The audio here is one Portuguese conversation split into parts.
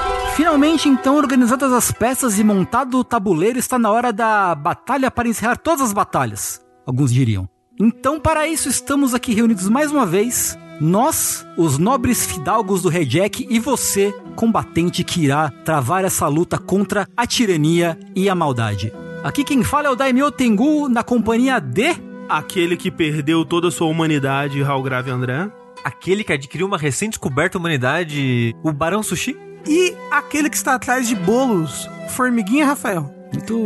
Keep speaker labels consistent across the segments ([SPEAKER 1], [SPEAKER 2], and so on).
[SPEAKER 1] Depois de então organizadas as peças e montado o tabuleiro, está na hora da batalha para encerrar todas as batalhas, alguns diriam. Então, para isso, estamos aqui reunidos mais uma vez, nós, os nobres fidalgos do Rei Jack, e você, combatente que irá travar essa luta contra a tirania e a maldade. Aqui quem fala é o Daimyo Tengu, na companhia de...
[SPEAKER 2] Aquele que perdeu toda a sua humanidade, Raul Grave André.
[SPEAKER 3] Aquele que adquiriu uma recém-descoberta humanidade, o Barão Sushi.
[SPEAKER 4] E aquele que está atrás de bolos, Formiguinha Rafael.
[SPEAKER 1] Muito,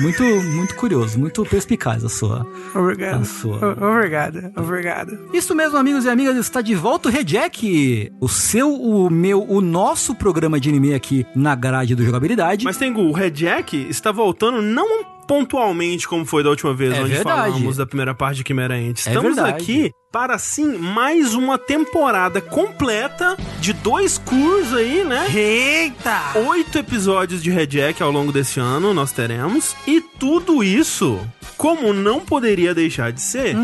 [SPEAKER 1] muito, muito curioso, muito perspicaz a sua.
[SPEAKER 4] Obrigado.
[SPEAKER 1] A sua.
[SPEAKER 4] O- Obrigado, obrigado.
[SPEAKER 1] Isso mesmo, amigos e amigas, está de volta o Rejack, o seu, o meu, o nosso programa de anime aqui na grade do Jogabilidade.
[SPEAKER 2] Mas Tengu, o Red Jack está voltando não pontualmente como foi da última vez,
[SPEAKER 1] É
[SPEAKER 2] onde
[SPEAKER 1] verdade.
[SPEAKER 2] falamos da primeira parte de Quimera Ant.
[SPEAKER 1] É
[SPEAKER 2] Estamos
[SPEAKER 1] verdade.
[SPEAKER 2] aqui para, sim, mais uma temporada completa de dois cursos aí, né?
[SPEAKER 4] Eita!
[SPEAKER 2] Oito episódios de Red Jack ao longo desse ano nós teremos. E tudo isso, como não poderia deixar de ser,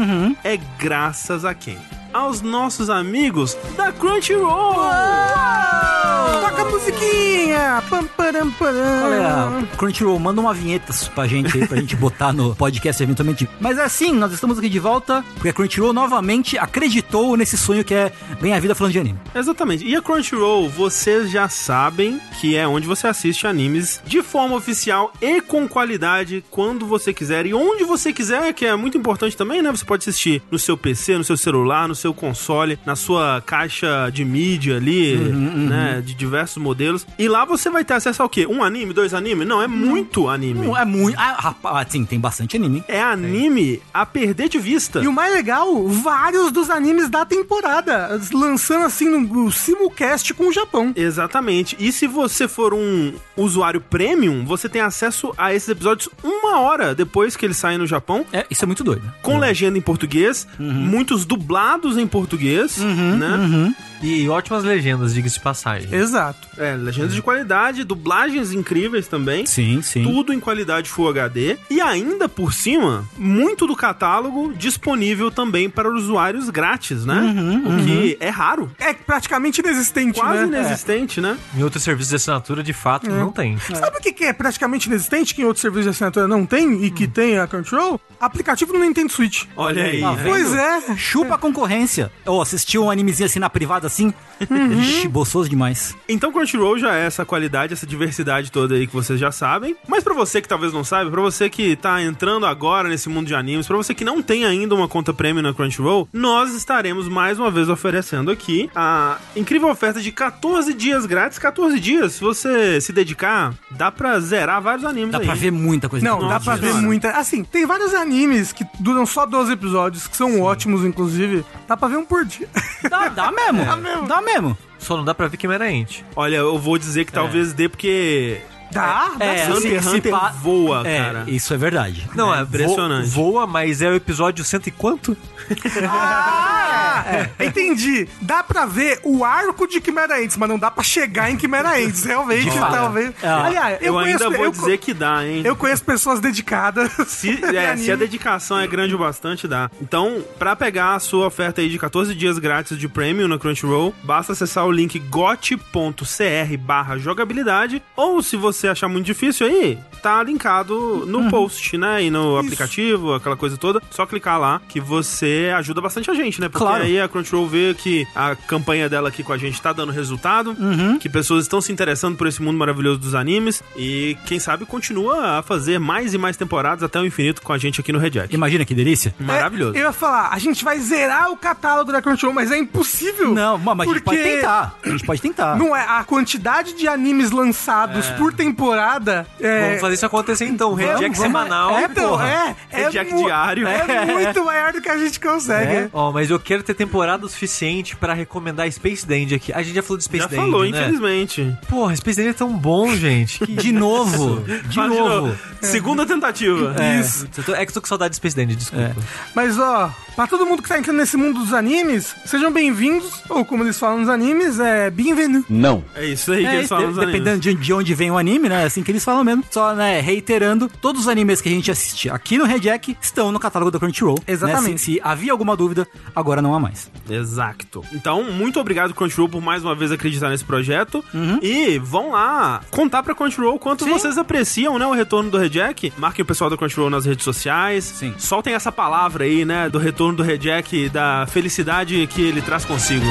[SPEAKER 2] é graças a quem? Aos nossos amigos da Crunchyroll!
[SPEAKER 4] Toca a musiquinha! Pam, param, param.
[SPEAKER 1] Olha, é Crunchyroll, manda uma vinheta pra gente aí, pra gente botar no podcast eventualmente. Mas é assim, nós estamos aqui de volta, porque a Crunchyroll novamente acreditou nesse sonho que é ganhar vida falando de anime.
[SPEAKER 2] Exatamente. E a Crunchyroll, vocês já sabem que é onde você assiste animes de forma oficial e com qualidade quando você quiser e onde você quiser, que é muito importante também, né? Você pode assistir no seu PC, no seu celular, no seu console, na sua caixa de mídia ali, né? De diversos modelos. E lá você vai ter acesso ao quê? Um anime, dois anime? Não, é muito anime.
[SPEAKER 1] É muito. Ah, rapaz, sim, tem bastante anime. hein?
[SPEAKER 2] É anime a perder de vista.
[SPEAKER 4] E o mais legal, vários dos animes da temporada, lançando assim no simulcast com o Japão.
[SPEAKER 2] Exatamente. E se você for um usuário premium, você tem acesso a esses episódios uma hora depois que eles saem no Japão.
[SPEAKER 1] É, isso é muito doido.
[SPEAKER 2] Com legenda em português, muitos dublados em português, né?
[SPEAKER 3] E ótimas legendas, diga-se de passagem.
[SPEAKER 4] Exato.
[SPEAKER 2] É, legendas de qualidade, dublagens incríveis também.
[SPEAKER 1] Sim, sim.
[SPEAKER 2] Tudo em qualidade Full HD. E ainda por cima, muito do catálogo disponível também para usuários grátis, né? o que é raro.
[SPEAKER 4] É praticamente inexistente,
[SPEAKER 2] Quase
[SPEAKER 4] né?
[SPEAKER 2] inexistente, né?
[SPEAKER 3] Em outros serviços de assinatura, de fato, não tem.
[SPEAKER 1] né?
[SPEAKER 4] É. Sabe o que que é praticamente inexistente, que em outros serviços de assinatura não tem e
[SPEAKER 1] Hum.
[SPEAKER 4] que tem a Control? Aplicativo no Nintendo Switch.
[SPEAKER 2] Olha aí.
[SPEAKER 1] Tá vendo?
[SPEAKER 4] Pois é.
[SPEAKER 1] Chupa a concorrência. Ou assistiu um animezinho assim na privada assim? Ixi, boçoso demais.
[SPEAKER 2] Então Crunchyroll já é essa qualidade, essa diversidade toda aí que vocês já sabem. Mas pra você que talvez não saiba, pra você que tá entrando agora nesse mundo de animes, pra você que não tem ainda uma conta premium na Crunchyroll, nós estaremos mais uma vez oferecendo aqui a incrível oferta de 14 dias grátis. 14 dias, se você se dedicar, dá pra zerar vários animes
[SPEAKER 1] Dá
[SPEAKER 2] aí.
[SPEAKER 1] pra ver muita coisa.
[SPEAKER 4] Não,
[SPEAKER 1] Nossa
[SPEAKER 4] dá pra ver
[SPEAKER 1] senhora.
[SPEAKER 4] muita. Assim, tem vários animes que duram só 12 episódios, que são ótimos, inclusive. Dá pra ver um por dia.
[SPEAKER 1] Dá, dá mesmo. dá mesmo.
[SPEAKER 4] mesmo.
[SPEAKER 3] Só não dá pra ver é Quimera Ant.
[SPEAKER 2] Olha, eu vou dizer que talvez dê porque
[SPEAKER 4] Dá? dá
[SPEAKER 1] É,
[SPEAKER 4] sim.
[SPEAKER 2] Hunter x
[SPEAKER 1] se- se
[SPEAKER 2] Hunter
[SPEAKER 1] pá-
[SPEAKER 2] voa,
[SPEAKER 1] É,
[SPEAKER 2] cara.
[SPEAKER 1] isso é verdade.
[SPEAKER 3] Não, é,
[SPEAKER 2] impressionante.
[SPEAKER 3] vo- voa, mas é o episódio cento e quanto?
[SPEAKER 4] Ah, Entendi. Dá pra ver o arco de Quimera Ends, mas não dá pra chegar em Quimera Ends, realmente.
[SPEAKER 1] fato.
[SPEAKER 4] Talvez.
[SPEAKER 1] É.
[SPEAKER 4] Aliás, eu,
[SPEAKER 2] Eu,
[SPEAKER 4] conheço.
[SPEAKER 2] ainda vou
[SPEAKER 4] eu,
[SPEAKER 2] dizer que dá, hein?
[SPEAKER 4] eu conheço pessoas dedicadas.
[SPEAKER 2] Se,
[SPEAKER 4] de
[SPEAKER 2] é,
[SPEAKER 4] anime.
[SPEAKER 2] se a dedicação é grande o bastante, dá. Então, pra pegar a sua oferta aí de 14 dias grátis de Premium na Crunchyroll, basta acessar o link got.cr barra jogabilidade, ou se você achar muito difícil aí, tá linkado no post, né? E no aplicativo, aquela coisa toda. Só clicar lá que você ajuda bastante a gente, né? Porque
[SPEAKER 1] Claro.
[SPEAKER 2] aí a Crunchyroll vê que a campanha dela aqui com a gente tá dando resultado,
[SPEAKER 1] Uhum.
[SPEAKER 2] que pessoas estão se interessando por esse mundo maravilhoso dos animes e quem sabe continua a fazer mais e mais temporadas até o infinito com a gente aqui no Red Jack.
[SPEAKER 1] Imagina que delícia.
[SPEAKER 2] Maravilhoso.
[SPEAKER 4] É, eu ia falar, a gente vai zerar o catálogo da Crunchyroll, mas é impossível.
[SPEAKER 1] Não, mas a gente pode
[SPEAKER 4] porque
[SPEAKER 1] tentar. A gente pode tentar.
[SPEAKER 4] Não é, a quantidade de animes lançados por temporada é,
[SPEAKER 3] Vamos fazer isso acontecer então. O Red Jack
[SPEAKER 1] vamos-
[SPEAKER 3] semanal.
[SPEAKER 1] é,
[SPEAKER 4] Então,
[SPEAKER 1] porra.
[SPEAKER 4] é, é,
[SPEAKER 2] Reject
[SPEAKER 4] mu-
[SPEAKER 2] diário.
[SPEAKER 4] É muito maior do que a gente consegue.
[SPEAKER 1] É.
[SPEAKER 3] Ó, mas eu quero ter temporada o suficiente pra recomendar Space Dandy aqui. A gente já falou de Space
[SPEAKER 2] Já
[SPEAKER 3] Dandy,
[SPEAKER 2] falou,
[SPEAKER 3] né?
[SPEAKER 2] infelizmente.
[SPEAKER 3] Porra, Space Dandy é tão bom, gente. Que
[SPEAKER 1] De novo. De
[SPEAKER 2] Fala
[SPEAKER 1] novo.
[SPEAKER 2] Segunda tentativa.
[SPEAKER 3] Isso. Eu tô- É que eu tô com saudade de Space Dandy,
[SPEAKER 1] É.
[SPEAKER 3] desculpa.
[SPEAKER 4] Mas ó, pra todo mundo que tá entrando nesse mundo dos animes, sejam bem-vindos, ou como eles falam nos animes, é bem-vindo.
[SPEAKER 5] Não.
[SPEAKER 2] É isso aí que
[SPEAKER 1] É,
[SPEAKER 2] eles falam nos
[SPEAKER 1] de-
[SPEAKER 2] animes.
[SPEAKER 1] dependendo de, de onde vem o anime, né? É assim que eles falam mesmo. Só, né, reiterando, todos os animes que a gente assiste aqui no Red Jack estão no catálogo da Crunchyroll. né?
[SPEAKER 4] Exatamente.
[SPEAKER 1] Se, se havia alguma dúvida, agora não há mais.
[SPEAKER 2] Exato. Então, muito obrigado, Crunchyroll, por mais uma vez acreditar nesse projeto.
[SPEAKER 1] Uhum.
[SPEAKER 2] E vão lá contar pra Crunchyroll quanto vocês apreciam, né, o retorno do Rejack. Marquem o pessoal da Crunchyroll nas redes sociais.
[SPEAKER 1] Sim.
[SPEAKER 2] Soltem essa palavra aí, né, do retorno do Rejack, da felicidade que ele traz consigo.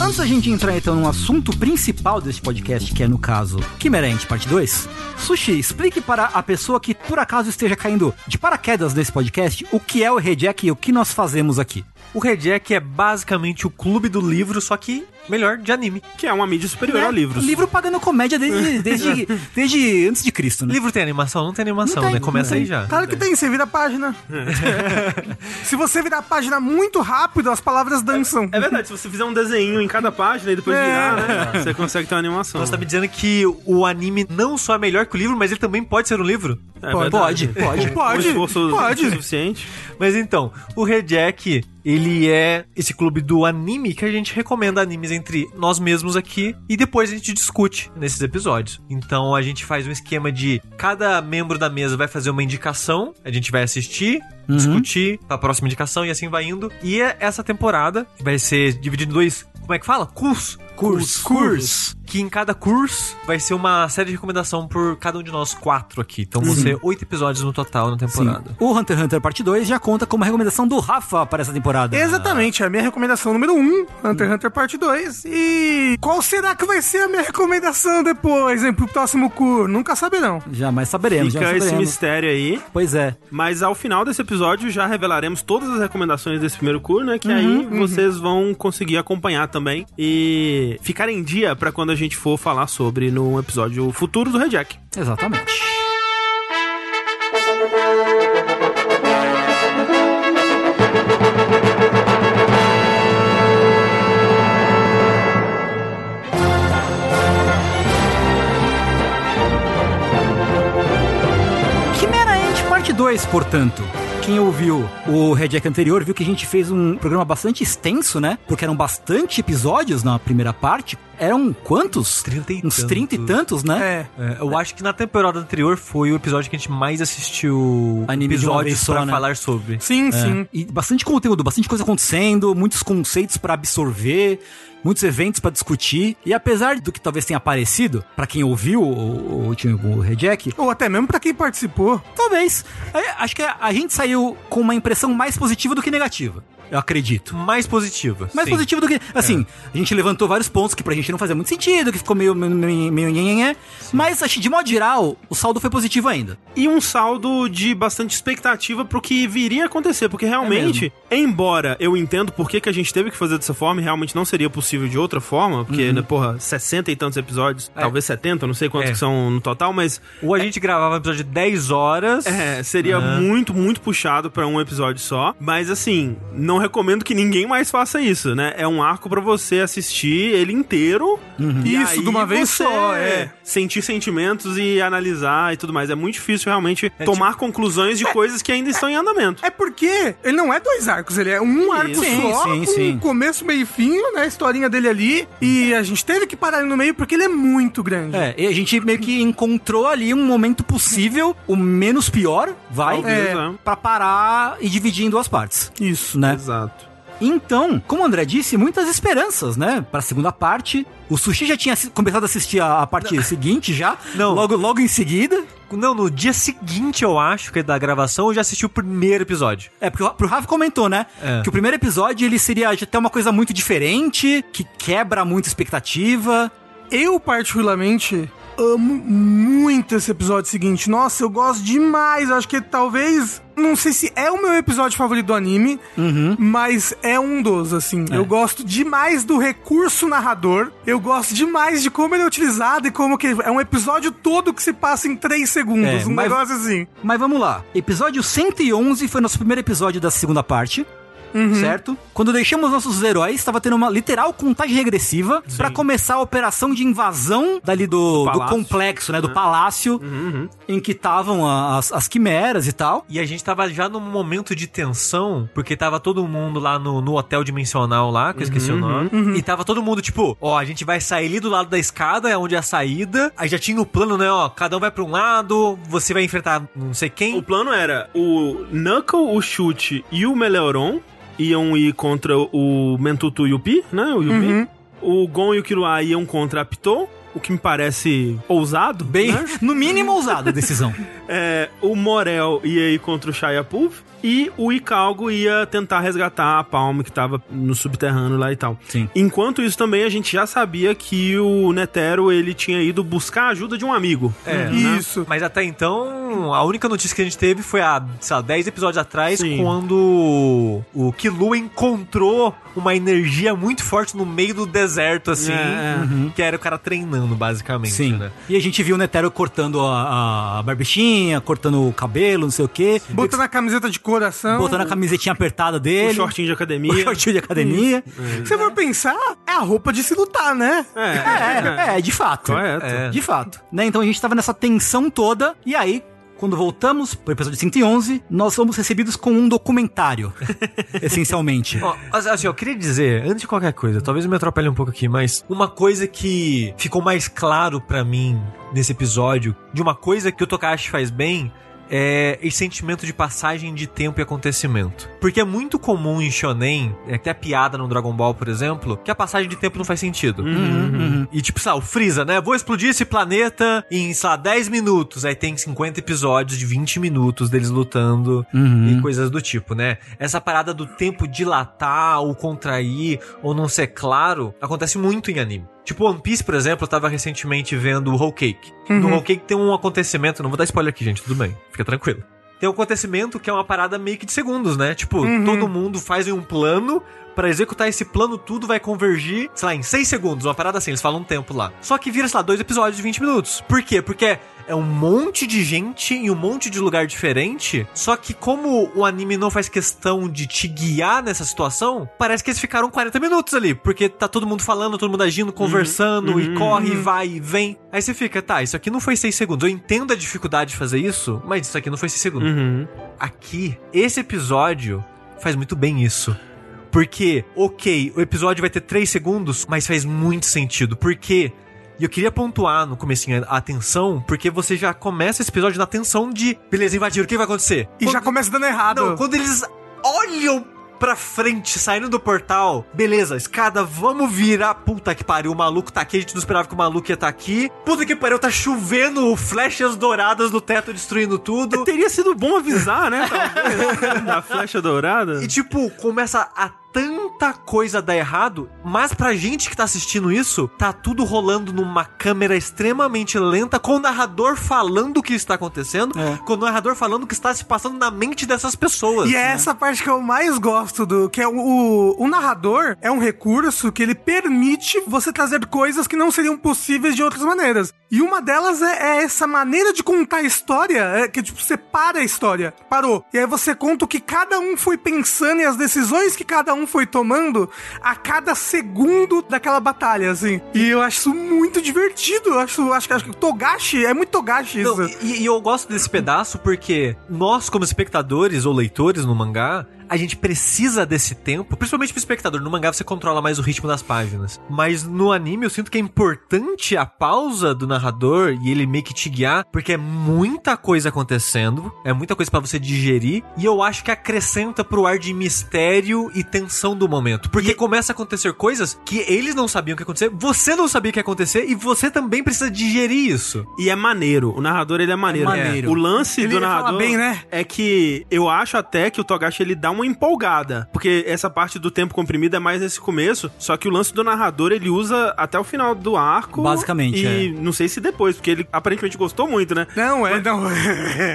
[SPEAKER 1] Antes da gente entrar então no assunto principal deste podcast, que é no caso Quimerente Parte 2, Sushi, explique para a pessoa que por acaso esteja caindo de paraquedas nesse podcast o que é o Rejack e o que nós fazemos aqui.
[SPEAKER 3] O Red Jack é basicamente o clube do livro, só que melhor de anime.
[SPEAKER 2] Que é uma mídia superior a
[SPEAKER 1] Né?
[SPEAKER 2] livros.
[SPEAKER 1] Livro pagando comédia desde, desde, desde antes de Cristo, né?
[SPEAKER 3] Livro tem animação? Não tem animação,
[SPEAKER 1] Não tem,
[SPEAKER 3] né? Começa
[SPEAKER 1] não
[SPEAKER 3] aí
[SPEAKER 1] tem.
[SPEAKER 3] já.
[SPEAKER 4] Claro que tem, você vira a página. Se você virar a página muito rápido, as palavras dançam.
[SPEAKER 2] É verdade, se você fizer um desenho em cada página e depois
[SPEAKER 4] É.
[SPEAKER 2] virar, né, você consegue ter uma animação.
[SPEAKER 3] Então Você tá me dizendo que o anime não só é melhor que o livro, mas ele também pode ser um livro?
[SPEAKER 2] É
[SPEAKER 1] Pode,
[SPEAKER 2] verdade.
[SPEAKER 1] pode, pode.
[SPEAKER 2] Um esforço
[SPEAKER 4] Pode.
[SPEAKER 2] suficiente.
[SPEAKER 3] Mas então, o Red Jack, ele é esse clube do anime que a gente recomenda animes entre nós mesmos aqui e depois a gente discute nesses episódios. Então a gente faz um esquema de cada membro da mesa vai fazer uma indicação, a gente vai assistir, discutir a próxima indicação e assim vai indo. E é essa temporada que vai ser dividida em dois, como é que fala? Cursos. Cursos. Cursos. Que em cada curso vai ser uma série de recomendação por cada um de nós quatro aqui. Então vão ser oito episódios no total na
[SPEAKER 1] Sim.
[SPEAKER 3] temporada.
[SPEAKER 1] O Hunter x Hunter Parte 2 já conta como recomendação do Rafa para essa temporada.
[SPEAKER 4] Exatamente, é a minha recomendação número 1, um, Hunter x Hunter Parte 2. E qual será que vai ser a minha recomendação depois, hein, pro próximo cu? Nunca saberão.
[SPEAKER 1] Jamais saberemos,
[SPEAKER 2] Fica
[SPEAKER 1] jamais
[SPEAKER 2] esse
[SPEAKER 1] saberemos.
[SPEAKER 2] mistério aí.
[SPEAKER 1] Pois é.
[SPEAKER 2] Mas ao final desse episódio já revelaremos todas as recomendações desse primeiro curso, né? Que aí vocês vão conseguir acompanhar também e ficar em dia pra quando a gente for falar sobre no episódio futuro do Red Jack.
[SPEAKER 1] Exatamente. Quimera Ant Parte 2, portanto. Quem ouviu o Red Jack anterior viu que a gente fez um programa bastante extenso, né? Porque eram bastante episódios na primeira parte. Eram quantos?
[SPEAKER 3] Trinta e
[SPEAKER 1] Uns trinta e
[SPEAKER 3] tantos.
[SPEAKER 1] tantos, né?
[SPEAKER 4] É.
[SPEAKER 3] É, eu acho que na temporada anterior foi o episódio que a gente mais assistiu
[SPEAKER 1] Anime de uma
[SPEAKER 3] episódios
[SPEAKER 1] vez só,
[SPEAKER 3] pra
[SPEAKER 1] né?
[SPEAKER 3] falar sobre.
[SPEAKER 4] Sim, sim.
[SPEAKER 1] E bastante conteúdo, bastante coisa acontecendo, muitos conceitos pra absorver, muitos eventos pra discutir. E apesar do que talvez tenha aparecido, pra quem ouviu o- o o último o Rejack,
[SPEAKER 4] Ou até mesmo pra quem participou.
[SPEAKER 1] talvez. é, Acho que a, a gente saiu com uma impressão mais positiva do que negativa. Eu acredito.
[SPEAKER 3] Mais positiva.
[SPEAKER 1] Mais
[SPEAKER 3] sim.
[SPEAKER 1] positiva do que. Assim, a gente levantou vários pontos que pra gente não fazia muito sentido, que ficou meio. meio, meio, meio nhenhenhé, mas acho que de modo geral, o saldo foi positivo ainda.
[SPEAKER 2] E um saldo de bastante expectativa pro que viria a acontecer, porque realmente, embora eu entendo por que, que a gente teve que fazer dessa forma, e realmente não seria possível de outra forma, porque, né, porra, 60 e tantos episódios, talvez 70, não sei quantos
[SPEAKER 3] É.
[SPEAKER 2] que são no total, mas
[SPEAKER 3] Ou a gente gravava um episódio de 10 horas.
[SPEAKER 2] É, seria muito, muito puxado pra um episódio só. Mas assim, não recomendo que ninguém mais faça isso, né? É um arco pra você assistir ele inteiro. e
[SPEAKER 4] Uhum. Isso,
[SPEAKER 2] aí
[SPEAKER 4] de uma vez
[SPEAKER 2] você
[SPEAKER 4] só, é.
[SPEAKER 2] Sentir sentimentos e analisar e tudo mais. É muito difícil realmente tomar
[SPEAKER 4] tipo
[SPEAKER 2] conclusões de coisas que ainda estão em andamento.
[SPEAKER 4] É porque ele não é dois arcos, ele é um arco
[SPEAKER 1] Sim,
[SPEAKER 4] só,
[SPEAKER 1] sim,
[SPEAKER 4] com
[SPEAKER 1] sim.
[SPEAKER 4] começo, meio e fim, né? A historinha dele ali. E a gente teve que parar ele no meio porque ele é muito grande.
[SPEAKER 1] É, e a gente meio que encontrou ali um momento possível, o menos pior, vai,
[SPEAKER 2] Talvez,
[SPEAKER 4] é.
[SPEAKER 2] né?
[SPEAKER 1] pra parar e dividir em duas partes,
[SPEAKER 4] Isso.
[SPEAKER 1] né?
[SPEAKER 2] Exato.
[SPEAKER 1] Então, como o André disse, muitas esperanças, né, pra segunda parte. O Sushi já tinha assi- começado a assistir a, a parte seguinte já,
[SPEAKER 3] Não.
[SPEAKER 1] logo logo em seguida.
[SPEAKER 3] Não, no dia seguinte, eu acho, que é da gravação, eu já assisti o primeiro episódio.
[SPEAKER 1] É, porque o- pro Rafa comentou, né?
[SPEAKER 3] É.
[SPEAKER 1] Que o primeiro episódio ele seria até uma coisa muito diferente, que quebra muito expectativa.
[SPEAKER 4] Eu, particularmente, amo muito esse episódio seguinte. Nossa, eu gosto demais. Eu acho que é talvez Não sei se é o meu episódio favorito do anime,
[SPEAKER 1] Uhum.
[SPEAKER 4] mas é um dos, assim. Eu gosto demais do recurso narrador. Eu gosto demais de como ele é utilizado e como que é um episódio todo que se passa em 3 segundos.
[SPEAKER 1] É,
[SPEAKER 4] um
[SPEAKER 1] mas-
[SPEAKER 4] negócio assim.
[SPEAKER 1] Mas vamos lá. Episódio 111 foi nosso primeiro episódio da segunda parte.
[SPEAKER 2] Uhum.
[SPEAKER 1] Certo? Quando deixamos nossos heróis, estava tendo uma literal contagem regressiva pra começar a operação de invasão dali do, do,
[SPEAKER 2] palácio. Uhum.
[SPEAKER 1] complexo, né? Do palácio em que estavam a- as, as quimeras e tal.
[SPEAKER 3] E a gente tava já num momento de tensão, porque tava todo mundo lá no, no hotel dimensional lá, que eu esqueci
[SPEAKER 1] Uhum,
[SPEAKER 3] o nome. E tava todo mundo tipo, ó, a gente vai sair ali do lado da escada, é onde é a saída. Aí já tinha o plano, né, ó, cada um vai pra um lado, você vai enfrentar não sei
[SPEAKER 2] O
[SPEAKER 3] quem.
[SPEAKER 2] plano era o Knuckle, o Chute e o Meleoron iam ir contra o Mentutu e o Pi, né? O Yupi.
[SPEAKER 1] Uhum.
[SPEAKER 2] O Gon e o Killua iam contra a Pitou, o que me parece ousado.
[SPEAKER 1] Bem,
[SPEAKER 2] né?
[SPEAKER 1] no mínimo ousada a decisão.
[SPEAKER 2] É, o Morel ia ir contra o Shayapuf e o Icalgo ia tentar resgatar a Palme que tava no subterrâneo lá e tal.
[SPEAKER 1] Sim.
[SPEAKER 2] Enquanto isso também a gente já sabia que o Netero ele tinha ido buscar a ajuda de um amigo.
[SPEAKER 3] É,
[SPEAKER 4] Isso.
[SPEAKER 3] Mas até então, a única notícia que a gente teve foi há, sei lá, 10 episódios atrás,
[SPEAKER 2] Sim.
[SPEAKER 3] quando o Killua encontrou uma energia muito forte no meio do deserto, assim,
[SPEAKER 2] É.
[SPEAKER 3] que era o cara treinando, basicamente,
[SPEAKER 1] Sim.
[SPEAKER 3] né?
[SPEAKER 1] E a gente viu o Netero cortando a, a barbichinha, cortando o cabelo, não sei o quê.
[SPEAKER 4] Botando a camiseta de coração.
[SPEAKER 1] Botando a camisetinha apertada dele.
[SPEAKER 2] O shortinho de
[SPEAKER 1] o
[SPEAKER 2] academia.
[SPEAKER 1] shortinho de academia.
[SPEAKER 4] Se você for pensar, é a roupa de se lutar, né?
[SPEAKER 1] É, é, de fato.
[SPEAKER 2] Correto.
[SPEAKER 1] É. De fato. Né? Então a gente tava nessa tensão toda, e aí, quando voltamos pro episódio 111, nós fomos recebidos com um documentário, essencialmente.
[SPEAKER 3] Ó, assim, eu queria dizer, antes de qualquer coisa, talvez eu me atropele um pouco aqui, mas uma coisa que ficou mais claro pra mim nesse episódio, de uma coisa que o Tokashi faz bem, é esse sentimento de passagem de tempo e acontecimento. Porque é muito comum em shonen, é até a piada no Dragon Ball, por exemplo, que a passagem de tempo não faz sentido. E tipo, sei lá, o Freeza, né? Vou explodir esse planeta em, sei lá, 10 minutos. Aí tem 50 episódios de 20 minutos deles lutando e coisas do tipo, né? Essa parada do tempo dilatar ou contrair ou não ser claro acontece muito em anime. Tipo, One Piece, por exemplo, eu tava recentemente vendo o Whole Cake. No Whole Cake tem um acontecimento, não vou dar spoiler aqui, gente, tudo bem, fica tranquilo. Tem um acontecimento que é uma parada meio que de segundos, né? Tipo, todo mundo faz um plano, Pra executar esse plano, tudo vai convergir, sei lá, em 6 segundos, uma parada assim, eles falam um tempo lá. Só que vira, sei lá, dois episódios de 20 minutos. Por quê? Porque é um monte de gente em um monte de lugar diferente. Só que como o anime não faz questão de te guiar nessa situação, parece que eles ficaram 40 minutos ali. Porque tá todo mundo falando, todo mundo agindo, conversando, e corre, e vai, e vem. Aí você fica, tá, isso aqui não foi 6 segundos. Eu entendo a dificuldade de fazer isso, mas isso aqui não foi 6 segundos
[SPEAKER 2] Uhum.
[SPEAKER 3] aqui, esse episódio faz muito bem isso. Porque, ok, o episódio vai ter 3 segundos, mas faz muito sentido. Porque, e eu queria pontuar no comecinho a atenção, porque você já começa esse episódio na tensão de, beleza, invadiram, o que vai acontecer?
[SPEAKER 4] E já começa dando errado.
[SPEAKER 3] Não, quando eles olham pra frente, saindo do portal, beleza, escada, vamos virar. Puta que pariu, o maluco tá aqui, a gente não esperava que o maluco ia estar tá aqui. Puta que pariu, tá chovendo flechas douradas no teto, destruindo tudo.
[SPEAKER 2] Teria sido bom avisar, né? talvez, da flecha dourada.
[SPEAKER 3] E tipo, começa a tanta coisa dar errado, mas pra gente que tá assistindo isso, tá tudo rolando numa câmera extremamente lenta, com o narrador falando o que está acontecendo, com o narrador falando o que está se passando na mente dessas pessoas.
[SPEAKER 4] É.
[SPEAKER 3] né?
[SPEAKER 4] E é essa parte que eu mais gosto do que é o, o, o narrador é um recurso que ele permite você trazer coisas que não seriam possíveis de outras maneiras. E uma delas é, é essa maneira de contar a história, é que tipo você para a história, parou. E aí você conta o que cada um foi pensando e as decisões que cada um foi tomando a cada segundo daquela batalha, assim. E eu acho isso muito divertido. Eu acho, acho, que- acho que Togashi é muito Togashi isso.
[SPEAKER 3] Não, e, e eu gosto desse pedaço porque nós, como espectadores ou leitores no mangá, a gente precisa desse tempo, principalmente pro espectador. No mangá você controla mais o ritmo das páginas. Mas no anime eu sinto que é importante a pausa do narrador e ele meio que te guiar, porque é muita coisa acontecendo, é muita coisa pra você digerir, e eu acho que acrescenta pro ar de mistério e tensão do momento. Porque começa a acontecer coisas que eles não sabiam que ia acontecer, você não sabia que ia acontecer, e você também precisa digerir isso.
[SPEAKER 2] E é maneiro. O narrador, ele é maneiro.
[SPEAKER 1] É maneiro.
[SPEAKER 2] O lance
[SPEAKER 4] Ele
[SPEAKER 2] do
[SPEAKER 4] fala
[SPEAKER 2] narrador
[SPEAKER 4] bem, né?
[SPEAKER 2] é que eu acho até que o Togashi, ele dá um uma empolgada, porque essa parte do tempo comprimido é mais nesse começo, só que o lance do narrador ele usa até o final do arco.
[SPEAKER 1] Basicamente,
[SPEAKER 2] E não sei se depois, porque ele aparentemente gostou muito, né?
[SPEAKER 4] Não, é, não.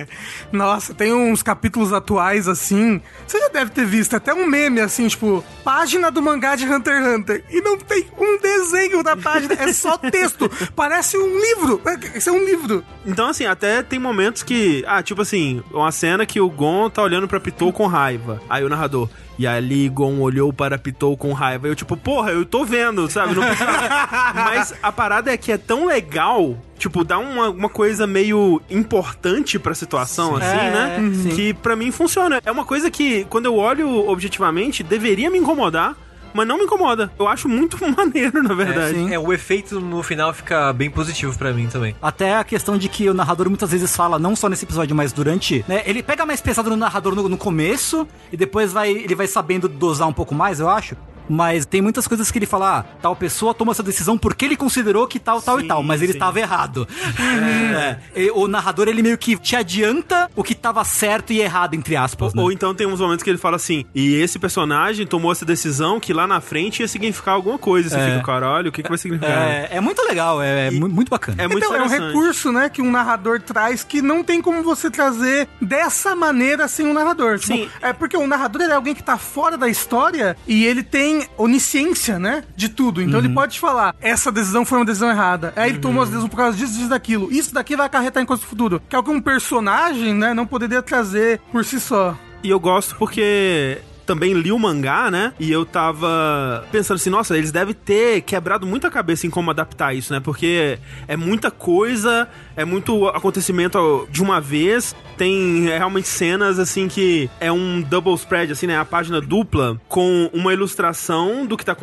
[SPEAKER 4] Nossa, tem uns capítulos atuais assim. Você já deve ter visto até um meme assim, tipo, página do mangá de Hunter x Hunter. E não tem um desenho da página, é só texto. Parece um livro. Isso é um livro.
[SPEAKER 2] Então, assim, até tem momentos que. Ah, tipo assim, uma cena que o Gon tá olhando pra Pitou com raiva. Aí o narrador. E ali Gon olhou para Pitou com raiva. Eu, tipo, porra, eu tô vendo, sabe? Não precisa- Mas a parada é que é tão legal. Tipo, dá uma, uma coisa meio importante pra situação, assim,
[SPEAKER 1] É,
[SPEAKER 2] né?
[SPEAKER 1] sim.
[SPEAKER 2] Que pra mim funciona. É uma coisa que, quando eu olho objetivamente, deveria me incomodar, mas não me incomoda. Eu acho muito maneiro, na verdade.
[SPEAKER 1] sim.
[SPEAKER 3] É, o efeito no final fica bem positivo pra mim também.
[SPEAKER 1] Até a questão de que o narrador muitas vezes fala, não só nesse episódio, mas durante. né, ele pega mais pesado no narrador no, no começo e depois vai, ele vai sabendo dosar um pouco mais, eu acho. Mas tem muitas coisas que ele fala, ah, tal pessoa toma essa decisão porque ele considerou que tal, tal
[SPEAKER 2] Sim,
[SPEAKER 1] e tal, mas ele
[SPEAKER 2] sim.
[SPEAKER 1] estava errado. É, e o narrador, ele meio que te adianta o que estava certo e errado, entre aspas. né?
[SPEAKER 2] Ou então tem uns momentos que ele fala assim, e esse personagem tomou essa decisão que lá na frente ia significar alguma coisa. Você fica, caralho, o que, que vai significar? É,
[SPEAKER 1] É, é muito legal, é, é mu- muito bacana.
[SPEAKER 2] muito
[SPEAKER 4] então, é um
[SPEAKER 2] interessante.
[SPEAKER 4] recurso, né, que um narrador traz que não tem como você trazer dessa maneira sem um narrador. Tipo,
[SPEAKER 2] Sim.
[SPEAKER 4] É porque o narrador ele é alguém que tá fora da história e ele tem onisciência, né, de tudo. Então ele pode te falar, essa decisão foi uma decisão errada. Aí ele tomou as decisões por causa disso, disso, daquilo. Isso daqui vai acarretar em coisas do futuro. Que é o que um personagem, né, não poderia trazer por si só.
[SPEAKER 2] E eu gosto porque também li o mangá, né? E eu tava pensando assim, nossa, eles devem ter quebrado muita cabeça em como adaptar isso, né? Porque é muita coisa, é muito acontecimento de uma vez. Tem realmente cenas assim que é um double spread, assim, né? A página dupla com uma ilustração do que tá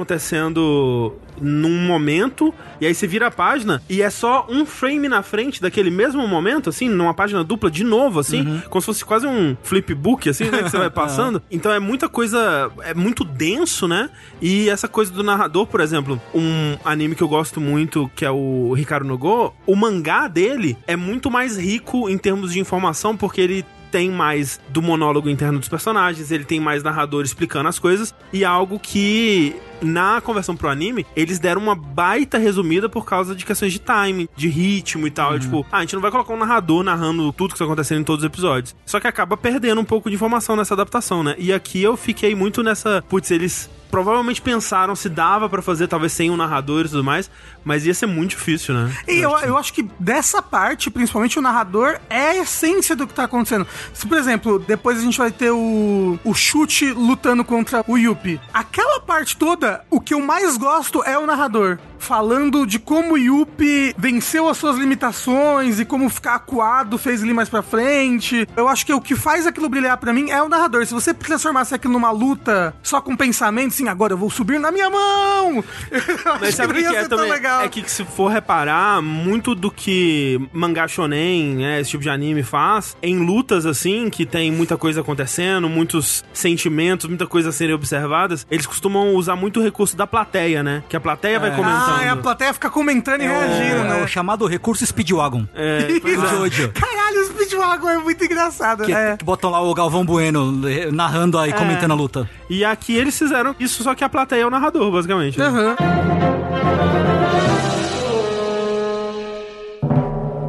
[SPEAKER 2] acontecendo num momento. E aí você vira a página e é só um frame na frente daquele mesmo momento, assim, numa página dupla de novo, assim, como se fosse quase um flipbook, assim, né? Que você vai passando. Então é muita coisa, é muito denso, né? E essa coisa do narrador, por exemplo, um anime que eu gosto muito, que é o Ricardo Nogô, o mangá dele é muito mais rico em termos de informação, porque ele tem mais do monólogo interno dos personagens, ele tem mais narrador explicando as coisas, e é algo que na conversão pro anime, eles deram uma baita resumida por causa de questões de time, de ritmo e tal. É Tipo, ah, a gente não vai colocar um narrador narrando tudo que tá acontecendo em todos os episódios. Só que acaba perdendo um pouco de informação nessa adaptação, né? E aqui eu fiquei muito nessa. Putz, eles provavelmente pensaram se dava pra fazer, talvez sem um narrador e tudo mais, mas ia ser muito difícil, né?
[SPEAKER 4] E eu, eu acho que dessa parte, principalmente o narrador, é a essência do que tá acontecendo. Se, por exemplo, depois a gente vai ter o, o chute lutando contra o Yuppie. Aquela parte toda, o que eu mais gosto é o narrador. Falando de como o Yuppie venceu as suas limitações e como ficar acuado fez ele mais pra frente. Eu acho que o que faz aquilo brilhar pra mim é o narrador. Se você transformasse aquilo numa luta só com pensamento, assim, agora eu vou subir na minha mão! Eu acho
[SPEAKER 2] Mas sabe o que,
[SPEAKER 4] não ia
[SPEAKER 2] que é
[SPEAKER 4] ser tão
[SPEAKER 2] também?
[SPEAKER 4] legal.
[SPEAKER 2] É que se for reparar, muito do que mangá shonen, né, esse tipo de anime faz, em lutas assim, que tem muita coisa acontecendo, muitos sentimentos, muita coisa a serem observadas, eles costumam usar muito o recurso da plateia, né? Que a plateia vai comentando.
[SPEAKER 4] Ah, é a plateia fica comentando e reagindo,
[SPEAKER 1] É,
[SPEAKER 4] né?
[SPEAKER 1] o chamado recurso Speedwagon.
[SPEAKER 2] É, pois
[SPEAKER 1] Do
[SPEAKER 2] é.
[SPEAKER 1] Jojo.
[SPEAKER 4] Caralho, o Speedwagon é muito engraçado.
[SPEAKER 1] Que,
[SPEAKER 4] É.
[SPEAKER 1] que botam lá o Galvão Bueno eh, narrando aí, comentando a luta.
[SPEAKER 2] E aqui eles fizeram isso, só que a plateia é o narrador, basicamente. né?
[SPEAKER 4] Aham.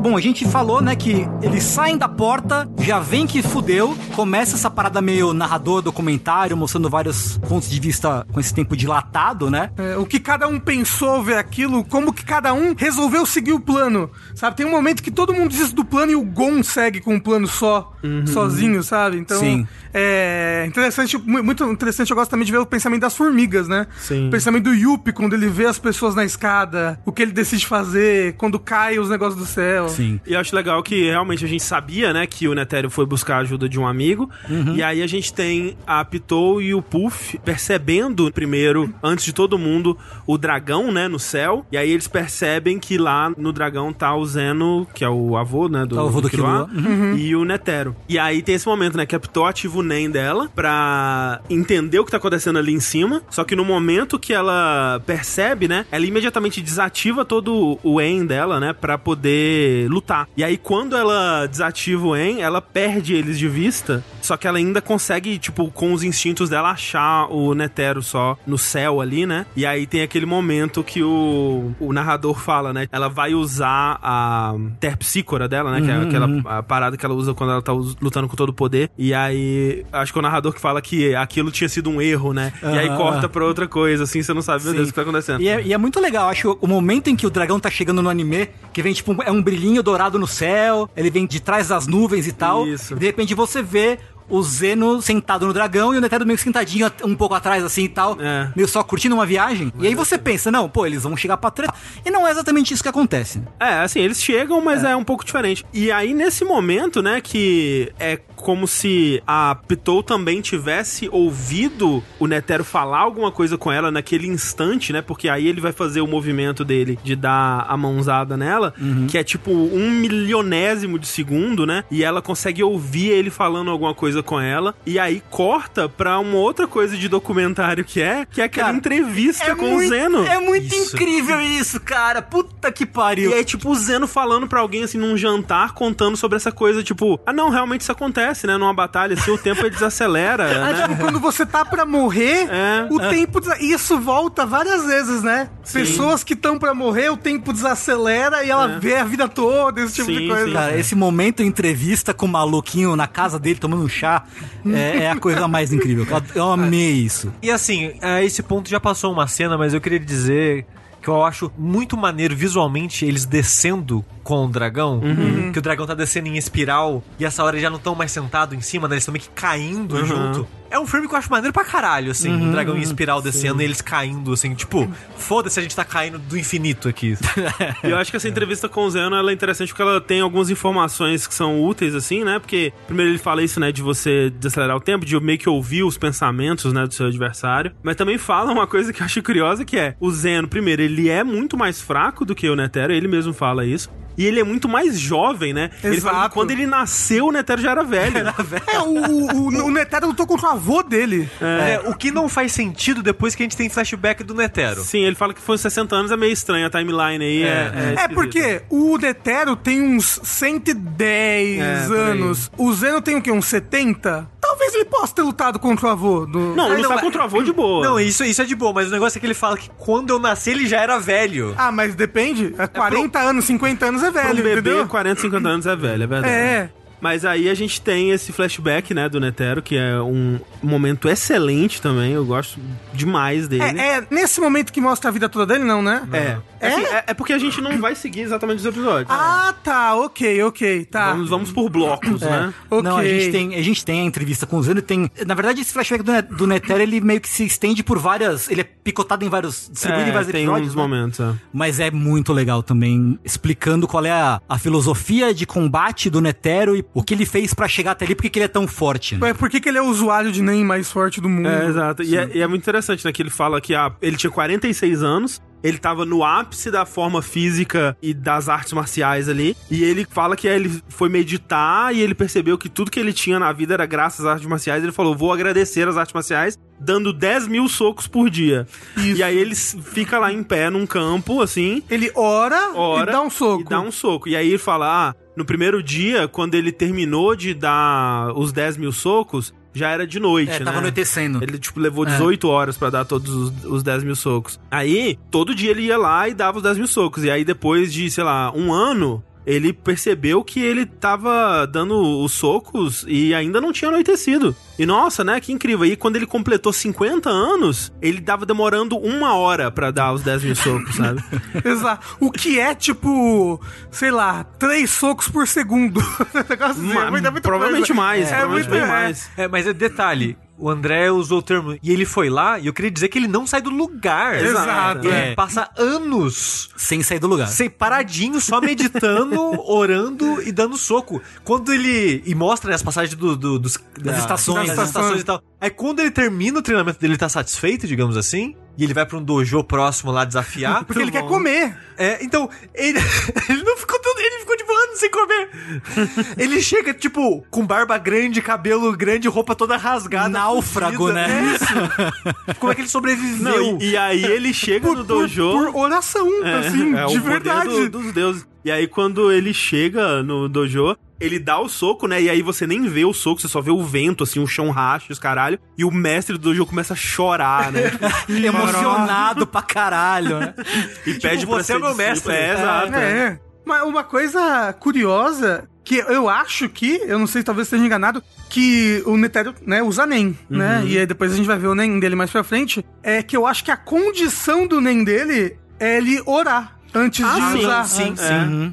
[SPEAKER 1] Bom, a gente falou, né, que eles saem da porta, já vem que fudeu, começa essa parada meio narrador, documentário, mostrando vários pontos de vista com esse tempo dilatado, né?
[SPEAKER 4] É, o que cada um pensou ver aquilo, como que cada um resolveu seguir o plano. Sabe, tem um momento que todo mundo desiste do plano e o Gon segue com um plano só, sozinho, sabe? Então,
[SPEAKER 1] Uhum. Sim.
[SPEAKER 4] é interessante, mu- muito interessante, eu gosto também de ver o pensamento das formigas, né?
[SPEAKER 2] Sim.
[SPEAKER 4] O pensamento do Yuppie quando ele vê as pessoas na escada, o que ele decide fazer, quando cai os negócios do céu.
[SPEAKER 1] Sim.
[SPEAKER 2] E eu acho legal que realmente a gente sabia, né, que o Netério foi buscar a ajuda de um amigo.
[SPEAKER 1] Uhum.
[SPEAKER 2] E aí a gente tem a Pitou e o Puff percebendo primeiro, antes de todo mundo, o dragão, né, no céu. E aí eles percebem que lá no dragão tá o Zeno, que é o avô, né, do,
[SPEAKER 1] Tá o avô do
[SPEAKER 2] Killua,
[SPEAKER 1] Killua.
[SPEAKER 2] e o Netero. E aí tem esse momento, né, que a Pitou ativa o NEM dela pra entender o que tá acontecendo ali em cima. Só que no momento que ela percebe, né, ela imediatamente desativa todo o EN dela, né, pra poder poder lutar. E aí, quando ela desativa o En, ela perde eles de vista, só que ela ainda consegue, tipo, com os instintos dela, achar o Netero só no céu ali, né? E aí tem aquele momento que o, o narrador fala, né? Ela vai usar a terpsícora dela, né? que é
[SPEAKER 1] Uhum,
[SPEAKER 2] aquela a parada que ela usa quando ela tá us- lutando com todo o poder. E aí, acho que é o narrador que fala que aquilo tinha sido um erro, né? E aí
[SPEAKER 1] Aham.
[SPEAKER 2] corta pra outra coisa, assim, você não sabe, meu
[SPEAKER 1] Sim.
[SPEAKER 2] Deus, o que tá acontecendo.
[SPEAKER 1] E é, e é muito legal, acho o momento em que o dragão tá chegando no anime, que vem tipo, um- é um brilhinho dourado no céu, ele vem de trás das nuvens e tal.
[SPEAKER 2] Isso.
[SPEAKER 1] E de repente você vê o Zeno sentado no dragão e o Netero meio que sentadinho at- um pouco atrás assim e tal,
[SPEAKER 2] É.
[SPEAKER 1] meio só curtindo uma viagem. e aí você pensa, não, pô, eles vão chegar pra treta. E não é exatamente isso que acontece. né?
[SPEAKER 2] É, assim, eles chegam, mas é. um pouco diferente. E aí, nesse momento, né, que é como se a Pitou também tivesse ouvido o Netero falar alguma coisa com ela naquele instante, né? Porque aí ele vai fazer o movimento dele de dar a mãozada nela,
[SPEAKER 1] Uhum.
[SPEAKER 2] que é tipo um milionésimo de segundo, né? E ela consegue ouvir ele falando alguma coisa com ela. E aí corta pra uma outra coisa de documentário que é, que é aquela
[SPEAKER 1] Cara,
[SPEAKER 2] entrevista com o Zeno.
[SPEAKER 1] é muito
[SPEAKER 3] Isso.
[SPEAKER 1] incrível isso, cara. Puta que pariu.
[SPEAKER 2] E aí, tipo, o Zeno falando pra alguém, assim, num jantar, contando sobre essa coisa, tipo, ah, não, realmente isso acontece, né? Numa batalha, assim, o tempo ele
[SPEAKER 4] Ah,
[SPEAKER 2] desacelera, né?
[SPEAKER 4] tipo, quando você tá pra morrer,
[SPEAKER 2] É.
[SPEAKER 4] o tempo. desa- Isso volta várias vezes, né? Pessoas que estão pra morrer, o tempo desacelera e ela vê a vida toda, esse tipo
[SPEAKER 2] É. Sim,
[SPEAKER 4] de coisa.
[SPEAKER 2] sim.
[SPEAKER 1] Cara, esse momento entrevista com o maluquinho na casa dele tomando um chá é, é a coisa mais incrível. Eu- Eu amei isso.
[SPEAKER 3] E assim, a esse ponto já passou uma cena, mas eu queria dizer que eu acho muito maneiro visualmente eles descendo com o dragão, que o dragão tá descendo em espiral e essa hora eles já não estão mais sentado em cima, né? Eles estão meio que caindo junto. É um filme que eu acho maneiro pra caralho, assim, o dragão em espiral descendo e eles caindo, assim, tipo, foda-se, a gente tá caindo do infinito aqui.
[SPEAKER 2] E eu acho que essa entrevista com o Zeno ela é interessante porque ela tem algumas informações que são úteis, assim, né? Porque primeiro ele fala isso, né? De você desacelerar o tempo, de meio que ouvir os pensamentos, né, do seu adversário. Mas também fala uma coisa que eu acho curiosa, que é o Zeno, primeiro, ele é muito mais fraco do que o Netero, ele mesmo fala isso. E ele é muito mais jovem, né? Ele fala que
[SPEAKER 4] Exato.
[SPEAKER 2] quando ele nasceu, o Netero já era velho.
[SPEAKER 4] É, o, o, o Netero lutou contra o avô dele.
[SPEAKER 3] É, o que não faz sentido depois que a gente tem flashback do Netero.
[SPEAKER 2] Sim, ele fala que foi 60 anos, é meio estranho a timeline aí. É, é,
[SPEAKER 4] É
[SPEAKER 2] esquisita.
[SPEAKER 4] porque o Netero tem uns 110
[SPEAKER 2] É, por aí.
[SPEAKER 4] anos. O Zeno tem o quê? Uns 70? Talvez ele possa ter lutado contra o avô do.
[SPEAKER 2] Não,
[SPEAKER 3] Ah,
[SPEAKER 2] ele
[SPEAKER 3] não,
[SPEAKER 2] tá
[SPEAKER 3] mas-
[SPEAKER 2] contra o avô de boa.
[SPEAKER 3] Não, isso, isso é de boa, mas o negócio é que ele fala que quando eu nasci ele já era velho.
[SPEAKER 4] Ah, mas depende. É 40 anos, 50 anos é
[SPEAKER 2] Pra um
[SPEAKER 4] velho,
[SPEAKER 2] bebê,
[SPEAKER 4] entendeu?
[SPEAKER 2] 40, 50 anos é velho, é verdade.
[SPEAKER 4] É.
[SPEAKER 2] Mas aí a gente tem esse flashback, né, do Netero, que é um momento excelente também. Eu gosto demais dele.
[SPEAKER 4] É, é nesse momento que mostra a vida toda dele, não, né?
[SPEAKER 2] É. Assim, é- é porque a gente não vai seguir exatamente os episódios.
[SPEAKER 4] Ah, tá, ok, ok, tá.
[SPEAKER 2] Vamos, vamos por blocos, né?
[SPEAKER 4] Ok.
[SPEAKER 1] Não, a gente, tem, a gente tem a entrevista com o Zeno, tem... Na verdade, esse flashback do, Ne- do Netero, ele meio que se estende por várias... Ele é picotado em vários... Distribuído em
[SPEAKER 2] É,
[SPEAKER 1] vários
[SPEAKER 2] tem
[SPEAKER 1] episódios,
[SPEAKER 2] uns
[SPEAKER 1] né?
[SPEAKER 2] momentos, é.
[SPEAKER 1] Mas é muito legal também, explicando qual é a, a filosofia de combate do Netero e o que ele fez pra chegar até ali, porque que ele é tão forte. né?
[SPEAKER 4] Ué, por que, que ele é o usuário de NEM mais forte do mundo?
[SPEAKER 2] É, exato. E é, e é muito interessante, né? Que ele fala que ah, ele tinha 46 anos, ele tava no ápice da forma física e das artes marciais ali. E ele fala que ele foi meditar e ele percebeu que tudo que ele tinha na vida era graças às artes marciais. Ele falou: vou agradecer as artes marciais. Dando 10 mil socos por dia. E aí ele s- fica lá em pé num campo, assim,
[SPEAKER 4] Ele ora,
[SPEAKER 2] Ora
[SPEAKER 4] e dá um soco.
[SPEAKER 2] e dá um soco. E aí ele fala: ah, no primeiro dia, quando ele terminou de dar os 10 mil socos, já era de noite,
[SPEAKER 1] É,
[SPEAKER 2] né?
[SPEAKER 1] tava anoitecendo.
[SPEAKER 2] Ele, tipo, levou 18 horas pra dar todos os, os 10 mil socos. Aí, todo dia ele ia lá e dava os 10 mil socos. E aí, depois de, sei lá, um ano, ele percebeu que ele tava dando os socos e ainda não tinha anoitecido. E nossa, né? Que incrível. E quando ele completou 50 anos, ele tava demorando uma hora pra dar os 10 mil socos, sabe?
[SPEAKER 4] Exato. O que é tipo, sei lá, três socos por segundo. Negócio assim,
[SPEAKER 2] Ma-
[SPEAKER 4] é muita- muita
[SPEAKER 2] provavelmente
[SPEAKER 4] coisa.
[SPEAKER 2] mais,
[SPEAKER 4] É,
[SPEAKER 2] provavelmente
[SPEAKER 4] muito-
[SPEAKER 2] bem
[SPEAKER 4] é.
[SPEAKER 2] mais.
[SPEAKER 3] É, mas é detalhe. O André usou o termo e ele foi lá, e eu queria dizer que ele não sai do lugar.
[SPEAKER 4] Exato,
[SPEAKER 3] Ele
[SPEAKER 1] é.
[SPEAKER 3] passa anos
[SPEAKER 1] Sem sair do lugar.
[SPEAKER 3] sem paradinho, só meditando, orando e dando soco. Quando ele. E mostra né, as passagens do, do- dos, da-
[SPEAKER 1] estações,
[SPEAKER 3] das
[SPEAKER 1] né?
[SPEAKER 3] estações e tal. Aí quando ele termina o treinamento dele, ele tá satisfeito, digamos assim. E ele vai pra um dojo próximo lá desafiar.
[SPEAKER 4] é, Porque ele quer comer.
[SPEAKER 3] É, então, ele, ele não ficou todo. Ele ficou tipo anos sem comer. ele chega, tipo, com barba grande, cabelo grande, roupa toda rasgada.
[SPEAKER 1] Náufrago,
[SPEAKER 3] fudida.
[SPEAKER 1] né?
[SPEAKER 3] É isso. Como é que ele sobreviveu?
[SPEAKER 2] Não, e, e aí ele chega no
[SPEAKER 4] Por,
[SPEAKER 2] dojo.
[SPEAKER 4] por oração, assim,
[SPEAKER 2] É, o
[SPEAKER 4] de
[SPEAKER 2] poder
[SPEAKER 4] verdade.
[SPEAKER 2] do- dos deuses. E aí, quando ele chega no dojo, ele dá o soco, né? E aí você nem vê o soco, você só vê o vento, assim, o chão racha, os caralho. E o mestre do dojo começa a chorar, né?
[SPEAKER 1] Emocionado pra caralho, né?
[SPEAKER 2] E pede pra
[SPEAKER 3] você
[SPEAKER 2] ser
[SPEAKER 3] é meu mestre.
[SPEAKER 2] discípulo. É, exato. é.
[SPEAKER 4] É. Mas uma coisa curiosa que eu acho que, eu não sei, talvez esteja enganado, que o Netério, né, usa NEM,
[SPEAKER 2] Uhum.
[SPEAKER 4] né? E aí depois a gente vai ver o NEM dele mais pra frente. É que eu acho que a condição do NEM dele é ele orar antes
[SPEAKER 2] Ah,
[SPEAKER 4] de
[SPEAKER 2] sim,
[SPEAKER 4] usar.
[SPEAKER 3] sim,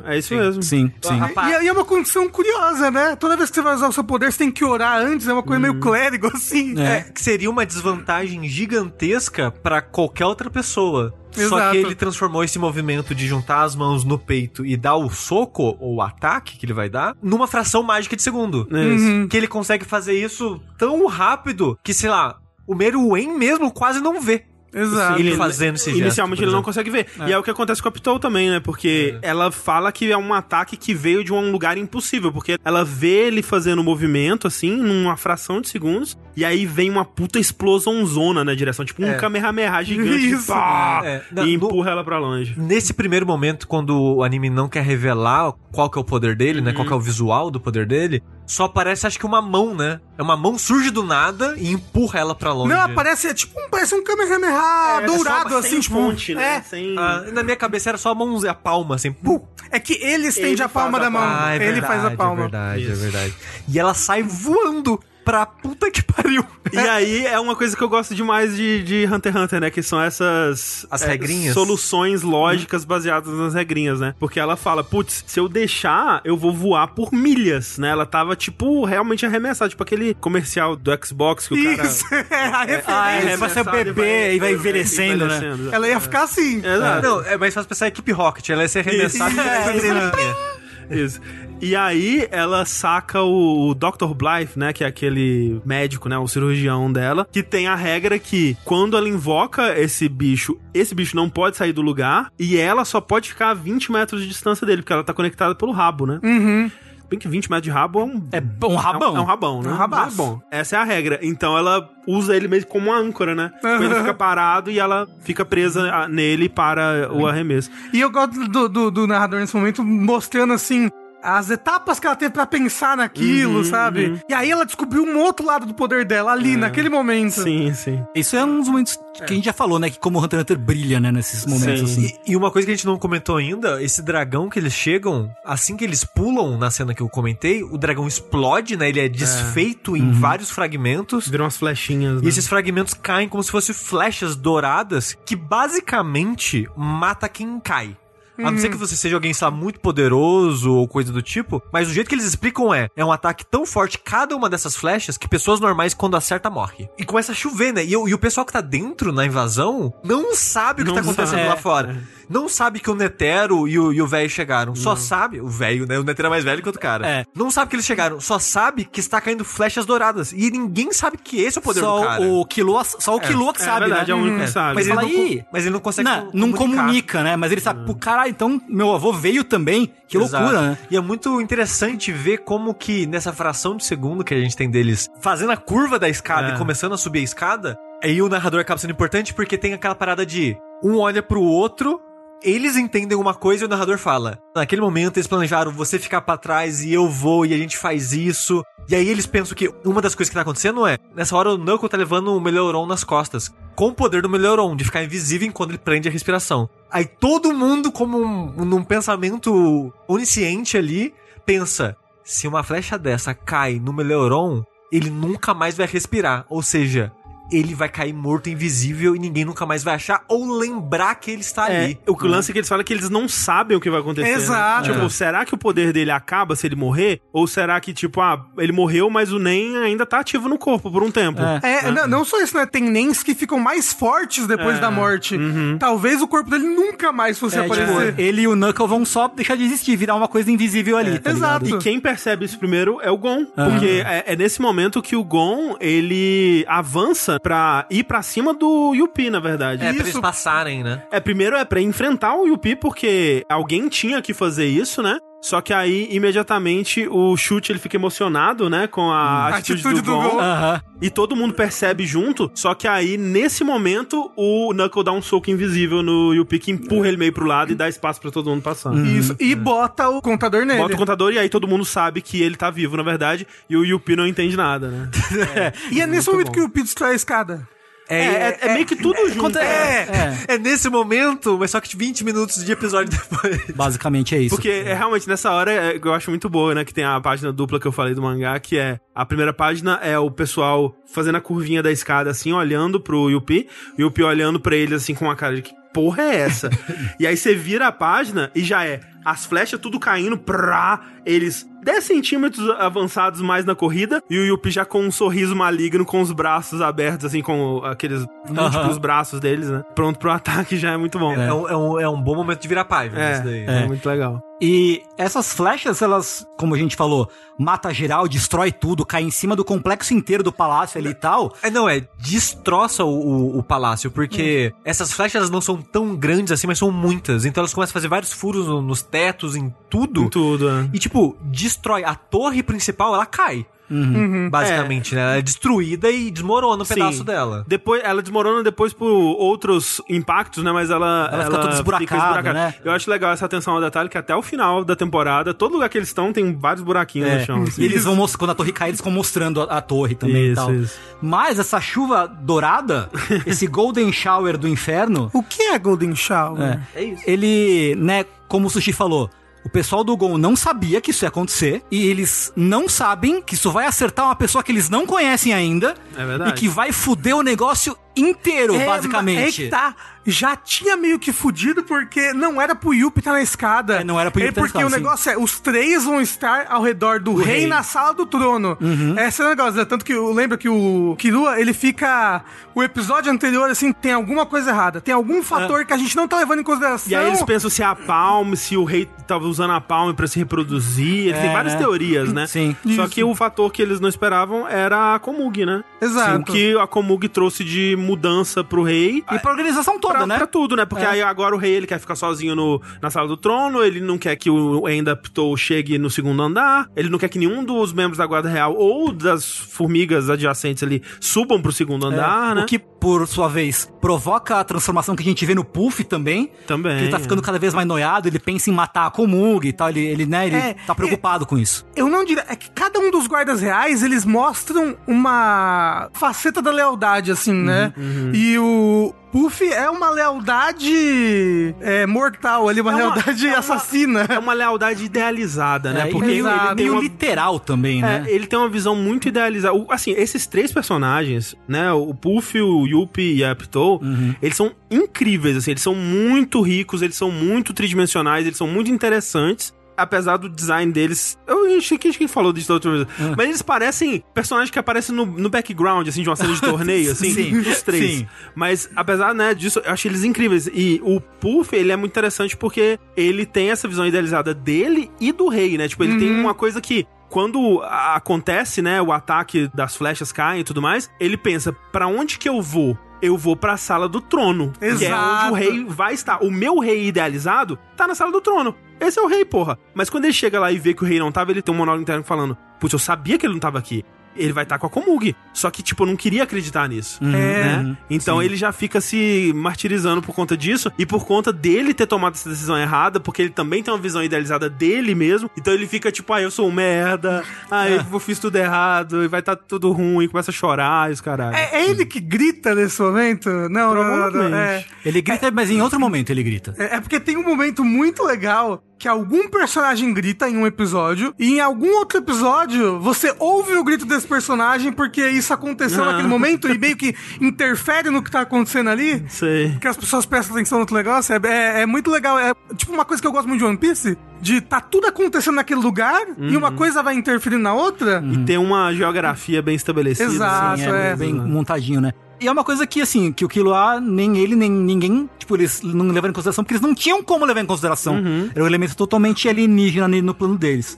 [SPEAKER 2] É, é isso mesmo.
[SPEAKER 1] Sim, sim.
[SPEAKER 4] E é- e é uma condição curiosa, né? Toda vez que você vai usar o seu poder, você tem que orar antes, é uma coisa
[SPEAKER 2] Uhum.
[SPEAKER 4] meio clérigo, assim.
[SPEAKER 1] É.
[SPEAKER 3] É, que seria uma desvantagem gigantesca pra qualquer outra pessoa. Só
[SPEAKER 4] Exato.
[SPEAKER 3] que ele transformou esse movimento de juntar as mãos no peito e dar o soco, ou o ataque que ele vai dar, numa fração mágica de segundo. Uhum.
[SPEAKER 2] É isso.
[SPEAKER 3] Que ele consegue fazer isso tão rápido que, sei lá, o Meruem mesmo quase não vê.
[SPEAKER 4] Exato.
[SPEAKER 3] Ele fazendo esse gesto.
[SPEAKER 2] Inicialmente
[SPEAKER 3] por
[SPEAKER 2] ele não
[SPEAKER 3] exemplo.
[SPEAKER 2] consegue ver. E é o que acontece com a Pitou também, né? Porque ela fala que é um ataque que veio de um lugar impossível. Porque ela vê ele fazendo o movimento, assim, numa fração de segundos. E aí vem uma puta explosão zona na direção. Tipo um
[SPEAKER 3] É.
[SPEAKER 2] Kamehameha gigante.
[SPEAKER 4] Isso.
[SPEAKER 2] pá,
[SPEAKER 3] É. Não,
[SPEAKER 2] e
[SPEAKER 3] no-
[SPEAKER 2] empurra ela pra longe.
[SPEAKER 3] Nesse primeiro momento, quando o anime não quer revelar qual que é o poder dele, né? Qual que é o visual do poder dele, só aparece, acho que uma mão, né? É uma mão surge do nada e empurra ela pra longe.
[SPEAKER 4] Não, aparece, é tipo um, parece um Kamehameha
[SPEAKER 2] É,
[SPEAKER 4] dourado,
[SPEAKER 2] só-
[SPEAKER 4] assim,
[SPEAKER 2] sem
[SPEAKER 4] tipo.
[SPEAKER 2] ponte, né?
[SPEAKER 4] é.
[SPEAKER 2] Sem...
[SPEAKER 3] Ah, na minha cabeça era só a mão e a palma, assim. Pum.
[SPEAKER 4] É que ele estende
[SPEAKER 2] Ele
[SPEAKER 4] a palma
[SPEAKER 2] faz a
[SPEAKER 4] da mão.
[SPEAKER 2] palma.
[SPEAKER 3] Ah, é
[SPEAKER 4] ele
[SPEAKER 3] verdade,
[SPEAKER 4] faz a
[SPEAKER 3] É
[SPEAKER 4] palma.
[SPEAKER 3] verdade,
[SPEAKER 2] Isso.
[SPEAKER 3] é verdade. E ela sai voando pra puta que pariu.
[SPEAKER 2] E aí é uma coisa que eu gosto demais de, de Hunter x Hunter, né? Que são essas
[SPEAKER 3] As
[SPEAKER 2] é,
[SPEAKER 3] regrinhas.
[SPEAKER 2] soluções lógicas baseadas nas regrinhas, né? Porque ela fala, putz, se eu deixar, eu vou voar por milhas, né? Ela tava, tipo, realmente arremessada, tipo aquele comercial do Xbox que o cara.
[SPEAKER 4] Isso, é a
[SPEAKER 1] Ah,
[SPEAKER 4] referência.
[SPEAKER 1] é, vai ser o bebê e vai envelhecendo, né?
[SPEAKER 2] envelhecendo.
[SPEAKER 4] Ela ia ficar assim.
[SPEAKER 2] Exato.
[SPEAKER 3] Não, é mais fácil pensar em equipe Rocket. Ela ia ser arremessada.
[SPEAKER 4] Isso, é,
[SPEAKER 3] e vai ser-
[SPEAKER 2] Isso. E aí ela saca o, o Dr. Blythe, né? Que é aquele médico, né? O cirurgião dela, que tem a regra que quando ela invoca esse bicho, esse bicho não pode sair do lugar e ela só pode ficar a 20 metros de distância dele, porque ela tá conectada pelo rabo, né?
[SPEAKER 4] Uhum.
[SPEAKER 2] Bem que 20 metros de rabo é um.
[SPEAKER 1] É bom rabão.
[SPEAKER 2] É um, é um rabão, né?
[SPEAKER 4] É um rabaço.
[SPEAKER 2] bom. Essa é a regra. Então ela usa ele mesmo como uma âncora, né? Então Ele fica parado e ela fica presa a- nele para o arremesso.
[SPEAKER 4] E eu gosto do, do- do narrador nesse momento mostrando assim. As etapas que ela teve pra pensar
[SPEAKER 1] Uhum,
[SPEAKER 4] naquilo, sabe? E aí ela descobriu um outro lado do poder dela ali,
[SPEAKER 1] É.
[SPEAKER 4] naquele momento.
[SPEAKER 2] Sim, sim.
[SPEAKER 1] Isso é um dos momentos que a gente já falou, né? Que como o Hunter x Hunter brilha, né? Nesses momentos,
[SPEAKER 2] Sim.
[SPEAKER 1] assim.
[SPEAKER 3] E uma coisa que a gente não comentou ainda, esse dragão que eles chegam, assim que eles pulam na cena que eu comentei, o dragão explode, né? Ele é Uhum. desfeito em vários fragmentos.
[SPEAKER 2] Viram umas flechinhas, né?
[SPEAKER 3] E esses fragmentos caem como se fossem flechas douradas que basicamente mata quem cai. A não ser que você seja alguém, sei lá, muito poderoso ou coisa do tipo, mas o jeito que eles explicam é: é um ataque tão forte cada uma dessas flechas que pessoas normais, quando acerta, morre. E começa a chover, né? E, o- e o pessoal que tá dentro na invasão não sabe o que
[SPEAKER 2] Não
[SPEAKER 3] tá acontecendo
[SPEAKER 2] sabe.
[SPEAKER 3] lá fora. Não sabe que o Netero e o e o velho chegaram. Só sabe. O velho, né? O Netero é mais velho que o outro cara.
[SPEAKER 1] É.
[SPEAKER 3] Não sabe que eles chegaram. Só sabe que está caindo flechas douradas. E ninguém sabe que esse é o poder
[SPEAKER 1] só
[SPEAKER 3] do cara.
[SPEAKER 1] o Killua, só o Killua que
[SPEAKER 2] É
[SPEAKER 1] sabe, né?
[SPEAKER 2] verdade, é o único que
[SPEAKER 1] Hum.
[SPEAKER 2] sabe.
[SPEAKER 1] Mas
[SPEAKER 3] ele
[SPEAKER 1] fala
[SPEAKER 3] não con-
[SPEAKER 1] aí.
[SPEAKER 3] mas ele não consegue
[SPEAKER 1] Não,
[SPEAKER 3] com-
[SPEAKER 1] não
[SPEAKER 3] comunicar.
[SPEAKER 1] comunica, né? Mas ele sabe, pô, caralho, então meu avô veio também. Que
[SPEAKER 3] Exato.
[SPEAKER 1] loucura, né?
[SPEAKER 3] E é muito interessante ver como que nessa fração de segundo que a gente tem deles fazendo a curva da escada
[SPEAKER 2] É.
[SPEAKER 3] e começando a subir a escada, aí o narrador acaba sendo importante porque tem aquela parada de um olha pro outro, eles entendem uma coisa e o narrador fala. Naquele momento eles planejaram você ficar pra trás e eu vou e a gente faz isso. E aí eles pensam que uma das coisas que tá acontecendo é, nessa hora o Knuckle tá levando o Melioron nas costas. Com o poder do Melioron, de ficar invisível enquanto ele prende a respiração. Aí todo mundo, como um- num pensamento onisciente ali, pensa: se uma flecha dessa cai no Melioron, ele nunca mais vai respirar. Ou seja, ele vai cair morto, invisível, e ninguém nunca mais vai achar ou lembrar que ele está
[SPEAKER 2] É,
[SPEAKER 3] ali.
[SPEAKER 2] o que- o lance é que eles falam é que eles não sabem o que vai acontecer. né?
[SPEAKER 4] Exato.
[SPEAKER 2] Tipo, será que o poder dele acaba se ele morrer? Ou será que, tipo, ah, ele morreu, mas o NEM ainda tá ativo no corpo por um tempo?
[SPEAKER 1] É.
[SPEAKER 4] É, Não, não só isso, né? Tem nens que ficam mais fortes depois da morte. Talvez o corpo dele nunca mais fosse
[SPEAKER 1] Uhum. É,
[SPEAKER 4] aparecer.
[SPEAKER 1] tipo, ele e o Knuckle vão só deixar de existir, virar uma coisa invisível ali.
[SPEAKER 2] É,
[SPEAKER 1] tá
[SPEAKER 4] exato.
[SPEAKER 1] ligado?
[SPEAKER 2] E quem percebe isso primeiro é o Gon. Porque é, é nesse momento que o Gon, ele avança pra ir pra cima do Yupi, na verdade.
[SPEAKER 3] É, pra
[SPEAKER 4] isso-
[SPEAKER 3] eles passarem, né?
[SPEAKER 2] É, primeiro é pra enfrentar o Yupi, porque alguém tinha que fazer isso, né? Só que aí, imediatamente, o chute ele fica emocionado, né? Com a atitude, do, Gon.
[SPEAKER 1] Aham.
[SPEAKER 2] E todo mundo percebe junto. Só que aí, nesse momento, o Knuckle dá um soco invisível no Yupik, empurra ele meio pro lado e dá espaço pra todo mundo passar.
[SPEAKER 4] Isso. E
[SPEAKER 1] Uhum.
[SPEAKER 4] bota o contador nele.
[SPEAKER 2] Bota o contador e aí todo mundo sabe que ele tá vivo, na verdade, e o Yupi não entende nada, né?
[SPEAKER 4] E é nesse momento que o Pete destrói a escada.
[SPEAKER 2] É, é- é meio que tudo junto. né?
[SPEAKER 3] É. é nesse momento, mas só que 20 minutos de episódio depois.
[SPEAKER 1] Basicamente é isso.
[SPEAKER 2] Porque é realmente nessa hora é, eu acho muito boa, né? Que tem a página dupla que eu falei do mangá, que é a primeira página é o pessoal fazendo a curvinha da escada, assim, olhando pro Yupi, o Yupi olhando pra ele assim com a cara de que porra é essa? e aí você vira a página e já é as flechas tudo caindo, prá, eles 10 centímetros avançados mais na corrida, e o Yupi já com um sorriso maligno, com os braços abertos, assim, com aqueles múltiplos braços deles, né? Pronto pro ataque já é muito bom.
[SPEAKER 3] É, um, é um- é um bom momento de virar página
[SPEAKER 2] É,
[SPEAKER 3] isso daí.
[SPEAKER 2] é muito legal.
[SPEAKER 1] E essas flechas, elas, como a gente falou, mata geral, destrói tudo, cai em cima do complexo inteiro do palácio ali e tal.
[SPEAKER 3] É, não, é, destroça o, o- o palácio, porque essas flechas elas não são tão grandes assim, mas são muitas. Então elas começam a fazer vários furos no- nos tetos, em tudo.
[SPEAKER 2] Em tudo, né?
[SPEAKER 3] E, tipo, destrói. A torre principal, ela cai. Basicamente, né? Ela é destruída e desmorona um
[SPEAKER 2] Sim.
[SPEAKER 3] pedaço dela.
[SPEAKER 2] Depois, ela desmorona depois por outros impactos, né? Mas ela.
[SPEAKER 1] Ela fica toda esburacada, né?
[SPEAKER 2] Eu acho legal essa atenção ao detalhe que até o final da temporada, todo lugar que eles estão tem vários buraquinhos
[SPEAKER 4] É.
[SPEAKER 2] no chão. assim.
[SPEAKER 1] E É. eles vão mostrando, quando a torre cair, eles ficam mostrando a, a torre também
[SPEAKER 2] Isso,
[SPEAKER 1] e tal.
[SPEAKER 2] isso.
[SPEAKER 1] Mas essa chuva dourada, esse Golden Shower do inferno,
[SPEAKER 4] O que é Golden Shower?
[SPEAKER 1] É. ele, né, como o Sushi falou, o pessoal do Gon não sabia que isso ia acontecer e eles não sabem que isso vai acertar uma pessoa que eles não conhecem ainda
[SPEAKER 2] É verdade.
[SPEAKER 1] e que vai foder o negócio inteiro,
[SPEAKER 4] É,
[SPEAKER 1] basicamente.
[SPEAKER 4] É que tá. Já tinha meio que fudido porque não era pro Yuppie estar na escada.
[SPEAKER 1] É, não era pro Yuppie
[SPEAKER 4] É
[SPEAKER 1] tá na
[SPEAKER 4] Porque
[SPEAKER 1] escada,
[SPEAKER 4] o negócio é, os três vão estar ao redor do rei,
[SPEAKER 1] rei. Uhum.
[SPEAKER 4] na sala do trono. Esse é o negócio. né? Tanto que eu lembro que o Kirua, ele fica... O episódio anterior, assim, tem alguma coisa errada. Tem algum
[SPEAKER 1] Ah.
[SPEAKER 4] fator que a gente não tá levando em consideração.
[SPEAKER 2] E aí eles pensam se é a palme, se o rei tava usando a palme pra se reproduzir. Eles
[SPEAKER 1] É,
[SPEAKER 2] têm várias
[SPEAKER 1] né?
[SPEAKER 2] teorias, né?
[SPEAKER 1] Sim.
[SPEAKER 2] Só
[SPEAKER 1] Isso.
[SPEAKER 2] que o fator que eles não esperavam era a Komug, né?
[SPEAKER 4] Exato.
[SPEAKER 2] O que a Komug trouxe de mudança pro rei.
[SPEAKER 1] E pra organização toda,
[SPEAKER 2] pra,
[SPEAKER 1] né?
[SPEAKER 2] pra tudo, né? Porque aí agora o rei ele quer ficar sozinho no, na sala do trono, ele não quer que o Enda Ptou chegue no segundo andar, ele não quer que nenhum dos membros da Guarda Real ou das formigas adjacentes ali subam pro segundo andar, né?
[SPEAKER 1] É. O que, por sua vez, provoca a transformação que a gente vê no Puff também.
[SPEAKER 2] Também,
[SPEAKER 1] Que ele tá
[SPEAKER 2] é.
[SPEAKER 1] ficando cada vez mais noiado, ele pensa em matar a Komug e tal, ele, ele né, ele
[SPEAKER 4] É,
[SPEAKER 1] tá preocupado com isso.
[SPEAKER 4] Eu não diria. É que cada um dos guardas reais, eles mostram uma faceta da lealdade, assim, né?
[SPEAKER 2] Uhum,
[SPEAKER 4] E o. Puff é uma lealdade é, mortal ali, uma
[SPEAKER 2] É uma-
[SPEAKER 4] lealdade
[SPEAKER 2] é uma-
[SPEAKER 4] assassina.
[SPEAKER 2] É uma lealdade idealizada, né?
[SPEAKER 1] É,
[SPEAKER 2] Porque
[SPEAKER 1] e
[SPEAKER 2] ele,
[SPEAKER 1] meio,
[SPEAKER 2] ele tem
[SPEAKER 1] meio
[SPEAKER 2] uma
[SPEAKER 1] literal também,
[SPEAKER 2] É,
[SPEAKER 1] né?
[SPEAKER 2] ele tem uma visão muito idealizada. O- assim, esses três personagens, né? O Puff, o Yuppie e a Ptou,
[SPEAKER 1] Uhum.
[SPEAKER 2] eles são incríveis, assim. Eles são muito ricos, eles são muito tridimensionais, eles são muito interessantes. Apesar do design deles. Eu achei que a gente falou disso da outra vez.
[SPEAKER 1] Ah.
[SPEAKER 2] Mas eles parecem personagens que aparecem no, no background, assim, de uma cena de torneio, assim.
[SPEAKER 1] Sim,
[SPEAKER 2] Os três.
[SPEAKER 1] sim.
[SPEAKER 2] Mas, apesar, né, disso, eu achei eles incríveis. E o Puff, ele é muito interessante porque ele tem essa visão idealizada dele e do rei, né? Tipo, ele tem uma coisa que... Quando a- acontece, né, o ataque das flechas caem e tudo mais, ele pensa, pra onde que eu vou? Eu vou pra sala do trono. Que é onde
[SPEAKER 4] Exato.
[SPEAKER 2] o rei vai estar. O meu rei idealizado tá na sala do trono. Esse é o rei, porra. Mas quando ele chega lá e vê que o rei não tava, ele tem um monólogo interno falando, putz, eu sabia que ele não tava aqui. Ele vai estar com a Komug. Só que, tipo, eu não queria acreditar nisso
[SPEAKER 4] Uhum,
[SPEAKER 2] né? Então ele já fica se martirizando por conta disso e por conta dele ter tomado essa decisão errada, porque ele também tem uma visão idealizada dele mesmo. Então ele fica tipo, ah, eu sou um merda,
[SPEAKER 4] É.
[SPEAKER 2] ah, eu fiz tudo errado, e vai estar tudo ruim, começa a chorar e os caralho.
[SPEAKER 4] É, é ele que grita nesse momento? Não, não, não, não. É,
[SPEAKER 2] Provavelmente.
[SPEAKER 1] Ele grita, mas em outro momento ele grita.
[SPEAKER 4] é é porque tem um momento muito legal que algum personagem grita em um episódio e em algum outro episódio você ouve o grito desse personagem porque isso aconteceu
[SPEAKER 2] Ah.
[SPEAKER 4] naquele momento e meio que interfere no que tá acontecendo ali.
[SPEAKER 2] Sei.
[SPEAKER 4] que as pessoas prestam atenção no outro negócio. É, é- é muito legal. É tipo uma coisa que eu gosto muito de One Piece: de tá tudo acontecendo naquele lugar e
[SPEAKER 2] Uhum.
[SPEAKER 4] uma coisa vai interferindo na outra.
[SPEAKER 2] E tem uma geografia bem estabelecida.
[SPEAKER 4] Exato,
[SPEAKER 2] assim,
[SPEAKER 1] Sim,
[SPEAKER 4] é.
[SPEAKER 1] bem montadinho, né? E é uma coisa que, assim, que o Killua, nem ele, nem ninguém, tipo, eles não levaram em consideração, porque eles não tinham como levar em consideração.
[SPEAKER 2] Uhum.
[SPEAKER 1] Era um elemento totalmente alienígena ali no plano deles.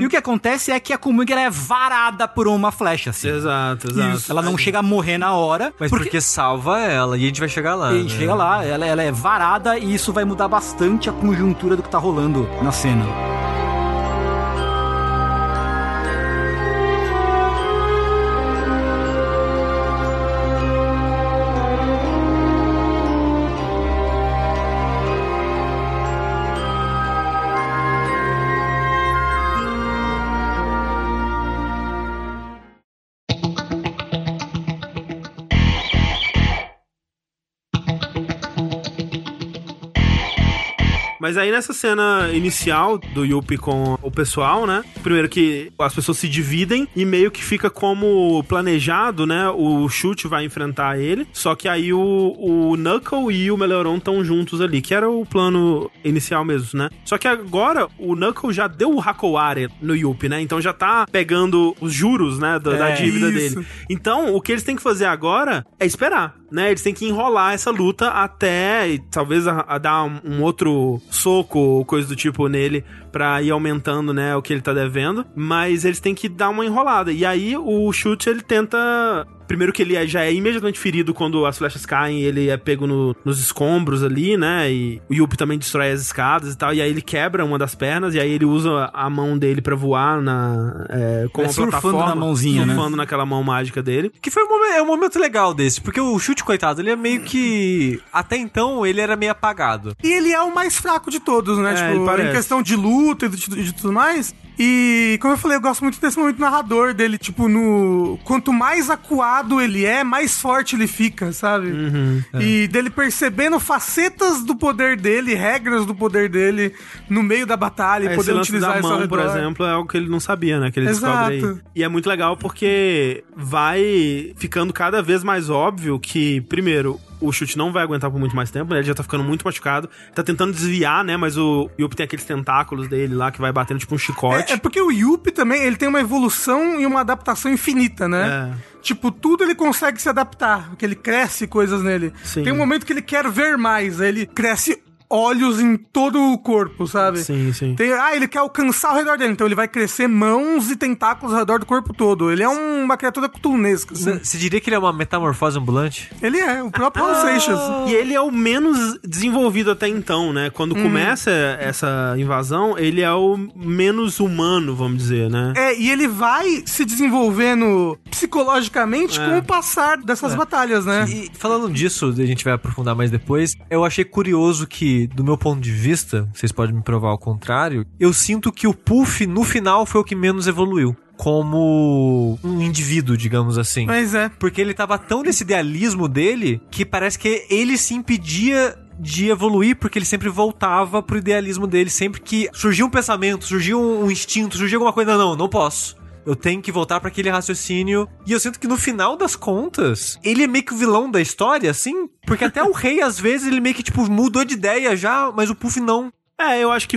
[SPEAKER 1] E o que acontece é que a Kumug ela é varada por uma flecha, assim.
[SPEAKER 2] Exato, exato.
[SPEAKER 1] Ela não chega a morrer na hora,
[SPEAKER 3] Mas porque... salva ela e a gente vai chegar lá.
[SPEAKER 1] a gente
[SPEAKER 3] né?
[SPEAKER 1] chega lá, ela, ela é varada e isso vai mudar bastante a conjuntura do que tá rolando na cena.
[SPEAKER 2] Mas aí nessa cena inicial do Yuppie com o pessoal, né? Primeiro que as pessoas se dividem e meio que fica como planejado, né? O chute vai enfrentar ele. Só que aí o, o Knuckle e o Meleoron estão juntos ali, que era o plano inicial mesmo, né? Só que agora o Knuckle já deu o Hakoware no Yuppie, né? Então já tá pegando os juros, né? Da, da
[SPEAKER 3] É,
[SPEAKER 2] dívida
[SPEAKER 4] isso.
[SPEAKER 2] dele. Então o que eles têm que fazer agora é esperar. Né, eles têm que enrolar essa luta até e talvez a- a dar um, um outro soco ou coisa do tipo nele pra ir aumentando, né, o que ele tá devendo, mas eles têm que dar uma enrolada. E aí o chute ele tenta Primeiro que ele é- já é imediatamente ferido quando as flechas caem, ele é pego no- nos escombros ali, né? E o Yuppie também destrói as escadas e tal. E aí ele quebra uma das pernas, e aí ele usa a mão dele pra voar na, é, com
[SPEAKER 1] É,
[SPEAKER 2] a
[SPEAKER 1] surfando
[SPEAKER 2] plataforma.
[SPEAKER 1] na mãozinha, né?
[SPEAKER 2] Surfando naquela mão mágica dele.
[SPEAKER 3] Que foi um momento, é um momento legal desse, porque o chute, coitado, ele é meio que. Até então, ele era meio apagado.
[SPEAKER 4] E ele é o mais fraco de todos, né?
[SPEAKER 2] É, ele
[SPEAKER 4] tipo,
[SPEAKER 2] parece.
[SPEAKER 4] em questão de luta e de, de tudo mais. E, como eu falei, eu gosto muito desse momento narrador dele, tipo, no. Quanto mais acuado ele é, mais forte ele fica, sabe?
[SPEAKER 2] Uhum. É.
[SPEAKER 4] E dele percebendo facetas do poder dele, regras do poder dele no meio da batalha, e
[SPEAKER 2] É, Esse
[SPEAKER 4] poder
[SPEAKER 2] lance
[SPEAKER 4] utilizar
[SPEAKER 2] da
[SPEAKER 4] isso ao
[SPEAKER 2] mão, por
[SPEAKER 4] redor.
[SPEAKER 2] exemplo, é algo que ele não sabia, né? Que ele descobre aí.
[SPEAKER 4] Exato.
[SPEAKER 2] E é muito legal porque vai ficando cada vez mais óbvio que, primeiro, o chute não vai aguentar por muito mais tempo, né? Ele já tá ficando muito machucado. Tá tentando desviar, né? Mas o Yuppie tem aqueles tentáculos dele lá que vai batendo tipo um chicote.
[SPEAKER 4] É, é porque o Yuppie também, ele tem uma evolução e uma adaptação infinita, né?
[SPEAKER 2] É.
[SPEAKER 4] Tipo, tudo ele consegue se adaptar, porque ele cresce coisas nele.
[SPEAKER 2] Sim.
[SPEAKER 4] Tem um momento que ele quer ver mais, aí ele cresce olhos em todo o corpo, sabe?
[SPEAKER 2] Sim, sim.
[SPEAKER 4] Tem- ah, ele quer alcançar ao redor dele, então ele vai crescer mãos e tentáculos ao redor do corpo todo. Ele é um- uma criatura cutunesca,
[SPEAKER 2] Hum.
[SPEAKER 4] assim.
[SPEAKER 3] Você diria que ele é uma metamorfose ambulante?
[SPEAKER 4] Ele é, o próprio
[SPEAKER 2] Ah.
[SPEAKER 4] Raul Seixas.
[SPEAKER 2] E ele é o menos desenvolvido até então, né? Quando
[SPEAKER 4] Hum.
[SPEAKER 2] começa essa invasão, ele é o menos humano, vamos dizer, né?
[SPEAKER 4] É, e ele vai se desenvolvendo psicologicamente
[SPEAKER 2] É.
[SPEAKER 4] com o passar dessas batalhas, né?
[SPEAKER 3] E falando disso, a gente vai aprofundar mais depois. Eu achei curioso que, do meu ponto de vista, vocês podem me provar ao contrário, eu sinto que o Puff no final foi o que menos evoluiu. Como um indivíduo, digamos assim.
[SPEAKER 4] Mas é.
[SPEAKER 3] Porque ele tava tão nesse idealismo dele que parece que ele se impedia de evoluir, porque ele sempre voltava pro idealismo dele. Sempre que surgia um pensamento, surgia um um instinto, surgia alguma coisa, não, não, não posso. Eu tenho que voltar pra aquele raciocínio. E eu sinto que no final das contas, ele é meio que o vilão da história, assim. Porque até o rei, às vezes, ele meio que, tipo, mudou de ideia já, mas o Puff não.
[SPEAKER 2] É, eu acho que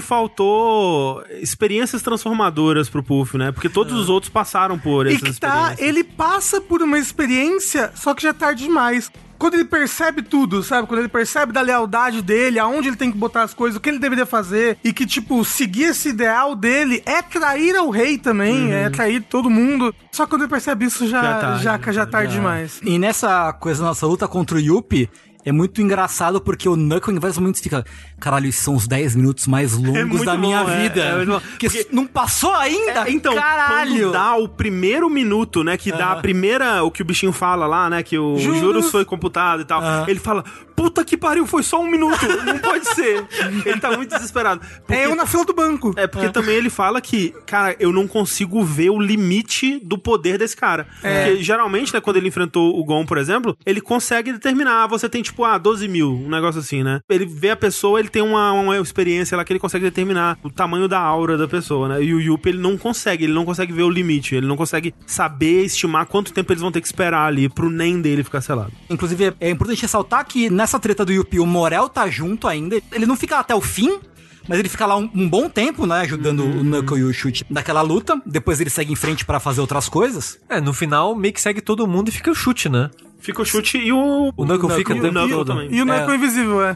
[SPEAKER 2] faltou experiências transformadoras pro Puff, né? Porque todos os outros passaram por
[SPEAKER 4] E
[SPEAKER 2] essas
[SPEAKER 4] que tá,
[SPEAKER 2] experiências.
[SPEAKER 4] ele passa por uma experiência, só que já é tarde demais. Quando ele percebe tudo, sabe? Quando ele percebe da lealdade dele, aonde ele tem que botar as coisas, o que ele deveria fazer, e que, tipo, seguir esse ideal dele é trair ao rei também, é trair todo mundo. Só que quando ele percebe isso, já,
[SPEAKER 2] Já
[SPEAKER 4] já,
[SPEAKER 2] tá,
[SPEAKER 4] já, é tarde demais.
[SPEAKER 1] E nessa coisa, nossa luta contra o Yuppie, é muito engraçado porque o Knuckle em vários momentos fica, caralho, esses são os 10 minutos mais longos
[SPEAKER 2] muito
[SPEAKER 1] da minha
[SPEAKER 2] bom, é,
[SPEAKER 1] vida.
[SPEAKER 2] é muito bom.
[SPEAKER 1] que
[SPEAKER 2] Porque-
[SPEAKER 1] não passou ainda?
[SPEAKER 2] É, então,
[SPEAKER 1] caralho.
[SPEAKER 2] quando dá o primeiro minuto, né? Que dá a primeira. O que o bichinho fala lá, né? Que o juros,
[SPEAKER 4] Juros.
[SPEAKER 2] foi computado e tal. Ele fala: Puta que pariu, foi só um minuto. Não pode ser. ele tá muito desesperado. Porque-
[SPEAKER 4] É eu na fila do banco.
[SPEAKER 2] É porque também ele fala que, cara, eu não consigo ver o limite do poder desse cara. Porque geralmente, né, quando ele enfrentou o Gon, por exemplo, ele consegue determinar, ah, você tem tipo, ah, 12 mil, um negócio assim, né? Ele vê a pessoa, ele tem uma, uma experiência lá que ele consegue determinar o tamanho da aura da pessoa, né? E o Yuppie, ele não consegue, ele não consegue ver o limite, ele não consegue saber estimar quanto tempo eles vão ter que esperar ali pro NEM dele ficar selado.
[SPEAKER 1] Inclusive, é- é importante ressaltar que nessa treta do Yuppie, o Morel tá junto ainda. Ele não fica até o fim, mas ele fica lá um, um bom tempo, né? Ajudando o Knuckle e o Chute naquela luta. Depois ele segue em frente pra fazer outras coisas.
[SPEAKER 3] É, no final meio que segue todo mundo e fica o chute, né?
[SPEAKER 2] Fica o chute e o.
[SPEAKER 3] O Knuckle fica o tempo
[SPEAKER 2] Knuckle
[SPEAKER 3] todo.
[SPEAKER 2] também.
[SPEAKER 4] E o Neko
[SPEAKER 3] É.
[SPEAKER 4] invisível, é.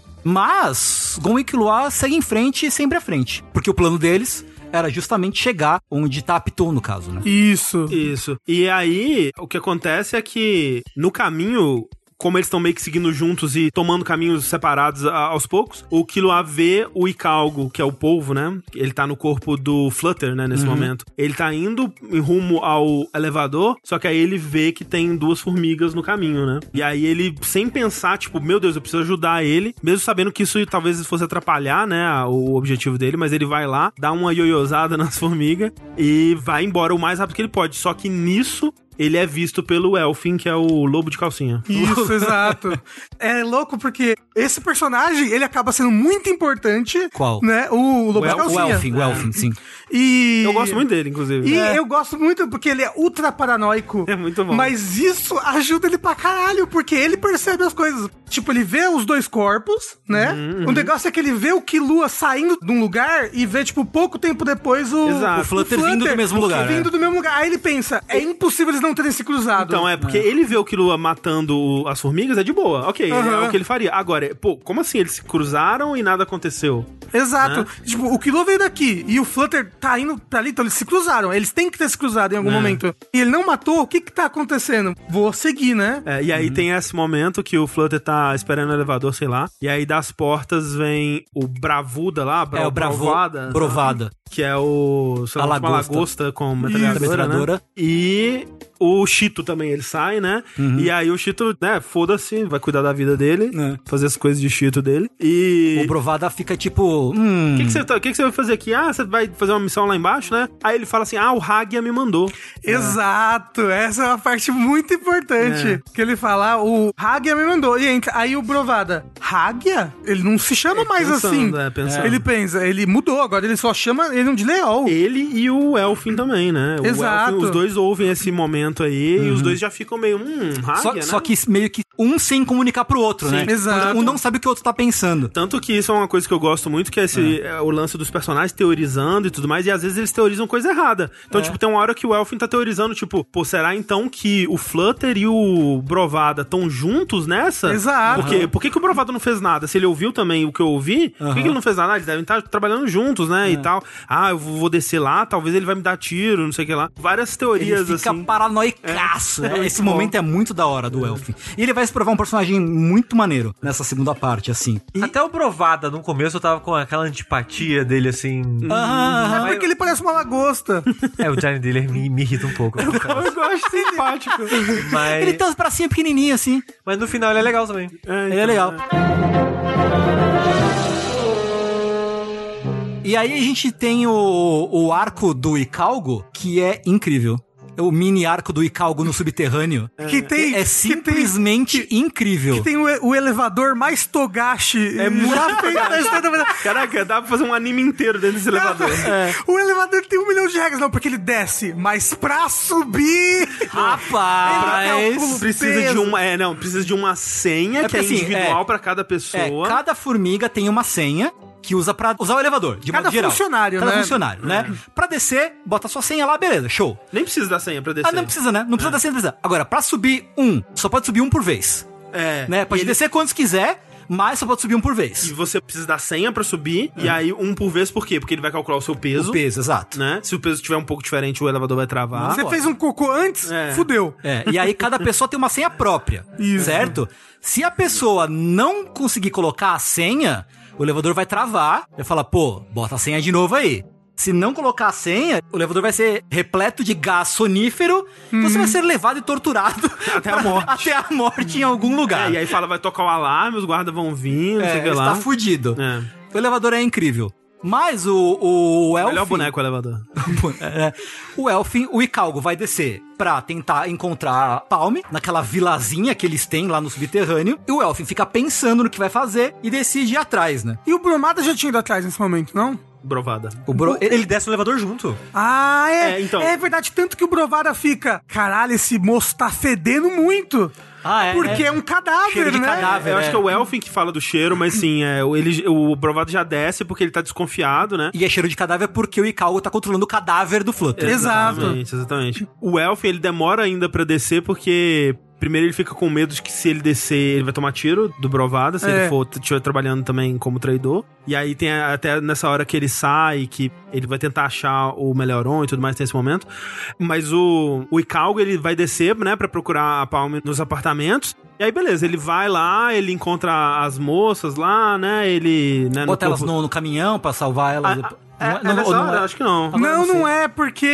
[SPEAKER 1] Mas Gon e Killua seguem em frente e sempre à frente. Porque o plano deles era justamente chegar onde tá a Piton, no caso, né?
[SPEAKER 4] Isso.
[SPEAKER 2] Isso. E aí, o que acontece é que no caminho. Como eles estão meio que seguindo juntos e tomando caminhos separados a- aos poucos, o Killua vê o Icalgo, que é o polvo, né? Ele tá no corpo do Flutter, né? Nesse momento. Ele tá indo em rumo ao elevador, só que aí ele vê que tem duas formigas no caminho, né? E aí ele, sem pensar, tipo, meu Deus, eu preciso ajudar ele, mesmo sabendo que isso talvez fosse atrapalhar, né? a- O objetivo dele, mas ele vai lá, dá uma ioiosada nas formigas e vai embora o mais rápido que ele pode. Só que nisso, ele é visto pelo Elfin, que é o lobo de calcinha.
[SPEAKER 4] Isso, exato. É louco porque esse personagem, ele acaba sendo muito importante.
[SPEAKER 1] Qual?
[SPEAKER 4] Né? O
[SPEAKER 1] O,
[SPEAKER 4] Lobo da
[SPEAKER 1] El, o
[SPEAKER 4] Calcinha.
[SPEAKER 1] Elfin, o Elfin, sim.
[SPEAKER 4] E...
[SPEAKER 2] Eu gosto muito dele, inclusive.
[SPEAKER 4] E
[SPEAKER 2] É.
[SPEAKER 4] eu gosto muito porque ele é ultra paranoico.
[SPEAKER 2] É muito bom.
[SPEAKER 4] Mas isso ajuda ele pra caralho, porque ele percebe as coisas. Tipo, ele vê os dois corpos, né?
[SPEAKER 2] Uhum,
[SPEAKER 4] O negócio é que ele vê o Killua saindo de um lugar e vê, tipo, pouco tempo depois o.
[SPEAKER 2] Exato.
[SPEAKER 1] O Flutter vindo do mesmo lugar,
[SPEAKER 4] Vindo
[SPEAKER 1] né?
[SPEAKER 4] do mesmo lugar. Aí ele pensa, é impossível eles não terem se cruzado.
[SPEAKER 2] Então, é porque ele vê o Killua matando o- as formigas, é de boa. Ok, é
[SPEAKER 4] Aham.
[SPEAKER 2] o que ele faria. Agora, pô, como assim? Eles se cruzaram e nada aconteceu? né?
[SPEAKER 4] Exato. Tipo, o Killua veio daqui e o Flutter tá indo pra ali, então eles se cruzaram. Eles têm que ter se cruzado
[SPEAKER 2] É.
[SPEAKER 4] em algum momento. E ele não matou, o que que tá acontecendo? Vou seguir, né?
[SPEAKER 2] É, e aí tem esse momento que o Flutter tá esperando o elevador, sei lá. E aí das portas vem o Bravuda lá, Bra
[SPEAKER 1] É o Bravo,
[SPEAKER 2] Brovada,
[SPEAKER 1] Brovada.
[SPEAKER 2] que é o, sei lá,
[SPEAKER 1] A
[SPEAKER 2] uma
[SPEAKER 1] lagosta.
[SPEAKER 2] lagosta com
[SPEAKER 1] Isso.
[SPEAKER 2] metralhadora, né?
[SPEAKER 1] Metralhadora.
[SPEAKER 2] E o Chito também, ele sai, né? E aí o Chito, né, foda-se, vai cuidar da vida dele,
[SPEAKER 1] Uhum. É.
[SPEAKER 2] fazer as coisas de Chito dele. E...
[SPEAKER 1] O Brovada fica tipo. Hum,
[SPEAKER 2] O que, que você tá- o que, que você vai fazer aqui? Ah, você vai fazer uma missão lá embaixo, né? Aí ele fala assim: ah, o Hagia me mandou.
[SPEAKER 4] Exato, essa é uma parte muito importante.
[SPEAKER 2] É.
[SPEAKER 4] Que ele fala, "Ah, o Hagia me mandou. E entra, aí o Brovada, Hagia? Ele não se chama mais
[SPEAKER 2] pensando,
[SPEAKER 4] assim.
[SPEAKER 2] é, pensando.
[SPEAKER 4] Ele pensa, ele mudou, agora ele só chama ele de Leol.
[SPEAKER 2] Ele e o Elfin também, né? O
[SPEAKER 4] Exato.
[SPEAKER 2] Elfin, os dois ouvem esse momento aí e os dois já ficam meio, hum, Hagia,
[SPEAKER 1] Uhum. Só,
[SPEAKER 2] né?
[SPEAKER 1] só que meio que um sem comunicar pro outro, né?
[SPEAKER 4] exato.
[SPEAKER 1] Um não sabe o que o outro tá pensando.
[SPEAKER 2] Tanto que isso é uma coisa que eu gosto muito, que é, esse, é, o lance dos personagens teorizando e tudo mais, e às vezes eles teorizam coisa errada.
[SPEAKER 1] É.
[SPEAKER 2] Então, tipo, tem uma hora que o Elfin tá teorizando, tipo, pô, será então que o Flutter e o Brovada estão juntos nessa?
[SPEAKER 4] Exato.
[SPEAKER 2] Porque, Por que, que o Brovada não fez nada? Se ele ouviu também o que eu ouvi, por que, que ele não fez nada? Ah, Eles devem estar trabalhando juntos, né?
[SPEAKER 1] É.
[SPEAKER 2] E tal. Ah, eu vou vou descer lá, talvez ele vai me dar tiro, não sei o que lá. Várias
[SPEAKER 1] Ele
[SPEAKER 2] teorias,
[SPEAKER 1] fica
[SPEAKER 2] assim.
[SPEAKER 1] paranoicaço. né? Esse momento é muito da hora do Elfin. E ele vai se provar um personagem muito maneiro nessa segunda parte, assim. E-
[SPEAKER 3] Até o Brovada, no começo, eu tava com aquela antipatia dele, assim...
[SPEAKER 1] Aham,
[SPEAKER 4] É porque ele parece uma lagosta.
[SPEAKER 3] É, o design dele me, me irrita um pouco. eu confesso.
[SPEAKER 2] Eu acho simpático.
[SPEAKER 3] Mas,
[SPEAKER 1] Ele tem uns bracinhos pequenininhos, assim.
[SPEAKER 3] mas no final ele é legal também.
[SPEAKER 1] Ele é legal. E aí a gente tem o, o arco do Icalgo, que é incrível. É o mini arco do Icalgo no subterrâneo.
[SPEAKER 4] Que tem.
[SPEAKER 1] É simplesmente incrível.
[SPEAKER 4] Que tem, que tem o, o elevador mais togashi. É muito
[SPEAKER 2] Caraca, dá pra fazer um anime inteiro dentro desse elevador.
[SPEAKER 4] É. O elevador tem um milhão de regras, não, porque ele desce, mas pra subir. Ele dá um
[SPEAKER 1] Rapaz!
[SPEAKER 4] pulo
[SPEAKER 2] Ah, Precisa
[SPEAKER 4] Peso.
[SPEAKER 2] de uma. É, não, precisa de uma senha que
[SPEAKER 1] porque
[SPEAKER 2] é
[SPEAKER 1] assim,
[SPEAKER 2] individual
[SPEAKER 1] é-
[SPEAKER 2] pra cada
[SPEAKER 1] É,
[SPEAKER 2] pessoa.
[SPEAKER 1] cada formiga tem uma senha que usa pra usar o elevador, de
[SPEAKER 4] Cada
[SPEAKER 1] modo geral.
[SPEAKER 4] funcionário,
[SPEAKER 1] cada
[SPEAKER 4] né?
[SPEAKER 1] funcionário, né? Pra descer, bota sua senha lá, beleza, show.
[SPEAKER 2] Nem precisa da senha pra descer.
[SPEAKER 1] Ah, não precisa, né? Não precisa da senha, não precisa. Agora, pra subir um, só pode subir um por vez.
[SPEAKER 2] É.
[SPEAKER 1] né? Pode
[SPEAKER 2] e, ele-
[SPEAKER 1] descer quantos quiser, mas só pode subir um por
[SPEAKER 2] e
[SPEAKER 1] vez.
[SPEAKER 2] você precisa da senha pra subir, e aí um por vez, por quê? Porque ele vai calcular o seu peso.
[SPEAKER 1] É. O peso, exato.
[SPEAKER 2] Né? Se o peso tiver um pouco diferente, o elevador vai travar.
[SPEAKER 4] Você
[SPEAKER 1] bora.
[SPEAKER 4] fez um cocô antes?
[SPEAKER 2] É.
[SPEAKER 4] Fudeu.
[SPEAKER 1] É, e aí cada pessoa tem uma senha própria, certo? Se a pessoa não conseguir colocar a senha, o elevador vai travar, vai falar, pô, bota a senha de novo aí. Se não colocar a senha, o elevador vai ser repleto de gás sonífero, você vai ser levado e torturado
[SPEAKER 2] Hum. Até a morte.
[SPEAKER 1] até a morte em algum lugar.
[SPEAKER 2] É, e aí fala, vai tocar o alarme, os guardas vão vir, não sei o que
[SPEAKER 1] você tá
[SPEAKER 2] lá.
[SPEAKER 1] fudido.
[SPEAKER 2] É.
[SPEAKER 1] O elevador é incrível. Mas o, É o Elfin...
[SPEAKER 2] Melhor boneco o elevador.
[SPEAKER 1] É. o Elfin, o Icalgo vai descer pra tentar encontrar a Palme, naquela vilazinha que eles têm lá no subterrâneo. E o Elfin fica pensando no que vai fazer e decide ir atrás, né?
[SPEAKER 4] E o Bromada já tinha ido atrás nesse momento, não?
[SPEAKER 2] Brovada.
[SPEAKER 1] O Bro...
[SPEAKER 3] Ele desce no elevador junto.
[SPEAKER 4] Ah, é. É,
[SPEAKER 2] É, então.
[SPEAKER 4] verdade, tanto que o Brovada fica. Caralho, esse moço tá fedendo muito.
[SPEAKER 1] Ah, é,
[SPEAKER 4] Porque é,
[SPEAKER 1] é.
[SPEAKER 4] um cadáver,
[SPEAKER 1] Cheiro de
[SPEAKER 4] né?
[SPEAKER 1] cadáver.
[SPEAKER 2] Eu acho
[SPEAKER 1] é.
[SPEAKER 2] que é o Elfin que fala do cheiro, mas sim, é, o- ele, o Brovado já desce porque ele tá desconfiado, né?
[SPEAKER 1] E é cheiro de cadáver porque o Icalgo tá controlando o cadáver do Flutter.
[SPEAKER 4] Exato.
[SPEAKER 2] Exatamente, exatamente. O Elfin, ele demora ainda pra descer porque... Primeiro ele fica com medo de que se ele descer, ele vai tomar tiro do Brovada, se
[SPEAKER 4] É.
[SPEAKER 2] ele for t- tiver trabalhando também como traidor. E aí tem a- até nessa hora que ele sai, que ele vai tentar achar o Melhoron e tudo mais nesse momento. Mas o, o Icalgo, ele vai descer, né, pra procurar a Palme nos apartamentos. E aí, beleza, ele vai lá, ele encontra as moças lá, né, ele... Né, no
[SPEAKER 1] Bota elas
[SPEAKER 2] corpo-
[SPEAKER 1] no, no caminhão pra salvar elas.
[SPEAKER 2] a- a- É,
[SPEAKER 1] Não é- não-
[SPEAKER 2] é nessa
[SPEAKER 1] não
[SPEAKER 2] hora?
[SPEAKER 1] é?
[SPEAKER 2] Acho que não.
[SPEAKER 1] Agora eu
[SPEAKER 4] Não,
[SPEAKER 1] não
[SPEAKER 4] não é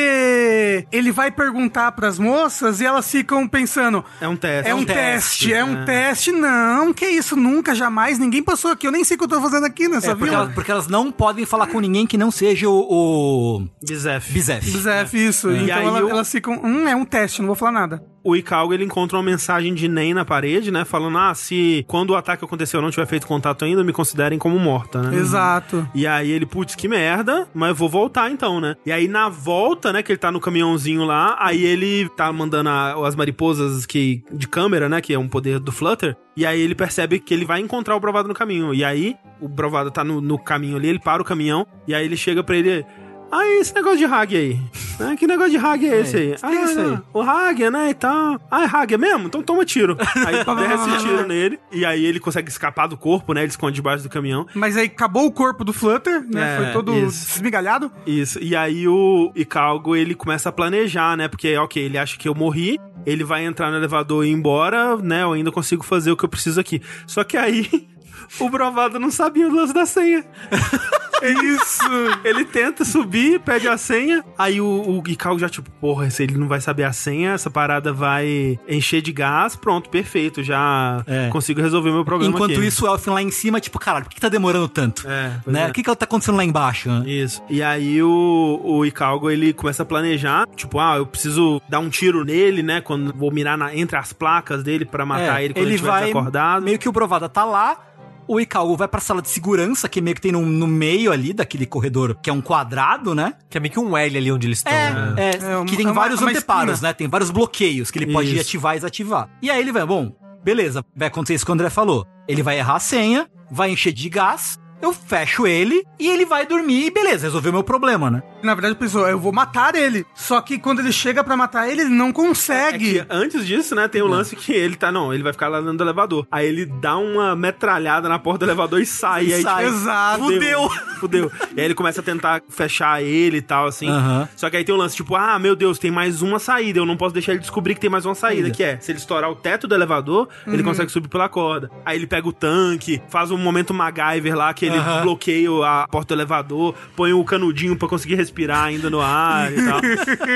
[SPEAKER 4] porque ele vai perguntar pras moças e elas ficam pensando.
[SPEAKER 2] É um teste. né?"
[SPEAKER 4] É um teste, é um teste. Não, que isso, nunca, jamais. Ninguém passou aqui. Eu nem sei o que eu tô fazendo aqui né? nessa
[SPEAKER 1] É, porque,
[SPEAKER 4] vila.
[SPEAKER 1] elas, porque elas não podem falar com ninguém que não seja o, o
[SPEAKER 2] Bizef. é
[SPEAKER 1] Bizef.
[SPEAKER 4] Zef, isso.
[SPEAKER 2] E
[SPEAKER 4] Então
[SPEAKER 2] aí
[SPEAKER 4] ela-
[SPEAKER 2] eu-
[SPEAKER 4] elas ficam. Hum, é um teste, não vou falar nada.
[SPEAKER 2] O Icalgo, ele encontra uma mensagem de Nen na parede, né? Falando, ah, se quando o ataque aconteceu eu não tiver feito contato ainda, me considerem como morta, né?
[SPEAKER 4] Exato.
[SPEAKER 2] E aí ele, putz, que merda, mas eu vou voltar então, né? E aí na volta, né, que ele tá no caminhãozinho lá, aí ele tá mandando a- as mariposas que de câmera, né, que é um poder do Flutter, e aí ele percebe que ele vai encontrar o Brovado no caminho. E aí o Brovado tá no, no caminho ali, ele para o caminhão, e aí ele chega pra ele... Aí, esse negócio de hag aí. né? Que negócio de hag é esse aí? Ah,
[SPEAKER 1] que é isso aí?
[SPEAKER 2] o hag, né, e tal. Ah, é hag mesmo? Então toma tiro. Aí desce o tiro nele, e aí ele consegue escapar do corpo, né, ele esconde debaixo do caminhão.
[SPEAKER 4] Mas aí acabou o corpo do Flutter,
[SPEAKER 2] É,
[SPEAKER 4] né? Foi todo
[SPEAKER 2] isso.
[SPEAKER 4] desmigalhado.
[SPEAKER 2] Isso, e aí o Icalgo, ele começa a planejar, né? Porque, ok, ele acha que eu morri, ele vai entrar no elevador e ir embora, né? Eu ainda consigo fazer o que eu preciso aqui. Só que aí, o Brovado não sabia o lance da senha. É isso! Ele tenta subir, pede a senha, aí o, o Icalgo já tipo, porra, se ele não vai saber a senha, essa parada vai encher de gás, pronto, perfeito, já
[SPEAKER 1] É.
[SPEAKER 2] consigo resolver meu problema
[SPEAKER 1] Enquanto
[SPEAKER 2] aqui.
[SPEAKER 1] isso, o Elfin lá em cima, tipo, caralho, por que tá demorando tanto?
[SPEAKER 2] É, pois
[SPEAKER 1] né?
[SPEAKER 2] é.
[SPEAKER 1] O que que tá acontecendo lá embaixo? né?
[SPEAKER 2] Isso. E aí o, o Icalgo, ele começa a planejar, tipo, ah, eu preciso dar um tiro nele, né, quando vou mirar na- entre as placas dele pra matar
[SPEAKER 1] É,
[SPEAKER 2] ele quando ele estiver desacordado.
[SPEAKER 1] Meio que o Brovada tá lá, o Ikaú vai pra sala de segurança, que meio que tem no, no meio ali daquele corredor, que é um quadrado, né?
[SPEAKER 3] Que é meio que um L ali onde eles estão. né?
[SPEAKER 1] É,
[SPEAKER 4] É uma-
[SPEAKER 1] que tem
[SPEAKER 4] é uma-
[SPEAKER 1] vários
[SPEAKER 4] uma
[SPEAKER 1] anteparos,
[SPEAKER 4] espina.
[SPEAKER 1] né? Tem vários bloqueios que ele pode
[SPEAKER 2] Isso.
[SPEAKER 1] ativar e desativar. E aí ele vai, bom, beleza, vai acontecer isso que o André falou. Ele vai errar a senha, vai encher de gás, eu fecho ele e ele vai dormir e beleza, resolveu meu problema, né?
[SPEAKER 4] Na verdade, pensou, eu vou matar ele. Só que quando ele chega pra matar ele, ele não
[SPEAKER 2] É
[SPEAKER 4] consegue.
[SPEAKER 2] que antes disso, né, tem
[SPEAKER 1] É.
[SPEAKER 2] o lance que ele tá, não, ele vai ficar lá dentro do elevador. Aí ele dá uma metralhada na porta do elevador e sai.
[SPEAKER 1] E
[SPEAKER 2] aí,
[SPEAKER 1] sai.
[SPEAKER 2] tipo,
[SPEAKER 4] Exato.
[SPEAKER 2] Fudeu. Fudeu. e aí ele começa a tentar fechar ele e tal, assim.
[SPEAKER 1] Aham.
[SPEAKER 2] Só que aí tem um lance, tipo, ah, meu Deus, tem mais uma saída. Eu não posso deixar ele descobrir que tem mais uma saída. Que é, se ele estourar o teto do elevador, ele consegue subir pela corda. Aí ele pega o tanque, faz um momento MacGyver lá, que ele
[SPEAKER 1] Aham.
[SPEAKER 2] bloqueia a porta do elevador, põe o canudinho pra conseguir respirar ainda no ar e tal.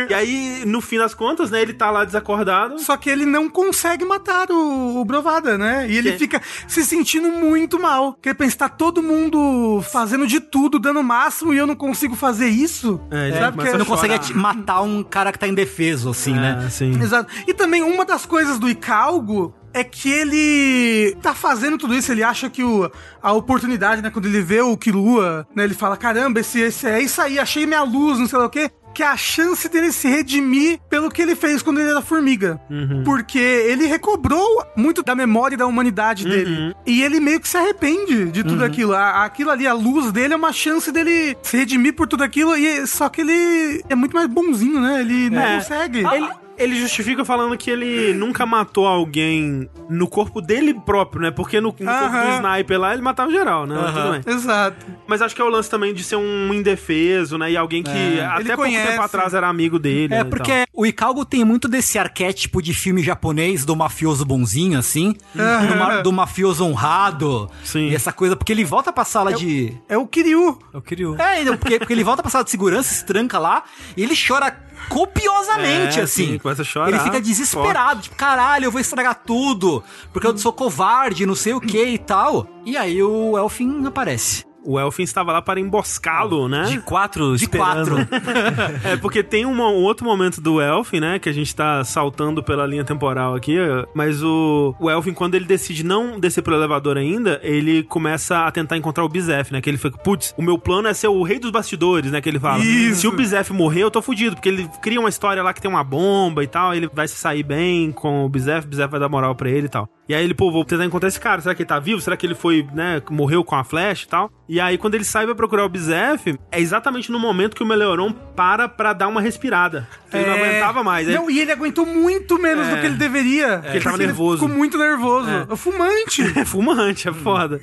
[SPEAKER 2] E aí, no fim das contas, né, ele tá lá desacordado.
[SPEAKER 4] Só que ele não consegue matar o, o Brovada, né? E ele
[SPEAKER 2] Que-
[SPEAKER 4] fica se sentindo muito mal. Porque ele pensa, tá todo mundo fazendo de tudo, dando o máximo, e eu não consigo fazer isso.
[SPEAKER 2] É, ele
[SPEAKER 4] sabe?
[SPEAKER 2] começa
[SPEAKER 1] Você
[SPEAKER 4] Porque-
[SPEAKER 1] não
[SPEAKER 2] chorar.
[SPEAKER 1] consegue ati- matar um cara que tá indefeso, assim, né?
[SPEAKER 2] É, sim.
[SPEAKER 4] Exato. E também uma das coisas do Icalgo é que ele tá fazendo tudo isso, ele acha que o, a oportunidade, né, quando ele vê o Kilua, né, ele fala, caramba, esse, esse é isso aí, achei minha luz, não sei lá o quê, que é a chance dele se redimir pelo que ele fez quando ele era formiga.
[SPEAKER 2] Uhum.
[SPEAKER 4] Porque ele recobrou muito da memória e da humanidade
[SPEAKER 2] Uhum.
[SPEAKER 4] dele. E ele meio que se arrepende de tudo aquilo. A- Aquilo ali, a luz dele é uma chance dele se redimir por tudo aquilo, e só que ele é muito mais bonzinho, né? Ele não
[SPEAKER 2] É.
[SPEAKER 4] consegue.
[SPEAKER 2] Ele, ele justifica falando que ele nunca matou alguém no corpo dele próprio, né? Porque no, no corpo do
[SPEAKER 4] Aham.
[SPEAKER 2] sniper lá ele matava geral, né? Mas tudo bem.
[SPEAKER 4] Exato.
[SPEAKER 2] Mas acho que é o lance também de ser um indefeso, né? E alguém que até
[SPEAKER 4] Ele
[SPEAKER 2] pouco
[SPEAKER 4] conhece.
[SPEAKER 2] tempo atrás era amigo dele.
[SPEAKER 1] É,
[SPEAKER 2] né,
[SPEAKER 1] porque
[SPEAKER 2] e
[SPEAKER 1] o Icalgo tem muito desse arquétipo de filme japonês do mafioso bonzinho, assim.
[SPEAKER 4] Aham.
[SPEAKER 1] do, ma- do mafioso honrado.
[SPEAKER 2] Sim.
[SPEAKER 1] E essa coisa, porque ele volta pra sala de.
[SPEAKER 4] É o Kiryu.
[SPEAKER 3] Eu queria. o-
[SPEAKER 1] É, então, porque, porque ele volta pra sala de segurança, se tranca lá, e ele chora copiosamente,
[SPEAKER 2] É,
[SPEAKER 1] assim.
[SPEAKER 2] sim, começa a chorar,
[SPEAKER 1] Ele fica desesperado, tipo, caralho, eu vou estragar tudo, porque eu sou covarde, não sei o que e tal. E aí o Elfin aparece.
[SPEAKER 2] tal. O Elfin estava lá para emboscá-lo, né?
[SPEAKER 3] De quatro,
[SPEAKER 1] De
[SPEAKER 3] esperando.
[SPEAKER 1] quatro.
[SPEAKER 2] É, porque tem uma- um outro momento do Elfin, né? Que a gente tá saltando pela linha temporal aqui. eh, Mas o, o Elfin, quando ele decide não descer pro elevador ainda, ele começa a tentar encontrar o Bizef, né? Que ele fica, putz, o meu plano é ser o rei dos bastidores, né? Que ele fala.
[SPEAKER 4] Isso.
[SPEAKER 2] Se o Bizef morrer, eu tô fudido. Porque ele cria uma história lá que tem uma bomba e tal. Ele vai se sair bem com o Bizef, o Bizef vai dar moral pra ele e tal. E aí ele, pô, vou tentar encontrar esse cara. Será que ele tá vivo? Será que ele foi, né, morreu com a flecha e tal? E aí, quando ele sai pra procurar o Bizef, é exatamente no momento que o Meleoron para pra dar uma respirada. Ele não
[SPEAKER 4] É.
[SPEAKER 2] aguentava mais. Aí-
[SPEAKER 4] Não, e ele aguentou muito menos do que ele deveria. Porque
[SPEAKER 2] ele tava nervoso.
[SPEAKER 4] ficou muito nervoso. É. Fumante.
[SPEAKER 2] É
[SPEAKER 4] Hum.
[SPEAKER 2] fumante, é foda.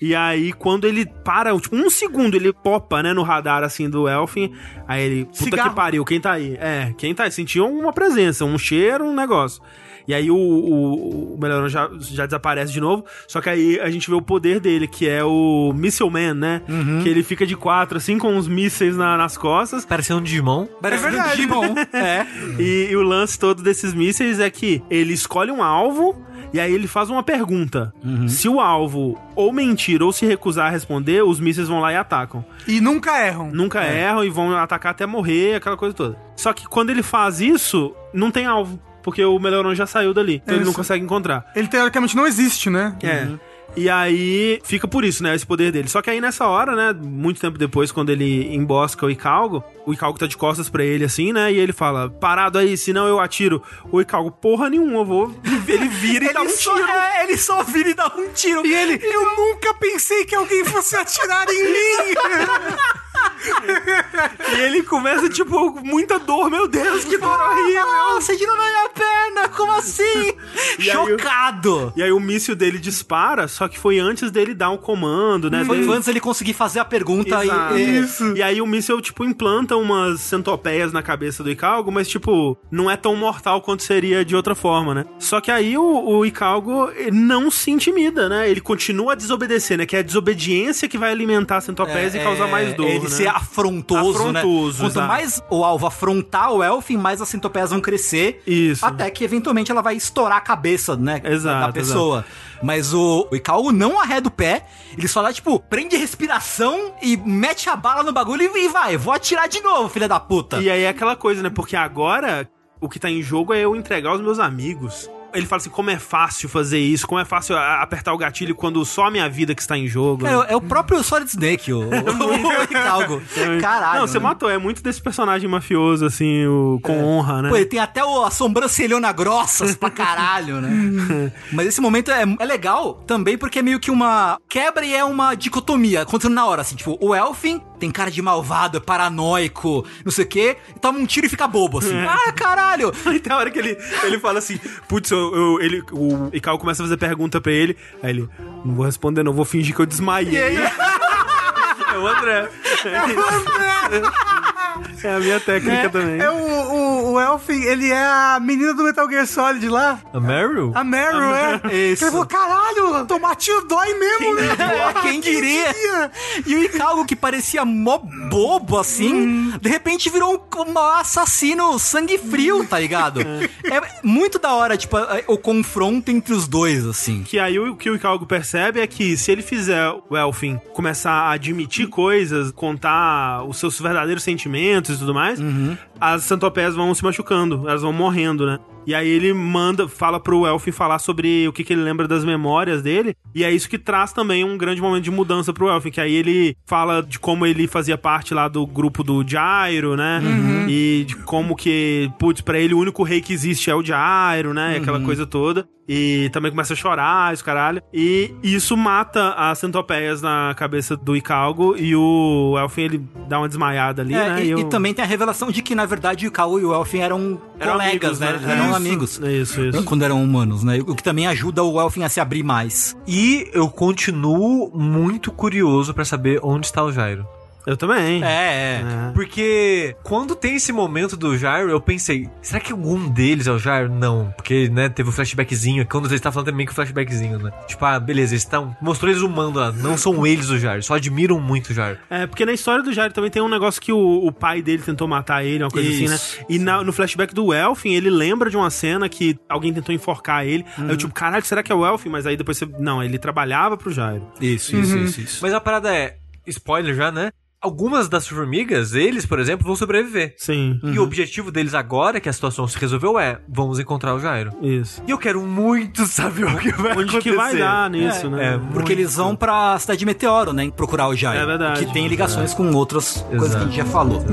[SPEAKER 2] E aí, quando ele para, tipo, um segundo ele popa, né, no radar, assim, do Elfin. Aí ele, puta
[SPEAKER 4] Cigarro.
[SPEAKER 2] que pariu, quem tá aí? É, quem tá aí? Sentiu uma presença, um cheiro, um negócio. E aí o, o, o Melhorão já, já desaparece de novo. Só que aí a gente vê o poder dele, que é o Missile Man, né?
[SPEAKER 4] Uhum.
[SPEAKER 2] Que ele fica de quatro, assim, com uns mísseis na- nas costas.
[SPEAKER 3] Parecendo um Digimon.
[SPEAKER 1] Parece um
[SPEAKER 4] verdade.
[SPEAKER 1] Digimon. É.
[SPEAKER 2] E, e o lance todo desses mísseis é que ele escolhe um alvo e aí ele faz uma pergunta. Se o alvo ou mentir ou se recusar a responder, os mísseis vão lá e atacam.
[SPEAKER 4] E nunca erram.
[SPEAKER 2] Nunca erram e vão atacar até morrer, aquela coisa toda. Só que quando ele faz isso, não tem alvo. Porque o Melhorão já saiu dali. Então ele não
[SPEAKER 4] Isso.
[SPEAKER 2] consegue encontrar.
[SPEAKER 4] Ele teoricamente não existe, né?
[SPEAKER 2] É.
[SPEAKER 1] Uhum.
[SPEAKER 2] E aí fica por isso, né? Esse poder dele. Só que aí nessa hora, né? Muito tempo depois, quando ele embosca o Icalgo, o Icalgo tá de costas pra ele, assim, né? E ele fala: parado aí, senão eu atiro. O Icalgo, porra nenhuma, eu vou. Ele vira e dá um
[SPEAKER 1] só,
[SPEAKER 2] tiro.
[SPEAKER 1] é, ele só vira e dá um tiro.
[SPEAKER 4] E ele, eu nunca pensei que alguém fosse atirar em mim!
[SPEAKER 2] E ele começa, tipo, com muita dor, meu Deus, que dor horrível.
[SPEAKER 1] Ah, você tirou na minha perna, como assim?
[SPEAKER 2] E aí o-
[SPEAKER 1] Chocado.
[SPEAKER 2] E aí o míssil dele dispara, só que foi antes dele dar o comando, né?
[SPEAKER 1] Foi
[SPEAKER 2] dele-
[SPEAKER 1] antes ele conseguir fazer a pergunta
[SPEAKER 2] Exato.
[SPEAKER 1] e... e-
[SPEAKER 2] E aí o míssel, tipo, implanta umas centopeias na cabeça do Icalgo, mas, tipo, não é tão mortal quanto seria de outra forma, né? Só que aí o, o Icalgo ele não se intimida, né? Ele continua a desobedecer, né? Que é a desobediência que vai alimentar as centopeias e causar mais dor,
[SPEAKER 1] É, Ele
[SPEAKER 2] né?
[SPEAKER 1] ser afrontoso, né?
[SPEAKER 2] Afrontoso,
[SPEAKER 1] Quanto
[SPEAKER 2] exato.
[SPEAKER 1] mais o alvo afrontar o Elfin, mais as centopeias vão crescer.
[SPEAKER 2] Isso.
[SPEAKER 1] Até que eventualmente ela vai estourar a cabeça, né? da- da
[SPEAKER 2] Exato,
[SPEAKER 1] pessoa. Mas o, o Ikaú não arreda o pé. Ele só lá, tipo, prende respiração e mete a bala no bagulho e, e vai. Vou atirar de novo, filha da puta.
[SPEAKER 2] E aí é aquela coisa, né? Porque agora o que tá em jogo é eu entregar aos meus amigos. Ele fala assim, como é fácil fazer isso, como é fácil a- apertar o gatilho quando só a minha vida que está em jogo. né?
[SPEAKER 1] É, é o próprio Solid Snake, o,
[SPEAKER 2] É
[SPEAKER 1] o Icalgo. Caralho.
[SPEAKER 2] Não, você
[SPEAKER 4] né?
[SPEAKER 1] mano.
[SPEAKER 2] matou. É muito desse personagem mafioso, assim, o, com
[SPEAKER 4] É.
[SPEAKER 2] honra, né?
[SPEAKER 1] Pô, ele tem até o, a sobrancelhona grossas pra caralho, né? Mas esse momento é, é legal também porque é meio que uma quebra e é uma dicotomia acontecendo na hora, assim, tipo, o Elfin tem cara de malvado, é paranoico, não sei o quê, e toma um tiro e fica bobo, assim. Ah, caralho!
[SPEAKER 2] E tem a hora que ele, ele fala assim, putz, eu, eu- ele, o Icao começa a fazer pergunta pra ele, aí ele, não vou responder não, vou fingir que eu desmaiei. É o André. É a minha técnica também.
[SPEAKER 4] É o, o, o Elfin, ele é a menina do Metal Gear Solid lá.
[SPEAKER 3] A Meryl?
[SPEAKER 4] A Meryl, é.
[SPEAKER 1] Isso.
[SPEAKER 4] Ele falou, caralho, tomar tiro dói mesmo, né?
[SPEAKER 1] Pô, Quem diria? E o Icalgo, que parecia mó bobo, assim, de repente virou um, um assassino sangue frio, tá ligado? É muito da hora, tipo, a- a- o confronto entre os dois, assim.
[SPEAKER 2] Que aí o que o Icalgo percebe é que se ele fizer o Elfin começar a admitir coisas, contar os seus verdadeiros sentimentos e tudo mais, as centopeias vão se machucando, elas vão morrendo, né? E aí ele manda, fala pro Elfin falar sobre o que, que ele lembra das memórias dele, e é isso que traz também um grande momento de mudança pro Elfin, que aí ele fala de como ele fazia parte lá do grupo do Jairo, né?
[SPEAKER 1] Uhum.
[SPEAKER 2] E de como que, putz, pra ele o único rei que existe é o Jairo, né? E Aquela coisa toda. E também começa a chorar, esse caralho. E isso mata as centopeias na cabeça do Icalgo e o Elfin ele dá uma desmaiada ali,
[SPEAKER 1] É,
[SPEAKER 2] né?
[SPEAKER 1] e,
[SPEAKER 2] o-
[SPEAKER 1] e também tem a revelação de que, na verdade, o Kao e o Elfin eram,
[SPEAKER 2] Eram
[SPEAKER 1] colegas,
[SPEAKER 2] amigos,
[SPEAKER 1] né?
[SPEAKER 2] né?
[SPEAKER 1] Eles eram
[SPEAKER 2] Isso.
[SPEAKER 1] amigos.
[SPEAKER 2] Isso, isso.
[SPEAKER 1] Quando eram humanos, né? O que também ajuda o Elfin a se abrir mais.
[SPEAKER 3] E eu continuo muito curioso pra saber onde está o Jairo.
[SPEAKER 2] Eu também.
[SPEAKER 1] É, é.
[SPEAKER 2] É.
[SPEAKER 3] Porque quando tem esse momento do Jairo, eu pensei, será que algum deles é o Jairo? Não, porque, né, teve o flashbackzinho, quando ele tá falando também que o flashbackzinho, né? Tipo, ah, beleza, eles estão. Mostrou eles humando lá, não são eles o Jairo, só admiram muito o Jairo.
[SPEAKER 2] É, porque na história do Jairo também tem um negócio que o, o pai dele tentou matar ele, uma coisa
[SPEAKER 1] Isso.
[SPEAKER 2] assim, né? E na- no flashback do Elfin, ele lembra de uma cena que alguém tentou enforcar ele. Aí
[SPEAKER 1] Uhum.
[SPEAKER 2] eu, tipo, caralho, será que é o Elfin? Mas aí depois você. Não, ele trabalhava pro Jairo.
[SPEAKER 1] Isso,
[SPEAKER 3] Uhum.
[SPEAKER 1] isso, isso, isso.
[SPEAKER 3] Mas a parada é, spoiler já, né? Algumas das formigas, eles, por exemplo, vão sobreviver.
[SPEAKER 2] Sim,
[SPEAKER 1] Uhum.
[SPEAKER 3] E o objetivo deles agora, que a situação se resolveu, é vamos encontrar o Jairo.
[SPEAKER 2] isso.
[SPEAKER 3] E eu quero muito saber o que vai
[SPEAKER 2] Onde
[SPEAKER 3] acontecer.
[SPEAKER 2] que vai dar nisso,
[SPEAKER 1] É,
[SPEAKER 2] né?
[SPEAKER 3] é,
[SPEAKER 1] Porque eles vão pra cidade de Meteoro, né? Procurar o Jair.
[SPEAKER 2] É verdade.
[SPEAKER 1] Que tem ligações com outras coisas que a gente já falou.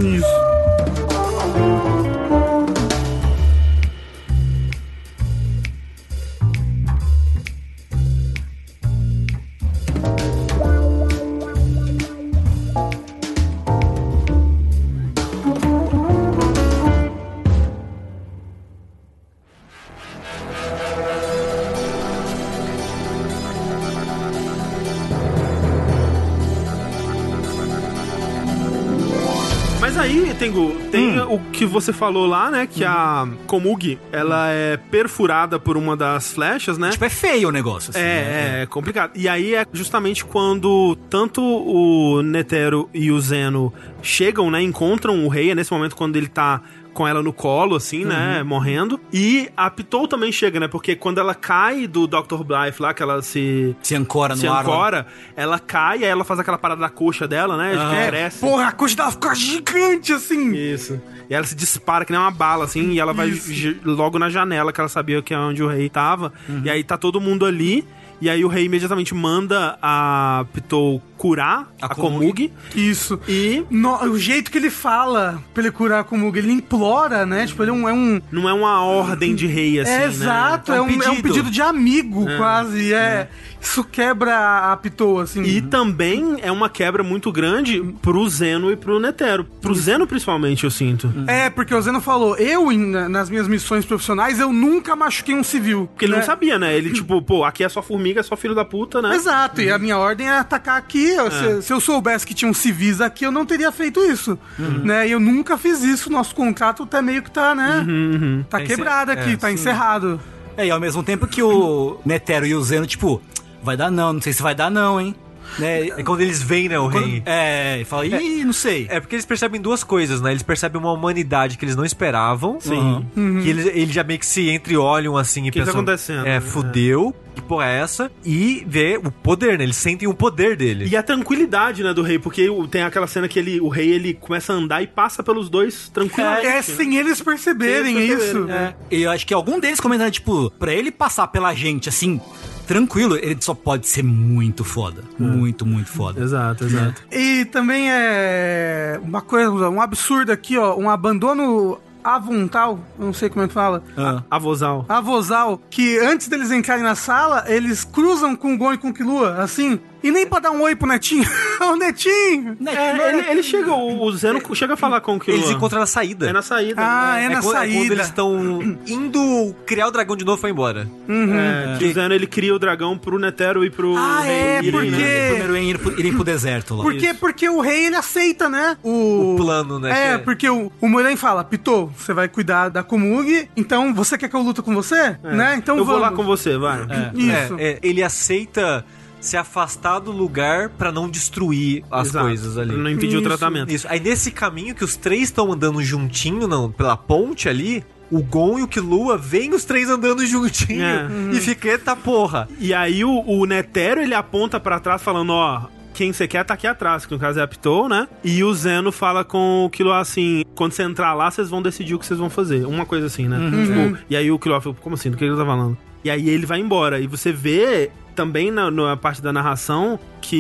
[SPEAKER 2] Mas aí aí, Tengu, tem
[SPEAKER 1] Hum.
[SPEAKER 2] o que você falou lá, né? Que a
[SPEAKER 1] Uhum.
[SPEAKER 2] Komugi, ela é perfurada por uma das flechas, né?
[SPEAKER 1] Tipo, é feio o negócio. assim, né?
[SPEAKER 2] É, é, é complicado. E aí é justamente quando tanto o Netero e o Zeno chegam, né? Encontram o rei, é nesse momento quando ele tá com ela no colo, assim, né?
[SPEAKER 1] Uhum.
[SPEAKER 2] Morrendo. E a Pitou também chega, né? Porque quando ela cai do Dr. Blythe lá, que ela se...
[SPEAKER 1] Se ancora Tá no
[SPEAKER 2] Se
[SPEAKER 1] ar. lá.
[SPEAKER 2] ancora, ela cai, aí ela faz aquela parada da coxa dela, né? De que
[SPEAKER 4] É,
[SPEAKER 2] cresce.
[SPEAKER 4] Porra, a coisa dela fica gigante assim.
[SPEAKER 2] Isso. E ela se dispara que nem uma bala, assim, e ela vai j- logo na janela, que ela sabia que é onde o rei tava.
[SPEAKER 4] Uhum.
[SPEAKER 2] E aí tá todo mundo ali. E aí o rei imediatamente manda a Pitou curar a,
[SPEAKER 1] A
[SPEAKER 2] Komugi.
[SPEAKER 4] Isso.
[SPEAKER 2] E
[SPEAKER 4] No- o jeito que ele fala pra ele curar com o Muga, ele implora, né? Tipo, ele é um. É, um,
[SPEAKER 2] não é uma ordem de rei, assim,
[SPEAKER 4] é
[SPEAKER 2] né?
[SPEAKER 4] exato,
[SPEAKER 1] É um
[SPEAKER 4] é, um, é um
[SPEAKER 1] pedido.
[SPEAKER 4] pedido de amigo, quase. e É, Isso quebra a- a pitoa, assim.
[SPEAKER 2] E também é uma quebra muito grande pro Zeno e pro Netero. Pro Zeno, principalmente, eu sinto.
[SPEAKER 4] É, porque o Zeno falou, eu, em- na- nas minhas missões profissionais, eu nunca machuquei um civil.
[SPEAKER 2] Porque ele
[SPEAKER 4] né?
[SPEAKER 2] não sabia, né? Ele, tipo, pô, aqui é só formiga, é só filho da puta, né?
[SPEAKER 4] Exato, e a minha ordem é atacar aqui. eu- Se, se eu soubesse que tinha um civis aqui, eu não teria feito isso.
[SPEAKER 2] Uhum.
[SPEAKER 4] Né? E eu nunca fiz isso. Nosso contrato tá meio que tá, né?
[SPEAKER 2] Uhum,
[SPEAKER 4] Tá
[SPEAKER 3] Tá
[SPEAKER 4] quebrado
[SPEAKER 3] encer-
[SPEAKER 4] aqui,
[SPEAKER 3] é,
[SPEAKER 4] tá encerrado.
[SPEAKER 1] É, e ao mesmo tempo que o Netero e o Zeno, tipo, vai dar não, não sei se vai dar não, hein? Né?
[SPEAKER 3] É quando eles veem, né, o rei.
[SPEAKER 1] Quando- é, e fala, ih, não sei.
[SPEAKER 3] É porque eles percebem duas coisas, né? Eles percebem uma humanidade que eles não esperavam.
[SPEAKER 1] Uhum.
[SPEAKER 3] Que eles, eles já meio que se entreolham assim e
[SPEAKER 2] que tá
[SPEAKER 3] pensam.
[SPEAKER 2] acontecendo?
[SPEAKER 3] É, fudeu. Que porra é essa? E vê o poder, né? Eles sentem o poder dele.
[SPEAKER 2] E a tranquilidade, né, do rei, porque o- tem aquela cena que ele, o rei ele começa a andar e passa pelos dois tranquilamente.
[SPEAKER 4] É sem eles perceberem é
[SPEAKER 2] Sem eles
[SPEAKER 4] isso.
[SPEAKER 2] perceberem, né?
[SPEAKER 3] É.
[SPEAKER 1] E eu acho que algum deles comentando, tipo, pra ele passar pela gente, assim, tranquilo, ele só pode ser muito foda. Muito, muito foda.
[SPEAKER 2] Exato, exato.
[SPEAKER 4] E também é uma coisa, um absurdo aqui, ó, um abandono avontal, eu não sei como é que fala.
[SPEAKER 1] Ah.
[SPEAKER 2] A vozal.
[SPEAKER 4] a Vozal, que antes deles entrarem na sala, eles cruzam com o Gon e com o Killua, assim, e nem pra dar um oi pro Netinho. Ô, Netinho!
[SPEAKER 1] Né,
[SPEAKER 2] É, ele, ele chega, o o Zeno chega a falar com o Killua.
[SPEAKER 3] É. Eles encontram na saída.
[SPEAKER 2] É na saída.
[SPEAKER 4] Ah,
[SPEAKER 2] né?
[SPEAKER 4] é na
[SPEAKER 3] quando,
[SPEAKER 4] saída.
[SPEAKER 3] quando eles estão indo criar o dragão de novo foi embora.
[SPEAKER 2] É, que o Zeno ele cria o dragão pro Netero e pro
[SPEAKER 4] Ah,
[SPEAKER 2] rei
[SPEAKER 4] é,
[SPEAKER 2] irem,
[SPEAKER 4] porque-
[SPEAKER 2] né?
[SPEAKER 1] Primeiro irem pro, irem pro deserto lá.
[SPEAKER 4] Porque, porque o rei, ele aceita, né? O,
[SPEAKER 3] O plano, né,
[SPEAKER 4] É,
[SPEAKER 3] que é-
[SPEAKER 4] porque o, o Moiren fala, Pitou, você vai cuidar da Komugi, então você quer que eu luta com você? Né? Então
[SPEAKER 2] Eu vou
[SPEAKER 4] vamos.
[SPEAKER 2] lá com você, vai.
[SPEAKER 4] Isso.
[SPEAKER 3] É, é, ele aceita se afastar do lugar pra não destruir as
[SPEAKER 2] Exato.
[SPEAKER 3] coisas ali.
[SPEAKER 2] Não impedir o
[SPEAKER 4] Isso.
[SPEAKER 2] tratamento.
[SPEAKER 3] Isso. Aí nesse caminho que os três estão andando juntinho não, pela ponte ali, o Gon e o Killua vêm os três andando juntinho
[SPEAKER 2] É.
[SPEAKER 3] e fica, eita porra.
[SPEAKER 2] E aí o, o Netero ele aponta pra trás falando, ó, quem você quer tá aqui atrás, que no caso é a Pitou, né? E o Zeno fala com o Killua assim, quando você entrar lá, vocês vão decidir o que vocês vão fazer. Uma coisa assim, né? Tipo, e aí o Killua fala, como assim? Do que ele tá falando? E aí ele vai embora. E você vê também na, na parte da narração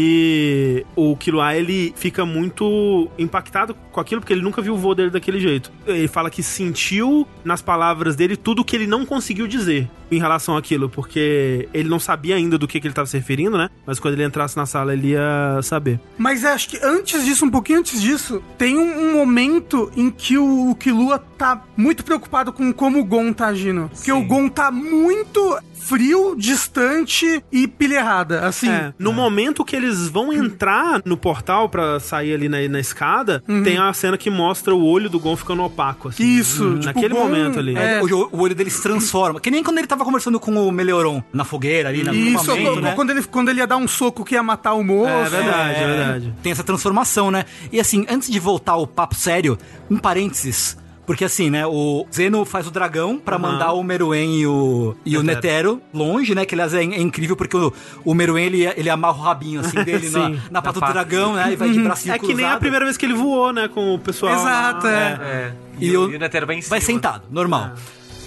[SPEAKER 2] que o Killua, ele fica muito impactado com aquilo, porque ele nunca viu o vô dele daquele jeito. Ele fala que sentiu nas palavras dele tudo que ele não conseguiu dizer em relação àquilo, porque ele não sabia ainda do que, que ele estava se referindo, né? Mas quando ele entrasse na sala, ele ia saber.
[SPEAKER 4] Mas acho que antes disso, um pouquinho antes disso, tem um, um momento em que o, o Killua tá muito preocupado com como o Gon tá agindo. Porque o Gon tá muito frio, distante e pilha errada, assim.
[SPEAKER 2] É, no momento que eles vão entrar no portal pra sair ali na, na escada, tem a cena que mostra o olho do Gon ficando opaco, assim.
[SPEAKER 4] Uhum. Isso,
[SPEAKER 2] Hum,
[SPEAKER 4] tipo,
[SPEAKER 2] Naquele
[SPEAKER 4] o Gon-
[SPEAKER 2] momento ali.
[SPEAKER 4] É.
[SPEAKER 1] O, o olho dele se transforma. Que nem quando ele tava conversando com o Melioron na fogueira ali, na
[SPEAKER 4] E Isso,
[SPEAKER 1] acampamento,
[SPEAKER 4] quando-
[SPEAKER 1] né?
[SPEAKER 4] quando, ele, quando ele ia dar um soco que ia matar o moço.
[SPEAKER 2] É verdade, é verdade.
[SPEAKER 1] Tem essa transformação, né? E assim, antes de voltar ao papo sério, um parênteses. Porque assim, né? O Zeno faz o dragão pra mandar o Meruem e o, e o Netero longe, né? Que aliás é, é incrível porque o, o Meruem ele, ele amarra o rabinho assim dele na,
[SPEAKER 2] Sim.
[SPEAKER 1] na pata
[SPEAKER 3] Na
[SPEAKER 1] do
[SPEAKER 3] pata.
[SPEAKER 1] dragão, né? E vai de bracinho
[SPEAKER 2] É que nem a
[SPEAKER 1] cruzado.
[SPEAKER 2] primeira vez que ele voou, né, com o pessoal.
[SPEAKER 4] Exato, é.
[SPEAKER 3] É.
[SPEAKER 1] E o-
[SPEAKER 3] Netero vai em
[SPEAKER 1] Vai
[SPEAKER 3] cima.
[SPEAKER 1] sentado, normal.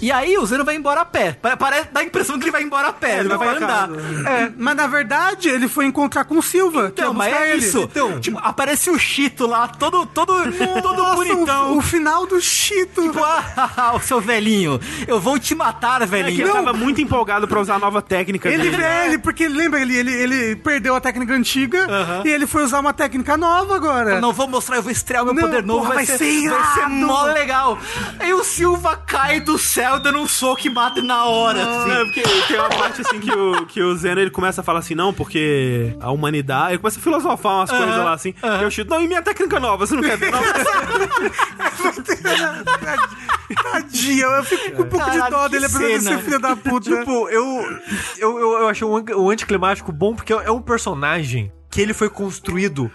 [SPEAKER 1] E aí o Zeno vai embora a pé. Pa- Parece, dá a impressão que ele vai embora a pé, ele não vai andar.
[SPEAKER 4] É, mas na verdade ele foi encontrar com o Silva. que ia
[SPEAKER 1] Então, mas
[SPEAKER 4] buscar
[SPEAKER 1] é
[SPEAKER 4] ele.
[SPEAKER 1] isso. Tipo, aparece o Chito lá, todo, todo, todo
[SPEAKER 4] Nossa, um
[SPEAKER 1] bonitão.
[SPEAKER 4] O, o final do Chito.
[SPEAKER 1] Tipo, ah, o seu velhinho, eu vou te matar,
[SPEAKER 2] É que
[SPEAKER 1] velhinho.
[SPEAKER 2] ele
[SPEAKER 1] Não,
[SPEAKER 2] tava muito empolgado pra usar a nova técnica
[SPEAKER 4] Ele
[SPEAKER 2] dele.
[SPEAKER 4] velho, porque lembra, ele, ele, ele perdeu a técnica antiga e ele foi usar uma técnica nova agora.
[SPEAKER 1] eu não vou mostrar, eu vou estrear o meu
[SPEAKER 4] Não,
[SPEAKER 1] poder novo.
[SPEAKER 4] porra, vai ser
[SPEAKER 1] vai ser
[SPEAKER 4] irado.
[SPEAKER 1] mó legal. Aí o Silva cai do
[SPEAKER 5] céu dando um soco e mata na hora,
[SPEAKER 4] é
[SPEAKER 5] assim.
[SPEAKER 2] Não, Ah, porque tem uma parte assim que o, que o Zeno ele começa a falar assim, não, porque a humanidade. Ele começa a filosofar umas coisas lá assim. Eu chuto, não, e minha técnica nova, você não quer ver? Não,
[SPEAKER 4] Tadinha, eu fico com um pouco de
[SPEAKER 5] Caralho,
[SPEAKER 4] dó
[SPEAKER 5] que
[SPEAKER 4] dele apesar de
[SPEAKER 5] cena.
[SPEAKER 4] ser filho da puta.
[SPEAKER 3] Tipo, eu, eu, eu, eu achei o an- o um anticlimático bom porque é um personagem que ele foi construído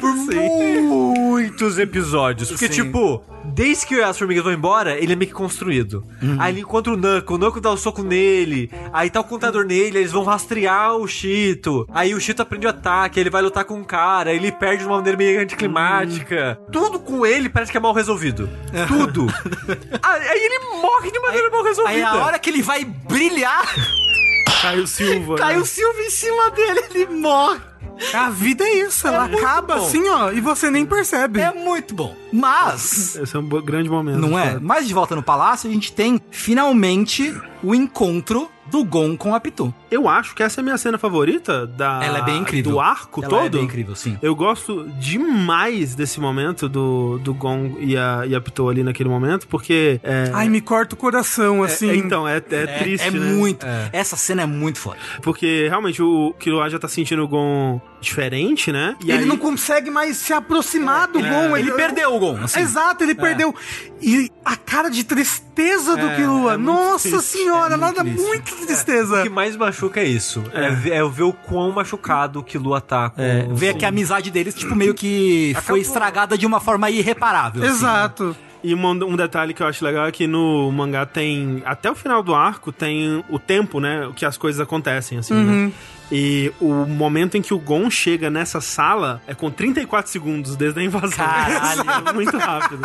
[SPEAKER 3] por muitos episódios. Porque,
[SPEAKER 5] Sim.
[SPEAKER 3] tipo, desde que as formigas vão embora, ele é meio que construído. Aí ele encontra o Knuckle, o Knuckle dá o soco nele, aí tá o contador nele, eles vão rastrear o Cheeto. Aí o Cheeto aprende o ataque, ele vai lutar com o cara, aí ele perde de uma maneira meio anticlimática. Tudo com ele parece que é mal resolvido. Tudo. aí aí ele morre de maneira mal resolvida.
[SPEAKER 5] Aí a hora que ele vai brilhar,
[SPEAKER 2] Caio Silva.
[SPEAKER 5] cai
[SPEAKER 2] né?
[SPEAKER 5] o Silvio em cima dele, ele morre.
[SPEAKER 4] A vida é isso, ela
[SPEAKER 5] muito
[SPEAKER 4] acaba
[SPEAKER 5] bom.
[SPEAKER 4] assim, ó, e você nem percebe.
[SPEAKER 5] É muito bom. Mas,
[SPEAKER 2] Esse é um bo- grande momento.
[SPEAKER 1] Não é? Mas de volta no palácio, a gente tem finalmente o encontro do Gon com a Pitu.
[SPEAKER 2] Eu acho que essa é a minha cena favorita da,
[SPEAKER 1] Ela é bem incrível.
[SPEAKER 2] do arco
[SPEAKER 1] Ela
[SPEAKER 2] todo.
[SPEAKER 1] é bem incrível, sim.
[SPEAKER 2] Eu gosto demais desse momento do, do Gong e a, e a Pitou ali naquele momento, porque. É,
[SPEAKER 4] Ai, me corta o coração, assim.
[SPEAKER 2] é- então, é, é
[SPEAKER 1] É,
[SPEAKER 2] triste,
[SPEAKER 1] é
[SPEAKER 2] né?
[SPEAKER 1] muito. Essa cena é muito foda.
[SPEAKER 2] Porque realmente o Killua já tá sentindo o Gon diferente, né? E
[SPEAKER 4] ele
[SPEAKER 2] aí-
[SPEAKER 4] não consegue mais se aproximar do Gon.
[SPEAKER 1] é. Ele perdeu o Gon, assim.
[SPEAKER 4] Exato, ele perdeu. E a cara de tristeza do Killua. Nossa senhora, nada,
[SPEAKER 1] triste.
[SPEAKER 4] muita tristeza.
[SPEAKER 3] O que mais machuca é isso. É, ver- é ver o quão machucado o Killua tá com...
[SPEAKER 1] É, vê que a amizade deles, tipo, meio que foi estragada de uma forma irreparável. assim.
[SPEAKER 4] Exato.
[SPEAKER 2] E uma- um detalhe que eu acho legal é que no mangá tem. Até o final do arco tem o tempo, né? Que as coisas acontecem, assim,
[SPEAKER 1] Uhum.
[SPEAKER 2] né? E o momento em que o Gon chega nessa sala é com 34 segundos desde a invasão.
[SPEAKER 1] Caralho.
[SPEAKER 2] É muito rápido.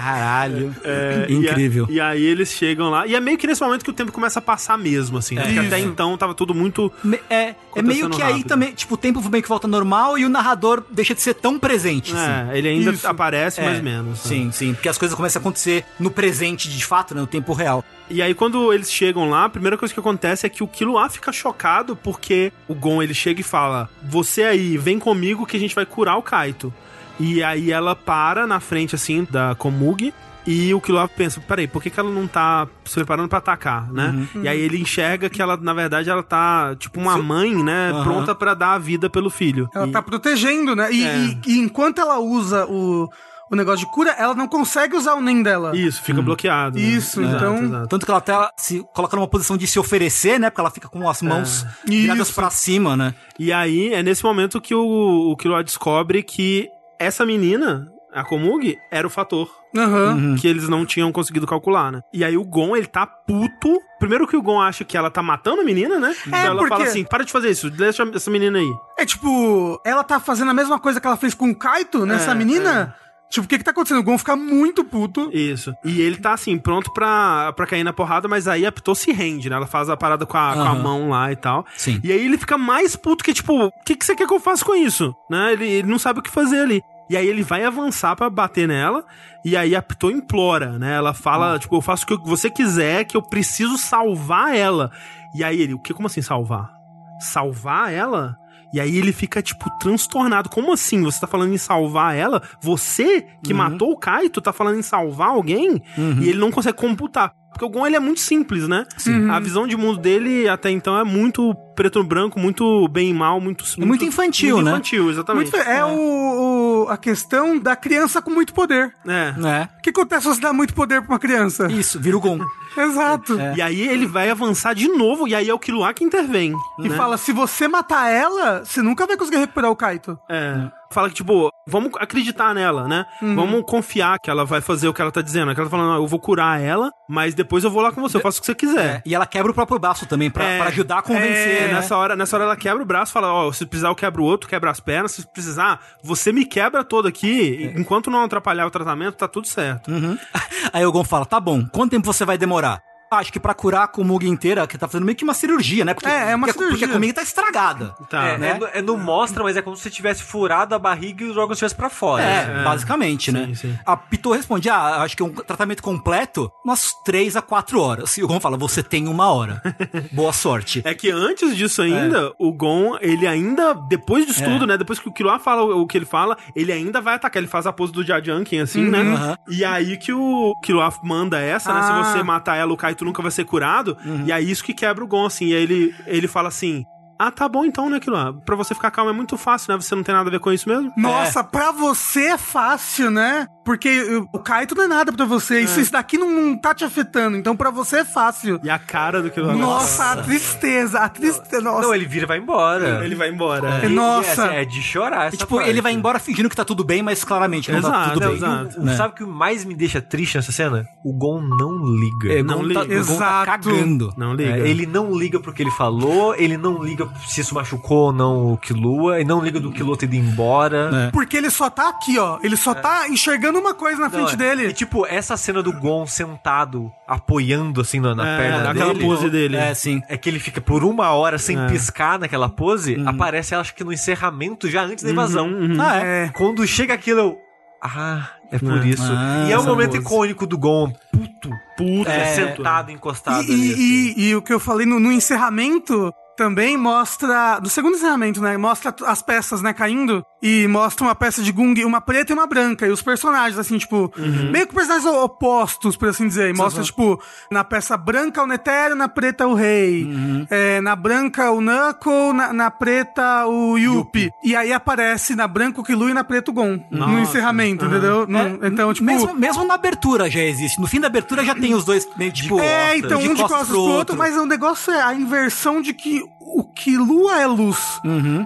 [SPEAKER 1] Caralho.
[SPEAKER 2] É,
[SPEAKER 1] Incrível.
[SPEAKER 2] E, a- e aí eles chegam lá. E é meio que nesse momento que o tempo começa a passar mesmo, assim. Né? Porque até então tava tudo muito.
[SPEAKER 1] Me- É, é meio
[SPEAKER 2] Acontecendo
[SPEAKER 1] que aí
[SPEAKER 2] rápido.
[SPEAKER 1] também, tipo, o tempo meio que volta ao normal e o narrador deixa de ser tão presente. assim.
[SPEAKER 2] É, ele ainda
[SPEAKER 4] Isso.
[SPEAKER 2] aparece, mais
[SPEAKER 1] É,
[SPEAKER 2] mas menos. né?
[SPEAKER 1] Sim, sim, porque as coisas começam a acontecer no presente, de fato, né, no tempo real.
[SPEAKER 2] E aí, quando eles chegam lá, a primeira coisa que acontece é que o Killua fica chocado porque o Gon ele chega e fala: Você aí, vem comigo que a gente vai curar o Kaito. E aí ela para na frente, assim, da Komugi. E o Killua pensa, peraí, por que, que ela não tá se preparando pra atacar, né?
[SPEAKER 4] Uhum.
[SPEAKER 2] E aí ele enxerga que ela, na verdade, ela tá tipo uma mãe, né?
[SPEAKER 1] Aham.
[SPEAKER 2] Pronta pra dar a vida pelo filho.
[SPEAKER 4] Ela
[SPEAKER 2] E-
[SPEAKER 4] tá protegendo, né? E, e- e enquanto ela usa o, o negócio de cura, ela não consegue usar o NEM dela.
[SPEAKER 2] Isso, fica bloqueado. né?
[SPEAKER 4] Uhum. Isso, então-
[SPEAKER 1] Tanto que ela até se coloca numa posição de se oferecer, né? Porque ela fica
[SPEAKER 2] É.
[SPEAKER 1] com as mãos viradas
[SPEAKER 4] Isso.
[SPEAKER 1] pra cima, né?
[SPEAKER 2] E aí é nesse momento que o, o Killua descobre que essa menina, a Komugi, era o fator.
[SPEAKER 4] Aham.
[SPEAKER 2] Que eles não tinham conseguido calcular, né? E aí o Gon, ele tá puto. Primeiro que o Gon acha que ela tá matando a menina, né? então ela
[SPEAKER 4] porque-
[SPEAKER 2] fala assim: para de fazer isso, deixa essa menina aí.
[SPEAKER 4] É tipo, ela tá fazendo a mesma coisa que ela fez com o Kaito nessa
[SPEAKER 2] É,
[SPEAKER 4] menina. Tipo, o que que tá acontecendo? O Gon fica muito puto.
[SPEAKER 2] Isso. E ele tá assim, pronto pra, pra cair na porrada, mas aí a Pitou se rende, né? Ela faz a parada com a, com a
[SPEAKER 1] Aham.
[SPEAKER 2] mão lá e tal.
[SPEAKER 1] Sim.
[SPEAKER 2] E aí ele fica mais puto que, tipo, o que, que você quer que eu faça com isso? Né? Ele, ele não sabe o que fazer ali. E aí ele vai avançar pra bater nela, e aí a Pitou implora, né? Ela fala, tipo, eu faço o que você quiser, que eu preciso salvar ela. E aí ele, o que? Como assim salvar? Salvar ela? E aí ele fica, tipo, transtornado. Como assim? Você tá falando em salvar ela? Você que
[SPEAKER 1] Uhum.
[SPEAKER 2] matou o Kaito tá falando em salvar alguém? E ele não consegue computar. Porque o Gon, ele é muito simples, né?
[SPEAKER 1] Uhum.
[SPEAKER 2] A visão de mundo dele, até então, é muito preto no branco, muito bem e mal, muito...
[SPEAKER 1] muito infantil,
[SPEAKER 2] muito
[SPEAKER 1] né?
[SPEAKER 2] infantil, exatamente.
[SPEAKER 4] Muito fe- é o, o- a questão da criança com muito poder.
[SPEAKER 2] É.
[SPEAKER 1] Né?
[SPEAKER 4] O que acontece se você dá muito poder pra uma criança?
[SPEAKER 1] Isso, vira o Gon.
[SPEAKER 4] Exato.
[SPEAKER 1] É.
[SPEAKER 2] E aí ele vai avançar de novo, e aí é o Killua que intervém.
[SPEAKER 4] E
[SPEAKER 2] né?
[SPEAKER 4] fala, se você matar ela, você nunca vai conseguir recuperar o Kaito.
[SPEAKER 2] É. Fala que, tipo, vamos acreditar nela, né?
[SPEAKER 1] Uhum.
[SPEAKER 2] Vamos confiar que ela vai fazer o que ela tá dizendo. É que ela tá falando, "Ah, eu vou curar ela, mas depois eu vou lá com você, eu faço o que você quiser.
[SPEAKER 1] E ela quebra o próprio braço também, pra,
[SPEAKER 2] É.
[SPEAKER 1] pra ajudar É. a convencer,
[SPEAKER 2] É,
[SPEAKER 1] né?
[SPEAKER 2] nessa, hora, nessa hora ela quebra o braço, fala, ó, se precisar eu quebro o outro, quebra as pernas, se precisar, você me quebra todo aqui,
[SPEAKER 1] É.
[SPEAKER 2] enquanto não atrapalhar o tratamento, tá tudo certo.
[SPEAKER 1] Aí o Gon fala, tá bom, quanto tempo você vai demorar? Acho que pra curar a comunga inteira, que tá fazendo meio que uma cirurgia, né? Porque,
[SPEAKER 4] É, é uma
[SPEAKER 1] porque,
[SPEAKER 4] cirurgia.
[SPEAKER 1] Porque a comunga tá estragada.
[SPEAKER 2] Tá.
[SPEAKER 3] é,
[SPEAKER 1] né?
[SPEAKER 3] é- é- não mostra, mas é como se você tivesse furado a barriga e os órgãos estivessem pra fora.
[SPEAKER 1] É, basicamente, né?
[SPEAKER 2] sim.
[SPEAKER 1] A Pitou responde: Ah, acho que é um tratamento completo, umas 3 a 4 horas. E o Gon fala: Você tem uma hora. Boa sorte.
[SPEAKER 2] É que antes disso
[SPEAKER 4] É.
[SPEAKER 2] ainda, o Gon, ele ainda, depois disso tudo, né? Depois que o Killua fala o o que ele fala, ele ainda vai atacar. Ele faz a pose do Jajunkin, assim, né?
[SPEAKER 4] Uhum.
[SPEAKER 1] aham.
[SPEAKER 2] E aí que o Killua manda essa, né?
[SPEAKER 4] Ah.
[SPEAKER 2] Se você matar ela, o Kaito nunca vai ser curado.
[SPEAKER 4] Uhum.
[SPEAKER 2] E aí isso que quebra o Gon, assim. E aí ele, ele fala assim... Ah, tá bom então, né, Killua? Pra você ficar calmo é muito fácil, né? Você não tem nada a ver com isso mesmo?
[SPEAKER 4] Nossa, pra você é fácil, né? Porque eu- o Kaito não é nada pra você. Isso, isso daqui não, não tá te afetando. Então pra você é fácil.
[SPEAKER 2] E a cara do Killua...
[SPEAKER 4] Nossa, a tristeza. A tristeza. Nossa.
[SPEAKER 3] Não, ele vira e vai embora.
[SPEAKER 2] Ele vai embora.
[SPEAKER 4] É.
[SPEAKER 3] E-
[SPEAKER 4] Nossa.
[SPEAKER 3] e É, é de chorar.
[SPEAKER 1] E,
[SPEAKER 3] essa
[SPEAKER 1] tipo,
[SPEAKER 3] parte.
[SPEAKER 1] ele vai embora fingindo que tá tudo bem, mas claramente não tá
[SPEAKER 2] Exato,
[SPEAKER 1] tudo bem.
[SPEAKER 2] exato.
[SPEAKER 3] O- né? Sabe o que mais me deixa triste nessa cena? O Gon não liga.
[SPEAKER 1] É, o Gon
[SPEAKER 2] Não
[SPEAKER 1] tá, o
[SPEAKER 2] liga.
[SPEAKER 1] Gon tá
[SPEAKER 4] Exato.
[SPEAKER 1] cagando.
[SPEAKER 2] Não
[SPEAKER 3] É,
[SPEAKER 2] liga.
[SPEAKER 3] ele não liga pro que ele falou, ele não liga se isso machucou ou não o Killua, ele não liga do Killua ter ido embora.
[SPEAKER 1] É.
[SPEAKER 4] Porque ele só tá aqui, ó. Ele só tá enxergando uma coisa na
[SPEAKER 3] É. Não,
[SPEAKER 4] frente
[SPEAKER 3] é.
[SPEAKER 4] dele.
[SPEAKER 3] E tipo, essa cena do Gon sentado, apoiando assim na, na
[SPEAKER 2] É,
[SPEAKER 3] perna
[SPEAKER 2] aquela
[SPEAKER 3] dele.
[SPEAKER 2] pose dele.
[SPEAKER 1] É, sim.
[SPEAKER 3] É que ele fica por uma hora sem piscar naquela pose, aparece acho que no encerramento já antes da invasão.
[SPEAKER 1] Ah, é.
[SPEAKER 4] É.
[SPEAKER 3] Quando chega aquilo, eu. Ah, é por isso.
[SPEAKER 1] Ah,
[SPEAKER 3] e é um
[SPEAKER 1] essa
[SPEAKER 3] momento
[SPEAKER 1] pose.
[SPEAKER 3] icônico do Gon, puto, puto,
[SPEAKER 1] É.
[SPEAKER 3] sentado, encostado.
[SPEAKER 4] E,
[SPEAKER 3] ali, assim.
[SPEAKER 4] e- e- e o que eu falei no, no encerramento também mostra. No segundo encerramento, né? Mostra t- as peças, né, caindo. E mostra uma peça de Gung, uma preta e uma branca. E os personagens, assim, tipo. Meio que personagens o- opostos, por assim dizer. E mostra, tipo, na peça branca o Netero, na preta o Rei. É, na branca o Knuckle, na, na preta o Yuppie. E aí aparece na branca o Killua e na preta o Gon. No
[SPEAKER 2] Nossa.
[SPEAKER 4] encerramento, entendeu? No-
[SPEAKER 3] É,
[SPEAKER 4] então, tipo.
[SPEAKER 1] Mesmo, mesmo na abertura já existe. No fim da abertura já tem os dois meio tipo.
[SPEAKER 4] Hum. É, então um de costas pro outro, mas o negócio é a inversão de que o que lua é luz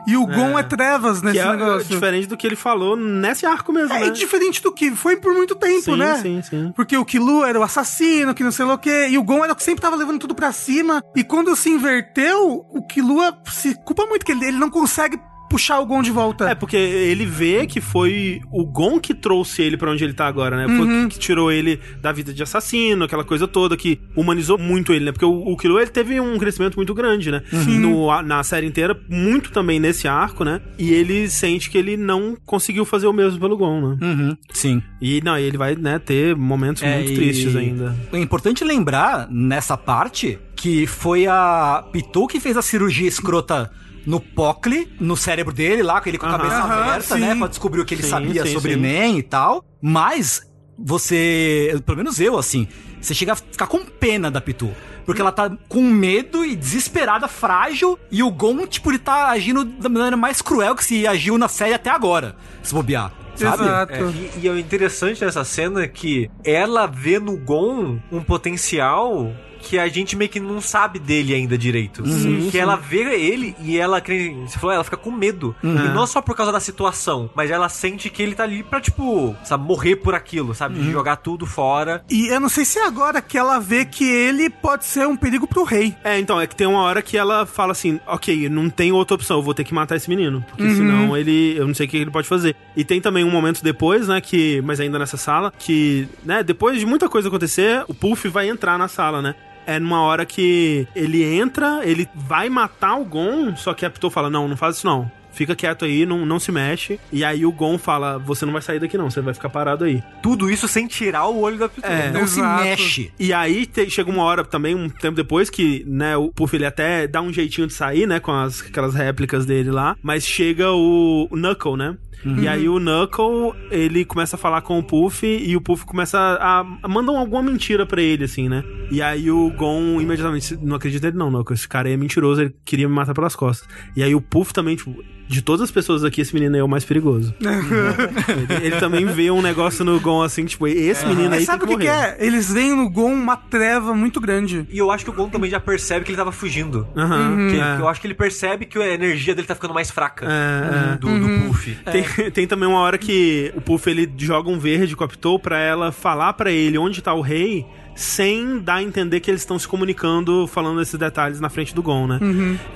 [SPEAKER 4] e o Gon é, trevas nesse
[SPEAKER 2] que é
[SPEAKER 4] negócio.
[SPEAKER 2] diferente do que ele falou nesse arco mesmo,
[SPEAKER 4] É,
[SPEAKER 2] né?
[SPEAKER 4] e diferente do que foi por muito tempo,
[SPEAKER 2] Sim,
[SPEAKER 4] né?
[SPEAKER 2] sim, sim.
[SPEAKER 4] Porque o Kilu era o assassino, que não sei lá o quê, e o Gon era o que sempre tava levando tudo pra cima. E quando se inverteu, o Kilua se culpa muito, que ele, ele não consegue puxar o Gon de volta.
[SPEAKER 2] É, porque ele vê que foi o Gon que trouxe ele pra onde ele tá agora, né? Foi
[SPEAKER 1] Uhum.
[SPEAKER 2] que tirou ele da vida de assassino, aquela coisa toda, que humanizou muito ele, né? Porque o, o Killua, ele teve um crescimento muito grande, né?
[SPEAKER 1] Uhum.
[SPEAKER 2] No, a- na série inteira, muito também nesse arco, né? E ele sente que ele não conseguiu fazer o mesmo pelo Gon, né?
[SPEAKER 1] Uhum, sim.
[SPEAKER 2] E não, ele vai, né, ter momentos
[SPEAKER 1] É,
[SPEAKER 2] muito
[SPEAKER 1] e-
[SPEAKER 2] tristes ainda.
[SPEAKER 1] É importante lembrar, nessa parte, que foi a Pitou que fez a cirurgia escrota no Pocle, no cérebro dele lá, com ele com a
[SPEAKER 2] Aham.
[SPEAKER 1] cabeça
[SPEAKER 4] Aham,
[SPEAKER 1] aberta,
[SPEAKER 4] sim.
[SPEAKER 1] né? Pra descobrir o que ele
[SPEAKER 2] Sim,
[SPEAKER 1] sabia
[SPEAKER 2] sim,
[SPEAKER 1] sobre
[SPEAKER 2] sim.
[SPEAKER 1] Man e tal. Mas você, pelo menos eu, assim, você chega a ficar com pena da Pitou. Porque ela tá com medo e desesperada, frágil, e o Gon, tipo, ele tá agindo da maneira mais cruel que se agiu na série até agora, se bobear. Sabe?
[SPEAKER 4] Exato.
[SPEAKER 3] É, e, e é o interessante nessa cena é que ela vê no Gon um potencial que a gente meio que não sabe dele ainda direito.
[SPEAKER 2] Uhum.
[SPEAKER 3] que ela vê ele e ela, que nem você falou, ela fica com medo.
[SPEAKER 2] Uhum.
[SPEAKER 3] E não só por causa da situação, mas ela sente que ele tá ali pra, tipo, sabe, morrer por aquilo, sabe?
[SPEAKER 2] Uhum.
[SPEAKER 3] De jogar tudo fora.
[SPEAKER 4] E eu não sei se é agora que ela vê que ele pode ser um perigo pro rei.
[SPEAKER 2] É, então, é que tem uma hora que ela fala assim, ok, não tem outra opção, eu vou ter que matar esse menino. Porque senão ele. Eu não sei o que ele pode fazer. E tem também um momento depois, né? Que. Mas ainda nessa sala, que, né, depois de muita coisa acontecer, o Puff vai entrar na sala, né? É numa hora que ele entra, ele vai matar o Gon, só que a Pitou fala: não, não faz isso não. Fica quieto aí, não, não se mexe. E aí o Gon fala: você não vai sair daqui não, você vai ficar parado aí.
[SPEAKER 3] Tudo isso sem tirar o olho da pintura.
[SPEAKER 2] É.
[SPEAKER 1] Não
[SPEAKER 4] Exato.
[SPEAKER 1] se mexe.
[SPEAKER 2] E aí te- chega uma hora também, um tempo depois, que, né, o Puff ele até dá um jeitinho de sair, né, com as, aquelas réplicas dele lá, mas chega o, o Knuckle, né? E aí o Knuckle, ele começa a falar com o Puff e o Puff começa a, a mandam alguma mentira pra ele assim, né? E aí o Gon imediatamente não acredita nele não, Knuckle, esse cara aí é mentiroso, ele queria me matar pelas costas. E aí o Puff também, tipo, de todas as pessoas aqui, esse menino aí é o mais perigoso. ele, ele também vê um negócio no Gon assim, tipo, esse menino aí
[SPEAKER 4] Uhum. Mas sabe o
[SPEAKER 2] tem
[SPEAKER 4] que,
[SPEAKER 2] que
[SPEAKER 4] que
[SPEAKER 2] morrer.
[SPEAKER 4] é? Eles veem no Gon uma treva muito grande.
[SPEAKER 3] E eu acho que o Gon também já percebe que ele tava fugindo.
[SPEAKER 2] Aham,
[SPEAKER 3] Que-
[SPEAKER 2] é.
[SPEAKER 3] que Eu acho que ele percebe que a energia dele tá ficando mais fraca.
[SPEAKER 2] É, é.
[SPEAKER 3] Do, do Puff.
[SPEAKER 2] Tem, tem também uma hora que o Puff ele joga um verde com a Pitou pra ela falar pra ele onde tá o rei. sem dar a entender que eles estão se comunicando, falando esses detalhes na frente do Gon, né?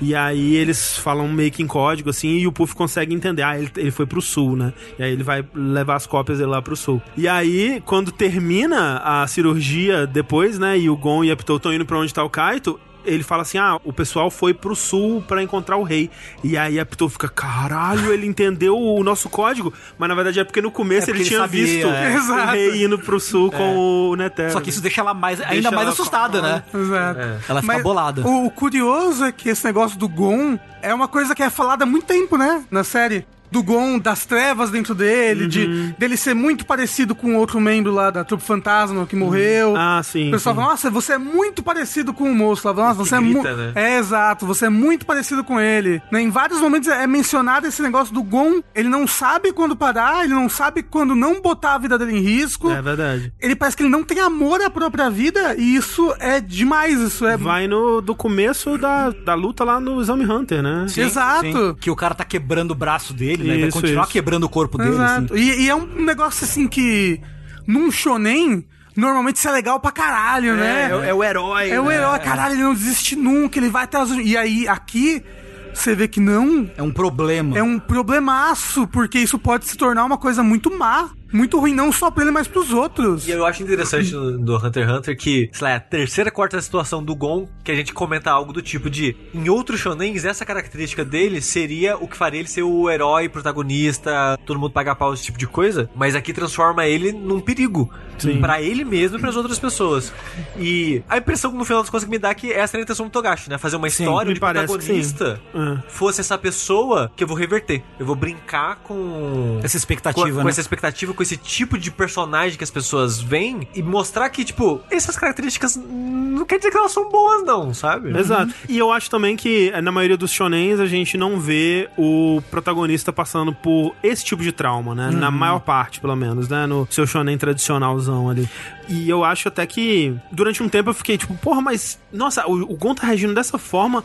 [SPEAKER 2] E aí eles falam meio que em código, assim, e o Puff consegue entender. Ah, ele, ele foi pro sul, né? E aí ele vai levar as cópias dele lá pro sul. E aí, quando termina a cirurgia depois, né? E o Gon e a Pitou estão indo pra onde tá o Kaito, ele fala assim: ah, o pessoal foi pro sul pra encontrar o rei. E aí a Pitou fica, caralho, ele entendeu o nosso código. Mas na verdade é porque no começo
[SPEAKER 5] É
[SPEAKER 2] ele
[SPEAKER 5] porque ele
[SPEAKER 2] tinha
[SPEAKER 5] sabia,
[SPEAKER 2] visto
[SPEAKER 5] é.
[SPEAKER 2] o rei indo pro sul com o Netero.
[SPEAKER 5] Só que isso deixa ela mais, ainda
[SPEAKER 2] É, Deixa
[SPEAKER 5] mais
[SPEAKER 2] ela-
[SPEAKER 5] assustada, né?
[SPEAKER 4] Exato.
[SPEAKER 2] É.
[SPEAKER 5] Ela fica
[SPEAKER 4] Mas
[SPEAKER 5] bolada.
[SPEAKER 4] O, o curioso é que esse negócio do Gon é uma coisa que é falada há muito tempo, né? Na série. Do Gon, das trevas dentro dele,
[SPEAKER 2] Uhum.
[SPEAKER 4] de dele ser muito parecido com outro membro lá da Trupe Fantasma que morreu.
[SPEAKER 2] Ah, sim.
[SPEAKER 4] O pessoal
[SPEAKER 2] sim.
[SPEAKER 4] fala, nossa, você é muito parecido com o moço lá. Nossa, você
[SPEAKER 3] grita,
[SPEAKER 4] é muito.
[SPEAKER 3] né?
[SPEAKER 4] É, exato, você é muito parecido com ele. Né, Em vários momentos é mencionado esse negócio do Gon. Ele não sabe quando parar, ele não sabe quando não botar a vida dele em risco.
[SPEAKER 2] É verdade.
[SPEAKER 4] Ele parece que ele não tem amor à própria vida, e isso é demais. Isso é.
[SPEAKER 2] Vai no do começo da, da luta lá no Exame Hunter, né?
[SPEAKER 5] Sim,
[SPEAKER 4] exato.
[SPEAKER 5] sim. Que o cara tá quebrando o braço dele, né? Ele vai
[SPEAKER 2] Isso,
[SPEAKER 5] continuar
[SPEAKER 2] isso.
[SPEAKER 5] quebrando o corpo dele, assim.
[SPEAKER 4] Exato. E, e é um negócio assim que. Num shonen, normalmente isso é legal pra caralho, né?
[SPEAKER 2] o herói. né?
[SPEAKER 4] É o herói, caralho, ele não desiste nunca, ele vai até as. E aí, aqui, você vê que não.
[SPEAKER 5] É um problema.
[SPEAKER 4] É um problemaço, porque isso pode se tornar uma coisa muito má, muito ruim, não só pra ele, mas pros outros.
[SPEAKER 3] E eu acho interessante no, no Hunter x Hunter que, sei lá, é a terceira, quarta situação do Gon que a gente comenta algo do tipo de em outros shonens, essa característica dele seria o que faria ele ser o herói, protagonista, todo mundo paga pau, esse tipo de coisa, mas aqui transforma ele num perigo. Pra ele mesmo e pras outras pessoas. E a impressão que no final das contas que me dá é que essa era a intenção do Togashi, né? Fazer uma história
[SPEAKER 2] me
[SPEAKER 3] de
[SPEAKER 2] parece que sim.
[SPEAKER 3] protagonista
[SPEAKER 2] É.
[SPEAKER 3] fosse essa pessoa que eu vou reverter. Eu vou brincar com
[SPEAKER 5] Essa
[SPEAKER 3] com,
[SPEAKER 5] expectativa,
[SPEAKER 3] com
[SPEAKER 5] né?
[SPEAKER 3] essa expectativa, com esse tipo de personagem que as pessoas veem e mostrar que, tipo, essas características não quer dizer que elas são boas, não, sabe?
[SPEAKER 2] Exato. E eu acho também que eh, na maioria dos shonens a gente não vê o protagonista passando por esse tipo de trauma, né? Na maior parte, pelo menos, né? No seu shonen tradicionalzão ali. E eu acho até que durante um tempo eu fiquei tipo, porra, mas nossa, o, o Gon tá reagindo dessa forma.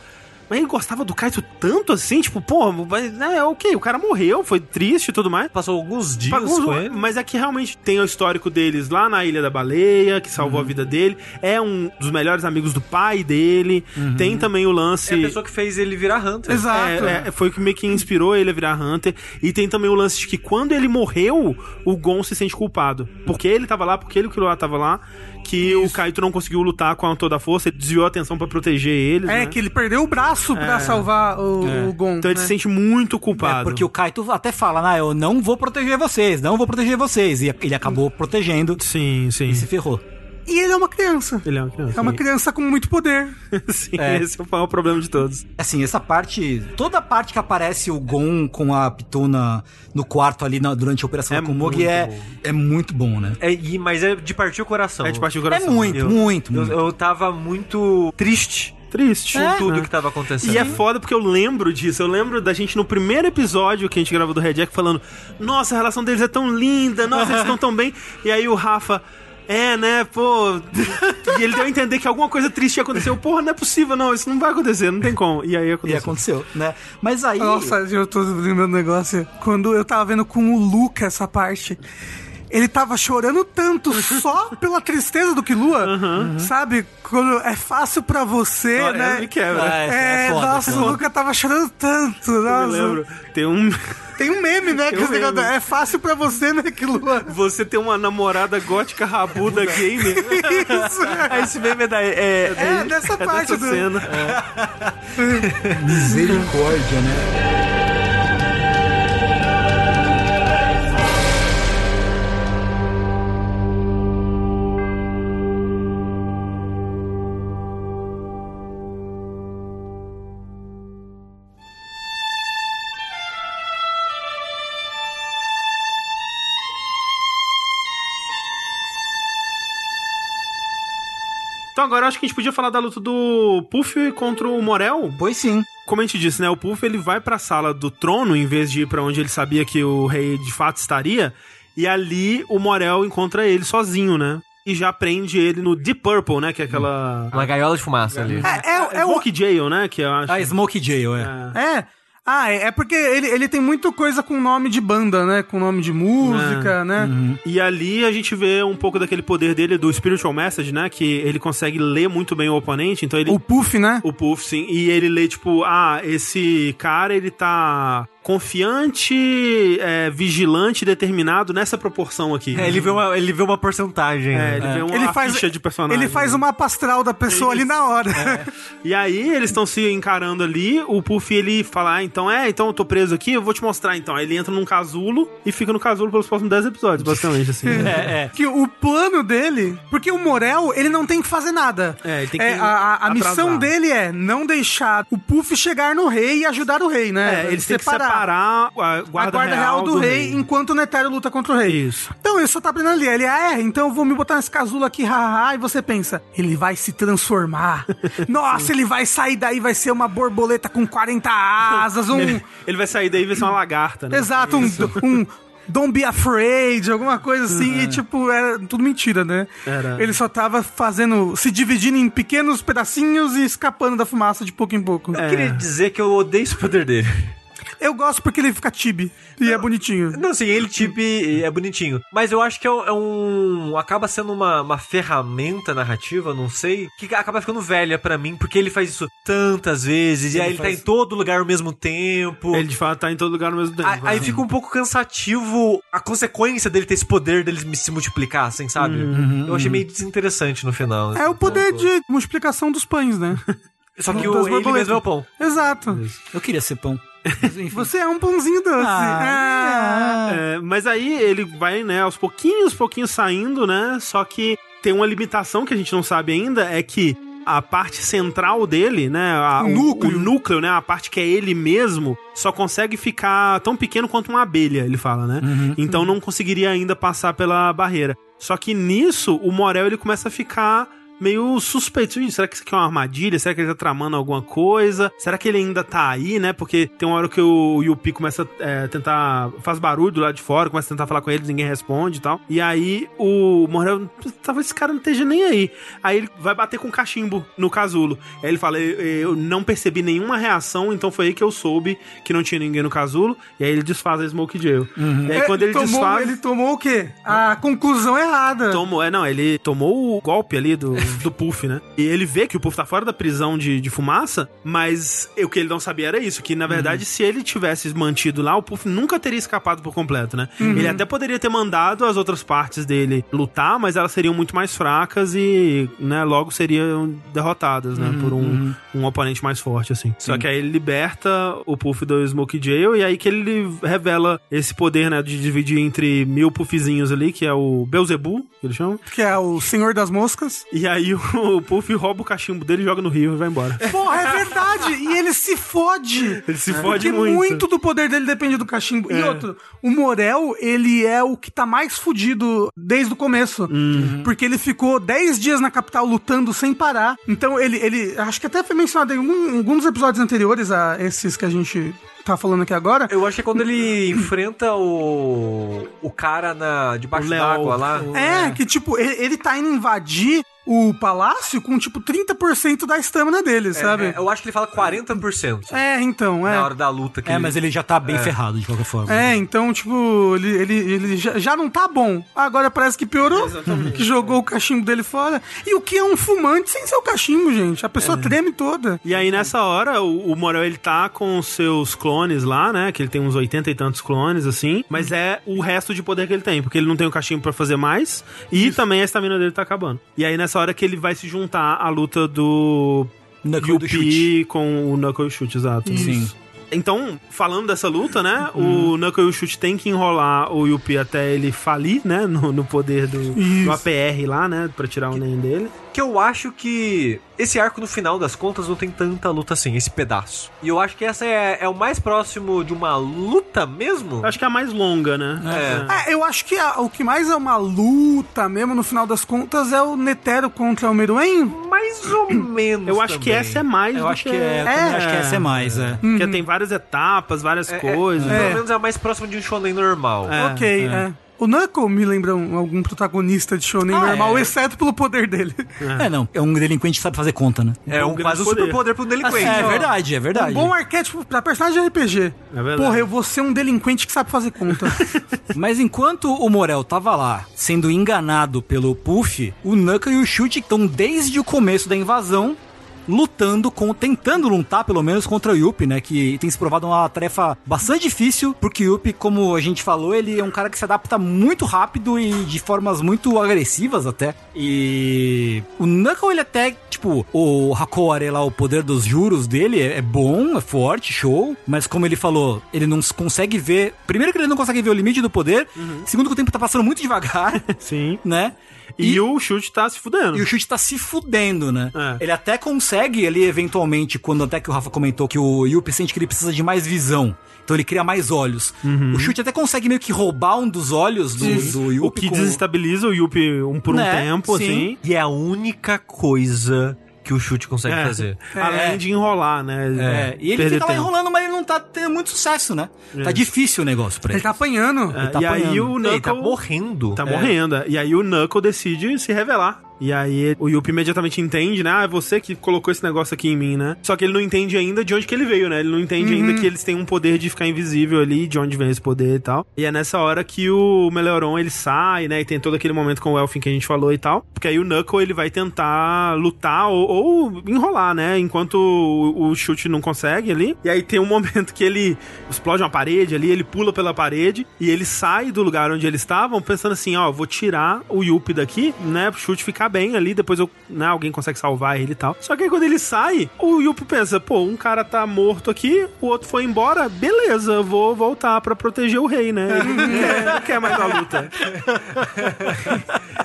[SPEAKER 2] Mas ele gostava do Kaito tanto assim, tipo, porra, mas, né, ok, o cara morreu, foi triste e tudo mais.
[SPEAKER 3] Passou alguns dias
[SPEAKER 2] Pagou os-
[SPEAKER 3] com ele.
[SPEAKER 2] Mas é que realmente tem o histórico deles lá na Ilha da Baleia, que salvou a vida dele. É um dos melhores amigos do pai dele. Tem também o lance.
[SPEAKER 3] É a pessoa né? que fez ele virar Hunter.
[SPEAKER 4] Exato.
[SPEAKER 2] É, é, foi o que meio que inspirou ele a virar Hunter. E tem também o lance de que quando ele morreu, o Gon se sente culpado. Porque ele tava lá, porque ele que lá tava lá, que o Kaito não conseguiu lutar com a toda a força, ele desviou a atenção pra proteger eles.
[SPEAKER 4] É,
[SPEAKER 2] né? É.
[SPEAKER 4] que ele perdeu o braço pra salvar o, o Gon.
[SPEAKER 2] Então ele
[SPEAKER 4] né?
[SPEAKER 2] se sente muito culpado.
[SPEAKER 5] É porque o Kaito até fala, ah, eu não vou proteger vocês, não vou proteger vocês. E ele acabou protegendo
[SPEAKER 2] Sim, sim.
[SPEAKER 5] e se ferrou.
[SPEAKER 4] E ele é uma criança.
[SPEAKER 2] Ele é uma criança.
[SPEAKER 4] É uma criança com muito poder.
[SPEAKER 2] Sim,
[SPEAKER 5] É.
[SPEAKER 2] esse é o maior problema de todos.
[SPEAKER 5] Assim, essa parte, toda a parte que aparece o Gon com a Pituna no quarto ali na- durante a Operação
[SPEAKER 2] É
[SPEAKER 5] Akumugi
[SPEAKER 2] muito
[SPEAKER 5] é,
[SPEAKER 2] bom.
[SPEAKER 5] é muito bom, né?
[SPEAKER 3] É, e- mas é de partir o coração.
[SPEAKER 2] É de partir
[SPEAKER 5] É
[SPEAKER 2] o coração.
[SPEAKER 5] muito,
[SPEAKER 2] Eu-
[SPEAKER 5] muito,
[SPEAKER 3] Eu,
[SPEAKER 5] muito.
[SPEAKER 3] eu tava muito triste
[SPEAKER 2] Triste.
[SPEAKER 3] com tudo
[SPEAKER 2] né?
[SPEAKER 3] que tava acontecendo.
[SPEAKER 2] E é foda porque eu lembro disso. Eu lembro da gente no primeiro episódio que a gente gravou do Red Jack falando: Nossa, a relação deles é tão linda, nossa, eles estão tão bem. E aí o Rafa. É, né, pô. e ele deu a entender que alguma coisa triste aconteceu. Porra, não é possível, não. Isso não vai acontecer, não tem como. E aí
[SPEAKER 5] E
[SPEAKER 2] aconteceu.
[SPEAKER 5] aconteceu, né? Mas aí.
[SPEAKER 4] Nossa, eu tô lembrando um negócio. Quando eu tava vendo com o Luca essa parte. Ele tava chorando tanto só pela tristeza do Killua, sabe? Quando é fácil pra você,
[SPEAKER 2] Olha,
[SPEAKER 4] né?
[SPEAKER 2] me quebra.
[SPEAKER 5] Ah,
[SPEAKER 4] É,
[SPEAKER 5] é foda,
[SPEAKER 4] nossa,
[SPEAKER 5] foda.
[SPEAKER 4] o Luca tava chorando tanto.
[SPEAKER 2] Eu
[SPEAKER 4] Nossa.
[SPEAKER 2] lembro. Tem um.
[SPEAKER 4] Tem um meme, né? Que
[SPEAKER 2] Tem um
[SPEAKER 4] esse negócio
[SPEAKER 2] meme.
[SPEAKER 4] é fácil pra você, né, Killua?
[SPEAKER 2] Você tem uma namorada gótica rabuda gamer.
[SPEAKER 4] É Isso. né?
[SPEAKER 2] Aí esse meme é da. É,
[SPEAKER 4] É, dessa
[SPEAKER 2] é
[SPEAKER 4] parte
[SPEAKER 2] dessa
[SPEAKER 4] do-
[SPEAKER 2] cena.
[SPEAKER 5] Misericórdia, né?
[SPEAKER 2] Então agora eu acho que a gente podia falar da luta do Puff contra o Morel.
[SPEAKER 5] Pois sim.
[SPEAKER 2] Como a gente disse, né? O Puff ele vai pra sala do trono em vez de ir pra onde ele sabia que o rei de fato estaria. E ali o Morel encontra ele sozinho, né? E já prende ele no Deep Purple, né? Que é aquela.
[SPEAKER 3] Uma gaiola de fumaça ali.
[SPEAKER 4] É, é, é,
[SPEAKER 2] É,
[SPEAKER 4] o-
[SPEAKER 2] Smoke Jail, né? Que eu acho.
[SPEAKER 5] A Smoke Ah, Jail, é.
[SPEAKER 4] é. Ah, é, é porque ele, ele tem muita coisa com nome de banda, né? Com nome de
[SPEAKER 2] Ah.
[SPEAKER 4] música, né?
[SPEAKER 2] E ali a gente vê um pouco daquele poder dele do Spiritual Message, né? Que ele consegue ler muito bem o oponente, então ele.
[SPEAKER 4] O Puff, né?
[SPEAKER 2] O Puff, sim. E ele lê, tipo, ah, esse cara, ele tá confiante, é, vigilante, determinado nessa proporção aqui.
[SPEAKER 3] É, ele, vê uma, ele vê uma porcentagem.
[SPEAKER 2] É,
[SPEAKER 3] né?
[SPEAKER 2] ele vê uma
[SPEAKER 4] Ele faz-
[SPEAKER 2] ficha de personagem. né? É,
[SPEAKER 4] ele faz uma pastral da pessoa ali na hora.
[SPEAKER 2] E aí eles estão se encarando ali, o Puff ele fala, ah, então é, então eu tô preso aqui, eu vou te mostrar então. Aí ele entra num casulo e fica no casulo pelos próximos 10 episódios, basicamente, assim.
[SPEAKER 3] É, é.
[SPEAKER 4] Que o plano dele. Porque o Morel, ele não tem que fazer nada.
[SPEAKER 2] É, ele tem que
[SPEAKER 4] a- a, a
[SPEAKER 2] atrasar.
[SPEAKER 4] missão dele é não deixar o Puff chegar no rei e ajudar o rei,
[SPEAKER 2] É,
[SPEAKER 4] né?
[SPEAKER 2] eles têm que separar a guarda,
[SPEAKER 4] a guarda real, do, rei, enquanto o Netério luta contra o rei.
[SPEAKER 2] Isso.
[SPEAKER 4] Então ele só tá aprendendo ali. Ele, ah, é, então eu vou me botar nesse casulo aqui, hahaha. E você pensa, ele vai se transformar. Nossa, ele vai sair daí, vai ser uma borboleta com 40 asas, um.
[SPEAKER 2] Ele vai sair daí e vai ser uma lagarta, né?
[SPEAKER 4] Exato, um, um Don't Be Afraid, alguma coisa assim, e tipo, era tudo mentira, né?
[SPEAKER 2] Era.
[SPEAKER 4] Ele só tava fazendo, se dividindo em pequenos pedacinhos e escapando da fumaça de pouco em pouco.
[SPEAKER 3] Eu queria dizer que eu odeio esse poder dele.
[SPEAKER 4] Eu gosto porque ele fica tibi e é bonitinho.
[SPEAKER 3] Não, sim, ele tipo é bonitinho. Mas eu acho que é um. é um- acaba sendo uma, uma ferramenta narrativa, não sei. Que acaba ficando velha pra mim, porque ele faz isso tantas vezes. e aí ele tá em todo lugar ao mesmo tempo.
[SPEAKER 2] Ele de fato tá em todo lugar ao mesmo tempo.
[SPEAKER 3] Aí, aí
[SPEAKER 2] né?
[SPEAKER 3] fica um pouco cansativo a consequência dele ter esse poder dele se multiplicar, assim, sabe? eu achei meio desinteressante no final.
[SPEAKER 4] É o poder de multiplicação dos pães, né?
[SPEAKER 3] Só que
[SPEAKER 4] das
[SPEAKER 3] o, ele
[SPEAKER 4] borboletas.
[SPEAKER 3] mesmo é o pão.
[SPEAKER 4] Exato.
[SPEAKER 5] Eu queria ser pão. Mas, enfim.
[SPEAKER 4] Você é um pãozinho doce. Ah,
[SPEAKER 5] Ah,
[SPEAKER 2] É, mas aí ele vai, né, aos pouquinhos, pouquinhos saindo, né? Só que tem uma limitação que a gente não sabe ainda, é que a parte central dele, né? a-
[SPEAKER 4] O núcleo.
[SPEAKER 2] o núcleo, né? A parte que é ele mesmo, só consegue ficar tão pequeno quanto uma abelha, ele fala, né?
[SPEAKER 4] Uhum.
[SPEAKER 2] Então não conseguiria ainda passar pela barreira. Só que nisso, o Morel ele começa a ficar meio suspeito. Ih, Será que isso aqui é uma armadilha? Será que ele tá tramando alguma coisa? Será que ele ainda tá aí, né? Porque tem uma hora que o Yupi começa a é, tentar. faz barulho do lado de fora, começa a tentar falar com ele, ninguém responde e tal. E aí o Morel. Talvez esse cara não esteja nem aí. Aí ele vai bater com o cachimbo no casulo. Aí ele fala: eu, eu não percebi nenhuma reação, então foi aí que eu soube que não tinha ninguém no casulo. E aí ele desfaz a Smoke Jail. E aí
[SPEAKER 4] é,
[SPEAKER 2] quando ele
[SPEAKER 4] tomou,
[SPEAKER 2] desfaz.
[SPEAKER 4] ele tomou o quê? A conclusão errada.
[SPEAKER 2] Tomou, é, não, ele tomou o golpe ali do, do Puff, né? E ele vê que o Puff tá fora da prisão de, de fumaça, mas o que ele não sabia era isso, que na verdade se ele tivesse mantido lá, o Puff nunca teria escapado por completo, né? Ele até poderia ter mandado as outras partes dele lutar, mas elas seriam muito mais fracas e, né, logo seriam derrotadas, né, por
[SPEAKER 4] Uhum.
[SPEAKER 2] um, um oponente mais forte, assim. Só que aí ele liberta o Puff do Smoke Jail e aí que ele revela esse poder, né, de dividir entre mil Puffzinhos ali, que é o Beelzebu, que eles chamam.
[SPEAKER 4] Que é o Senhor das Moscas.
[SPEAKER 2] E aí o Puff rouba o cachimbo dele, joga no rio e vai embora.
[SPEAKER 4] Porra, é verdade! e ele se fode!
[SPEAKER 2] Ele se fode
[SPEAKER 4] Porque
[SPEAKER 2] muito.
[SPEAKER 4] muito. do poder dele depende do cachimbo.
[SPEAKER 3] É.
[SPEAKER 4] E outro, o Morel, ele é o que tá mais fudido desde o começo.
[SPEAKER 3] Uhum.
[SPEAKER 4] Porque ele ficou 10 dias na capital lutando sem parar. Então ele, ele acho que até foi mencionado em algum, alguns episódios anteriores a esses que a gente tá falando aqui agora.
[SPEAKER 3] Eu acho que é quando ele enfrenta o. o cara na, debaixo
[SPEAKER 2] O Léo.
[SPEAKER 3] d'água lá.
[SPEAKER 4] É, que tipo, ele, ele tá indo invadir o palácio com tipo 30% da estamina dele, sabe?
[SPEAKER 3] É, eu acho que ele fala 40%
[SPEAKER 4] É, então, é.
[SPEAKER 3] na hora da luta. Que
[SPEAKER 5] É, mas ele já tá bem ferrado de qualquer forma.
[SPEAKER 4] É, então, tipo, ele, ele, ele já, já não tá bom. Agora parece que piorou, que jogou o cachimbo dele fora. E o que é um fumante sem seu cachimbo, gente? A pessoa treme toda.
[SPEAKER 2] E aí nessa hora o, o Morel ele tá com os seus clones lá, né? Que ele tem uns 80 e tantos clones assim, mas é o resto de poder que ele tem, porque ele não tem o cachimbo pra fazer mais e também a estamina dele tá acabando. E aí nessa hora que ele vai se juntar à luta do
[SPEAKER 1] É
[SPEAKER 5] Knuckle do chute.
[SPEAKER 2] Yuppie com o Knuckle Shoot, exato.
[SPEAKER 5] Sim.
[SPEAKER 2] Então, falando dessa luta, né? o Knuckle Shoot tem que enrolar o Yuppie até ele falir, né? No, no poder do, do APR lá, né? Pra tirar o NEM dele.
[SPEAKER 3] que eu acho que esse arco, no final das contas, não tem tanta luta assim, esse pedaço. E eu acho que essa é, é o mais próximo de uma luta mesmo.
[SPEAKER 2] Acho que é a mais longa, né?
[SPEAKER 3] É.
[SPEAKER 4] É, eu acho que a- o que mais é uma luta mesmo, no final das contas, é o Netero contra o Meruem.
[SPEAKER 3] Mais ou menos.
[SPEAKER 2] Eu acho que
[SPEAKER 3] também.
[SPEAKER 2] essa é mais
[SPEAKER 5] Eu
[SPEAKER 2] do
[SPEAKER 5] acho que é, eu também acho que essa é mais, é.
[SPEAKER 2] Porque tem várias etapas, várias coisas.
[SPEAKER 3] Pelo
[SPEAKER 4] É.
[SPEAKER 3] menos é a mais próxima de um shonen normal.
[SPEAKER 2] É,
[SPEAKER 4] ok, é. O Knuckle me lembra um- algum protagonista de shonen
[SPEAKER 1] Ah,
[SPEAKER 4] normal,
[SPEAKER 1] é.
[SPEAKER 4] exceto pelo poder dele.
[SPEAKER 1] É. não. É um delinquente que sabe fazer conta, né?
[SPEAKER 3] É um,
[SPEAKER 2] grande
[SPEAKER 3] quase um
[SPEAKER 2] poder.
[SPEAKER 3] superpoder pro delinquente.
[SPEAKER 1] é
[SPEAKER 3] ó.
[SPEAKER 1] verdade, é verdade.
[SPEAKER 4] Um bom arquétipo pra personagem de RPG.
[SPEAKER 2] É verdade.
[SPEAKER 4] Porra, eu vou ser um delinquente que sabe fazer conta.
[SPEAKER 1] Mas enquanto o Morel tava lá sendo enganado pelo Puff, o Knuckle e o Chute estão desde o começo da invasão lutando com tentando lutar pelo menos contra o Yuppie, né, que tem se provado uma tarefa bastante difícil, porque o Yuppie, como a gente falou, ele é um cara que se adapta muito rápido e de formas muito agressivas até. E o Knuckle ele até, tipo, o Hakore lá, o poder dos juros dele é é bom, é forte, show, mas como ele falou, ele não s- consegue ver, primeiro que ele não consegue ver o limite do poder,
[SPEAKER 2] Uhum.
[SPEAKER 1] segundo que o tempo tá passando muito devagar,
[SPEAKER 2] Sim.
[SPEAKER 1] né?
[SPEAKER 2] E, o chute tá se fudendo.
[SPEAKER 1] E o chute tá se fudendo, né?
[SPEAKER 2] É.
[SPEAKER 1] Ele até consegue ali, eventualmente, quando até que o Rafa comentou que o Yuppie sente que ele precisa de mais visão. Então ele cria mais olhos.
[SPEAKER 2] Uhum.
[SPEAKER 1] O chute até consegue meio que roubar um dos olhos do, do Yuppie.
[SPEAKER 2] O que
[SPEAKER 1] com-
[SPEAKER 2] desestabiliza o Yuppie um por um
[SPEAKER 1] Né?
[SPEAKER 2] tempo,
[SPEAKER 1] Sim.
[SPEAKER 2] assim.
[SPEAKER 3] E é a única coisa que o chute consegue
[SPEAKER 2] É.
[SPEAKER 3] fazer.
[SPEAKER 2] Além de enrolar, né?
[SPEAKER 1] É, e ele
[SPEAKER 2] Perder
[SPEAKER 1] fica lá
[SPEAKER 2] tempo.
[SPEAKER 1] enrolando, mas ele não tá tendo muito sucesso, né? Tá difícil o negócio pra
[SPEAKER 4] Ele
[SPEAKER 1] ele.
[SPEAKER 4] tá apanhando.
[SPEAKER 2] É,
[SPEAKER 1] tá
[SPEAKER 2] e aí
[SPEAKER 1] apanhando.
[SPEAKER 2] o
[SPEAKER 3] Não,
[SPEAKER 2] Knuckle...
[SPEAKER 3] ele tá morrendo.
[SPEAKER 2] Tá morrendo. é. E aí o Knuckle decide se revelar. E aí o Yuppie imediatamente entende, né? Ah, é você que colocou esse negócio aqui em mim, né? Só que ele não entende ainda de onde que ele veio, né? Ele não entende ainda que eles têm um poder de ficar invisível ali, de onde vem esse poder e tal. E é nessa hora que o Meleoron, ele sai, né? E tem todo aquele momento com o Elfin que a gente falou e tal. Porque aí o Knuckle, ele vai tentar lutar ou, ou enrolar, né? Enquanto o, o chute não consegue ali. E aí tem um momento que ele explode uma parede ali, ele pula pela parede e ele sai do lugar onde eles estavam, pensando assim, ó, vou tirar o Yuppie daqui, né, pro chute ficar bem ali, depois eu, né, alguém consegue salvar ele e tal. Só que aí quando ele sai, o Yuppie pensa, pô, um cara tá morto aqui, o outro foi embora, beleza, eu vou voltar pra proteger o rei, né? Ele não quer, não quer mais a luta.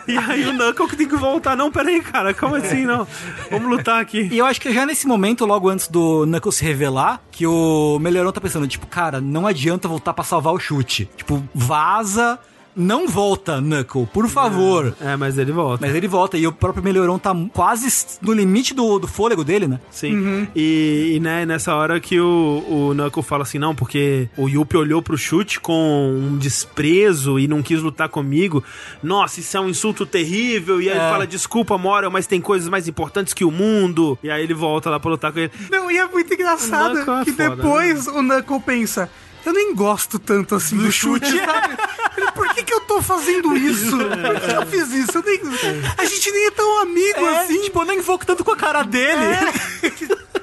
[SPEAKER 2] e aí o Knuckle que tem que voltar, não, peraí, cara, como assim, não? Vamos lutar aqui.
[SPEAKER 1] E eu acho que já nesse momento, logo antes do Knuckles se revelar, que o Melhoron tá pensando, tipo, cara, não adianta voltar pra salvar o chute. Tipo, vaza, não volta, Knuckle, por favor.
[SPEAKER 2] É, mas ele volta.
[SPEAKER 1] Mas ele volta e o próprio Melhoron tá quase no limite do, do fôlego dele, né?
[SPEAKER 2] Sim. E, e, né, nessa hora que o, o Knuckle fala assim, não, porque o Yuppie olhou pro chute com um desprezo e não quis lutar comigo. Nossa, isso é um insulto terrível. E aí ele fala, desculpa, Mora, mas tem coisas mais importantes que o mundo. E aí ele volta lá pra lutar com ele.
[SPEAKER 4] Não, e é muito engraçado
[SPEAKER 2] O Knuckle é
[SPEAKER 4] que
[SPEAKER 2] foda,
[SPEAKER 4] depois o Knuckle pensa. Eu nem gosto tanto assim do chute, sabe? Ele, Por que, que eu tô fazendo isso? Por que, que eu fiz isso? Eu nem- A gente nem é tão amigo assim.
[SPEAKER 1] tipo, eu nem vou tanto com a cara dele.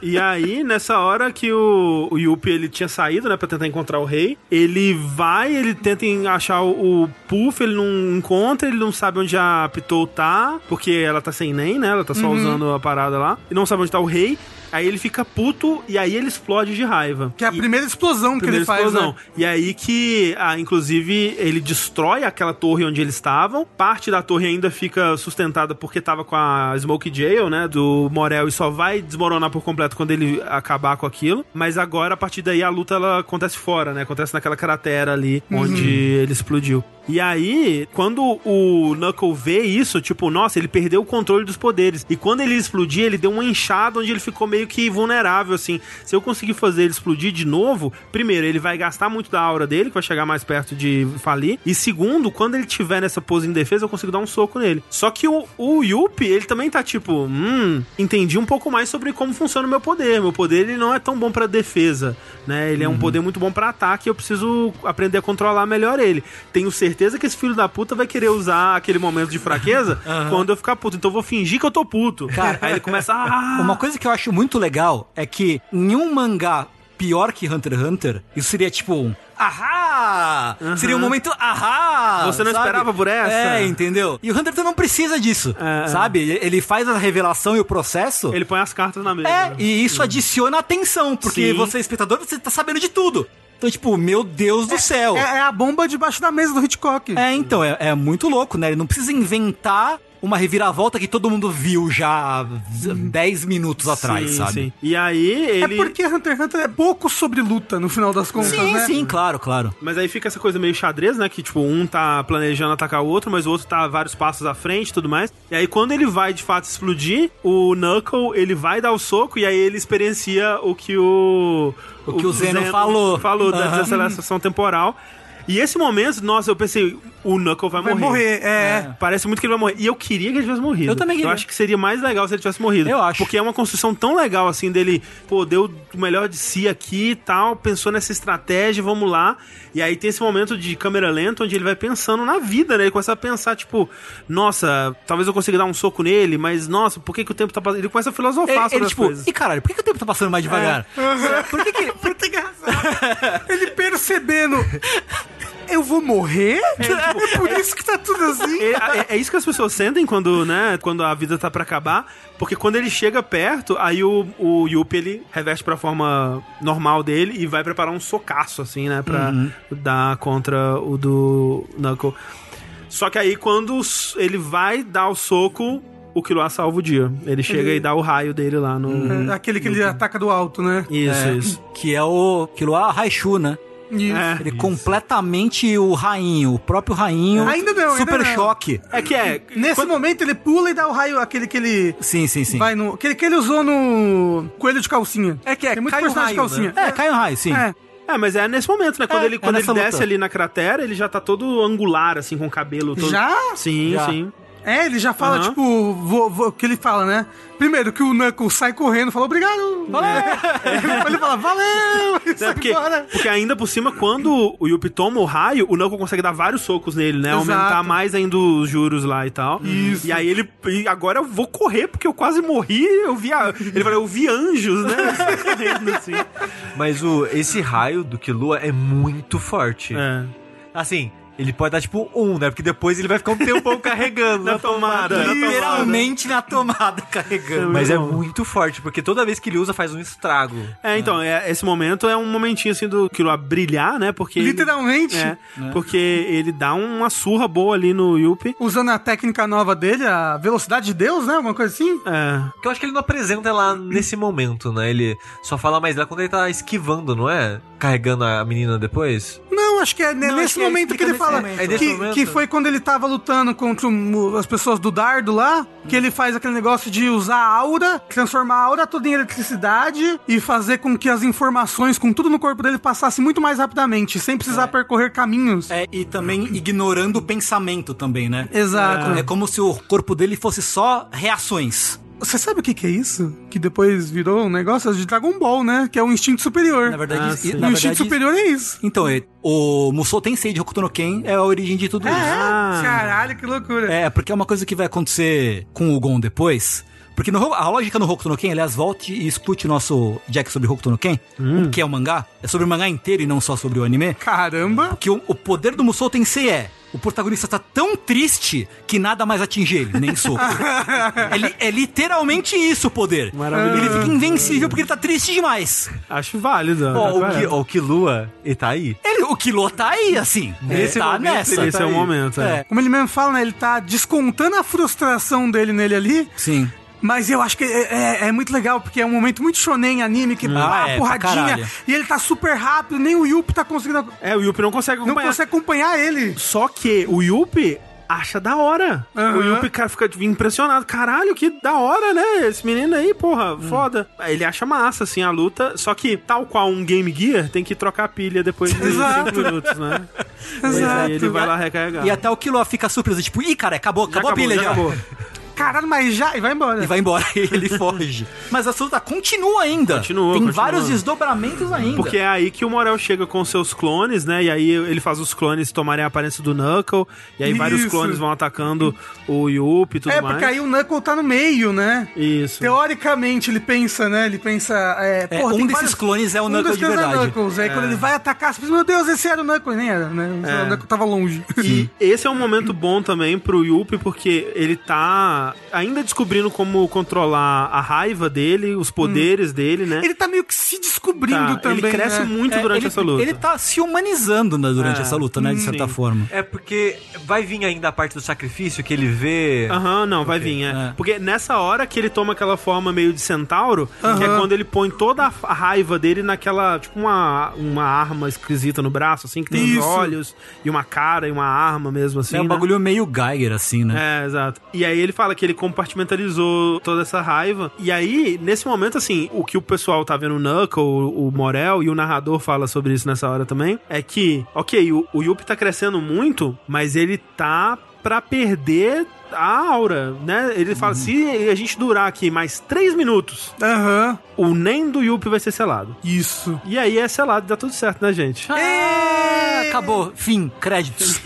[SPEAKER 2] E aí, nessa hora que o, o Yuppie, ele tinha saído, né, pra tentar encontrar o rei, ele vai, ele tenta em- achar o, o Puff, ele não encontra, ele não sabe onde a Pitou tá, porque ela tá sem nem, né, ela tá só usando a parada lá, e não sabe onde tá o rei, aí ele fica puto e aí ele explode de raiva.
[SPEAKER 4] Que é a primeira explosão que
[SPEAKER 2] Primeira
[SPEAKER 4] ele faz,
[SPEAKER 2] explosão.
[SPEAKER 4] né?
[SPEAKER 2] E aí que, ah, inclusive, ele destrói aquela torre onde eles estavam. Parte da torre ainda fica sustentada porque tava com a Smoke Jail, né? Do Morel, e só vai desmoronar por completo quando ele acabar com aquilo. Mas agora, a partir daí, a luta ela acontece fora, né? Acontece naquela cratera ali
[SPEAKER 4] Uhum.
[SPEAKER 2] onde ele explodiu. E aí, quando o Knuckle vê isso, tipo, nossa, ele perdeu o controle dos poderes. E quando ele explodir, ele deu uma enxada onde ele ficou meio que vulnerável, assim. Se eu conseguir fazer ele explodir de novo, primeiro, ele vai gastar muito da aura dele, que vai chegar mais perto de falir. E segundo, quando ele tiver nessa pose indefesa, eu consigo dar um soco nele. Só que o, o Yuppie, ele também tá tipo, hum, entendi um pouco mais sobre como funciona o meu poder. Meu poder, ele não é tão bom pra defesa, né? Ele é um poder muito bom pra ataque, eu preciso aprender a controlar melhor ele. Tenho certeza que esse filho da puta vai querer usar aquele momento de fraqueza quando eu ficar puto. Então eu vou fingir que eu tô puto.
[SPEAKER 1] Cara,
[SPEAKER 2] Aí ele começa, ah...
[SPEAKER 1] Uma coisa que eu acho muito legal é que em um mangá pior que Hunter x Hunter, isso seria tipo um ahá! Seria um momento ahá!
[SPEAKER 2] Você não
[SPEAKER 1] sabe?
[SPEAKER 2] esperava por essa?
[SPEAKER 1] É, entendeu? E o Hunter x Hunter não precisa disso,
[SPEAKER 2] É.
[SPEAKER 1] sabe? Ele- Ele faz a revelação e o processo.
[SPEAKER 2] Ele põe as cartas na mesa.
[SPEAKER 1] É,
[SPEAKER 2] né?
[SPEAKER 1] e isso adiciona atenção, porque
[SPEAKER 2] Sim.
[SPEAKER 1] você, espectador, você tá sabendo de tudo. Então, tipo, meu Deus do céu.
[SPEAKER 4] É, é a bomba debaixo da mesa do Hitchcock.
[SPEAKER 1] É, então, é, é muito louco, né? Ele não precisa inventar uma reviravolta que todo mundo viu já há 10 minutos atrás,
[SPEAKER 2] Sim,
[SPEAKER 1] sabe?
[SPEAKER 2] sim. E aí ele...
[SPEAKER 4] É porque Hunter x Hunter é pouco sobre luta, no final das contas,
[SPEAKER 1] Sim,
[SPEAKER 4] né?
[SPEAKER 1] sim, claro, claro.
[SPEAKER 2] Mas aí fica essa coisa meio xadrez, né? Que, tipo, um tá planejando atacar o outro, mas o outro tá vários passos à frente e tudo mais. E aí, quando ele vai, de fato, explodir, o Knuckle, ele vai dar o soco e aí ele experiencia o que o...
[SPEAKER 1] O que o Zeno falou.
[SPEAKER 2] Falou da
[SPEAKER 1] Aham.
[SPEAKER 2] desaceleração temporal. E esse momento, nossa, eu pensei, o Knuckle vai,
[SPEAKER 4] Vai morrer, é.
[SPEAKER 2] Parece muito que ele vai morrer. E eu queria que ele tivesse morrido.
[SPEAKER 1] Eu também queria.
[SPEAKER 2] Eu acho que seria mais legal se ele tivesse morrido.
[SPEAKER 1] Eu acho.
[SPEAKER 2] Porque é uma construção tão legal, assim, dele, pô, deu o melhor de si aqui e tal, pensou nessa estratégia, vamos lá. E aí tem esse momento de câmera lenta, onde ele vai pensando na vida, né? Ele começa a pensar, tipo, nossa, talvez eu consiga dar um soco nele, mas, nossa, por que, que o tempo tá passando? Ele começa a filosofar
[SPEAKER 1] Ele,
[SPEAKER 2] sobre
[SPEAKER 1] ele,
[SPEAKER 2] as
[SPEAKER 1] tipo,
[SPEAKER 2] coisas. É.
[SPEAKER 1] e caralho, por que, que o tempo tá passando mais devagar? Por que, que
[SPEAKER 4] Puta engraçado. Ele percebendo. Eu vou morrer? É, por isso que tá tudo assim.
[SPEAKER 2] É, é- é isso que as pessoas sentem quando, né, quando a vida tá pra acabar, porque quando ele chega perto, aí o, o Yuppie, ele reveste pra forma normal dele e vai preparar um socaço, assim, né, pra
[SPEAKER 1] Uhum.
[SPEAKER 2] dar contra o do Knuckle. Só que aí quando s- ele vai dar o soco, o Killua salva o dia. Ele chega
[SPEAKER 4] Ele-
[SPEAKER 2] e dá o raio dele lá no...
[SPEAKER 4] É Aquele que ele ataca do alto, né?
[SPEAKER 2] Isso, isso.
[SPEAKER 1] Que Uhum. é o Killua Raichu, né?
[SPEAKER 4] Isso.
[SPEAKER 2] É.
[SPEAKER 1] Ele completamente o rainho, o próprio rainho.
[SPEAKER 4] Ainda não, ainda
[SPEAKER 1] Super
[SPEAKER 4] não.
[SPEAKER 1] choque.
[SPEAKER 2] É que é...
[SPEAKER 4] Nesse
[SPEAKER 2] quando-
[SPEAKER 4] momento ele pula e dá o raio, aquele que ele
[SPEAKER 1] Sim, sim, sim.
[SPEAKER 4] vai no. Aquele que ele usou no. Coelho de calcinha.
[SPEAKER 3] É que é,
[SPEAKER 4] Tem muito
[SPEAKER 3] cai o
[SPEAKER 4] personagem
[SPEAKER 3] raio,
[SPEAKER 4] de calcinha.
[SPEAKER 1] É, cai um raio, sim.
[SPEAKER 4] É.
[SPEAKER 2] É, mas é nesse momento, né? Quando
[SPEAKER 1] É,
[SPEAKER 2] ele,
[SPEAKER 1] é
[SPEAKER 2] quando ele
[SPEAKER 1] nessa luta.
[SPEAKER 2] desce ali na cratera, ele já tá todo angular, assim, com o cabelo todo...
[SPEAKER 4] Já?
[SPEAKER 2] Sim,
[SPEAKER 1] Já.
[SPEAKER 2] sim.
[SPEAKER 4] É, ele já fala,
[SPEAKER 2] Aham.
[SPEAKER 4] tipo, vou, vou- que ele fala, né? Primeiro que o Knuckles sai correndo, fala, obrigado! Valeu! ele fala, valeu! E
[SPEAKER 2] Né,
[SPEAKER 4] sai
[SPEAKER 2] porque,
[SPEAKER 4] embora.
[SPEAKER 2] porque ainda por cima, quando o Yuppie toma o raio, o Knuckles consegue dar vários socos nele, né?
[SPEAKER 4] Exato.
[SPEAKER 2] Aumentar mais ainda os juros lá e tal.
[SPEAKER 4] Isso.
[SPEAKER 2] E aí ele. e agora eu vou correr, porque eu quase morri. Eu vi. a- ele falou, eu vi anjos, né? Correndo, assim.
[SPEAKER 3] Mas o, esse raio do Killua é muito forte.
[SPEAKER 2] É.
[SPEAKER 3] Assim, ele pode dar tipo um, né? Porque depois ele vai ficar um tempão carregando
[SPEAKER 4] é
[SPEAKER 2] Na tomada, na tomada.
[SPEAKER 1] Literalmente na tomada carregando.
[SPEAKER 3] Mas é muito forte, porque toda vez que ele usa faz um estrago.
[SPEAKER 2] É, então, é- esse momento é um momentinho assim do Killua brilhar, né? Porque. ele-
[SPEAKER 4] Literalmente,
[SPEAKER 2] é, porque ele dá uma surra boa ali no Yuppie.
[SPEAKER 4] usando a técnica nova dele, a velocidade de Deus, né? Alguma coisa assim.
[SPEAKER 2] É.
[SPEAKER 3] Que eu acho que ele não apresenta ela nesse momento, né? Ele só fala mais dela quando ele tá esquivando, não é? Carregando a menina depois.
[SPEAKER 4] Não, acho que é ne-
[SPEAKER 1] Não, acho
[SPEAKER 4] nesse
[SPEAKER 1] que é,
[SPEAKER 4] momento que
[SPEAKER 1] explica
[SPEAKER 4] ele
[SPEAKER 1] nesse momento.
[SPEAKER 4] fala.
[SPEAKER 3] É nesse
[SPEAKER 4] Que,
[SPEAKER 3] momento?
[SPEAKER 4] que foi quando ele tava lutando contra o- as pessoas do dardo lá, que ele faz aquele negócio de usar a aura, transformar a aura toda em eletricidade e fazer com que as informações com tudo no corpo dele passassem muito mais rapidamente, sem precisar percorrer caminhos.
[SPEAKER 1] É, e também ignorando o pensamento também, né?
[SPEAKER 4] Exato.
[SPEAKER 1] É como se o corpo dele fosse só reações.
[SPEAKER 4] Você sabe o que, que é isso? Que depois virou um negócio de Dragon Ball, né? Que é o instinto superior.
[SPEAKER 1] Na verdade,
[SPEAKER 2] Ah,
[SPEAKER 1] isso-
[SPEAKER 2] sim.
[SPEAKER 1] na
[SPEAKER 4] e o
[SPEAKER 1] verdade
[SPEAKER 4] instinto superior é isso.
[SPEAKER 1] Então, é, o Musou Tensei de Hokuto no Ken é a origem de tudo isso.
[SPEAKER 2] Ah.
[SPEAKER 4] Caralho, que loucura.
[SPEAKER 1] É, porque é uma coisa que vai acontecer com o Gon depois. Porque no Ho- a lógica no Hokuto no Ken, aliás, volte e escute o nosso Jack sobre Hokuto no Ken, que é o mangá. É sobre o mangá inteiro e não só sobre o anime.
[SPEAKER 4] Caramba.
[SPEAKER 1] Que o, o poder do Musou Tensei é... O protagonista tá tão triste que nada mais atinge ele, nem soco. é, li- é literalmente isso o poder.
[SPEAKER 2] Maravilhoso.
[SPEAKER 1] Ele fica invencível porque ele tá triste demais.
[SPEAKER 2] Acho válido.
[SPEAKER 3] Ó, o,
[SPEAKER 2] É.
[SPEAKER 3] Ki- ó, o Killua, ele tá aí.
[SPEAKER 1] Ele, o Kilo tá aí, assim.
[SPEAKER 3] Nesse
[SPEAKER 1] ele tá
[SPEAKER 3] momento,
[SPEAKER 1] nessa.
[SPEAKER 2] Esse é o momento. é.
[SPEAKER 1] É,
[SPEAKER 4] Como ele mesmo fala, né? Ele tá descontando a frustração dele nele ali.
[SPEAKER 1] sim.
[SPEAKER 4] Mas eu acho que é, é- é muito legal, porque é um momento muito shonen anime, que pá,
[SPEAKER 1] é, pra
[SPEAKER 4] porradinha.
[SPEAKER 1] caralho.
[SPEAKER 4] E ele tá super rápido, nem o Yuppie tá conseguindo. ac-
[SPEAKER 2] É, o Yuppie não consegue
[SPEAKER 4] Não
[SPEAKER 2] acompanhar.
[SPEAKER 4] consegue acompanhar ele.
[SPEAKER 2] Só que o Yuppie acha da hora.
[SPEAKER 4] Aham.
[SPEAKER 2] O Yuppie cara, fica impressionado. Caralho, que da hora, né? Esse menino aí, porra, foda. Ele acha massa, assim, a luta. Só que, tal qual um Game Gear, tem que trocar a pilha depois de
[SPEAKER 4] Exato.
[SPEAKER 2] 5 minutos, né? Mas
[SPEAKER 4] Exato.
[SPEAKER 2] aí ele vai lá recarregar.
[SPEAKER 1] E até o Kilo fica surpreso, tipo, ih, cara, acabou,
[SPEAKER 2] Já
[SPEAKER 1] acabou, a pilha já.
[SPEAKER 2] acabou.
[SPEAKER 4] Caralho, mas já. E vai embora.
[SPEAKER 1] E vai embora, e ele foge. Mas a luta continua ainda.
[SPEAKER 2] Continua,
[SPEAKER 1] Tem
[SPEAKER 2] continua.
[SPEAKER 1] vários desdobramentos ainda.
[SPEAKER 2] Porque é aí que o Morel chega com seus clones, né? E aí ele faz os clones tomarem a aparência do Knuckle. E aí vários
[SPEAKER 4] Isso.
[SPEAKER 2] clones vão atacando o Yuppie e tudo
[SPEAKER 4] é,
[SPEAKER 2] mais.
[SPEAKER 4] porque aí o Knuckle tá no meio, né?
[SPEAKER 2] Isso.
[SPEAKER 4] Teoricamente, ele pensa, né? Ele pensa. É,
[SPEAKER 1] É,
[SPEAKER 4] porra,
[SPEAKER 1] um
[SPEAKER 4] tem
[SPEAKER 1] desses
[SPEAKER 4] vários-
[SPEAKER 1] clones é o Knuckles
[SPEAKER 4] dos
[SPEAKER 1] de
[SPEAKER 4] três é o
[SPEAKER 1] verdade.
[SPEAKER 4] Knuckles. Aí quando ele vai atacar, você pensa, meu Deus, esse era o Knuckles. Nem era, né?
[SPEAKER 1] É.
[SPEAKER 4] O Knuckles tava longe.
[SPEAKER 2] E esse é um momento bom também pro Yuppie, porque ele tá ainda descobrindo como controlar a raiva dele, os poderes dele, né?
[SPEAKER 4] Ele tá meio que se descobrindo
[SPEAKER 2] Tá,
[SPEAKER 4] também.
[SPEAKER 2] ele cresce
[SPEAKER 4] né?
[SPEAKER 2] muito
[SPEAKER 1] É,
[SPEAKER 2] durante
[SPEAKER 1] ele,
[SPEAKER 2] essa luta.
[SPEAKER 1] Ele tá se humanizando né, durante
[SPEAKER 2] É.
[SPEAKER 1] essa luta, né? De
[SPEAKER 2] Sim.
[SPEAKER 1] certa forma.
[SPEAKER 3] É porque vai vir ainda a parte do sacrifício que ele vê.
[SPEAKER 2] Aham, não, vai vir, é.
[SPEAKER 1] É.
[SPEAKER 2] Porque nessa hora que ele toma aquela forma meio de centauro, que é quando ele põe toda a a raiva dele naquela, tipo, uma, uma arma esquisita no braço, assim, que tem os
[SPEAKER 4] Isso.
[SPEAKER 2] olhos e uma cara e uma arma mesmo, assim.
[SPEAKER 1] é um
[SPEAKER 2] né?
[SPEAKER 1] bagulho meio Geiger, assim, né?
[SPEAKER 2] É, exato. E aí ele fala fala que ele compartimentalizou toda essa raiva. E aí, nesse momento, assim, o que o pessoal tá vendo, o Knuckle, o Morel e o narrador fala sobre isso nessa hora também, é que, ok, o, o Yuppie tá crescendo muito, mas ele tá pra perder a aura, né? Ele fala, se a gente durar aqui mais três minutos,
[SPEAKER 4] Aham.
[SPEAKER 2] o NEM do Yuppie vai ser selado.
[SPEAKER 4] Isso.
[SPEAKER 2] E aí é selado, dá tudo certo, né, gente?
[SPEAKER 1] É, acabou, fim, créditos.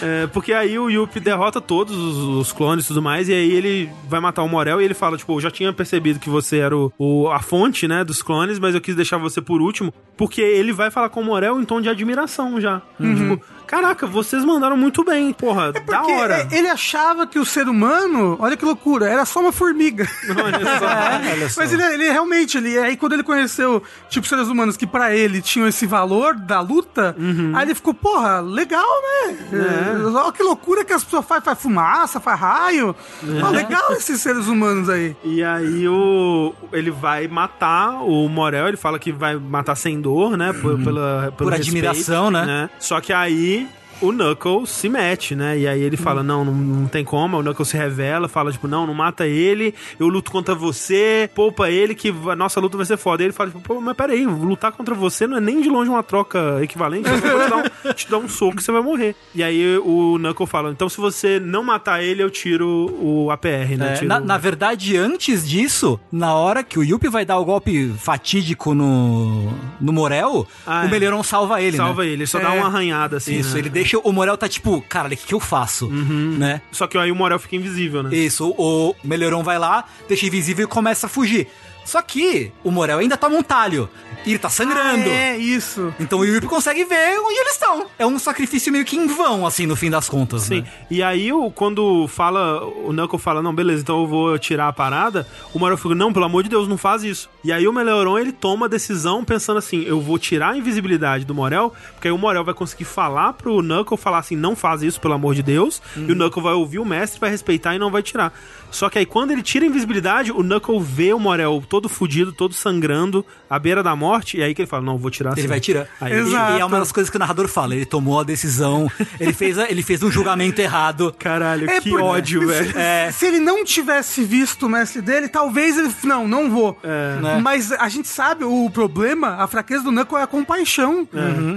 [SPEAKER 2] É, porque aí o Yuppie derrota todos os, os clones e tudo mais, e aí ele vai matar o Morel e ele fala, tipo, eu já tinha percebido que você era o, o- a fonte, né, dos clones, mas eu quis deixar você por último, porque ele vai falar com o Morel em tom de admiração já. Tipo, caraca, vocês mandaram muito bem, porra, da
[SPEAKER 4] Porque é,
[SPEAKER 2] hora.
[SPEAKER 4] Ele achava que o ser humano, olha que loucura, era só uma formiga.
[SPEAKER 2] Olha só.
[SPEAKER 4] Mas ele, ele realmente, ele, aí quando ele conheceu, tipo, seres humanos que pra ele tinham esse valor da luta,
[SPEAKER 2] Uhum.
[SPEAKER 4] aí ele ficou, porra, legal, né? É, Olha que loucura que as pessoas fazem, faz fumaça, faz raio.
[SPEAKER 2] É.
[SPEAKER 4] Ó, legal esses seres humanos aí.
[SPEAKER 2] E aí o ele vai matar o Morel, ele fala que vai matar sem dor, né? Por, pela, pelo
[SPEAKER 1] Uhum. Por admiração, né?
[SPEAKER 2] Só que aí o Knuckles se mete, né? E aí ele
[SPEAKER 1] Hum.
[SPEAKER 2] fala, não, não, não tem como. O Knuckles se revela, fala, tipo, não, não mata ele, eu luto contra você, poupa ele que a nossa luta vai ser foda. E ele fala, tipo, pô, mas peraí, lutar contra você não é nem de longe uma troca equivalente, eu vou te dar um, te dar um soco e você vai morrer. E aí o Knuckles fala, então se você não matar ele, eu tiro o APR, né?
[SPEAKER 1] É,
[SPEAKER 2] Tiro
[SPEAKER 1] na,
[SPEAKER 2] o-
[SPEAKER 1] na verdade, antes disso, na hora que o Yuppie vai dar o golpe fatídico no, no Morel,
[SPEAKER 2] Ah, é.
[SPEAKER 1] o Melhorão salva ele,
[SPEAKER 2] Salva
[SPEAKER 1] né?
[SPEAKER 2] ele, ele só dá uma arranhada assim.
[SPEAKER 1] Isso,
[SPEAKER 2] né?
[SPEAKER 1] ele deixa. O Morel tá tipo, cara, o que, que eu faço?
[SPEAKER 2] Uhum.
[SPEAKER 1] Né?
[SPEAKER 2] Só que aí o Morel fica invisível, né?
[SPEAKER 1] Isso, o o Melhorão vai lá, deixa invisível e começa a fugir. Só que o Morel ainda toma um talho. E ele tá
[SPEAKER 2] Ah,
[SPEAKER 1] sangrando.
[SPEAKER 4] É, isso.
[SPEAKER 1] Então o Yuppie consegue ver onde eles estão. É um sacrifício meio que em vão, assim, no fim das contas.
[SPEAKER 2] Sim.
[SPEAKER 1] né?
[SPEAKER 2] E aí, o- quando fala, o Knuckle fala, não, beleza, então eu vou tirar a parada, o Morel fica, não, pelo amor de Deus, não faz isso. E aí o Meleoron, ele toma a decisão pensando assim, eu vou tirar a invisibilidade do Morel, porque aí o Morel vai conseguir falar pro Knuckle, falar assim, não faz isso, pelo amor de Deus,
[SPEAKER 1] Uhum.
[SPEAKER 2] e o Knuckle vai ouvir o mestre, vai respeitar e não vai tirar. Só que aí, quando ele tira a invisibilidade, o Knuckle vê o Morel todo fudido, todo sangrando, à beira da morte, e aí que ele fala, não, vou tirar
[SPEAKER 1] Ele
[SPEAKER 2] sim."
[SPEAKER 1] vai tirar.
[SPEAKER 2] Aí
[SPEAKER 1] E-
[SPEAKER 2] ele
[SPEAKER 1] E, é uma das coisas que o narrador fala. Ele tomou a decisão, ele fez, a- ele fez um julgamento errado.
[SPEAKER 2] Caralho,
[SPEAKER 1] É
[SPEAKER 2] que
[SPEAKER 4] porque-
[SPEAKER 2] ódio, velho.
[SPEAKER 4] É se, se ele não tivesse visto o mestre dele, talvez ele. Não, não vou.
[SPEAKER 1] Né?
[SPEAKER 4] Mas a gente sabe o problema, a fraqueza do Knuckle é a compaixão.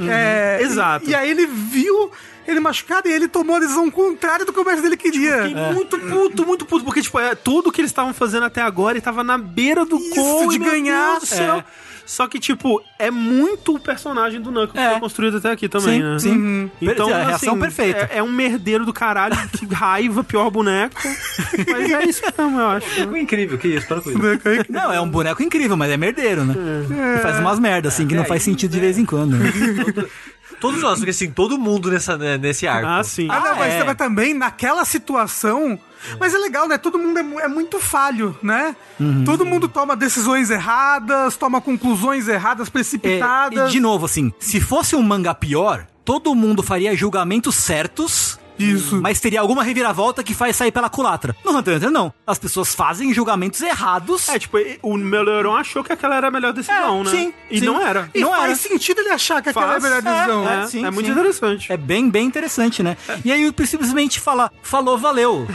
[SPEAKER 4] É, e-
[SPEAKER 2] Exato.
[SPEAKER 4] E, aí ele viu ele machucado e ele tomou a decisão contrária do que o mestre dele queria.
[SPEAKER 2] Fiquei muito puto, muito puto, porque, tipo, é tudo que eles estavam fazendo até agora e tava na beira do
[SPEAKER 4] Isso,
[SPEAKER 2] gol
[SPEAKER 4] de
[SPEAKER 2] e, meu
[SPEAKER 4] ganhar,
[SPEAKER 2] Deus do céu.
[SPEAKER 1] é.
[SPEAKER 2] Só que, tipo, é muito o personagem do Knuckles
[SPEAKER 1] É.
[SPEAKER 2] que foi construído até aqui também,
[SPEAKER 1] Sim,
[SPEAKER 2] né?
[SPEAKER 1] sim. Uhum.
[SPEAKER 2] Então,
[SPEAKER 1] É, a reação
[SPEAKER 2] assim,
[SPEAKER 1] perfeita.
[SPEAKER 2] É, é um merdeiro do caralho, que raiva, pior boneco. Mas é isso mesmo, eu acho.
[SPEAKER 3] Ficou incrível, que isso, para com isso.
[SPEAKER 1] Não, é um boneco incrível, mas é merdeiro, né?
[SPEAKER 2] É.
[SPEAKER 1] E faz umas merdas, assim, que não faz sentido de vez em quando. né?
[SPEAKER 3] Todos nós, porque assim, todo mundo nessa, né, nesse arco.
[SPEAKER 2] Ah, sim.
[SPEAKER 4] Ah, não, mas
[SPEAKER 1] é.
[SPEAKER 4] também- também naquela situação. Mas é legal, né? Todo mundo é, mu- é muito falho, né? Todo mundo toma decisões erradas, toma conclusões erradas,
[SPEAKER 1] É,
[SPEAKER 4] precipitadas.
[SPEAKER 1] e de novo, assim, se fosse um manga pior, todo mundo faria julgamentos certos.
[SPEAKER 4] Isso.
[SPEAKER 1] Mas teria alguma reviravolta que faz sair pela culatra. No Hunter x Hunter, não. As pessoas fazem julgamentos errados.
[SPEAKER 2] É, tipo, o Melhoron achou que aquela era a melhor decisão,
[SPEAKER 1] É,
[SPEAKER 2] né?
[SPEAKER 1] sim,
[SPEAKER 2] E
[SPEAKER 1] sim.
[SPEAKER 2] não era.
[SPEAKER 4] E
[SPEAKER 1] não
[SPEAKER 4] faz
[SPEAKER 1] era.
[SPEAKER 4] sentido ele achar que aquela é a
[SPEAKER 2] Faz,
[SPEAKER 4] melhor decisão.
[SPEAKER 2] É,
[SPEAKER 1] É, sim,
[SPEAKER 2] é muito
[SPEAKER 1] sim.
[SPEAKER 2] interessante.
[SPEAKER 1] É bem, bem interessante, né? E aí o Yuppie simplesmente fala, falou, valeu.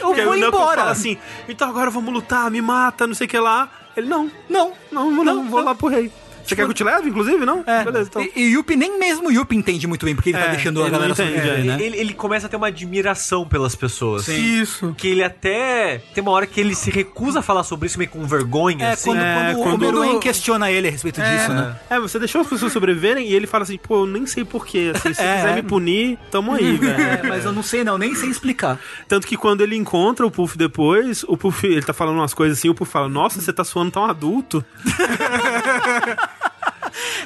[SPEAKER 1] Eu
[SPEAKER 2] Porque aí
[SPEAKER 1] vou
[SPEAKER 2] o Knuckles
[SPEAKER 1] embora.
[SPEAKER 2] Fala assim, então agora vamos lutar, me mata, não sei o que lá. Ele, não,
[SPEAKER 1] Não, Tipo,
[SPEAKER 2] Não, não, não, vou lá pro rei. Você quer que eu te leve, inclusive, não?
[SPEAKER 1] É.
[SPEAKER 2] Beleza, então.
[SPEAKER 1] E, e o Yuppie, nem mesmo o Yuppie entende muito bem, porque ele
[SPEAKER 2] É,
[SPEAKER 1] tá deixando a
[SPEAKER 2] ele não
[SPEAKER 1] galera
[SPEAKER 2] entende,
[SPEAKER 1] sobreviver,
[SPEAKER 2] é.
[SPEAKER 1] né?
[SPEAKER 3] ele, ele começa a ter uma admiração pelas pessoas.
[SPEAKER 4] Isso.
[SPEAKER 3] Que ele até. Tem uma hora que ele se recusa a falar sobre isso meio com vergonha.
[SPEAKER 1] É,
[SPEAKER 3] assim.
[SPEAKER 1] quando,
[SPEAKER 2] É,
[SPEAKER 1] quando
[SPEAKER 2] quando-
[SPEAKER 1] o Meruem questiona ele a respeito disso, né?
[SPEAKER 2] É, você deixou as pessoas sobreviverem e ele fala assim, pô, eu nem sei porquê. Assim, se
[SPEAKER 1] É.
[SPEAKER 2] quiser me punir, tamo aí, velho.
[SPEAKER 1] É, mas eu não sei não, nem sei explicar.
[SPEAKER 2] Tanto que quando ele encontra o Puff depois, o Puff, ele tá falando umas coisas assim, o Puff fala, nossa, você tá suando tão adulto.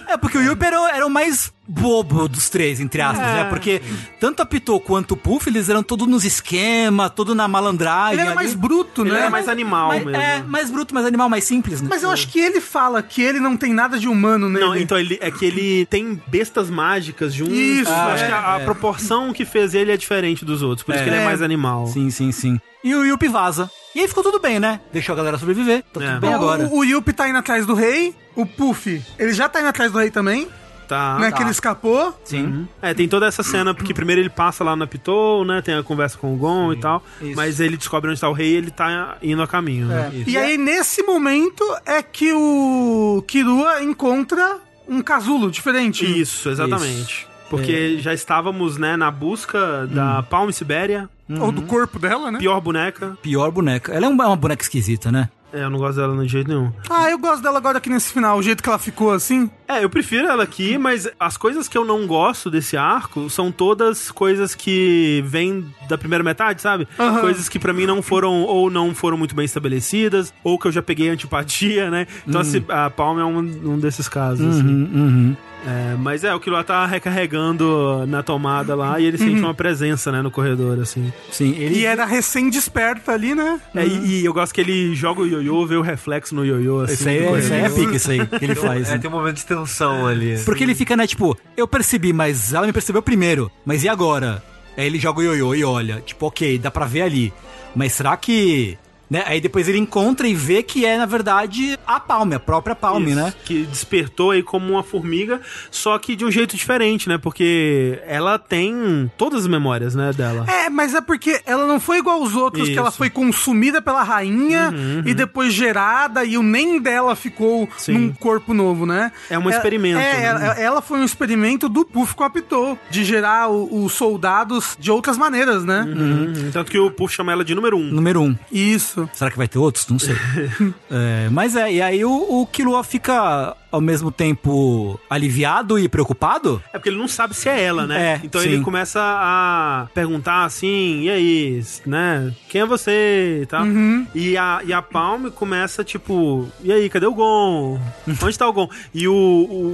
[SPEAKER 1] É, porque o Yuppie era, o- era o mais bobo dos três, entre aspas,
[SPEAKER 2] É.
[SPEAKER 1] né? Porque tanto a Pitou quanto o Puff, eles eram todos nos esquemas, todo na malandragem.
[SPEAKER 4] Ele era
[SPEAKER 1] ali.
[SPEAKER 4] mais bruto,
[SPEAKER 2] Ele
[SPEAKER 4] né?
[SPEAKER 2] era mais animal
[SPEAKER 1] Mas-
[SPEAKER 2] mesmo.
[SPEAKER 1] É, mais bruto, mais animal, mais simples, né?
[SPEAKER 4] Mas eu acho que ele fala que ele não tem nada de humano nele.
[SPEAKER 2] Não, então ele, é que ele tem bestas mágicas juntos.
[SPEAKER 4] Isso,
[SPEAKER 2] Eu acho
[SPEAKER 4] é,
[SPEAKER 2] que a, a
[SPEAKER 1] é.
[SPEAKER 2] proporção que fez ele é diferente dos outros, por isso
[SPEAKER 1] É.
[SPEAKER 2] que ele é
[SPEAKER 4] É.
[SPEAKER 2] mais animal.
[SPEAKER 1] Sim, sim, sim. E o Yuppie vaza. E aí ficou tudo bem, né? Deixou a galera sobreviver, tá
[SPEAKER 2] É.
[SPEAKER 5] um
[SPEAKER 1] tudo bem agora.
[SPEAKER 4] O, o Yuppie tá indo atrás do rei. O Puff, ele já tá indo atrás do rei também.
[SPEAKER 2] Tá.
[SPEAKER 4] né? Que ele escapou.
[SPEAKER 5] Sim.
[SPEAKER 2] É, tem toda essa cena, porque primeiro ele passa lá na Pitou, né? Tem a conversa com o Gon e tal.
[SPEAKER 5] isso.
[SPEAKER 2] Mas ele descobre onde tá o rei e ele tá indo a caminho, né?
[SPEAKER 5] É.
[SPEAKER 4] E aí, nesse momento, é que o Kirua encontra um casulo diferente.
[SPEAKER 2] Isso, exatamente. Porque já estávamos, né, na busca da Palm Sibéria,
[SPEAKER 4] Ou do corpo dela, né?
[SPEAKER 2] pior boneca.
[SPEAKER 5] Pior boneca. Ela é uma, uma boneca esquisita, né?
[SPEAKER 2] É, eu não gosto dela de jeito nenhum.
[SPEAKER 4] Ah, eu gosto dela agora aqui nesse final, o jeito que ela ficou assim.
[SPEAKER 2] É, eu prefiro ela aqui, mas as coisas que eu não gosto desse arco são todas coisas que vêm da primeira metade, sabe?
[SPEAKER 4] Aham.
[SPEAKER 2] Coisas que pra mim não foram ou não foram muito bem estabelecidas, ou que eu já peguei antipatia, né? Então assim, a Palm é um, um desses casos. assim.
[SPEAKER 5] Hum. Uhum,
[SPEAKER 2] É, mas é, o Killua tá recarregando na tomada lá e ele sente
[SPEAKER 5] Uhum.
[SPEAKER 2] uma presença, né, no corredor, assim.
[SPEAKER 5] Sim, ele.
[SPEAKER 4] E é era recém-desperta ali, né?
[SPEAKER 2] É,
[SPEAKER 5] Uhum.
[SPEAKER 2] e, e eu gosto que ele joga o ioiô, vê o reflexo no ioiô, assim.
[SPEAKER 5] Isso aí, é, isso aí é pica, isso aí que ele faz.
[SPEAKER 3] É,
[SPEAKER 5] né?
[SPEAKER 3] tem um momento de tensão ali.
[SPEAKER 5] Porque ele fica, né, tipo, eu percebi, mas ela me percebeu primeiro. Mas e agora? Aí ele joga o ioiô e olha, tipo, ok, dá pra ver ali. Mas será que. Né? Aí depois ele encontra e vê que é, na verdade, a Palme, a própria Palme,
[SPEAKER 2] Isso,
[SPEAKER 5] né?
[SPEAKER 2] Que despertou aí como uma formiga, só que de um jeito diferente, né? Porque ela tem todas as memórias, né, dela.
[SPEAKER 4] É, mas é porque ela não foi igual aos outros, que ela
[SPEAKER 2] Isso. Uhum,
[SPEAKER 4] foi consumida pela rainha e depois gerada, e o nem dela ficou
[SPEAKER 2] Sim.
[SPEAKER 4] num corpo novo, né?
[SPEAKER 2] É um
[SPEAKER 4] Ela-
[SPEAKER 2] experimento,
[SPEAKER 4] É,
[SPEAKER 2] né?
[SPEAKER 4] ela, ela foi um experimento do Puff com a Pitou, de gerar o- os soldados de outras maneiras, né?
[SPEAKER 2] Uhum. Tanto que o Puff chama ela de número um.
[SPEAKER 5] Número um.
[SPEAKER 4] Isso.
[SPEAKER 5] Será que vai ter outros? Não sei. É, mas é, e aí o, o Killua fica ao mesmo tempo aliviado e preocupado?
[SPEAKER 2] É porque ele não sabe se é ela, né?
[SPEAKER 5] É,
[SPEAKER 2] então
[SPEAKER 5] sim.
[SPEAKER 2] ele começa a perguntar assim, e aí, né? Quem é você? E, tal.
[SPEAKER 5] Uhum.
[SPEAKER 2] e, a, e a Palme começa, tipo, e aí, cadê o Gon? Onde tá o Gon? E o,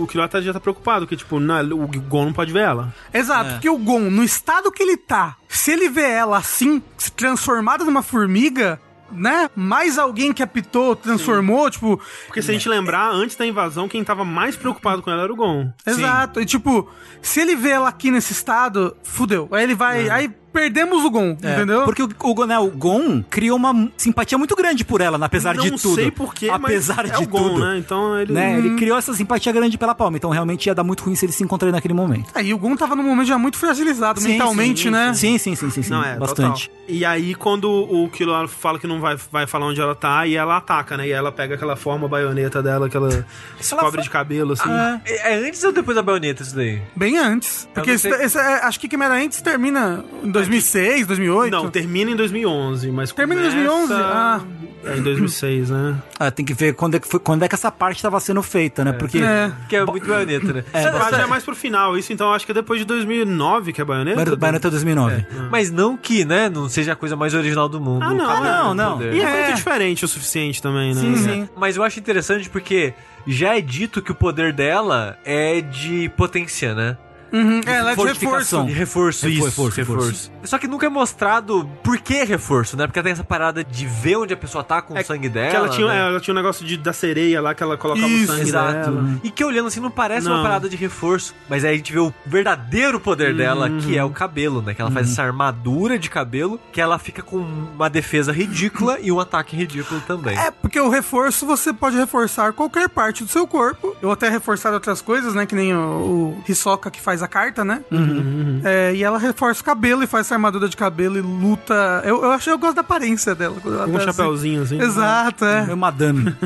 [SPEAKER 2] o, Killua tá- já tá preocupado, porque, tipo, na- o Gon não pode ver ela. É.
[SPEAKER 4] Exato, porque o Gon, no estado que ele tá, se ele vê ela assim, se transformada numa formiga, né? Mais alguém que a Pitou transformou, tipo,
[SPEAKER 2] Porque se a gente lembrar, antes da invasão, quem tava mais preocupado com ela era o Gon.
[SPEAKER 4] Exato. E tipo, se ele vê ela aqui nesse estado, fudeu. Aí ele vai. Aí perdemos o Gon,
[SPEAKER 5] É,
[SPEAKER 4] entendeu?
[SPEAKER 5] Porque o, o, Gon- né, o Gon criou uma simpatia muito grande por ela, apesar de tudo.
[SPEAKER 2] Não sei porquê, mas
[SPEAKER 5] apesar
[SPEAKER 2] é
[SPEAKER 5] de
[SPEAKER 2] o Gon,
[SPEAKER 5] tudo.
[SPEAKER 2] né? Então ele...
[SPEAKER 5] né? Ele criou essa simpatia grande pela Palma, então realmente ia dar muito ruim se eles se encontrarem naquele momento.
[SPEAKER 4] Tá Aí o Gon tava num momento já muito fragilizado mentalmente,
[SPEAKER 5] sim,
[SPEAKER 4] né?
[SPEAKER 5] Sim, sim, sim, sim, sim.
[SPEAKER 2] Não, é,
[SPEAKER 5] bastante.
[SPEAKER 2] total. E aí, quando o Killua fala que não vai, vai falar onde ela tá, e ela ataca, né? E ela pega aquela forma baioneta dela, aquela esse cobre de cabelo, assim.
[SPEAKER 5] Ah,
[SPEAKER 3] É, é antes ou depois da baioneta isso daí?
[SPEAKER 4] Bem antes. Porque
[SPEAKER 3] não
[SPEAKER 4] esse-
[SPEAKER 3] sei-
[SPEAKER 4] esse- é, acho que Quimera antes termina em 2006, 2008.
[SPEAKER 2] Não, termina em 2011, mas
[SPEAKER 4] Termina em 2011? Ah.
[SPEAKER 2] É, em 2006, né?
[SPEAKER 5] Ah, tem que ver quando é que, foi, quando é que essa parte estava sendo feita, né? Porque.
[SPEAKER 4] É.
[SPEAKER 3] Que é muito baioneta, né?
[SPEAKER 5] É,
[SPEAKER 3] Sabe-
[SPEAKER 2] Mas
[SPEAKER 3] sabe-
[SPEAKER 2] é mais pro final, isso então acho que é depois de 2009 que é baioneta.
[SPEAKER 5] Bayonetta Bayonetta 2009.
[SPEAKER 3] Mas não que, né, não seja a coisa mais original do mundo.
[SPEAKER 2] Ah, não,
[SPEAKER 3] Cada
[SPEAKER 5] não,
[SPEAKER 3] um
[SPEAKER 5] não.
[SPEAKER 3] poder.
[SPEAKER 2] E é,
[SPEAKER 4] É.
[SPEAKER 2] muito diferente o suficiente também, né?
[SPEAKER 5] Sim, sim.
[SPEAKER 3] Mas eu acho interessante porque já é dito que o poder dela é de potência, né?
[SPEAKER 4] Uhum, é, ela é de
[SPEAKER 5] Fortificação.
[SPEAKER 4] reforço.
[SPEAKER 3] E reforço,
[SPEAKER 5] Refor-
[SPEAKER 3] isso.
[SPEAKER 5] reforço,
[SPEAKER 3] Só que nunca é mostrado por que reforço, né? Porque tem essa parada de ver onde a pessoa tá com o sangue dela.
[SPEAKER 2] É Que ela tinha,
[SPEAKER 3] né?
[SPEAKER 2] ela tinha um negócio de, da sereia lá que ela colocava
[SPEAKER 4] Isso,
[SPEAKER 2] o sangue
[SPEAKER 3] Exato.
[SPEAKER 2] dela. né?
[SPEAKER 3] E que olhando assim não parece uma
[SPEAKER 2] Não.
[SPEAKER 3] parada de reforço, mas aí a gente vê o verdadeiro poder dela, que
[SPEAKER 2] Uhum.
[SPEAKER 3] é o cabelo, né? Que ela faz essa armadura de cabelo, que ela fica com uma defesa ridícula e um ataque ridículo também.
[SPEAKER 4] É, porque o reforço você pode reforçar qualquer parte do seu corpo. Eu até reforçar outras coisas, né? Que nem o, o Hisoka que faz a carta, né? É, e ela reforça o cabelo e faz essa armadura de cabelo e luta. Eu, eu acho eu gosto da aparência dela. quando ela
[SPEAKER 2] Com
[SPEAKER 4] tá
[SPEAKER 2] um
[SPEAKER 4] assim.
[SPEAKER 2] chapéuzinho, assim.
[SPEAKER 4] Exato, é.
[SPEAKER 1] Uhum.
[SPEAKER 5] Meu madame.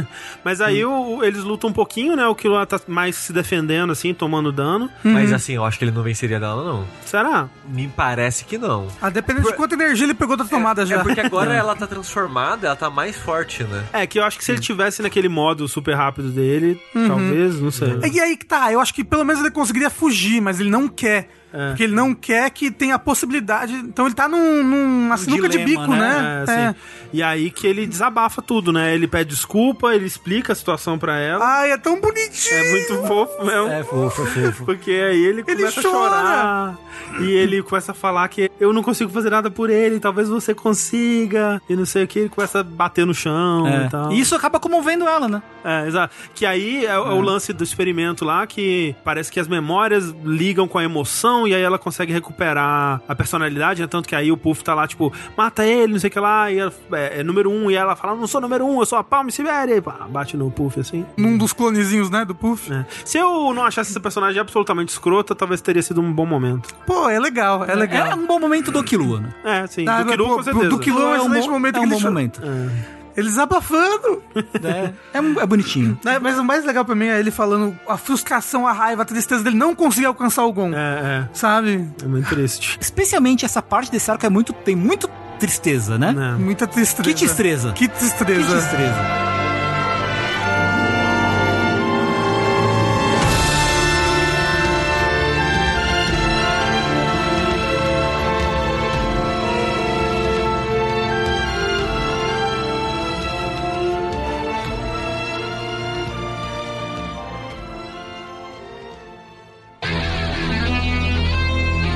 [SPEAKER 2] Mas aí o- eles lutam um pouquinho, né? O Killua tá mais se defendendo, assim, tomando dano.
[SPEAKER 3] Mas assim, eu acho que ele não venceria dela, não.
[SPEAKER 2] Será?
[SPEAKER 3] Me parece que não.
[SPEAKER 4] Ah, dependendo de quanta energia ele pegou da tomada já.
[SPEAKER 3] É porque agora ela tá transformada, ela tá mais forte, né?
[SPEAKER 2] É, que eu acho que se ele tivesse naquele modo super rápido dele, talvez, não sei.
[SPEAKER 4] E aí que tá, eu acho que pelo menos ele conseguiria fugir, mas ele não quer. Porque ele não quer que tenha a possibilidade. Então ele tá num, numa sinuca de
[SPEAKER 5] dilema,
[SPEAKER 4] bico, né?
[SPEAKER 2] É, assim. E aí que ele desabafa tudo, né? Ele pede desculpa, ele explica a situação pra ela.
[SPEAKER 4] Ai, é tão bonitinho.
[SPEAKER 2] É muito fofo mesmo.
[SPEAKER 5] é, fofo, fofo.
[SPEAKER 2] Porque aí ele começa a
[SPEAKER 4] chora.
[SPEAKER 2] chorar e ele começa a falar que eu não consigo fazer nada por ele, talvez você consiga, e não sei o que, ele começa a bater no chão
[SPEAKER 5] É.
[SPEAKER 2] e tal.
[SPEAKER 5] E isso acaba comovendo ela, né?
[SPEAKER 2] É, exato. Que aí é, o- é o lance do experimento lá, que parece que as memórias ligam com a emoção situação e aí ela consegue recuperar a personalidade, né? Tanto que aí o Puff tá lá, tipo, mata ele, não sei o que lá, e ela é, é número um, e ela fala, não sou número um, eu sou a Palma e Sibéria, e pá, bate no Puff assim.
[SPEAKER 4] Num dos clonezinhos, né, do Puff.
[SPEAKER 2] né? Se eu não achasse essa personagem absolutamente escrota, talvez teria sido um bom momento.
[SPEAKER 4] Pô, é legal, é legal.
[SPEAKER 1] É um bom momento do Killua, né?
[SPEAKER 2] É, sim.
[SPEAKER 4] Ah,
[SPEAKER 2] do Kiru,
[SPEAKER 4] pô,
[SPEAKER 2] com certeza.
[SPEAKER 4] do Kiru- Killua é um excelente
[SPEAKER 1] bom-
[SPEAKER 4] momento
[SPEAKER 1] é
[SPEAKER 4] que
[SPEAKER 1] um
[SPEAKER 4] ele
[SPEAKER 1] bom
[SPEAKER 4] chama.
[SPEAKER 1] momento.
[SPEAKER 4] Eles abafando.
[SPEAKER 1] É, é, um- é bonitinho.
[SPEAKER 4] né? Mas o mais legal pra mim é ele falando a frustração, a raiva, a tristeza dele não conseguir alcançar o Gon.
[SPEAKER 2] É,
[SPEAKER 4] Sabe?
[SPEAKER 2] é. É muito triste.
[SPEAKER 1] Especialmente essa parte desse arco é muito, tem muito tristeza, né?
[SPEAKER 2] né?
[SPEAKER 4] Muita tristeza.
[SPEAKER 1] Que tristeza.
[SPEAKER 4] Que
[SPEAKER 1] Que
[SPEAKER 4] tristeza.
[SPEAKER 1] tristeza.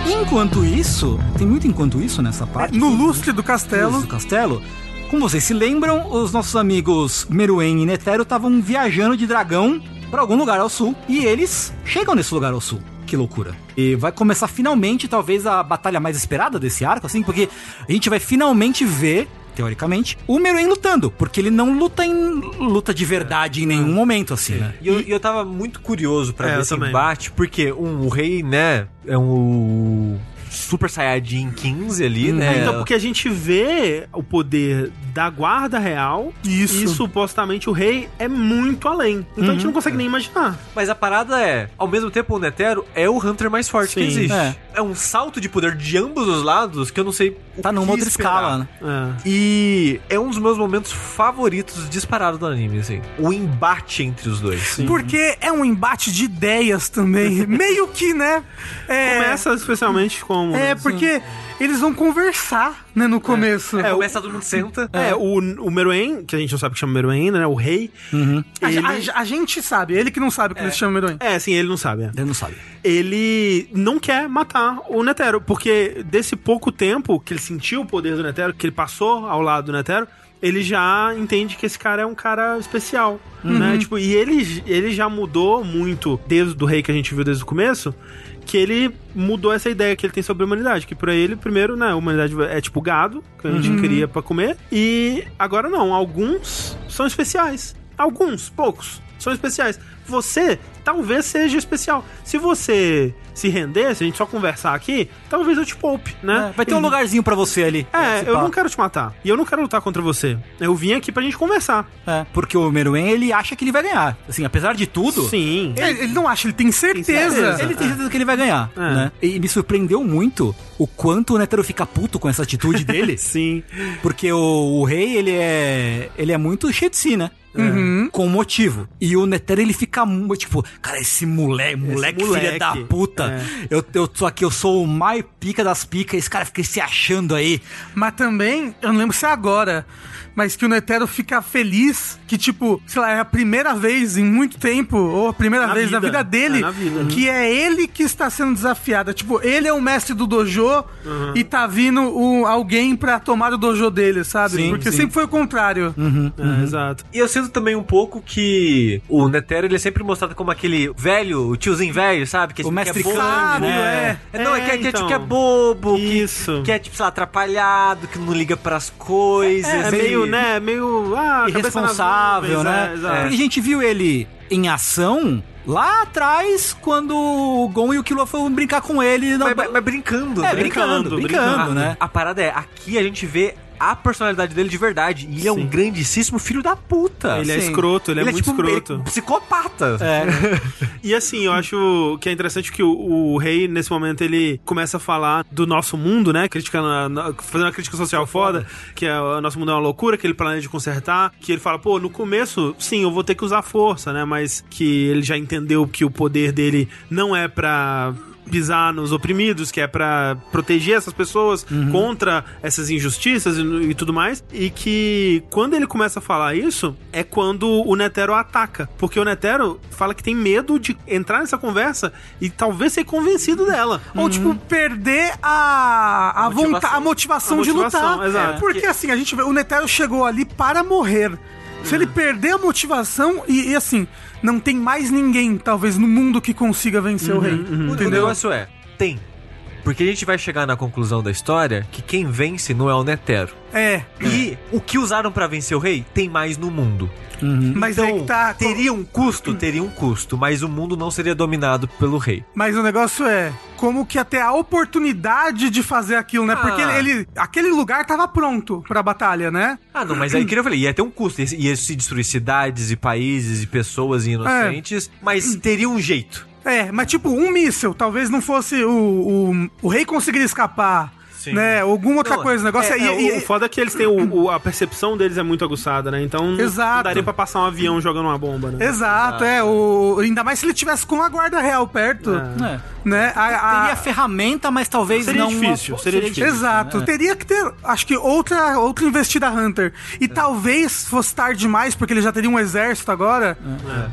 [SPEAKER 1] Enquanto isso, tem muito enquanto isso nessa parte.
[SPEAKER 4] No lustre do castelo.
[SPEAKER 1] do castelo. Como vocês se lembram, os nossos amigos Meruem e Netero estavam viajando de dragão para algum lugar ao sul e eles chegam nesse lugar ao sul. Que loucura. E vai começar finalmente, talvez, a batalha mais esperada desse arco, assim, porque a gente vai finalmente ver, teoricamente, o Meruem lutando, porque ele não luta em luta de verdade em nenhum momento, assim, né?
[SPEAKER 3] E eu, e eu tava muito curioso pra
[SPEAKER 2] É, eu
[SPEAKER 3] ver esse
[SPEAKER 2] também.
[SPEAKER 3] embate, porque um, o rei, né, é um Super Saiyajin 15 ali,
[SPEAKER 1] Uhum.
[SPEAKER 4] É.
[SPEAKER 3] né?
[SPEAKER 2] Então, porque a gente vê o poder da guarda real
[SPEAKER 4] Isso. Uhum.
[SPEAKER 2] e supostamente o rei é muito além. Então a gente não consegue nem imaginar.
[SPEAKER 3] Mas a parada é, ao mesmo tempo o Netero é o Hunter mais forte que
[SPEAKER 2] Sim.
[SPEAKER 3] existe.
[SPEAKER 1] É.
[SPEAKER 3] É. um salto de poder de ambos os lados que eu não sei o
[SPEAKER 1] Tá numa
[SPEAKER 3] que
[SPEAKER 1] outra
[SPEAKER 3] esperar.
[SPEAKER 1] escala, né?
[SPEAKER 2] É.
[SPEAKER 3] E é um dos meus momentos favoritos disparado do anime, assim. O embate entre os dois.
[SPEAKER 4] Porque é um embate de ideias também. Meio que, né? É,
[SPEAKER 2] Começa especialmente como.
[SPEAKER 4] É, porque eles vão conversar, né, no começo.
[SPEAKER 3] É, começa todo mundo senta.
[SPEAKER 2] É, o, o Meruem, que a gente não sabe que chama Meruem ainda, né? O rei.
[SPEAKER 4] A,
[SPEAKER 2] Ele...
[SPEAKER 4] a- a gente sabe, ele que não sabe que eles chamam herói.
[SPEAKER 2] É, assim, ele não sabe. é.
[SPEAKER 1] Ele não sabe.
[SPEAKER 2] Ele não quer matar o Netero, porque desse pouco tempo que ele sentiu o poder do Netero, que ele passou ao lado do Netero, ele já entende que esse cara é um cara especial, né? Tipo, e ele, ele já mudou muito desde do rei que a gente viu desde o começo, que ele mudou essa ideia que ele tem sobre a humanidade, que pra ele primeiro, né, a humanidade é tipo gado que a gente queria pra comer, e agora não, alguns são especiais. Alguns, poucos, são especiais. Você talvez seja especial. Se você se render, se a gente só conversar aqui, talvez eu te poupe, né?
[SPEAKER 1] É, vai ter um lugarzinho pra você ali.
[SPEAKER 2] É,
[SPEAKER 1] Se
[SPEAKER 2] eu
[SPEAKER 1] pá.
[SPEAKER 2] não quero te matar. E eu não quero lutar contra você. Eu vim aqui pra gente conversar.
[SPEAKER 1] É, porque o Meruem, ele acha que ele vai ganhar. Assim, apesar de tudo...
[SPEAKER 2] Sim.
[SPEAKER 4] Ele, ele não acha, ele tem certeza.
[SPEAKER 2] certeza.
[SPEAKER 1] Ele tem certeza que ele vai ganhar,
[SPEAKER 2] É.
[SPEAKER 1] né? E me surpreendeu muito o quanto o Netero fica puto com essa atitude dele,
[SPEAKER 2] Sim.
[SPEAKER 1] porque o, o rei, ele é ele é muito cheio de si, né?
[SPEAKER 2] É. Uhum.
[SPEAKER 1] Com motivo. E o Netero, ele fica mu- tipo, cara, esse moleque, moleque,
[SPEAKER 2] moleque,
[SPEAKER 1] filha da puta.
[SPEAKER 2] é.
[SPEAKER 1] Eu, eu tô aqui, eu sou o mais pica das picas, esse cara fica se achando aí.
[SPEAKER 4] Mas também, eu não lembro se é agora, mas que o Netero fica feliz que, tipo, sei lá, é a primeira vez em muito tempo, ou a primeira
[SPEAKER 2] Na
[SPEAKER 4] vez na
[SPEAKER 2] vida.
[SPEAKER 4] vida dele,
[SPEAKER 2] É, na vida, né?
[SPEAKER 4] que é ele que está sendo desafiado. É, Tipo, ele é o mestre do dojo e tá vindo um- alguém pra tomar o dojo dele, sabe?
[SPEAKER 1] Sim,
[SPEAKER 4] Porque
[SPEAKER 1] sim.
[SPEAKER 4] sempre foi o contrário.
[SPEAKER 2] É, Exato.
[SPEAKER 3] E eu sinto também um pouco que o Netero ele é sempre mostrado como aquele velho, o tiozinho velho, sabe? Que
[SPEAKER 1] O mestre
[SPEAKER 3] que é bobo,
[SPEAKER 1] Kami,
[SPEAKER 3] né?
[SPEAKER 1] né?
[SPEAKER 3] É, não, é,
[SPEAKER 2] É,
[SPEAKER 3] que, é que é tipo
[SPEAKER 2] então.
[SPEAKER 3] que é bobo,
[SPEAKER 2] Isso.
[SPEAKER 3] Que, que é tipo, sei lá, atrapalhado, que não liga pras coisas.
[SPEAKER 2] É,
[SPEAKER 3] que-
[SPEAKER 2] meio, né? Meio. Ah, cabeça nas
[SPEAKER 1] irresponsável,
[SPEAKER 2] nuvens,
[SPEAKER 1] né?
[SPEAKER 2] é, exato.
[SPEAKER 1] Porque a gente viu ele em ação lá atrás, quando o Gon e o Killua foram brincar com ele na
[SPEAKER 3] Mas, mas- mas brincando,
[SPEAKER 1] É,
[SPEAKER 3] né?
[SPEAKER 1] brincando, brincando,
[SPEAKER 3] Ah,
[SPEAKER 1] né?
[SPEAKER 3] A parada é, aqui a gente vê a personalidade dele de verdade. E ele é um
[SPEAKER 2] Sim.
[SPEAKER 3] grandíssimo filho da puta.
[SPEAKER 2] Ele é escroto, ele é muito
[SPEAKER 3] um-
[SPEAKER 2] escroto.
[SPEAKER 3] ele é um psicopata.
[SPEAKER 1] É,
[SPEAKER 2] E assim, eu acho que é interessante que o, o rei, nesse momento, ele começa a falar do nosso mundo, né? Criticando, a- na- fazendo uma crítica social foda, que é, o nosso mundo é uma loucura, que ele planeja consertar, que ele fala, pô, no começo, sim, eu vou ter que usar força, né? Mas que ele já entendeu que o poder dele não é pra pisar nos oprimidos, que é pra proteger essas pessoas
[SPEAKER 4] Uhum.
[SPEAKER 2] contra essas injustiças e, e tudo mais. E que quando ele começa a falar isso, é quando o Netero ataca. Porque o Netero fala que tem medo de entrar nessa conversa e talvez ser convencido dela.
[SPEAKER 4] Ou, tipo, perder a, a,
[SPEAKER 3] A motivação.
[SPEAKER 4] vontade, a motivação
[SPEAKER 2] A
[SPEAKER 4] de
[SPEAKER 2] motivação,
[SPEAKER 4] lutar.
[SPEAKER 2] exato.
[SPEAKER 4] Porque, assim, a gente vê, o Netero chegou ali para morrer. Se ele perder a motivação, e, e, assim,
[SPEAKER 2] uhum.
[SPEAKER 4] não tem mais ninguém, talvez, no mundo que consiga vencer o rei.
[SPEAKER 3] O, o negócio é, tem. Porque a gente vai chegar na conclusão da história que quem vence não é o Netero.
[SPEAKER 4] É.
[SPEAKER 3] E o que usaram pra vencer o rei tem mais no mundo.
[SPEAKER 4] Mas
[SPEAKER 3] então,
[SPEAKER 4] aí que tá.
[SPEAKER 3] teria um custo? Teria um custo, mas o mundo não seria dominado pelo rei.
[SPEAKER 4] Mas o negócio é como que até a oportunidade de fazer aquilo, né?
[SPEAKER 3] Ah.
[SPEAKER 4] Porque ele, ele- aquele lugar tava pronto pra batalha, né?
[SPEAKER 3] Ah, não, mas aí que eu falei, ia ter um custo. Ia- Ia se destruir cidades e países e pessoas e inocentes, mas teria um jeito.
[SPEAKER 4] É, mas tipo, um míssel, talvez não fosse o, o, o rei conseguiria escapar,
[SPEAKER 3] Sim.
[SPEAKER 4] né? Alguma outra
[SPEAKER 3] Não,
[SPEAKER 4] coisa, o negócio é...
[SPEAKER 2] É, o- o, foda é que eles têm o, o- a percepção deles é muito aguçada, né? Então não-
[SPEAKER 4] Exato.
[SPEAKER 2] não daria pra passar um avião jogando uma bomba, né?
[SPEAKER 4] Exato, é. O, ainda mais se ele tivesse com a guarda real perto,
[SPEAKER 1] É.
[SPEAKER 4] né? A,
[SPEAKER 1] Teria
[SPEAKER 4] a,
[SPEAKER 1] ferramenta, mas talvez
[SPEAKER 2] Seria
[SPEAKER 1] não.
[SPEAKER 2] difícil,
[SPEAKER 1] uma-
[SPEAKER 2] seria difícil.
[SPEAKER 3] né?
[SPEAKER 4] Exato. Teria que ter, acho que, outra, outra investida Hunter. E
[SPEAKER 3] É.
[SPEAKER 4] talvez fosse tarde demais, porque ele já teria um exército agora.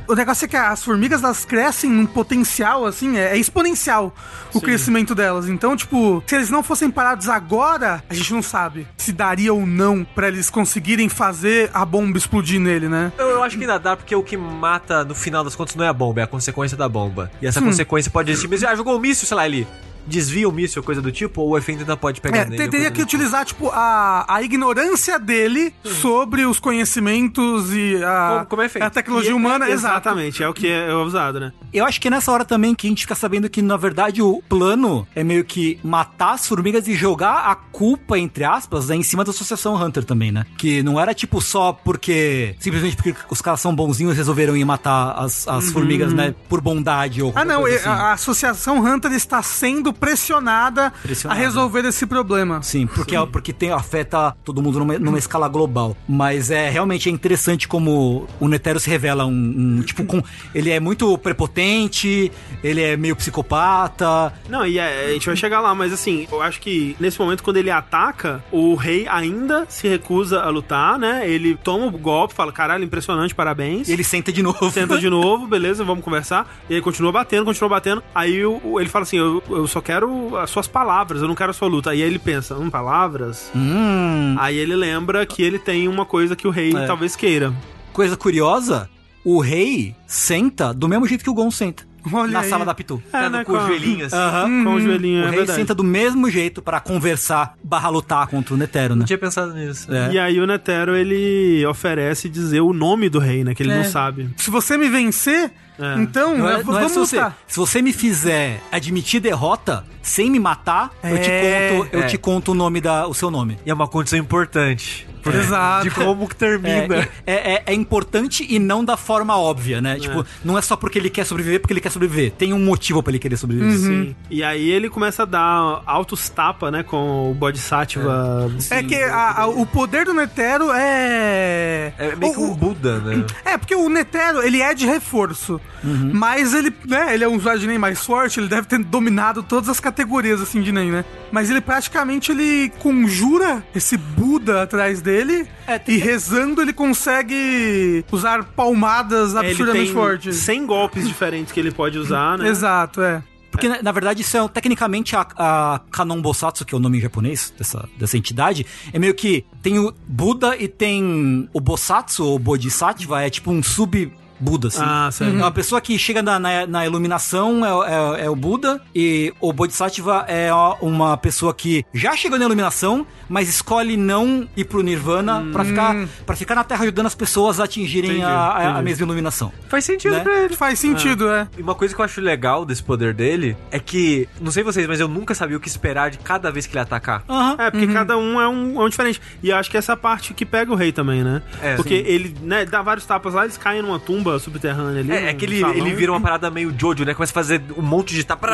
[SPEAKER 4] O negócio é que as formigas, elas crescem num potencial, assim, é, é exponencial o crescimento delas. Então, tipo, se eles não fossem parados agora, a gente não sabe se daria ou não pra eles conseguirem fazer a bomba explodir nele, né?
[SPEAKER 3] Eu, eu acho que ainda dá, porque o que mata, no final das contas, não é a bomba, é a consequência da bomba. E essa consequência pode existir. Mas, ah, jogou o míssil, sei lá, ele desvia o míssil, coisa do tipo, ou o efeito ainda pode pegar
[SPEAKER 4] É,
[SPEAKER 3] nele.
[SPEAKER 4] te- teria
[SPEAKER 3] coisa
[SPEAKER 4] que
[SPEAKER 3] do tipo.
[SPEAKER 4] utilizar, tipo, a, a ignorância dele sobre os conhecimentos e a,
[SPEAKER 3] Como- como é feito.
[SPEAKER 4] a tecnologia
[SPEAKER 2] E-
[SPEAKER 4] humana. Exato.
[SPEAKER 2] Exatamente, é o que é, é usado, né?
[SPEAKER 1] Eu acho que é nessa hora também que a gente fica sabendo que, na verdade, o plano é meio que matar as formigas e jogar a culpa, entre aspas, né, em cima da Associação Hunter também, né? Que não era tipo só porque. Simplesmente porque os caras são bonzinhos resolveram ir matar as, as
[SPEAKER 2] Uhum.
[SPEAKER 1] formigas, né? Por bondade ou
[SPEAKER 4] Ah,
[SPEAKER 1] qualquer
[SPEAKER 4] não,
[SPEAKER 1] coisa
[SPEAKER 4] e-
[SPEAKER 1] assim.
[SPEAKER 4] a a Associação Hunter está sendo pressionada,
[SPEAKER 1] Pressionada.
[SPEAKER 4] a resolver esse problema.
[SPEAKER 1] Sim, porque, porque tem, afeta todo mundo numa, numa escala global. Mas é realmente é interessante como o Netero se revela um, um tipo com. Ele é muito prepotente, ele é meio psicopata.
[SPEAKER 2] Não, e é- a gente vai chegar lá, mas assim, eu acho que nesse momento, quando ele ataca, o rei ainda se recusa a lutar, né? Ele toma o golpe, fala, caralho, impressionante, parabéns.
[SPEAKER 1] E ele senta de novo.
[SPEAKER 2] Senta de novo, beleza, vamos conversar. E ele continua batendo, continua batendo. Aí o- o- ele fala assim: eu, eu só quero as suas palavras, eu não quero a sua luta. Aí ele pensa: hum, palavras?
[SPEAKER 1] Hum.
[SPEAKER 2] Aí ele lembra que ele tem uma coisa que o rei
[SPEAKER 1] É.
[SPEAKER 2] talvez queira.
[SPEAKER 1] Coisa curiosa, o rei senta do mesmo jeito que o Gon senta.
[SPEAKER 4] Olha
[SPEAKER 1] na
[SPEAKER 4] aí.
[SPEAKER 1] sala da Pitu.
[SPEAKER 2] É,
[SPEAKER 3] Tá no
[SPEAKER 2] né,
[SPEAKER 3] com o
[SPEAKER 2] com a-
[SPEAKER 3] joelhinho, assim.
[SPEAKER 1] Aham. Hum,
[SPEAKER 2] Com o joelhinho,
[SPEAKER 1] O
[SPEAKER 2] é
[SPEAKER 1] rei
[SPEAKER 2] verdade.
[SPEAKER 1] senta do mesmo jeito pra conversar, barra lutar contra o Netero, né?
[SPEAKER 3] Não tinha pensado nisso.
[SPEAKER 1] É.
[SPEAKER 2] E aí o Netero, ele oferece dizer o nome do rei, né? Que ele
[SPEAKER 1] É.
[SPEAKER 2] não sabe.
[SPEAKER 4] Se você me vencer,
[SPEAKER 2] É.
[SPEAKER 4] então
[SPEAKER 1] Não é-
[SPEAKER 4] v-
[SPEAKER 1] não é
[SPEAKER 4] vamos
[SPEAKER 1] se, você,
[SPEAKER 4] lutar.
[SPEAKER 1] se você me fizer admitir derrota sem me matar, eu te
[SPEAKER 4] É,
[SPEAKER 1] conto, eu
[SPEAKER 3] é.
[SPEAKER 1] te conto o nome da, o seu nome.
[SPEAKER 3] E é uma condição importante. por-
[SPEAKER 4] Exato. É
[SPEAKER 3] De como que termina.
[SPEAKER 1] É, é, é- é importante e não da forma óbvia, né? Tipo, não é só porque ele quer sobreviver, porque ele quer sobreviver. Tem um motivo pra ele querer sobreviver.
[SPEAKER 2] Sim. assim. E aí ele começa a dar altos tapas, né? Com o Bodhisattva.
[SPEAKER 4] É que
[SPEAKER 1] né?
[SPEAKER 4] a- a- o poder do Netero é.
[SPEAKER 3] É meio que
[SPEAKER 4] o-
[SPEAKER 3] um Buda, né?
[SPEAKER 4] É, porque o Netero, ele é de reforço. Mas ele, né, ele é um usuário de NEM mais forte, ele deve ter dominado todas as categorias, assim, de NEM, né? Mas ele praticamente, ele conjura esse Buda atrás dele
[SPEAKER 3] É,
[SPEAKER 4] e rezando ele consegue usar palmadas
[SPEAKER 2] É, ele
[SPEAKER 4] absurdamente
[SPEAKER 2] tem
[SPEAKER 4] fortes.
[SPEAKER 2] 100 golpes diferentes que ele pode usar, né?
[SPEAKER 4] Exato, é.
[SPEAKER 1] Porque, na, na verdade, isso é tecnicamente a, a Kanon Bosatsu, que é o nome em japonês dessa, dessa entidade, é meio que tem o Buda e tem o Bosatsu, ou Bodhisattva, é tipo um sub-Buda, assim.
[SPEAKER 2] Ah, sério.
[SPEAKER 1] É uma pessoa que chega na, na, na iluminação é, é- é o Buda, e o Bodhisattva é ó, uma pessoa que já chegou na iluminação, mas escolhe não ir pro Nirvana pra, ficar, pra ficar na Terra ajudando as pessoas a atingirem
[SPEAKER 2] Entendi,
[SPEAKER 1] a, a- a
[SPEAKER 2] entendi.
[SPEAKER 1] mesma iluminação.
[SPEAKER 3] Faz sentido
[SPEAKER 1] Né?
[SPEAKER 3] pra ele. Ah.
[SPEAKER 4] Faz sentido, é.
[SPEAKER 3] E uma coisa que eu acho legal desse poder dele é que, não sei vocês, mas eu nunca sabia o que esperar de cada vez que ele atacar.
[SPEAKER 1] Aham.
[SPEAKER 2] É, porque cada um é, um é um diferente. E eu acho que essa parte que pega o rei também, né?
[SPEAKER 3] É,
[SPEAKER 2] porque ele né, dá vários tapas lá, eles caem numa tumba subterrânea ali.
[SPEAKER 3] É, é
[SPEAKER 2] num
[SPEAKER 3] que ele,
[SPEAKER 2] salão.
[SPEAKER 3] ele vira uma parada meio Jojo, né? Começa a fazer um monte de tapa.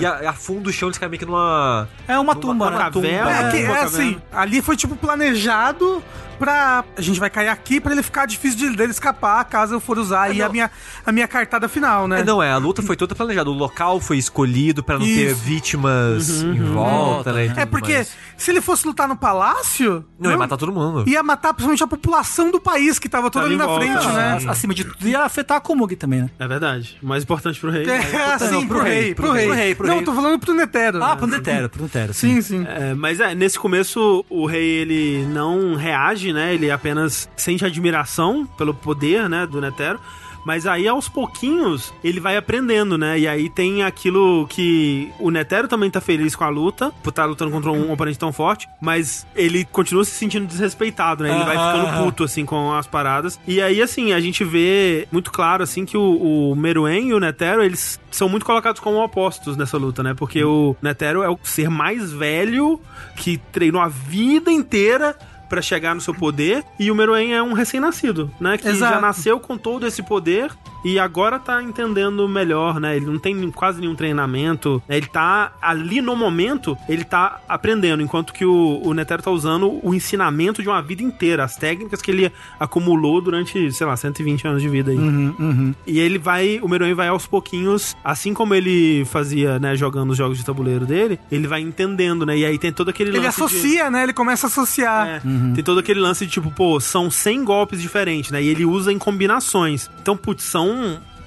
[SPEAKER 3] E a- afunda o chão eles caem meio que numa.
[SPEAKER 1] É uma
[SPEAKER 3] Numa-
[SPEAKER 1] tumba,
[SPEAKER 3] numa
[SPEAKER 1] né?
[SPEAKER 2] caverna.
[SPEAKER 1] Tumba,
[SPEAKER 4] É,
[SPEAKER 1] né?
[SPEAKER 3] Ah,
[SPEAKER 4] que,
[SPEAKER 2] Boca
[SPEAKER 4] é assim,
[SPEAKER 3] um-
[SPEAKER 2] Verde.
[SPEAKER 4] ali foi tipo planejado pra. A gente vai cair aqui pra ele ficar difícil de, dele escapar caso eu for usar aí a minha, a minha cartada final, né?
[SPEAKER 3] É, não, é, a luta foi toda planejada. O local foi escolhido pra não ter
[SPEAKER 4] Isso.
[SPEAKER 3] vítimas em volta, né? e
[SPEAKER 4] É
[SPEAKER 3] tudo
[SPEAKER 4] porque
[SPEAKER 3] mais.
[SPEAKER 4] se ele fosse lutar no palácio.
[SPEAKER 3] Não, ia matar todo mundo.
[SPEAKER 4] ia matar principalmente a população do país que tava toda
[SPEAKER 2] Tava
[SPEAKER 4] ali
[SPEAKER 2] em
[SPEAKER 4] na
[SPEAKER 2] volta, né?
[SPEAKER 4] frente, né?
[SPEAKER 1] Ah, Acima de tudo, ia afetar a Komugi também, né?
[SPEAKER 2] É verdade. Mais importante pro rei. né?
[SPEAKER 4] É, assim,
[SPEAKER 1] não,
[SPEAKER 4] pro, rei, pro rei,
[SPEAKER 1] pro rei, pro
[SPEAKER 4] Não,
[SPEAKER 1] rei.
[SPEAKER 4] tô falando pro Netero.
[SPEAKER 1] Ah, pro Netero, pro Netero, sim.
[SPEAKER 4] Sim, sim.
[SPEAKER 2] É, mas é, nesse começo o rei ele não reage, né? Ele apenas sente admiração pelo poder, né, do Netero. Mas aí, aos pouquinhos, ele vai aprendendo, né? E aí tem aquilo que o Netero também tá feliz com a luta, por estar lutando contra um oponente tão forte, mas ele continua se sentindo desrespeitado, né? Ele vai
[SPEAKER 5] Aham,
[SPEAKER 2] ficando
[SPEAKER 5] aham.
[SPEAKER 2] puto, assim, com as paradas. E aí, assim, a gente vê muito claro, assim, que o, o Meruem e o Netero, eles são muito colocados como opostos nessa luta, né? Porque o Netero é o ser mais velho que treinou a vida inteira pra chegar no seu poder, e o Meruem é um recém-nascido, né? Que já
[SPEAKER 4] Exato.
[SPEAKER 2] nasceu com todo esse poder e agora tá entendendo melhor, né? Ele não tem nem- quase nenhum treinamento, né? ele tá ali no momento, ele tá aprendendo, enquanto que o, o Netero tá usando o ensinamento de uma vida inteira, as técnicas que ele acumulou durante, sei lá, 120 anos de vida aí.
[SPEAKER 1] Uhum, uhum.
[SPEAKER 2] E ele vai, o Meruem vai aos pouquinhos, assim como ele fazia, né, jogando os jogos de tabuleiro dele, ele vai entendendo, né? E aí tem todo aquele
[SPEAKER 4] Ele
[SPEAKER 2] lance de-
[SPEAKER 4] associa, né? Ele começa a associar.
[SPEAKER 2] é, Tem todo aquele lance de tipo, pô, são 100 golpes diferentes, né? E ele usa em combinações. Então, putz, são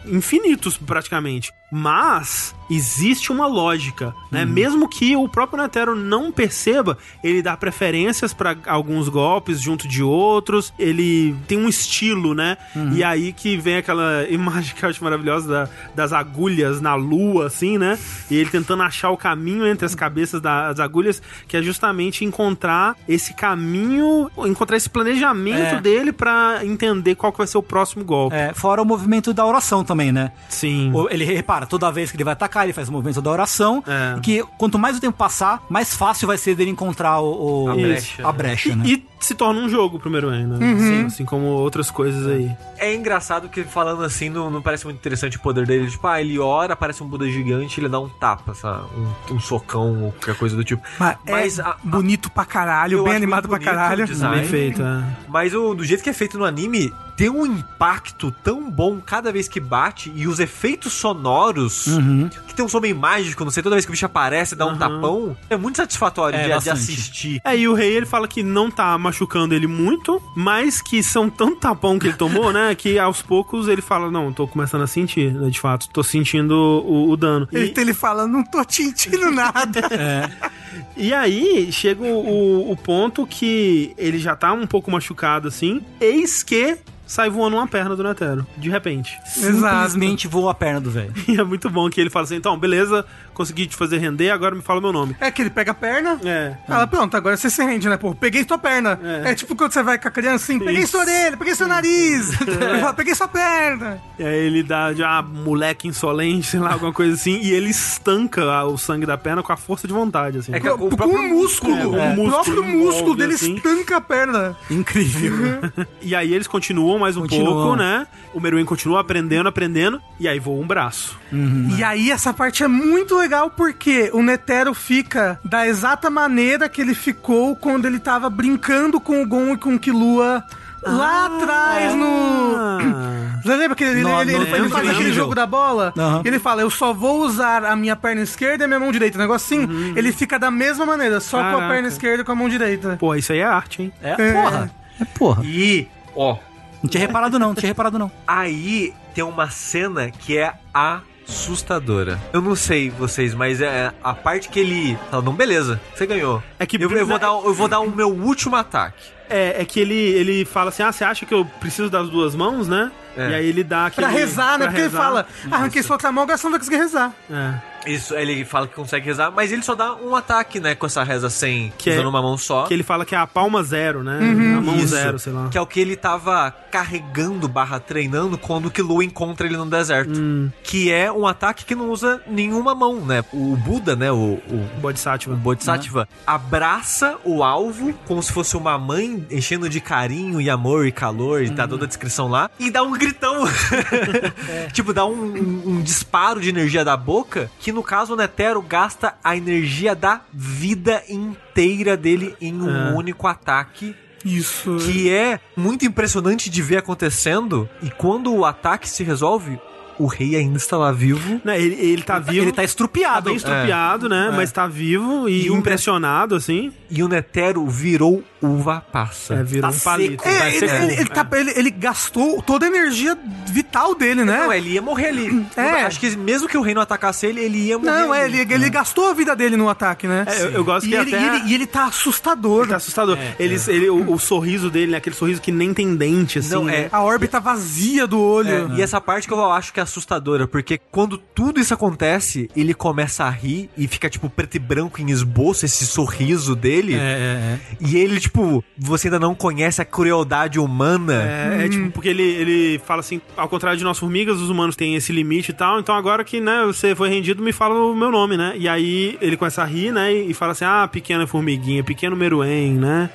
[SPEAKER 2] infinitos praticamente. Mas existe uma lógica, né? Mesmo que o próprio Netero não perceba, ele dá preferências pra alguns golpes junto de outros, ele tem um estilo, né?
[SPEAKER 5] Uhum.
[SPEAKER 2] E aí que vem aquela imagem que eu acho maravilhosa da- das agulhas na lua, assim, né? E ele tentando achar o caminho entre as cabeças das agulhas, que é justamente encontrar esse caminho, encontrar esse planejamento
[SPEAKER 5] É.
[SPEAKER 2] dele pra entender qual que vai ser o próximo golpe.
[SPEAKER 5] É, fora o movimento da oração também, né?
[SPEAKER 2] Sim.
[SPEAKER 5] O- Ele repara, toda vez que ele vai atacar, ele faz o movimento da oração.
[SPEAKER 2] É.
[SPEAKER 5] E que quanto mais o tempo passar, mais fácil vai ser dele encontrar o, o-
[SPEAKER 3] A brecha.
[SPEAKER 5] a brecha, né?
[SPEAKER 2] E, e se torna um jogo primeiro ainda,
[SPEAKER 5] Uhum.
[SPEAKER 2] assim como outras coisas aí.
[SPEAKER 3] É engraçado que falando assim não, não parece muito interessante o poder dele. Tipo, ah, ele ora, aparece um Buda gigante, ele dá um tapa, sabe? Um, um socão ou qualquer coisa do tipo.
[SPEAKER 4] Mas,
[SPEAKER 3] Mas
[SPEAKER 4] é
[SPEAKER 3] a- a-
[SPEAKER 4] bonito pra caralho,
[SPEAKER 3] eu
[SPEAKER 4] bem
[SPEAKER 3] acho
[SPEAKER 4] animado pra
[SPEAKER 3] muito bonito
[SPEAKER 4] caralho.
[SPEAKER 3] o design.
[SPEAKER 2] Bem feito, é.
[SPEAKER 3] Mas o- do jeito que é feito no anime, tem um impacto tão bom cada vez que bate e os efeitos sonoros, que tem um som meio mágico, não sei, toda vez que o bicho aparece, dá um tapão, é muito satisfatório
[SPEAKER 5] É,
[SPEAKER 3] de- de,
[SPEAKER 5] bastante.
[SPEAKER 3] assistir.
[SPEAKER 2] É, e o rei ele fala que não tá machucando ele muito, mas que são tanto tapão que ele tomou, né? Que aos poucos ele fala: Não, tô começando a sentir, né, de fato, tô sentindo o, o dano.
[SPEAKER 4] Ele,
[SPEAKER 2] E,
[SPEAKER 4] ele fala, não tô te sentindo nada.
[SPEAKER 2] e aí chega o, o ponto que ele já tá um pouco machucado assim, eis que sai voando uma perna do Netero, de repente.
[SPEAKER 5] Simplesmente voa a perna do velho.
[SPEAKER 2] E é muito bom que ele fala assim: Então, beleza, consegui te fazer render, agora me fala meu nome.
[SPEAKER 4] É que ele pega a perna.
[SPEAKER 2] É.
[SPEAKER 4] Fala, pronto, agora você se rende, né? Pô, peguei tua perna.
[SPEAKER 2] É.
[SPEAKER 4] É, tipo quando você vai com a criança assim, peguei
[SPEAKER 2] Isso.
[SPEAKER 4] sua orelha, peguei seu nariz, Ele fala, peguei sua perna.
[SPEAKER 2] E aí ele dá de ah, moleque insolente, sei lá, alguma coisa assim, e ele estanca ah, o sangue da perna com a força de vontade, assim.
[SPEAKER 3] É que-
[SPEAKER 4] Com,
[SPEAKER 3] o
[SPEAKER 4] com
[SPEAKER 3] próprio
[SPEAKER 4] o músculo.
[SPEAKER 2] músculo, é.
[SPEAKER 4] O próprio
[SPEAKER 2] músculo envolve,
[SPEAKER 4] músculo dele
[SPEAKER 2] assim.
[SPEAKER 4] estanca a perna.
[SPEAKER 5] Incrível.
[SPEAKER 2] E aí eles continuam mais um
[SPEAKER 5] Continuam.
[SPEAKER 2] pouco, né? O Meruem continua aprendendo, aprendendo, e aí voa um braço. Uhum.
[SPEAKER 4] E aí essa parte é muito legal porque o Netero fica da exata maneira que ele ficou quando ele tava brincando com o Gon e com o Killua lá atrás
[SPEAKER 2] é.
[SPEAKER 4] no...
[SPEAKER 2] Ah,
[SPEAKER 4] Você lembra que ele,
[SPEAKER 5] No-
[SPEAKER 4] ele, ele-
[SPEAKER 5] no
[SPEAKER 4] ele
[SPEAKER 5] tempo
[SPEAKER 4] faz
[SPEAKER 5] do
[SPEAKER 4] aquele
[SPEAKER 5] jogo.
[SPEAKER 4] jogo da bola?
[SPEAKER 5] Aham.
[SPEAKER 4] Ele fala, eu só vou usar a minha perna esquerda e a minha mão direita. Um negócio assim, ele fica da mesma maneira, só com a
[SPEAKER 2] Uhum. Caraca.
[SPEAKER 4] perna esquerda e com a mão direita.
[SPEAKER 2] Pô, isso aí é arte, hein?
[SPEAKER 5] É porra. É porra.
[SPEAKER 3] E, ó,
[SPEAKER 5] Não tinha reparado, não, não tinha reparado, não.
[SPEAKER 3] Aí tem uma cena que é assustadora. Eu não sei vocês, mas é a parte que ele fala, não, beleza, você ganhou.
[SPEAKER 2] É que
[SPEAKER 3] eu, eu vou dar, um, eu vou dar o meu último ataque.
[SPEAKER 2] É, é que ele, ele fala assim: ah, você acha que eu preciso das duas mãos, né?
[SPEAKER 3] É.
[SPEAKER 2] E aí ele dá aquele.
[SPEAKER 4] Pra rezar, né?
[SPEAKER 2] pra
[SPEAKER 4] Porque ele
[SPEAKER 2] rezar.
[SPEAKER 4] fala, arranquei sua outra mão, graças a Deus eu consegui rezar.
[SPEAKER 2] É.
[SPEAKER 3] Isso, ele fala que consegue rezar, mas ele só dá um ataque, né, com essa reza sem
[SPEAKER 2] Que é-
[SPEAKER 3] usando uma mão só.
[SPEAKER 2] Que ele fala que é a palma zero, né? A mão
[SPEAKER 3] Isso,
[SPEAKER 2] zero, sei lá.
[SPEAKER 3] Que é o que ele tava carregando barra treinando quando que Lu encontra ele no deserto.
[SPEAKER 2] Hum.
[SPEAKER 3] Que é um ataque que não usa nenhuma mão, né? O Buda, né? o- o o
[SPEAKER 2] Um Bodhisattva.
[SPEAKER 3] Bodhisattva Né? abraça o alvo como se fosse uma mãe enchendo de carinho e amor e calor, e
[SPEAKER 2] Uhum.
[SPEAKER 3] tá toda a descrição lá, e dá um gritão.
[SPEAKER 2] É.
[SPEAKER 3] Tipo, dá um, um- um disparo de energia da boca, que no caso o Netero gasta a energia da vida inteira dele em um
[SPEAKER 2] É.
[SPEAKER 3] único ataque.
[SPEAKER 4] Isso.
[SPEAKER 3] Que é muito impressionante de ver acontecendo. E quando o ataque se resolve, o rei ainda está lá vivo.
[SPEAKER 2] Né, ele, ele tá vivo.
[SPEAKER 5] Ele tá estrupiado.
[SPEAKER 2] tá bem estrupiado, né? Mas tá vivo e,
[SPEAKER 3] E um-
[SPEAKER 2] impressionado, assim.
[SPEAKER 3] E o Netero virou uva passa.
[SPEAKER 2] É, virou
[SPEAKER 5] Tá
[SPEAKER 2] um palito.
[SPEAKER 5] seco.
[SPEAKER 2] Tá
[SPEAKER 4] É, ele,
[SPEAKER 2] seco.
[SPEAKER 4] ele- ele tá- ele- ele gastou toda a energia vital dele, né?
[SPEAKER 3] Não, ele ia morrer ali.
[SPEAKER 4] É.
[SPEAKER 3] Acho que mesmo que o reino atacasse ele, ele ia morrer
[SPEAKER 4] Não, é,
[SPEAKER 3] ali.
[SPEAKER 4] ele, ele gastou a vida dele no ataque, né?
[SPEAKER 2] É, eu- eu gosto
[SPEAKER 4] e
[SPEAKER 2] que
[SPEAKER 4] ele,
[SPEAKER 2] até-
[SPEAKER 4] e, ele, e ele tá assustador.
[SPEAKER 2] Tá assustador. ele, ele, o, o sorriso dele, né? Aquele sorriso que nem tem dente, assim.
[SPEAKER 3] Não,
[SPEAKER 2] né?
[SPEAKER 3] é.
[SPEAKER 4] A órbita vazia do
[SPEAKER 2] É.
[SPEAKER 4] olho.
[SPEAKER 3] E essa parte que eu acho que é assustadora, porque quando tudo isso acontece, ele começa a rir e fica, tipo, preto e branco em esboço, esse sorriso dele.
[SPEAKER 5] É, é,
[SPEAKER 3] E ele, tipo, você ainda não conhece a crueldade humana.
[SPEAKER 2] É, é tipo, porque ele, ele fala assim, ao contrário de nós formigas, os humanos têm esse limite e tal, então agora que, né, você foi rendido, me fala o meu nome, né? E aí ele começa a rir, né, e fala assim, ah, pequena formiguinha, pequeno meruem, né?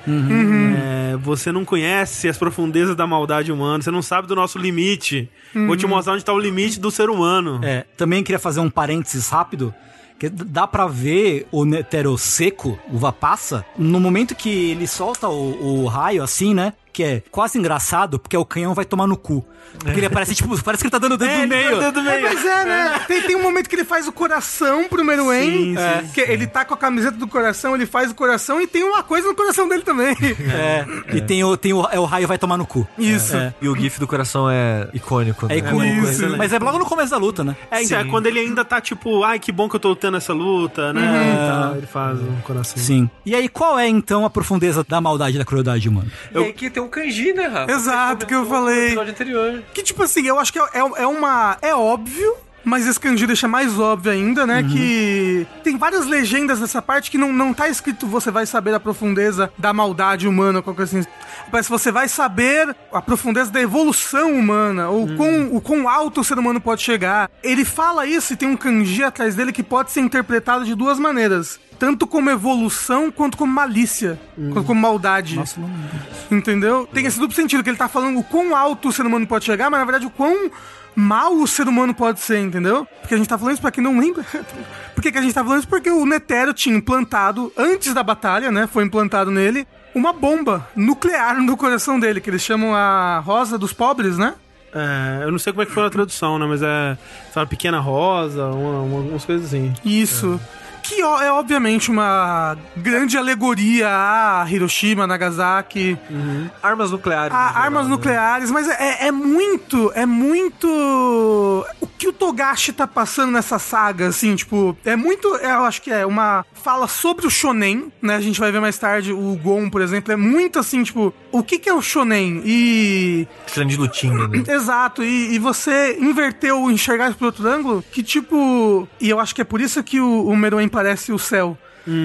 [SPEAKER 2] É, você não conhece as profundezas da maldade humana, você não sabe do nosso limite. Vou te mostrar onde tá o limite do ser humano.
[SPEAKER 5] é. É, Também queria fazer um parênteses rápido. Que d- dá pra ver o Netero seco, uva passa, no momento que ele solta o, o raio assim, né? Que é quase engraçado, porque o canhão vai tomar no cu. Porque ele aparece, tipo, parece que ele tá dando o dedo no meio.
[SPEAKER 2] Dentro do meio.
[SPEAKER 4] Mas é, né? Tem, tem um momento que ele faz o coração pro Meruem.
[SPEAKER 2] Sim,
[SPEAKER 4] é, que ele tá com a camiseta do coração, ele faz o coração e tem uma coisa no coração dele também.
[SPEAKER 5] É, E tem o, tem o, é, o raio vai tomar no cu.
[SPEAKER 4] Isso.
[SPEAKER 5] É,
[SPEAKER 3] E o GIF do coração é icônico.
[SPEAKER 5] é
[SPEAKER 3] né?
[SPEAKER 5] icônico.
[SPEAKER 4] Isso,
[SPEAKER 5] né? Mas é logo no começo da luta, né?
[SPEAKER 2] É, então, é quando ele ainda tá tipo, ai, que bom que eu tô lutando essa luta, né?
[SPEAKER 4] Uhum.
[SPEAKER 2] e tal, ele faz um coração.
[SPEAKER 5] Sim. E aí, qual é então a profundeza da maldade e da crueldade humana?
[SPEAKER 3] E aí que tem um kanji, né, Rafa?
[SPEAKER 4] Exato, que eu
[SPEAKER 3] No
[SPEAKER 4] falei.
[SPEAKER 3] episódio anterior.
[SPEAKER 4] Que tipo assim, eu acho que é, é- é uma. É óbvio. Mas esse kanji deixa mais óbvio ainda, né? Que tem várias legendas nessa parte que não, não tá escrito você vai saber a profundeza da maldade humana ou qualquer coisa assim. Parece que você vai saber a profundeza da evolução humana ou
[SPEAKER 3] Hum.
[SPEAKER 4] quão, o quão alto o ser humano pode chegar. Ele fala isso e tem um kanji atrás dele que pode ser interpretado de duas maneiras. Tanto como evolução quanto como malícia,
[SPEAKER 3] Hum.
[SPEAKER 4] quanto como maldade. Entendeu? Tem esse duplo sentido, que ele tá falando o quão alto o ser humano pode chegar, mas na verdade o quão mal o ser humano pode ser, entendeu? Porque a gente tá falando isso pra quem não lembra. Por que, que a gente tá falando isso? Porque o Netero tinha implantado, antes da batalha, né? Foi implantado nele, uma bomba nuclear no coração dele, que eles chamam a Rosa dos Pobres, né?
[SPEAKER 2] É, eu não sei como é que foi a tradução, né? Mas é. Você fala pequena rosa, uma, uma- umas coisas assim.
[SPEAKER 4] Isso. Que ó- é obviamente uma grande alegoria a Hiroshima, Nagasaki.
[SPEAKER 3] Armas nucleares.
[SPEAKER 4] Ah,
[SPEAKER 3] no geral,
[SPEAKER 4] armas
[SPEAKER 3] né?
[SPEAKER 4] nucleares, mas é, é muito, é muito. O que o Togashi tá passando nessa saga, assim, tipo, é muito. Eu acho que é uma fala sobre o shonen, né? A gente vai ver mais tarde o Gon, por exemplo, é muito assim, tipo, o que que é o shonen? E.
[SPEAKER 3] Grande lutinha, né?
[SPEAKER 4] Exato, e, e você inverteu o enxergar por outro ângulo, que tipo. E eu acho que é por isso que o, o Meruem parece o céu.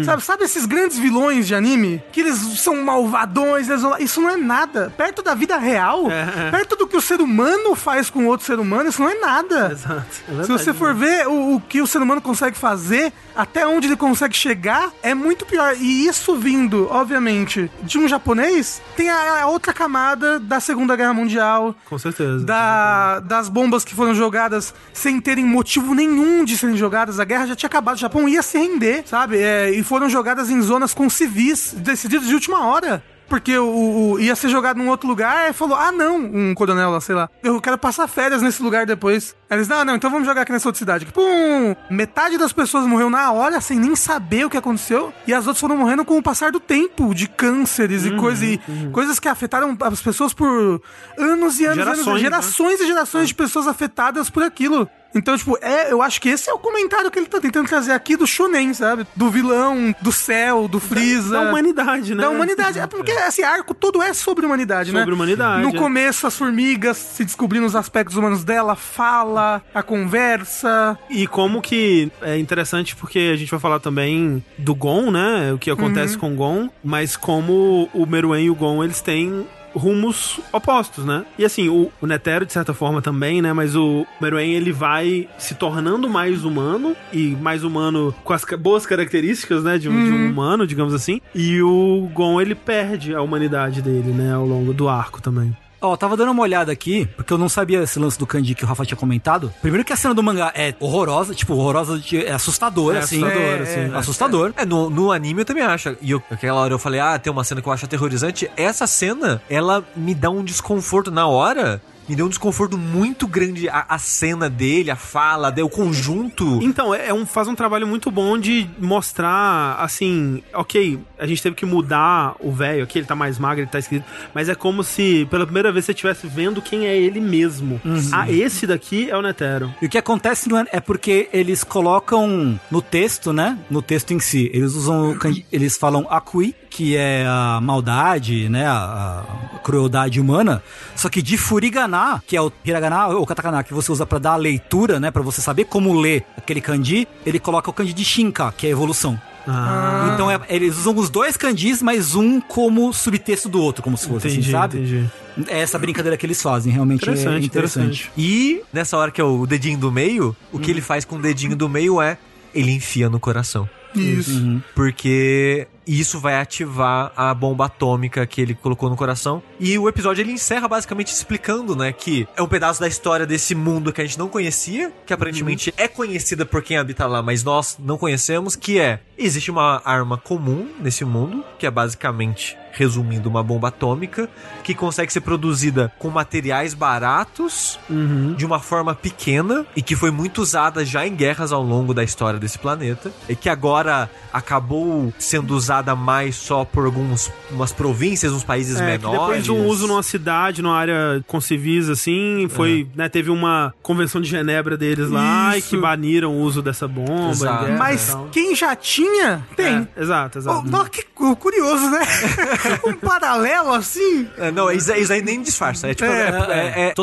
[SPEAKER 4] Sabe, sabe esses grandes vilões de anime? Que eles são malvadões, eles vão lá- isso não é nada. Perto da vida real, perto do que o ser humano faz com outro ser humano, isso não é nada.
[SPEAKER 2] Exato. é
[SPEAKER 4] Se você for ver o, o que o ser humano consegue fazer, até onde ele consegue chegar, é muito pior. E isso vindo, obviamente, de um japonês, tem a, a outra camada da Segunda Guerra Mundial,
[SPEAKER 2] Com certeza.
[SPEAKER 4] da- das bombas que foram jogadas sem terem motivo nenhum de serem jogadas. A guerra já tinha acabado, o Japão ia se render, sabe? É, e foram jogadas em zonas com civis, decididos de última hora. Porque o, o- ia ser jogado num outro lugar e falou: ah, não, um coronel lá, sei lá, eu quero passar férias nesse lugar depois. Aí eles, não, não, então vamos jogar aqui nessa outra cidade. Pum! Metade das pessoas morreu na hora, sem nem saber o que aconteceu, e as outras foram morrendo com o passar do tempo, de cânceres
[SPEAKER 2] Uhum,
[SPEAKER 4] e, coisa, e coisas que afetaram as pessoas por anos e anos gerações,
[SPEAKER 2] Gerações, né?
[SPEAKER 4] Tá
[SPEAKER 2] Ah.
[SPEAKER 4] gerações e gerações de pessoas afetadas por aquilo. Então, tipo, é, eu acho que esse é o comentário que ele tá tentando trazer aqui do Shonen, sabe? Do vilão, do céu, do Freeza.
[SPEAKER 2] da humanidade, né?
[SPEAKER 4] é. Da humanidade. É porque esse arco todo é sobre humanidade, né?
[SPEAKER 2] Sobre humanidade,
[SPEAKER 4] No
[SPEAKER 2] é.
[SPEAKER 4] começo, as formigas se descobrindo os aspectos humanos dela, a fala, a conversa.
[SPEAKER 2] E como que é interessante, porque a gente vai falar também do Gon, né? O que acontece com o Gon, mas como o Meruem e o Gon, eles têm rumos opostos, né? E assim, o, o Netero, de certa forma, também, né? Mas o Meruem, ele vai se tornando mais humano, e mais humano com as ca- boas características, né? De, um- de um humano, digamos assim. E o Gon, ele perde a humanidade dele, né? Ao longo do arco também.
[SPEAKER 5] Ó, eu tava dando uma olhada aqui, porque eu não sabia esse lance do Kandi que o Rafa tinha comentado. Primeiro que a cena do mangá é horrorosa, tipo, horrorosa, de- é assustadora,
[SPEAKER 2] É
[SPEAKER 5] assim.
[SPEAKER 2] assustadora,
[SPEAKER 5] É,
[SPEAKER 2] assim.
[SPEAKER 5] é, assustador.
[SPEAKER 3] É, no, no anime eu também acho. E eu, aquela hora eu falei, ah, tem uma cena que eu acho aterrorizante. Essa cena, ela me dá um desconforto na hora. me deu um desconforto muito grande a, a cena dele, a fala, o conjunto.
[SPEAKER 2] Então, é é um, faz um trabalho muito bom de mostrar, assim, ok, a gente teve que mudar o velho aqui, ele tá mais magro, ele tá escrito, mas é como se pela primeira vez você estivesse vendo quem é ele mesmo. Ah, esse daqui é o Netero.
[SPEAKER 1] E o que acontece não é- é porque eles colocam no texto, né? No texto em si, eles usam, o can- eles falam acui, que é a maldade, né? A, a crueldade humana. Só que de furiganá, que é o hiragana ou katakana que você usa pra dar a leitura, né? Pra você saber como ler aquele kanji, ele coloca o kanji de shinka, que é a evolução.
[SPEAKER 2] Ah,
[SPEAKER 1] Então é- eles usam os dois kanjis, mas um como subtexto do outro, como se fosse, assim, sabe?
[SPEAKER 2] entendi.
[SPEAKER 1] É essa brincadeira que eles fazem, realmente é
[SPEAKER 2] Interessante,
[SPEAKER 1] interessante.
[SPEAKER 2] interessante.
[SPEAKER 3] E nessa hora que é o dedinho do meio, o que ele faz com o dedinho do meio é ele enfia no coração.
[SPEAKER 4] Isso.
[SPEAKER 3] Porque isso vai ativar a bomba atômica que ele colocou no coração. E o episódio ele encerra basicamente explicando, né, que é um pedaço da história desse mundo que a gente não conhecia, que aparentemente é conhecida por quem habita lá, mas nós não conhecemos, que é existe uma arma comum nesse mundo, que é basicamente, resumindo, uma bomba atômica que consegue ser produzida com materiais baratos
[SPEAKER 2] Uhum.
[SPEAKER 3] de uma forma pequena e que foi muito usada já em guerras ao longo da história desse planeta e que agora acabou sendo usada mais só por algumas províncias, uns países
[SPEAKER 2] É, que
[SPEAKER 3] menores.
[SPEAKER 2] depois de um uso numa cidade, numa área com civis, assim, foi, né, teve uma convenção de Genebra deles lá
[SPEAKER 4] Isso.
[SPEAKER 2] e que baniram o uso dessa bomba.
[SPEAKER 3] Exato.
[SPEAKER 2] em guerra e
[SPEAKER 4] Mas
[SPEAKER 2] tal.
[SPEAKER 4] quem já tinha, tem.
[SPEAKER 2] É, exato,
[SPEAKER 4] Oh,
[SPEAKER 2] exato.
[SPEAKER 4] nossa, que cu- curioso, né? um paralelo assim.
[SPEAKER 3] É, não, isso, isso aí nem disfarça. É, tipo, é, é- é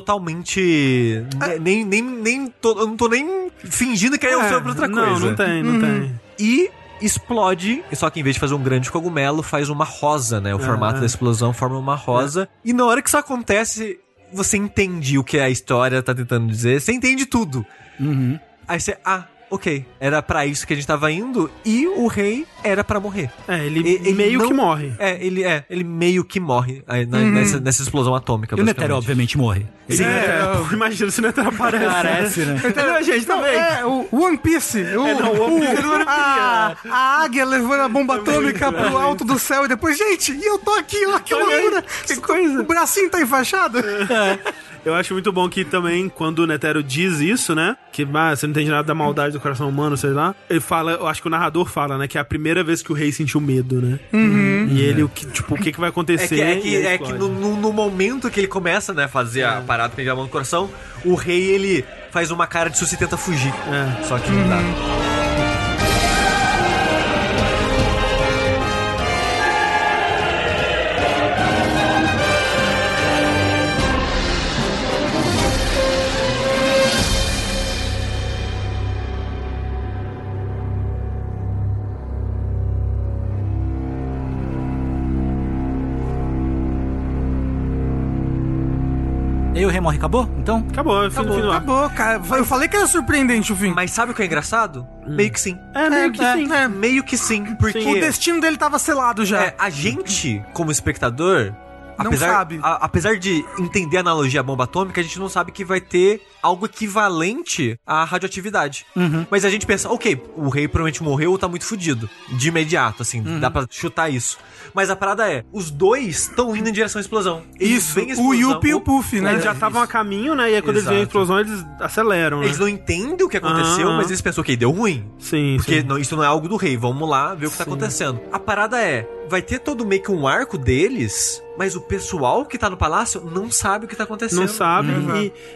[SPEAKER 3] totalmente. ne- Nem, nem, nem tô- eu não tô nem fingindo que é,
[SPEAKER 2] É,
[SPEAKER 3] outra coisa.
[SPEAKER 2] Não, não tem, não tem.
[SPEAKER 3] e explode. Só que em vez de fazer um grande cogumelo, faz uma rosa, né? O formato
[SPEAKER 1] Ah.
[SPEAKER 2] é.
[SPEAKER 3] da explosão forma uma rosa.
[SPEAKER 1] É.
[SPEAKER 3] E na hora que isso acontece, você entende o que a história tá tentando dizer. Você entende tudo.
[SPEAKER 1] Uhum.
[SPEAKER 3] Aí você, ah, ok. Era pra isso que a gente tava indo e o rei era pra morrer.
[SPEAKER 2] É, ele,
[SPEAKER 3] E- ele
[SPEAKER 2] meio
[SPEAKER 3] não-
[SPEAKER 2] que morre.
[SPEAKER 3] É, ele é, ele meio que morre aí na- nessa, nessa explosão atômica.
[SPEAKER 1] Uhum. E o
[SPEAKER 3] basicamente.
[SPEAKER 1] Netero, obviamente, morre.
[SPEAKER 2] Sim,
[SPEAKER 3] né?
[SPEAKER 2] é, pô, imagina se o Netero aparece.
[SPEAKER 1] Parece, né?
[SPEAKER 2] Entendeu, gente?
[SPEAKER 4] Não,
[SPEAKER 2] Também. É,
[SPEAKER 4] é, o o One Piece. O,
[SPEAKER 2] não, o One Piece eu não queria.
[SPEAKER 4] a, a águia levando a bomba atômica pro alto do céu e depois, gente, e eu tô aqui, ó, que
[SPEAKER 2] Olha aí,
[SPEAKER 4] loucura.
[SPEAKER 2] que coisa. É,
[SPEAKER 4] O bracinho tá enfaixado.
[SPEAKER 2] Eu acho muito bom que também, quando o Netero diz isso, né? Que ah, você não entende nada da maldade do coração humano, sei lá. Ele fala, eu acho que o narrador fala, né? Que é a primeira vez que o rei sentiu medo, né? E ele, o que, tipo, o que, que vai
[SPEAKER 3] É
[SPEAKER 2] acontecer?
[SPEAKER 3] que, Uhum. é que,
[SPEAKER 2] E É. ele
[SPEAKER 3] é que
[SPEAKER 2] explode.
[SPEAKER 3] no, no- no momento que ele começa, né, fazer a parada pegar a mão no coração, o rei ele faz uma cara de susto e tenta fugir.
[SPEAKER 2] É.
[SPEAKER 3] Só que não dá.
[SPEAKER 1] E aí o remorre acabou? Então?
[SPEAKER 2] Acabou, é fim do fim do ar.
[SPEAKER 4] Acabou, cara. Eu falei que era surpreendente o fim.
[SPEAKER 3] Mas sabe o que é engraçado? Meio que sim.
[SPEAKER 2] É, meio que sim.
[SPEAKER 3] É, meio que sim, porque
[SPEAKER 4] o destino dele tava selado já.
[SPEAKER 3] é, a gente, como espectador,
[SPEAKER 4] Tá. Não
[SPEAKER 3] apesar,
[SPEAKER 4] sabe.
[SPEAKER 3] a- apesar de entender a analogia à bomba atômica, a gente não sabe que vai ter algo equivalente à radioatividade.
[SPEAKER 4] Uhum.
[SPEAKER 3] Mas a gente pensa, ok, o rei provavelmente morreu ou tá muito fudido. De imediato, assim,
[SPEAKER 4] Uhum.
[SPEAKER 3] dá pra chutar isso. Mas a parada é, os dois estão indo em direção à explosão. Eles
[SPEAKER 4] Isso,
[SPEAKER 3] veem a
[SPEAKER 4] o
[SPEAKER 3] explosão,
[SPEAKER 4] Yuppie e o Puff, né?
[SPEAKER 2] Eles já estavam a caminho, né? E aí quando eles veem a
[SPEAKER 3] Exato.
[SPEAKER 2] explosão, eles aceleram, né?
[SPEAKER 3] Eles não entendem o que aconteceu,
[SPEAKER 2] Ah.
[SPEAKER 3] mas eles pensam, ok, deu ruim.
[SPEAKER 2] Sim,
[SPEAKER 3] Porque
[SPEAKER 2] sim.
[SPEAKER 3] não- isso não é algo do rei, vamos lá ver o que tá acontecendo. A parada é, vai ter todo meio que um arco deles, mas o pessoal que tá no palácio não sabe o que tá acontecendo.
[SPEAKER 2] Não sabe.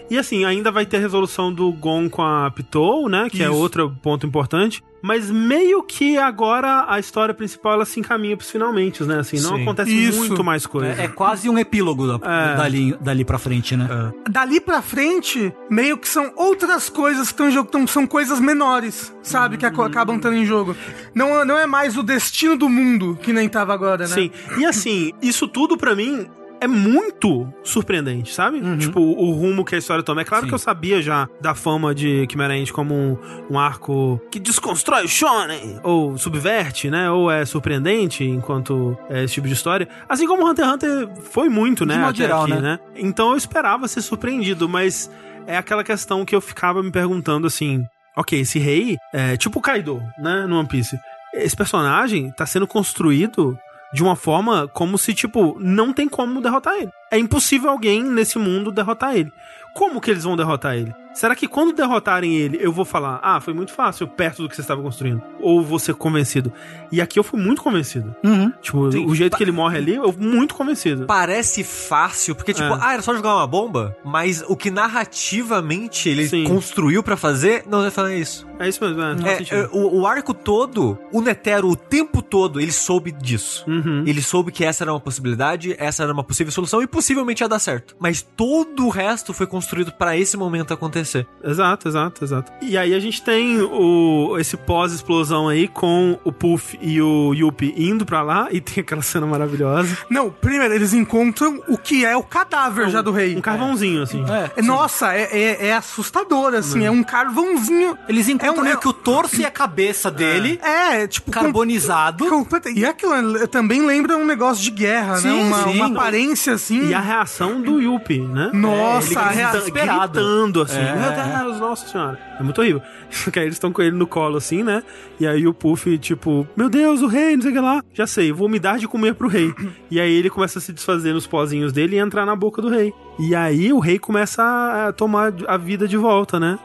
[SPEAKER 2] E, e assim, ainda vai ter a resolução do Gon com a Pitou, né? Que é outro ponto importante. Mas meio que agora a história principal ela se encaminha pros finalmente, né? Assim, não
[SPEAKER 3] Sim.
[SPEAKER 2] acontece
[SPEAKER 4] Isso.
[SPEAKER 2] muito mais coisa.
[SPEAKER 1] É, é quase um epílogo da- dali, dali pra frente, né?
[SPEAKER 4] dali pra frente, meio que são outras coisas que estão em jogo, então são coisas menores, sabe? Que
[SPEAKER 2] Uhum.
[SPEAKER 4] aco- acabam estando em jogo. Não, não é mais o destino do mundo que nem tava agora, né?
[SPEAKER 2] Sim. E assim, isso tudo pra mim é muito surpreendente, sabe?
[SPEAKER 1] Uhum.
[SPEAKER 2] Tipo, o rumo que a história toma. É claro que eu sabia já da fama de Chimera Ant como um, um arco que desconstrói o shonen, ou subverte, né? Ou é surpreendente enquanto é esse tipo de história. Assim como Hunter x Hunter foi muito, né?
[SPEAKER 1] modo
[SPEAKER 2] até
[SPEAKER 1] geral,
[SPEAKER 2] aqui,
[SPEAKER 1] né?
[SPEAKER 2] né? Então eu esperava ser surpreendido, mas é aquela questão que eu ficava me perguntando assim: ok, esse rei é tipo o Kaido, né? No One Piece. Esse personagem tá sendo construído de uma forma como se, tipo, não tem como derrotar ele. é impossível alguém nesse mundo derrotar ele. Como que eles vão derrotar ele? Será que quando derrotarem ele, eu vou falar, ah, foi muito fácil, perto do que você estava construindo? Ou vou ser convencido? E aqui eu fui muito convencido.
[SPEAKER 1] Uhum.
[SPEAKER 2] Tipo,
[SPEAKER 3] Sim.
[SPEAKER 2] o jeito que ele morre ali, eu fui muito convencido.
[SPEAKER 3] Parece fácil, porque, tipo,
[SPEAKER 2] É.
[SPEAKER 3] ah, era só jogar uma bomba, mas o que narrativamente ele
[SPEAKER 2] Sim.
[SPEAKER 3] construiu pra fazer, não, você falando isso.
[SPEAKER 2] É isso mesmo, é, faz
[SPEAKER 3] É,
[SPEAKER 2] sentido.
[SPEAKER 3] é, o, o arco todo, o Netero, o tempo todo, ele soube disso.
[SPEAKER 2] Uhum.
[SPEAKER 3] Ele soube que essa era uma possibilidade, essa era uma possível solução e possivelmente ia dar certo. Mas todo o resto foi construído pra esse momento acontecer.
[SPEAKER 2] Exato, exato, exato. E aí a gente tem o, esse pós-explosão aí com o Puff e o Yuppie indo pra lá e tem aquela cena maravilhosa.
[SPEAKER 4] Não, primeiro, eles encontram o que é o cadáver já do rei.
[SPEAKER 2] Um carvãozinho, assim.
[SPEAKER 1] É.
[SPEAKER 4] É, Nossa, é, é- é assustador, assim. É um carvãozinho.
[SPEAKER 1] Eles encontram
[SPEAKER 4] É um-
[SPEAKER 1] meio
[SPEAKER 4] é um-
[SPEAKER 1] que o torso e a cabeça dele,
[SPEAKER 4] É, tipo. com-
[SPEAKER 1] carbonizado.
[SPEAKER 4] completa- E aquilo eh, também lembra um negócio de guerra, né?
[SPEAKER 1] Sim,
[SPEAKER 4] Uma,
[SPEAKER 1] sim.
[SPEAKER 4] uma aparência assim.
[SPEAKER 2] E a reação do Yuppie, né?
[SPEAKER 4] Nossa,
[SPEAKER 2] ele
[SPEAKER 4] a
[SPEAKER 2] grita-
[SPEAKER 1] reação-
[SPEAKER 2] gritando assim.
[SPEAKER 1] É.
[SPEAKER 2] Meu Deus, nossa senhora. É muito horrível. Porque aí eles estão com ele no colo assim, né? E aí o Puff, tipo, meu Deus, o rei, não sei o que lá. Já sei, vou me dar de comer pro rei. E aí ele começa a se desfazer nos pozinhos dele e entrar na boca do rei. E aí o rei começa a tomar a vida de volta, né?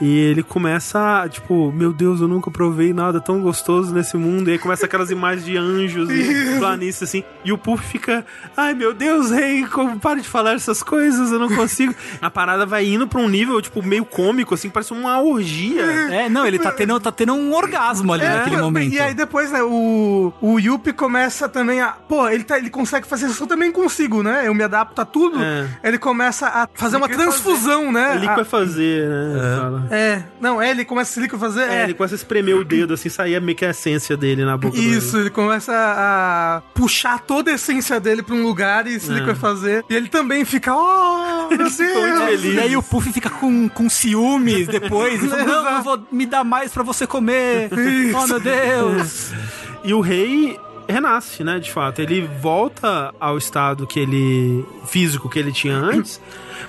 [SPEAKER 2] E ele começa, tipo, meu Deus, eu nunca provei nada tão gostoso nesse mundo. E aí começa aquelas imagens de anjos e planícies, assim. E o Puff fica, ai meu Deus, rei, como, para de falar essas coisas, eu não consigo. A parada vai indo pra um nível, tipo, meio cômico, assim, parece uma orgia.
[SPEAKER 1] É, não, ele tá tendo, tá tendo um orgasmo ali
[SPEAKER 4] É,
[SPEAKER 1] naquele
[SPEAKER 4] pô,
[SPEAKER 1] momento.
[SPEAKER 4] E aí depois, né, o, o Yuppie começa também a. Pô, ele, tá- ele consegue fazer isso, eu também consigo, né? Eu me adapto a tudo.
[SPEAKER 2] É.
[SPEAKER 4] Ele começa a fazer uma transfusão, né?
[SPEAKER 2] Ele É vai fazer, né? fala.
[SPEAKER 4] A- é. Não, é, ele começa a se liquefazer.
[SPEAKER 2] É,
[SPEAKER 4] É,
[SPEAKER 2] ele começa a espremer o dedo, assim, saía meio que a essência dele na boca do rei.
[SPEAKER 4] Isso, ele começa a puxar toda a essência dele pra um lugar e se
[SPEAKER 2] É.
[SPEAKER 4] liquefazer. E ele também fica, oh, meu Deus.
[SPEAKER 2] ficam muito felizes.
[SPEAKER 1] E aí o Puff fica com, com ciúmes depois. e fala, não, eu vou me dar mais pra você comer. Oh, meu Deus.
[SPEAKER 2] E o rei renasce, né, de fato. Ele volta ao estado que ele físico que ele tinha antes,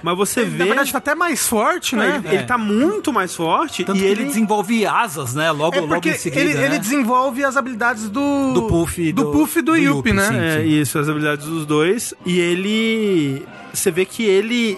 [SPEAKER 2] mas você vê
[SPEAKER 4] Na verdade, tá até mais forte, né?
[SPEAKER 2] ele, ele tá muito mais forte
[SPEAKER 1] Tanto
[SPEAKER 2] e
[SPEAKER 1] que
[SPEAKER 2] ele,
[SPEAKER 1] ele desenvolve asas, né? Logo,
[SPEAKER 4] É
[SPEAKER 1] logo
[SPEAKER 4] porque
[SPEAKER 1] em seguida.
[SPEAKER 4] ele,
[SPEAKER 1] né?
[SPEAKER 4] ele desenvolve as habilidades do...
[SPEAKER 1] Do Puff e
[SPEAKER 4] do,
[SPEAKER 1] do-
[SPEAKER 4] Puff e do,
[SPEAKER 1] do
[SPEAKER 4] Yuppie,
[SPEAKER 1] Yuppie,
[SPEAKER 4] né?
[SPEAKER 1] sim.
[SPEAKER 2] é isso, as habilidades dos dois e ele você vê que ele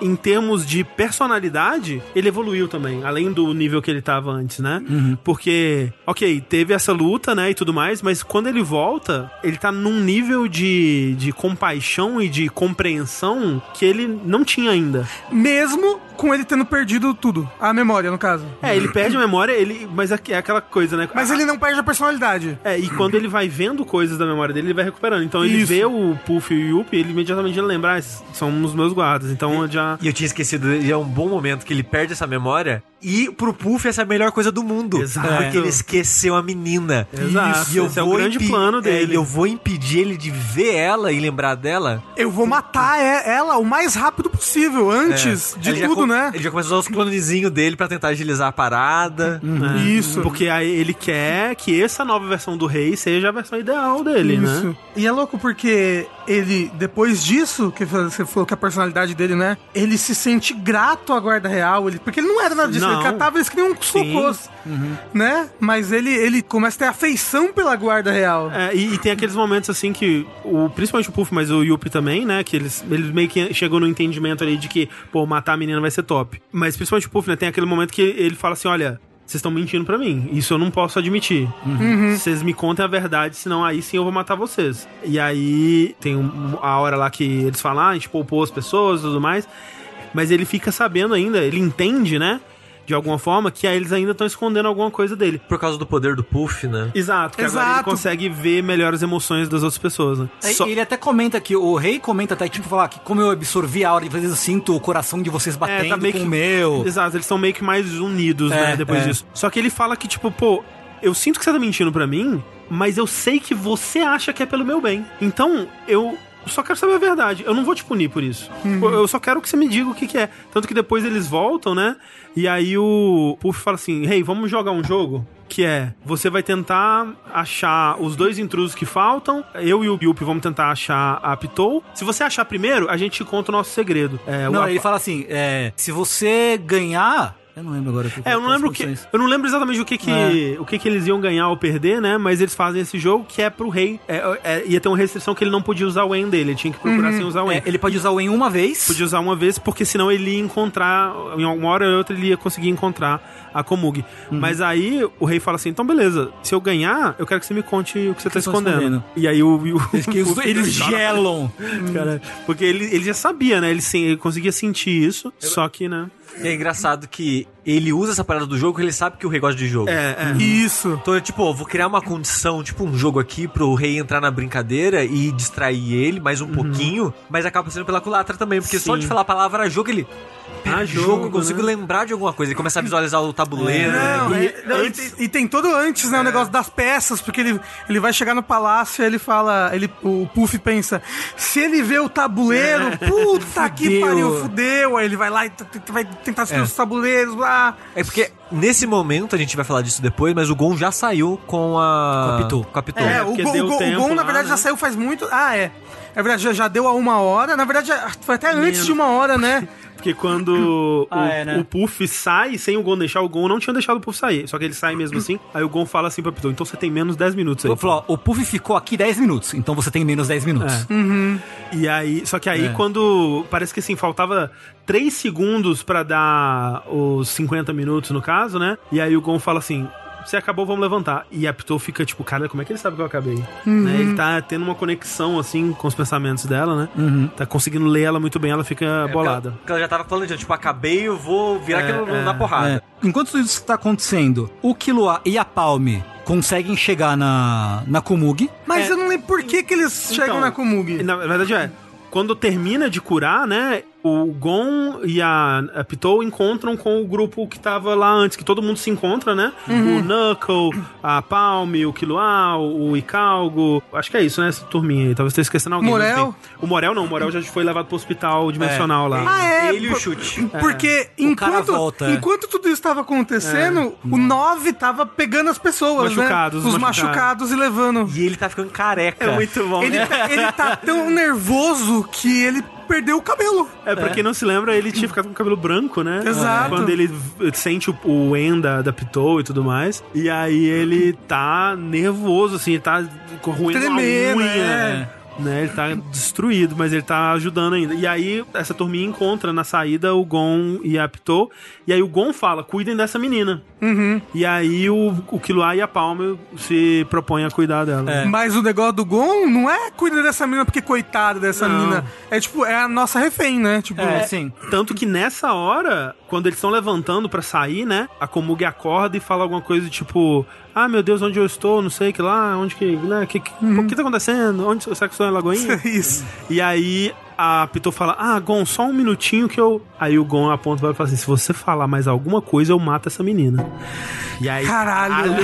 [SPEAKER 2] em termos de personalidade, ele evoluiu também, além do nível que ele tava antes, né? Porque, ok, teve essa luta, né, e tudo mais, mas quando ele volta, ele tá num nível de, de compaixão e de compreensão que ele não tinha ainda.
[SPEAKER 4] Mesmo com ele tendo perdido tudo. A memória, no caso.
[SPEAKER 2] É, ele perde a memória, ele, mas é é aquela coisa, né?
[SPEAKER 4] Mas ele não perde a personalidade.
[SPEAKER 2] É, e quando ele vai vendo coisas da memória dele, ele vai recuperando. Então ele
[SPEAKER 4] Isso.
[SPEAKER 2] vê o Puff e o Yuppie, ele imediatamente lembra, ah, esses são os meus guardas. Então eu já.
[SPEAKER 3] E eu tinha esquecido, e é um bom momento que ele perde essa memória. E pro Puff, essa é a melhor coisa do mundo.
[SPEAKER 2] Exato.
[SPEAKER 3] Porque ele esqueceu a menina.
[SPEAKER 2] Exato.
[SPEAKER 3] E eu
[SPEAKER 2] Esse é o
[SPEAKER 3] vou
[SPEAKER 2] grande
[SPEAKER 3] impe-
[SPEAKER 2] plano
[SPEAKER 3] é,
[SPEAKER 2] dele.
[SPEAKER 3] eu vou impedir ele de ver ela e lembrar dela.
[SPEAKER 4] Eu vou matar e- ela o mais rápido possível, antes de
[SPEAKER 3] É. Ele já
[SPEAKER 4] tudo,
[SPEAKER 3] com-
[SPEAKER 4] né?
[SPEAKER 3] Ele já começa a usar os clonezinhos dele pra tentar agilizar a parada.
[SPEAKER 2] né?
[SPEAKER 4] Isso.
[SPEAKER 2] Porque aí ele quer que essa nova versão do rei seja a versão ideal dele, né?
[SPEAKER 4] Isso. E é louco porque ele, depois disso, que você falou que a personalidade dele, né? Ele se sente grato à guarda real. Ele, porque ele não era nada disso,
[SPEAKER 2] Não.
[SPEAKER 4] ele catava eles que nem um
[SPEAKER 2] Sim. Uhum.
[SPEAKER 4] socoço, né? Mas ele, ele começa a ter afeição pela guarda real.
[SPEAKER 2] É, e, e tem aqueles momentos assim que, o, principalmente o Puff, mas o Yuppie também, né? Que eles, eles meio que chegam no entendimento ali de que, pô, matar a menina vai ser top. Mas principalmente o Puff, né? Tem aquele momento que ele fala assim: olha. Vocês estão mentindo pra mim. Isso eu não posso admitir. Vocês me contem a verdade, senão aí sim eu vou matar vocês. E aí tem um- a hora lá que eles falam, ah, a gente poupou as pessoas e tudo mais. Mas ele fica sabendo ainda, ele entende, né? De alguma forma, que aí eles ainda estão escondendo alguma coisa dele.
[SPEAKER 3] Por causa do poder do Puff, né?
[SPEAKER 2] Exato, que agora ele
[SPEAKER 4] Exato.
[SPEAKER 2] consegue ver melhor as emoções das outras pessoas, né?
[SPEAKER 1] Aí
[SPEAKER 2] Só-
[SPEAKER 1] Ele até comenta que o rei comenta até tipo falar que como eu absorvi a hora de vocês, eu sinto o coração de vocês batendo
[SPEAKER 2] É, tá meio
[SPEAKER 1] com
[SPEAKER 2] que-
[SPEAKER 1] o meu.
[SPEAKER 2] Exato, eles são meio que mais unidos, né,
[SPEAKER 1] É,
[SPEAKER 2] depois
[SPEAKER 1] é.
[SPEAKER 2] disso. Só que ele fala que, tipo, pô, eu sinto que você tá mentindo pra mim, mas eu sei que você acha que é pelo meu bem. Então, eu só quero saber a verdade. Eu não vou te punir por isso.
[SPEAKER 1] Uhum.
[SPEAKER 2] Eu- Eu só quero que você me diga o que que é. Tanto que depois eles voltam, né? E aí o Puff fala assim, hey, vamos jogar um jogo? Que é, você vai tentar achar os dois intrusos que faltam. Eu e o Yuppie vamos tentar achar a Pitou. Se você achar primeiro, a gente te conta o nosso segredo. É, o
[SPEAKER 1] Não,
[SPEAKER 2] ap-
[SPEAKER 1] ele fala assim: é, se você ganhar, Eu não lembro agora. o que-
[SPEAKER 2] É, eu não
[SPEAKER 1] quais
[SPEAKER 2] lembro o que,
[SPEAKER 1] condições.
[SPEAKER 2] eu não lembro exatamente o que que, o que que eles iam ganhar ou perder, né? Mas eles fazem esse jogo que é pro rei. É, é, ia ter uma restrição que ele não podia usar o Wen dele, ele tinha que procurar sem usar o Wen.
[SPEAKER 1] É, ele pode usar o em uma vez.
[SPEAKER 2] podia usar uma vez, porque senão ele ia encontrar, em alguma hora ou outra ele ia conseguir encontrar a Komug. Mas aí o rei fala assim: então beleza, se eu ganhar, eu quero que você me conte o que você tá
[SPEAKER 1] estão
[SPEAKER 2] escondendo.
[SPEAKER 1] escondendo?
[SPEAKER 2] E aí o. o-
[SPEAKER 1] Que os-
[SPEAKER 2] o-
[SPEAKER 1] eles
[SPEAKER 2] Cara,
[SPEAKER 1] gelam.
[SPEAKER 2] cara, porque ele, ele já sabia, né? Ele, sim, ele conseguia sentir isso, só que, né?
[SPEAKER 3] E é engraçado que ele usa essa parada do jogo porque ele sabe que o rei gosta de jogo.
[SPEAKER 2] É, é.
[SPEAKER 4] Isso.
[SPEAKER 3] Então, é tipo, ó, vou criar uma condição, tipo um jogo aqui pro rei entrar na brincadeira e distrair ele mais um pouquinho, mas acaba sendo pela culatra também, porque só
[SPEAKER 2] Sim.
[SPEAKER 3] de falar a palavra jogo ele.
[SPEAKER 2] Ah,
[SPEAKER 3] Ah, jogo,
[SPEAKER 2] jogo,
[SPEAKER 3] eu consigo
[SPEAKER 2] né?
[SPEAKER 3] lembrar de alguma coisa. Ele começa a visualizar o tabuleiro.
[SPEAKER 4] Não,
[SPEAKER 3] né?
[SPEAKER 4] é- não, e, tem, e tem todo antes, né? O negócio das peças, porque ele, ele vai chegar no palácio e ele fala. Ele, o Puff pensa: se ele vê o tabuleiro,
[SPEAKER 2] É.
[SPEAKER 4] puta que
[SPEAKER 1] Fudeu.
[SPEAKER 4] pariu, fudeu. Aí ele vai lá e t- t- vai
[SPEAKER 2] É.
[SPEAKER 4] tentar destruir os tabuleiros lá.
[SPEAKER 3] É porque nesse momento a gente vai falar disso depois, mas o Gon já saiu com a.
[SPEAKER 1] Com a Pitou.
[SPEAKER 3] Com a Pitou.
[SPEAKER 4] É,
[SPEAKER 2] É,
[SPEAKER 4] o,
[SPEAKER 2] porque
[SPEAKER 4] Gon-
[SPEAKER 2] deu
[SPEAKER 4] o Gon- o
[SPEAKER 2] tempo
[SPEAKER 4] Gon, na
[SPEAKER 2] lá,
[SPEAKER 4] verdade,
[SPEAKER 2] né?
[SPEAKER 4] já saiu faz muito. Ah, é. É verdade, já, já deu a uma hora. Na verdade, já- foi até antes de uma hora, né?
[SPEAKER 2] Porque quando
[SPEAKER 1] Ah,
[SPEAKER 2] o,
[SPEAKER 1] é, né?
[SPEAKER 2] o Puff sai, sem o Gon deixar, o Gon não tinha deixado o Puff sair. Só que ele sai mesmo assim. Aí o Gon fala assim pra Pitou, então você tem menos 10 minutos aí.
[SPEAKER 1] Eu falo, ó, o Puff ficou aqui 10 minutos, então você tem menos 10 minutos. Uhum.
[SPEAKER 2] E aí, só que aí
[SPEAKER 1] É.
[SPEAKER 2] quando parece que assim faltava 3 segundos pra dar os 50 minutos no caso, né? E aí o Gon fala assim: "Você acabou, vamos levantar". E a Pitou fica tipo, cara, como é que ele sabe que eu acabei? Né? Ele tá tendo uma conexão assim com os pensamentos dela, né?
[SPEAKER 1] Uhum.
[SPEAKER 2] Tá conseguindo ler ela muito bem, ela fica
[SPEAKER 3] É, porque
[SPEAKER 2] bolada.
[SPEAKER 3] Ela, porque ela já tava planejando, tipo, acabei, eu vou virar que eu não dá porrada.
[SPEAKER 1] É. Enquanto tudo isso está acontecendo, o Killua e a Palme conseguem chegar na, na Kumug.
[SPEAKER 4] Mas eu não lembro por que, que eles chegam
[SPEAKER 2] É. Então,
[SPEAKER 4] na Komug.
[SPEAKER 2] Na verdade é, quando termina de curar, né, o Gon e a, a Pitou encontram com o grupo que tava lá antes, que todo mundo se encontra, né?
[SPEAKER 4] Uhum.
[SPEAKER 2] O Knuckle, a Palme, o Kiluá, o Icalgo, acho que é isso, né, essa turminha aí, talvez eu esteja esquecendo alguém.
[SPEAKER 4] Morel?
[SPEAKER 2] mas enfim. O Morel não, o Morel já foi levado pro hospital dimensional lá.
[SPEAKER 4] Ah, é?
[SPEAKER 3] Ele e o chute.
[SPEAKER 4] Porque
[SPEAKER 1] cara
[SPEAKER 4] enquanto,
[SPEAKER 1] volta, é.
[SPEAKER 4] enquanto tudo isso estava acontecendo, o 9 tava pegando as pessoas,
[SPEAKER 2] É. Machucados,
[SPEAKER 4] né?
[SPEAKER 2] os
[SPEAKER 4] Os machucados,
[SPEAKER 2] machucados.
[SPEAKER 4] e levando.
[SPEAKER 3] E ele tá ficando careca.
[SPEAKER 2] bom,
[SPEAKER 4] Ele,
[SPEAKER 2] né?
[SPEAKER 4] tá- ele tá tão nervoso que ele perdeu o cabelo.
[SPEAKER 2] É, pra quem não se lembra, ele tinha ficado com o cabelo branco, né?
[SPEAKER 4] Exato.
[SPEAKER 2] Quando ele v- sente o, o Wen da, da Pitou e tudo mais. E aí ele tá nervoso, assim, ele tá com- ruindo
[SPEAKER 4] Tremendo,
[SPEAKER 2] a unha.
[SPEAKER 4] é.
[SPEAKER 2] Né, ele tá destruído, mas ele tá ajudando ainda. E aí, essa turminha encontra na saída o Gon e a Pitou. E aí, o Gon fala: cuidem dessa menina.
[SPEAKER 4] Uhum.
[SPEAKER 2] E aí, o, o Killua e a Palmer se propõem a cuidar dela.
[SPEAKER 4] Mas o negócio do Gon não é cuida dessa mina porque coitada dessa
[SPEAKER 2] Não. É.
[SPEAKER 4] mina. É tipo, é a nossa refém, né? Tipo,
[SPEAKER 1] sim.
[SPEAKER 2] Tanto que nessa hora, quando eles estão levantando pra sair, né? A Komug acorda e fala alguma coisa tipo: Ah, meu Deus, onde eu estou? Não sei que lá, onde que. Né, que, que
[SPEAKER 1] Uhum.
[SPEAKER 2] O que tá acontecendo? Onde, será que eu estou em Lagoinha?
[SPEAKER 4] isso.
[SPEAKER 2] e aí a Pitou fala: Ah, Gon, só um minutinho que eu. Aí o Gon aponta pra ela e fala assim: Se você falar mais alguma coisa, eu mato essa menina. E aí.
[SPEAKER 4] Caralho.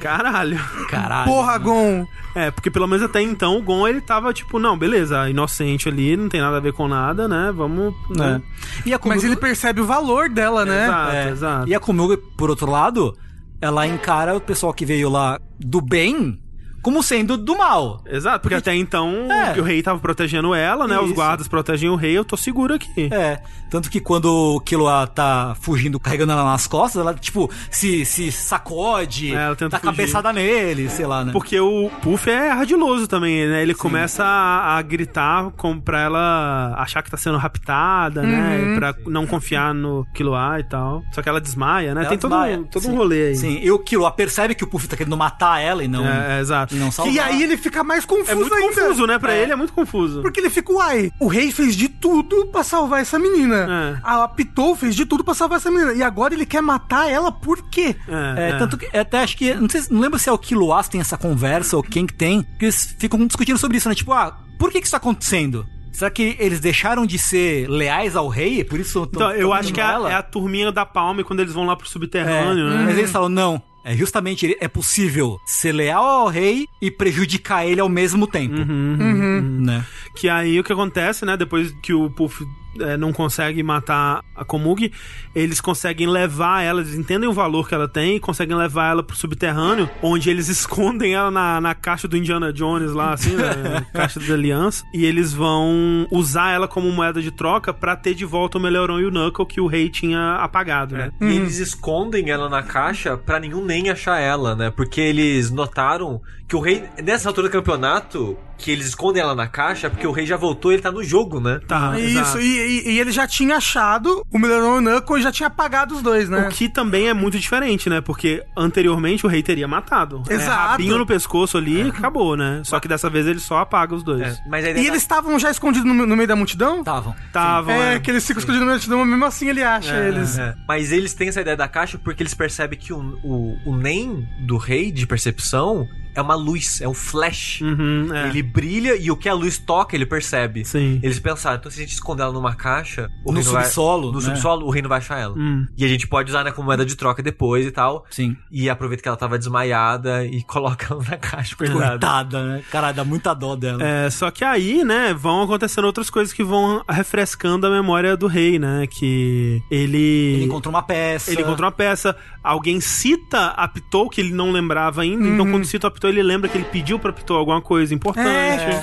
[SPEAKER 2] Caralho.
[SPEAKER 1] Caralho.
[SPEAKER 4] Porra, Gon.
[SPEAKER 2] É, porque pelo menos até então o Gon ele tava tipo: Não, beleza, inocente ali, não tem nada a ver com nada, né? Vamos. né?"
[SPEAKER 1] E a Kumug,
[SPEAKER 4] Mas ele percebe o valor dela, né?
[SPEAKER 2] Exato,
[SPEAKER 1] É. é,
[SPEAKER 2] exato.
[SPEAKER 1] E a Kumug, por outro lado, ela encara o pessoal que veio lá do bem como sendo do mal.
[SPEAKER 2] Exato, porque, até então
[SPEAKER 1] É.
[SPEAKER 2] o rei tava protegendo ela, né? Os
[SPEAKER 1] Isso.
[SPEAKER 2] guardas protegem o rei, eu tô seguro aqui.
[SPEAKER 1] É, tanto que quando o Killua tá fugindo, carregando ela nas costas, ela, tipo, se, se sacode,
[SPEAKER 2] É, ela tenta
[SPEAKER 1] dá
[SPEAKER 2] fugir.
[SPEAKER 1] cabeçada nele, sei lá, né?
[SPEAKER 2] Porque o Puff é ardiloso também, né? Ele começa a, a gritar com, pra ela achar que tá sendo raptada,
[SPEAKER 1] Uhum.
[SPEAKER 2] né? Pra não confiar no Kiloá e tal. Só que ela desmaia, né?
[SPEAKER 1] Ela
[SPEAKER 2] Tem todo,
[SPEAKER 1] desmaia,
[SPEAKER 2] um, todo
[SPEAKER 1] sim.
[SPEAKER 2] um rolê aí.
[SPEAKER 1] Sim, e o Killua percebe que o Puff tá querendo matar ela e não...
[SPEAKER 2] É, é, exato.
[SPEAKER 1] e não salvar.
[SPEAKER 4] E aí ele fica mais confuso
[SPEAKER 2] É muito
[SPEAKER 4] ainda.
[SPEAKER 2] confuso, né? Pra ele é muito confuso.
[SPEAKER 4] Porque ele fica, uai, o rei fez de tudo pra salvar essa menina.
[SPEAKER 2] É.
[SPEAKER 4] A Pitou fez de tudo pra salvar essa menina. E agora ele quer matar ela por quê?
[SPEAKER 1] É, tanto que até acho que. Não, sei, se- não lembro se é o Kiloas tem essa conversa ou quem que tem. Que eles ficam discutindo sobre isso, né? Tipo, ah, por que, que isso tá acontecendo? Será que eles deixaram de ser leais ao rei? Por isso tão-
[SPEAKER 2] Então,
[SPEAKER 1] tão
[SPEAKER 2] eu acho
[SPEAKER 1] matando
[SPEAKER 2] que é, a-
[SPEAKER 1] ela?
[SPEAKER 2] é a turminha da Palme quando eles vão lá pro
[SPEAKER 1] É,
[SPEAKER 2] subterrâneo, né?
[SPEAKER 1] Mas eles falam, não. É justamente ele- é possível ser leal ao rei e
[SPEAKER 2] Uhum,
[SPEAKER 3] Uhum.
[SPEAKER 1] prejudicar ele ao mesmo tempo. Né?
[SPEAKER 2] Que aí o que acontece, né? Depois que o Puff é, não consegue matar a Komugi, eles conseguem levar ela, eles entendem o valor que ela tem e conseguem levar ela pro subterrâneo, onde eles escondem ela na, na caixa do Indiana Jones lá, assim, na caixa da aliança, e eles vão usar ela como moeda de troca pra ter de volta o Melhorão e o Knuckle que o rei tinha apagado, né?
[SPEAKER 3] E eles escondem ela na caixa pra nenhum nem achar ela, né? Porque eles notaram que o rei, nessa altura do campeonato, que eles escondem ela na caixa, é porque o rei já voltou e ele tá no jogo, né?
[SPEAKER 2] Tá,
[SPEAKER 4] Isso, e, e- e ele já tinha achado o Millerão e o Knuckle e já tinha apagado os dois, né?
[SPEAKER 2] O que também é muito diferente, né? Porque anteriormente o rei teria matado. É,
[SPEAKER 4] Exato.
[SPEAKER 2] rabinho no pescoço ali, acabou, né? Só que dessa vez ele só apaga os dois.
[SPEAKER 3] Mas aí
[SPEAKER 4] E eles estavam já escondidos no, no meio da multidão?
[SPEAKER 1] Estavam.
[SPEAKER 2] Tavam,
[SPEAKER 4] É,
[SPEAKER 2] é.
[SPEAKER 4] que eles ficam escondidos no meio da multidão, mas mesmo assim ele acha eles.
[SPEAKER 3] É. Mas eles têm essa ideia da caixa porque eles percebem que o, o, o NEM do rei de percepção é uma luz, é um flash.
[SPEAKER 2] Uhum, é.
[SPEAKER 3] Ele brilha e o que a luz toca, ele percebe.
[SPEAKER 2] Sim.
[SPEAKER 3] Eles pensaram, então se a gente esconder ela numa caixa, o
[SPEAKER 1] No
[SPEAKER 3] rei não vai-
[SPEAKER 1] subsolo,
[SPEAKER 3] no
[SPEAKER 1] né?
[SPEAKER 3] subsolo, o rei não vai achar ela.
[SPEAKER 2] Hum.
[SPEAKER 3] E a gente pode usar né, como moeda de troca depois e tal.
[SPEAKER 1] Sim.
[SPEAKER 3] E aproveita que ela tava desmaiada e coloca ela na caixa, coitada.
[SPEAKER 1] Coitada, né? Caralho, dá muita dó dela.
[SPEAKER 2] É, só que aí, né, vão acontecendo outras coisas que vão refrescando a memória do rei, né? Que ele.
[SPEAKER 1] Ele encontrou uma peça.
[SPEAKER 2] Ele encontrou uma peça, alguém cita a Pitou, que ele não lembrava ainda, então quando cita a Pitou, ele lembra que ele pediu pra Pitou alguma coisa importante.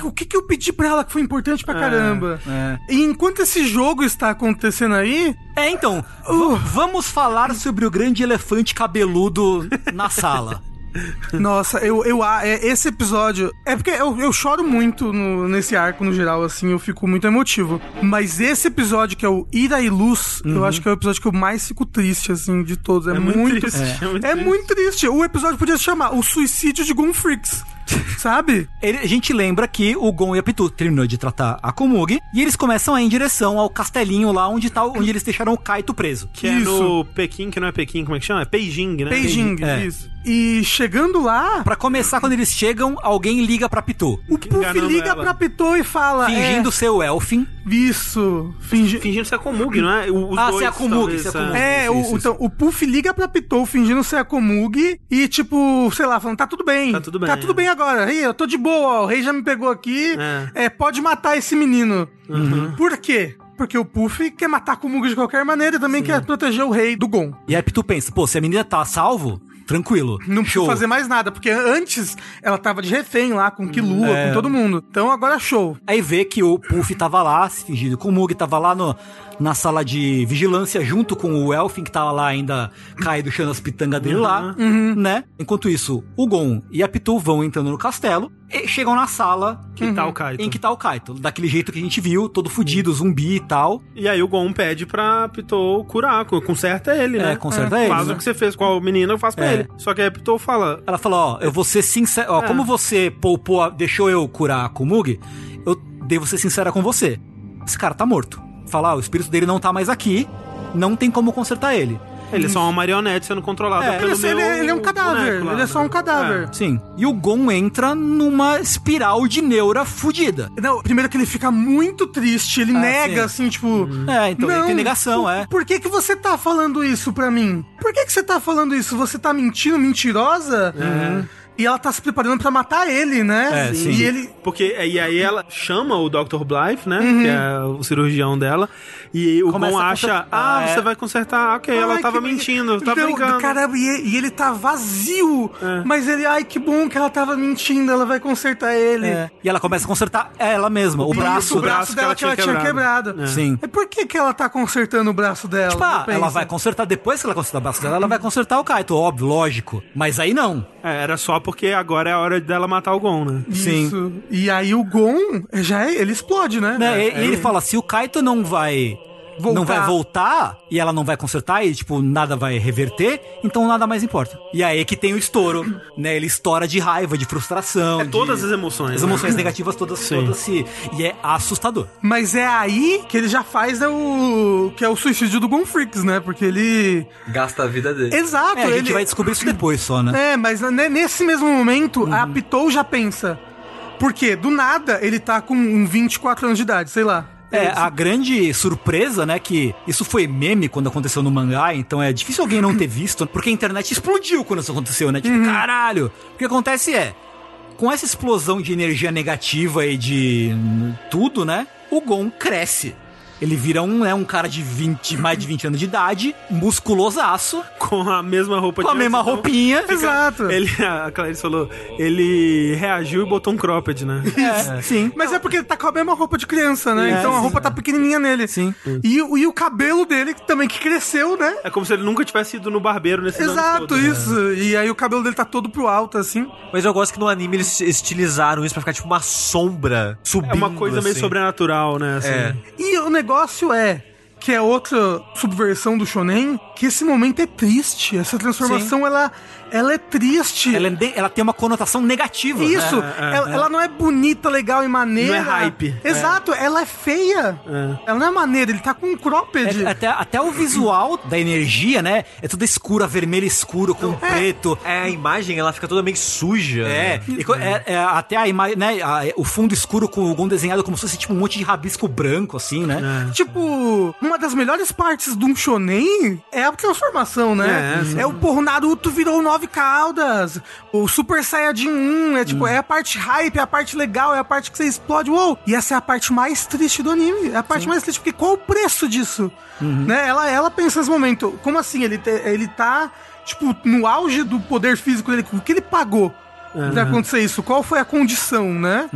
[SPEAKER 4] É, o que, que eu pedi pra ela que foi importante
[SPEAKER 2] É.
[SPEAKER 4] pra caramba? E enquanto esse jogo está acontecendo aí,
[SPEAKER 1] É, então,
[SPEAKER 4] Uh.
[SPEAKER 1] va- vamos falar sobre o grande elefante cabeludo na sala.
[SPEAKER 4] Nossa, eu, eu a- é, esse episódio. É porque eu, eu choro muito no- nesse arco no geral, assim, eu fico muito emotivo. Mas esse episódio, que é o Ira e Luz, eu acho que é o episódio que eu mais fico triste, assim, de todos. É, muito,
[SPEAKER 2] triste,
[SPEAKER 4] É.
[SPEAKER 2] Uhum. é muito
[SPEAKER 4] é muito triste. O episódio podia se chamar O Suicídio de Gun Freaks. Sabe?
[SPEAKER 1] Ele- a gente lembra que o Gon e a Pitu terminou de tratar a Komugi e eles começam a ir em direção ao castelinho lá onde, tá, o- onde eles deixaram o Kaito preso.
[SPEAKER 2] Que é no Pequim, que não é Pequim, como é que chama? É Beijing, né?
[SPEAKER 4] Beijing,
[SPEAKER 1] é.
[SPEAKER 4] isso. E chegando lá,
[SPEAKER 1] Pra começar, quando eles chegam, alguém liga pra Pitu,
[SPEAKER 4] o Puff
[SPEAKER 2] enganando
[SPEAKER 4] liga
[SPEAKER 2] ela.
[SPEAKER 4] pra Pitou e fala.
[SPEAKER 1] fingindo
[SPEAKER 4] Uh, é,
[SPEAKER 1] ser o Elfin.
[SPEAKER 4] isso. Fingindo.
[SPEAKER 2] Fingindo ser a Komug, não é? O- os
[SPEAKER 1] Ah,
[SPEAKER 2] dois,
[SPEAKER 1] ser a Komug,
[SPEAKER 2] talvez,
[SPEAKER 1] ser a
[SPEAKER 2] é.
[SPEAKER 1] Komug.
[SPEAKER 4] É,
[SPEAKER 2] Isso,
[SPEAKER 4] o,
[SPEAKER 2] isso,
[SPEAKER 4] então, o Puff liga pra Pitou fingindo ser a Komug e, tipo, sei lá, falando, tá tudo bem.
[SPEAKER 2] Tá tudo bem,
[SPEAKER 4] Tá
[SPEAKER 2] é.
[SPEAKER 4] tudo bem agora. Ei, eu tô de boa, ó, o rei já me pegou aqui. É, pode matar esse menino.
[SPEAKER 2] Uhum.
[SPEAKER 4] Por quê? Porque o Puff quer matar a Komug de qualquer maneira e também quer proteger o rei do Gon.
[SPEAKER 1] E aí a Pitu pensa, pô, se a menina tá a salvo, tranquilo.
[SPEAKER 4] Não precisa
[SPEAKER 1] show.
[SPEAKER 4] fazer mais nada, porque antes ela tava de refém lá com Kilua,
[SPEAKER 2] Hum, é.
[SPEAKER 4] com todo mundo. Então agora show.
[SPEAKER 1] Aí vê que o Puff tava lá, se fingindo com o Mug, tava lá no, na sala de vigilância junto com o Elfin, que tava lá ainda caído, chando as pitangas dele lá, né? Enquanto isso, o Gon e a Pitu vão entrando no castelo e chegam na sala
[SPEAKER 2] Que tal, então? Kaito?
[SPEAKER 1] em que tá o Kaito. Daquele jeito que a gente viu, todo fudido, zumbi e tal.
[SPEAKER 2] E aí o Gon pede pra Pitou curar, co- conserta ele, né?
[SPEAKER 1] É, conserta ele,
[SPEAKER 2] Faz
[SPEAKER 1] né?
[SPEAKER 2] o que você fez com a menina, eu faço pra
[SPEAKER 1] É.
[SPEAKER 2] ele. Só que aí a Pitou fala...
[SPEAKER 1] Ela fala, ó, eu vou ser sincera, ó, como você poupou, a- deixou eu curar a Kumug, eu devo ser sincera com você. Esse cara tá morto. Fala, ó, o espírito dele não tá mais aqui, não tem como consertar ele.
[SPEAKER 2] Ele é só uma marionete sendo controlada
[SPEAKER 1] É,
[SPEAKER 2] pelo
[SPEAKER 4] Ele,
[SPEAKER 2] meu
[SPEAKER 4] ele é- ele é um cadáver,
[SPEAKER 2] boneco lá,
[SPEAKER 4] ele é só
[SPEAKER 2] né?
[SPEAKER 4] um cadáver.
[SPEAKER 1] Sim. E o Gon entra numa espiral de neura fudida.
[SPEAKER 4] Não, primeiro que ele fica muito triste, ele
[SPEAKER 1] Ah,
[SPEAKER 4] nega, assim, tipo.
[SPEAKER 1] É, então ele
[SPEAKER 4] "Não,
[SPEAKER 1] tem negação,
[SPEAKER 4] por-
[SPEAKER 1] é.
[SPEAKER 4] Por que, que você tá falando isso pra mim? Por que, que você tá falando isso? Você tá mentindo, mentirosa? E ela tá se preparando pra matar ele, né?
[SPEAKER 1] Uhum. É, sim.
[SPEAKER 4] E ele.
[SPEAKER 2] Porque é, e aí ela chama o Dr. Blythe, né? Que é o cirurgião dela. E o
[SPEAKER 1] Uhum. Começa
[SPEAKER 2] Gon
[SPEAKER 1] a
[SPEAKER 2] acha,
[SPEAKER 1] conser-
[SPEAKER 2] ah,
[SPEAKER 1] Ah,
[SPEAKER 2] você
[SPEAKER 1] é.
[SPEAKER 2] vai consertar. Ok, ela
[SPEAKER 4] Ai,
[SPEAKER 2] tava
[SPEAKER 4] que-
[SPEAKER 2] mentindo, tava
[SPEAKER 4] Então,
[SPEAKER 2] brincando.
[SPEAKER 4] Cara, e, e ele tá vazio.
[SPEAKER 1] É.
[SPEAKER 4] Mas ele, ai, que bom que ela tava mentindo, ela vai consertar ele.
[SPEAKER 1] É. E ela começa a consertar ela mesma, o
[SPEAKER 4] Isso,
[SPEAKER 1] braço,
[SPEAKER 4] o braço dela que ela tinha quebrado.
[SPEAKER 1] É. Sim.
[SPEAKER 4] E por que, que ela tá consertando o braço dela?
[SPEAKER 1] Tipo, ah,
[SPEAKER 4] Pensa.
[SPEAKER 1] ela vai consertar, depois que ela consertar o braço dela, ela vai consertar o Kaito, óbvio, lógico. Mas aí não.
[SPEAKER 2] É, era só porque agora é a hora dela matar o Gon, né?
[SPEAKER 1] Sim.
[SPEAKER 4] Isso. E aí o Gon já é- ele explode, né?
[SPEAKER 1] Né? e, e ele fala, se o Kaito não vai... Não vai voltar e ela não vai consertar e, tipo, nada vai reverter, então nada mais importa. E aí é que tem o estouro, né? Ele estoura de raiva, de frustração.
[SPEAKER 2] É todas
[SPEAKER 1] de-
[SPEAKER 2] as emoções.
[SPEAKER 1] As
[SPEAKER 2] né?
[SPEAKER 1] emoções negativas todas, todas se. E é assustador.
[SPEAKER 4] Mas é aí que ele já faz né, o que é o suicídio do Gon Freaks, né? Porque ele
[SPEAKER 3] Gasta a vida dele.
[SPEAKER 4] Exato,
[SPEAKER 1] É, a
[SPEAKER 4] ele
[SPEAKER 1] gente vai descobrir isso depois só, né?
[SPEAKER 4] É, mas né, nesse mesmo momento,
[SPEAKER 1] Uhum.
[SPEAKER 4] a Pitou já pensa. Porque do nada ele tá com um 24 anos de idade, sei lá.
[SPEAKER 1] É, a grande surpresa, né, que isso foi meme quando aconteceu no mangá, então é difícil alguém não ter visto, porque a internet explodiu quando isso aconteceu, né? Tipo, caralho! O que acontece é, com essa explosão de energia negativa e de hum, tudo, né, o Gon cresce. Ele vira um, né, um cara de 20, mais de 20 anos de idade, musculosaço,
[SPEAKER 2] Com a mesma roupa
[SPEAKER 1] com a
[SPEAKER 2] de
[SPEAKER 1] mesma
[SPEAKER 2] antes, então,
[SPEAKER 1] roupinha.
[SPEAKER 4] Exato.
[SPEAKER 2] Ele, a Clarice falou, ele reagiu e botou um cropped, né?
[SPEAKER 1] É, sim.
[SPEAKER 4] Mas é porque ele tá com a mesma roupa de criança, né?
[SPEAKER 1] É,
[SPEAKER 4] então a
[SPEAKER 1] sim.
[SPEAKER 4] roupa tá pequenininha nele.
[SPEAKER 1] Sim.
[SPEAKER 4] E, o- e o cabelo dele que também, que cresceu, né?
[SPEAKER 2] É como se ele nunca tivesse ido no barbeiro nesse né?
[SPEAKER 4] Exato, isso. E aí o cabelo dele tá todo pro alto, assim.
[SPEAKER 3] Mas eu gosto que no anime eles estilizaram isso pra ficar tipo uma sombra subindo.
[SPEAKER 2] É uma coisa meio
[SPEAKER 3] assim.
[SPEAKER 2] sobrenatural, né? assim.
[SPEAKER 3] É.
[SPEAKER 4] E o negócio é que é outra subversão do shonen, que esse momento é triste. Essa transformação ela ela é triste.
[SPEAKER 1] Ela, é de- ela tem uma conotação negativa.
[SPEAKER 4] isso,
[SPEAKER 1] né?
[SPEAKER 4] ela, ela não é bonita, legal e maneira.
[SPEAKER 2] Não é hype.
[SPEAKER 4] Exato, ela é feia. Ela não é maneira, ele tá com um cropped.
[SPEAKER 1] É, até, até o visual da energia, né? É toda escura, vermelho escuro, com preto.
[SPEAKER 3] É, a imagem ela fica toda meio suja.
[SPEAKER 1] É,
[SPEAKER 3] né?
[SPEAKER 1] e co- é- é, até a imagem, né? a- o fundo escuro com algum desenhado como se fosse tipo um monte de rabisco branco, assim,
[SPEAKER 2] É.
[SPEAKER 1] né?
[SPEAKER 4] Tipo, uma das melhores partes de um shonen é a transformação, né? É, o porra, o Naruto virou nove caudas, o Super Saiyajin 1, é tipo, é a parte hype, é a parte legal, é a parte que você explode, uou! E essa é a parte mais triste do anime, é a parte mais triste, porque qual o preço disso? Né? Ela, ela pensa nesse momento, como assim, ele, te- ele tá, tipo, no auge do poder físico dele, o que ele pagou? Pra acontecer isso, qual foi a condição, né?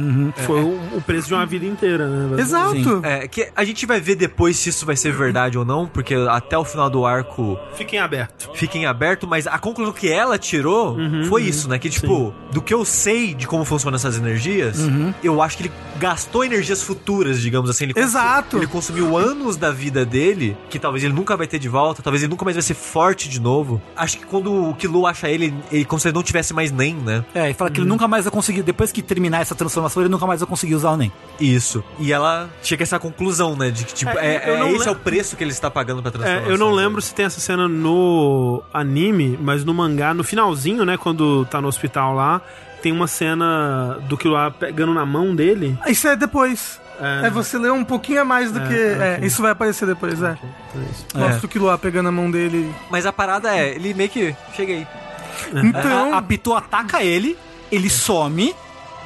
[SPEAKER 2] Foi o, o preço de uma vida inteira, né?
[SPEAKER 4] Exato.
[SPEAKER 1] Sim.
[SPEAKER 3] É, que a gente vai ver depois se isso vai ser verdade ou não, porque até o final do arco
[SPEAKER 2] Fiquem abertos.
[SPEAKER 3] fica em aberto, mas a conclusão que ela tirou foi isso, né? Que, tipo, do que eu sei de como funcionam essas energias, eu acho que ele gastou energias futuras, digamos assim. Ele consu-
[SPEAKER 4] Exato.
[SPEAKER 3] ele consumiu anos da vida dele, que talvez ele nunca vai ter de volta, talvez ele nunca mais vai ser forte de novo. Acho que quando o Kilo acha ele, ele como se ele não tivesse mais nem, né?
[SPEAKER 1] É, e fala que ele
[SPEAKER 2] Uhum.
[SPEAKER 1] nunca mais vai conseguir, depois que terminar essa transformação, ele nunca mais vai conseguir usar o NEM.
[SPEAKER 3] Isso. E ela chega a essa conclusão, né? De que, tipo,
[SPEAKER 2] É,
[SPEAKER 3] é,
[SPEAKER 2] eu
[SPEAKER 3] é-
[SPEAKER 2] não
[SPEAKER 3] esse
[SPEAKER 2] lem-
[SPEAKER 3] é o preço que ele está pagando pra
[SPEAKER 2] É,
[SPEAKER 3] transformação.
[SPEAKER 2] eu não lembro se tem essa cena no anime, mas no mangá, no finalzinho, né? Quando tá no hospital lá, tem uma cena do que lá pegando na mão dele.
[SPEAKER 4] Isso é depois.
[SPEAKER 2] Ah,
[SPEAKER 4] É, você lê um pouquinho a mais do que. é, isso vai aparecer depois, é.
[SPEAKER 2] então
[SPEAKER 4] Mostra o Killua pegando a mão dele.
[SPEAKER 3] Mas a parada é, ele meio que. Chega aí.
[SPEAKER 1] A, a
[SPEAKER 4] Então.
[SPEAKER 1] Pitou ataca ele, ele some,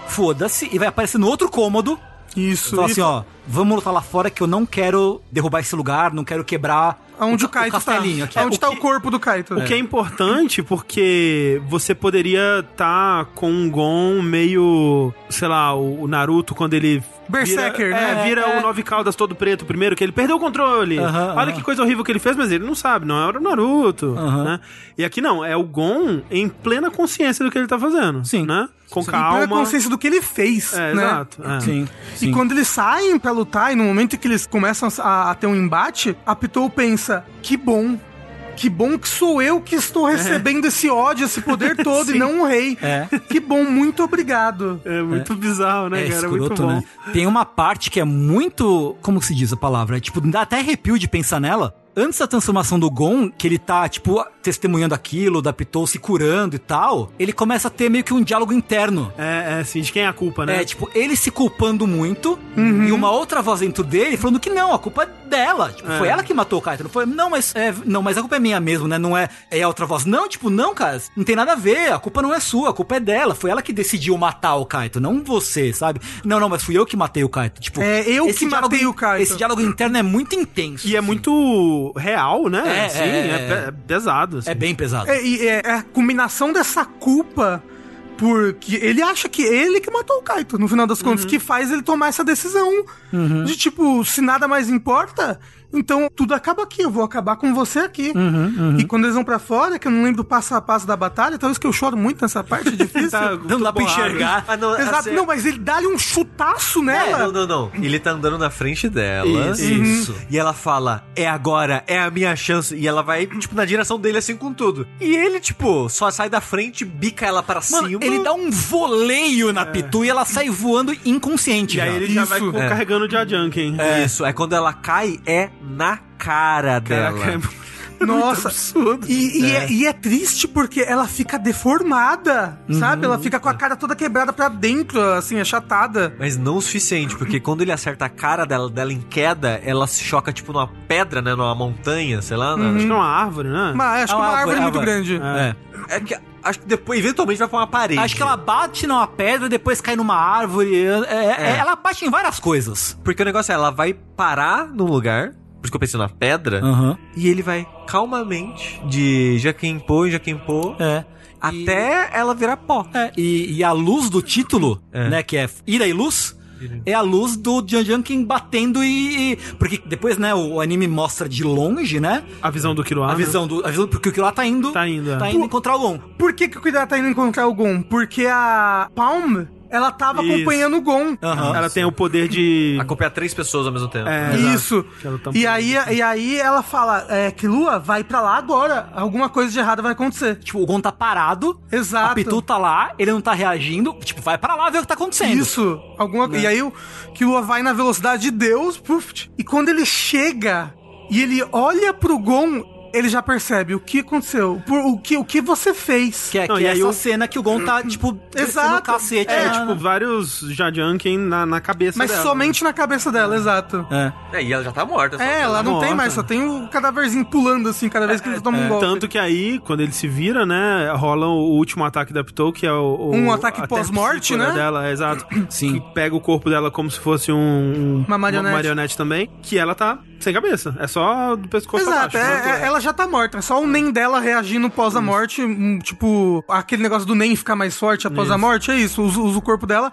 [SPEAKER 1] foda-se, e vai aparecer no outro cômodo.
[SPEAKER 4] Isso.
[SPEAKER 1] Fala
[SPEAKER 4] E
[SPEAKER 1] assim, ó, vamos lutar lá fora que eu não quero derrubar esse lugar, não quero quebrar
[SPEAKER 4] Aonde o
[SPEAKER 1] ca-
[SPEAKER 4] Kaito tá?
[SPEAKER 1] castelinho aqui.
[SPEAKER 4] Aonde
[SPEAKER 1] O
[SPEAKER 4] tá
[SPEAKER 1] que-
[SPEAKER 4] o corpo do Kaito?
[SPEAKER 2] O que é importante porque você poderia estar com um Gon meio, sei lá, o o Naruto quando ele
[SPEAKER 4] Berserker,
[SPEAKER 2] vira,
[SPEAKER 4] né?
[SPEAKER 2] É, vira
[SPEAKER 1] É.
[SPEAKER 2] o Nove Caldas todo preto primeiro, que ele perdeu o controle.
[SPEAKER 1] Aham,
[SPEAKER 2] Olha
[SPEAKER 1] aham.
[SPEAKER 2] que coisa horrível que ele fez, mas ele não sabe, não era o Naruto,
[SPEAKER 1] Aham.
[SPEAKER 2] né? E aqui não, é o Gon em plena consciência do que ele tá fazendo,
[SPEAKER 1] Sim.
[SPEAKER 2] né? Com
[SPEAKER 4] E pela
[SPEAKER 2] calma.
[SPEAKER 4] consciência do que ele fez.
[SPEAKER 2] É,
[SPEAKER 4] né?
[SPEAKER 2] exato. é.
[SPEAKER 1] Sim,
[SPEAKER 4] E
[SPEAKER 1] sim.
[SPEAKER 4] quando eles saem pra lutar, e no momento em que eles começam a, a ter um embate, a Pitou pensa: que bom. Que bom que sou eu que estou recebendo esse ódio, esse poder todo, e não o rei.
[SPEAKER 1] É.
[SPEAKER 4] Que bom, muito obrigado.
[SPEAKER 2] É muito bizarro, né,
[SPEAKER 1] É
[SPEAKER 2] cara? É muito
[SPEAKER 1] escroto,
[SPEAKER 2] bom.
[SPEAKER 1] né? Tem uma parte que é muito. Como que se diz a palavra? É, tipo, dá até arrepio de pensar nela. Antes da transformação do Gon, que ele tá, tipo, testemunhando aquilo, da Pitou se curando e tal, ele começa a ter meio que um diálogo interno.
[SPEAKER 2] É, é assim, de quem é a culpa, né?
[SPEAKER 1] É, tipo, ele se culpando muito e uma outra voz dentro dele falando que não, a culpa é dela. Tipo, foi ela que matou o Kaito. Não foi, não, mas é, não, mas a culpa é minha mesmo, né? Não é. É a outra voz. Não, tipo, não, cara, não tem nada a ver. A culpa não é sua, a culpa é dela. Foi ela que decidiu matar o Kaito, não você, sabe? Não, não, mas fui eu que matei o Kaito. Tipo,
[SPEAKER 4] É, eu que
[SPEAKER 1] diálogo-
[SPEAKER 4] matei o Kaito.
[SPEAKER 1] Esse diálogo interno é muito intenso.
[SPEAKER 2] E é
[SPEAKER 1] assim.
[SPEAKER 2] muito real, né?
[SPEAKER 1] É,
[SPEAKER 2] Assim,
[SPEAKER 1] é,
[SPEAKER 2] é,
[SPEAKER 1] é.
[SPEAKER 2] pe- pesado. assim.
[SPEAKER 1] É bem pesado.
[SPEAKER 4] É, e é, é a combinação dessa culpa porque ele acha que ele que matou o Kaito, no final das contas, que faz ele tomar essa decisão de tipo, se nada mais importa, então tudo acaba aqui, eu vou acabar com você aqui. E quando eles vão pra fora, que eu não lembro o passo a passo da batalha, talvez que eu choro muito nessa parte, é difícil.
[SPEAKER 3] Tá,
[SPEAKER 1] Não dá pra enxergar.
[SPEAKER 3] Ah, não,
[SPEAKER 4] Exato,
[SPEAKER 3] assim- é,
[SPEAKER 4] não, mas ele dá-lhe um chutaço nela.
[SPEAKER 3] Não, não, não. Ele tá andando na frente dela. assim,
[SPEAKER 1] Isso.
[SPEAKER 2] Uhum.
[SPEAKER 1] Isso.
[SPEAKER 3] E ela fala, é agora, é a minha chance. E ela vai, tipo, na direção dele, assim, com tudo. E ele, tipo, só sai da frente, bica ela pra
[SPEAKER 1] Mano,
[SPEAKER 3] cima.
[SPEAKER 1] ele dá um voleio na Pitu e ela sai voando inconsciente.
[SPEAKER 2] E
[SPEAKER 1] já.
[SPEAKER 2] aí ele já vai
[SPEAKER 4] Isso,
[SPEAKER 2] co-
[SPEAKER 3] é.
[SPEAKER 2] carregando o Jajunkin.
[SPEAKER 3] É. Isso, é quando ela cai, é na cara dela.
[SPEAKER 2] Caraca, é
[SPEAKER 4] Nossa, E, e é. e é triste porque ela fica deformada, sabe? Ela fica com a cara toda quebrada pra dentro, assim, achatada.
[SPEAKER 3] Mas não o suficiente, porque quando ele acerta a cara dela, dela em queda, ela se choca, tipo, numa pedra, né? Numa montanha, sei lá. né?
[SPEAKER 2] Acho que é uma árvore, né?
[SPEAKER 4] Mas acho
[SPEAKER 1] É
[SPEAKER 4] que uma
[SPEAKER 1] uma
[SPEAKER 4] árvore
[SPEAKER 1] árvore,
[SPEAKER 4] muito
[SPEAKER 1] árvore.
[SPEAKER 4] grande.
[SPEAKER 1] É.
[SPEAKER 3] É que Acho que depois, eventualmente, vai pra uma parede.
[SPEAKER 5] Acho que ela bate numa pedra, depois cai numa árvore. é- é- Ela bate em várias coisas.
[SPEAKER 3] Porque o negócio é, ela vai parar num lugar, por isso que eu pensei na pedra,
[SPEAKER 5] Aham.
[SPEAKER 3] e ele vai calmamente de Jaquim Pô em Jaquim Pô
[SPEAKER 5] É.
[SPEAKER 3] até ela virar pó.
[SPEAKER 5] É, E, e a luz do título,
[SPEAKER 3] É.
[SPEAKER 5] né, que é Ira e Luz, é a luz do Jan Jankin batendo e, e- Porque depois, né, o, o anime mostra de longe, né?
[SPEAKER 2] A visão do Kiroa.
[SPEAKER 5] A visão do. A visão, porque o que lá tá indo.
[SPEAKER 2] Tá indo, é.
[SPEAKER 5] Tá indo encontrar o Gon.
[SPEAKER 4] Por que, que o Cuidado tá indo encontrar o Gon? Porque a Palm, ela tava
[SPEAKER 2] Isso.
[SPEAKER 4] acompanhando o Gon.
[SPEAKER 1] Ah,
[SPEAKER 5] Aham.
[SPEAKER 2] Ela tem o poder de.
[SPEAKER 3] Acompanhar é três pessoas ao mesmo tempo.
[SPEAKER 2] É. Exato.
[SPEAKER 4] Isso.
[SPEAKER 2] Que ela tá-
[SPEAKER 4] E aí, e aí ela fala, é, que Lua, vai pra lá agora. Alguma coisa de errada vai acontecer.
[SPEAKER 5] Tipo, o Gon tá parado.
[SPEAKER 4] Exato.
[SPEAKER 5] A Pitu tá lá, ele não tá reagindo. Tipo, vai pra lá ver o que tá acontecendo.
[SPEAKER 4] Isso. Alguma... E aí o que Lua vai na velocidade de Deus. puf, e quando ele chega e ele olha pro Gon, ele já percebe o que aconteceu. por- o, que, o que você fez.
[SPEAKER 5] Que é,
[SPEAKER 2] Não,
[SPEAKER 5] que
[SPEAKER 2] e
[SPEAKER 5] é
[SPEAKER 2] aí
[SPEAKER 5] essa
[SPEAKER 2] o-
[SPEAKER 5] cena que o Gon tá, tipo, descendo o cacete.
[SPEAKER 2] É,
[SPEAKER 5] né?
[SPEAKER 2] tipo, vários Jadianken na, na cabeça
[SPEAKER 4] Mas
[SPEAKER 2] dela.
[SPEAKER 4] somente na cabeça dela, exato.
[SPEAKER 5] É.
[SPEAKER 3] É, e ela já tá morta. só-
[SPEAKER 4] É, ela não
[SPEAKER 2] Nossa.
[SPEAKER 4] tem mais, só tem o cadáverzinho pulando assim cada vez que ele toma um golpe.
[SPEAKER 2] É. Tanto que aí, quando ele se vira, né, rola o último ataque da Pitou, que é o... o-
[SPEAKER 4] Um ataque
[SPEAKER 2] a
[SPEAKER 4] pós-morte,
[SPEAKER 2] terapia
[SPEAKER 4] né?
[SPEAKER 2] Dela, é, exato.
[SPEAKER 5] Sim.
[SPEAKER 2] Que pega o corpo dela como se fosse um...
[SPEAKER 4] Uma marionete.
[SPEAKER 2] também, que ela tá sem cabeça. É só do pescoço pra baixo.
[SPEAKER 4] Exato, é-
[SPEAKER 2] né?
[SPEAKER 4] é- ela já tá morta. É só o NEM dela reagindo pós a morte. hum, Tipo, aquele negócio do NEM ficar mais forte após a morte. É isso, usa, usa o corpo dela.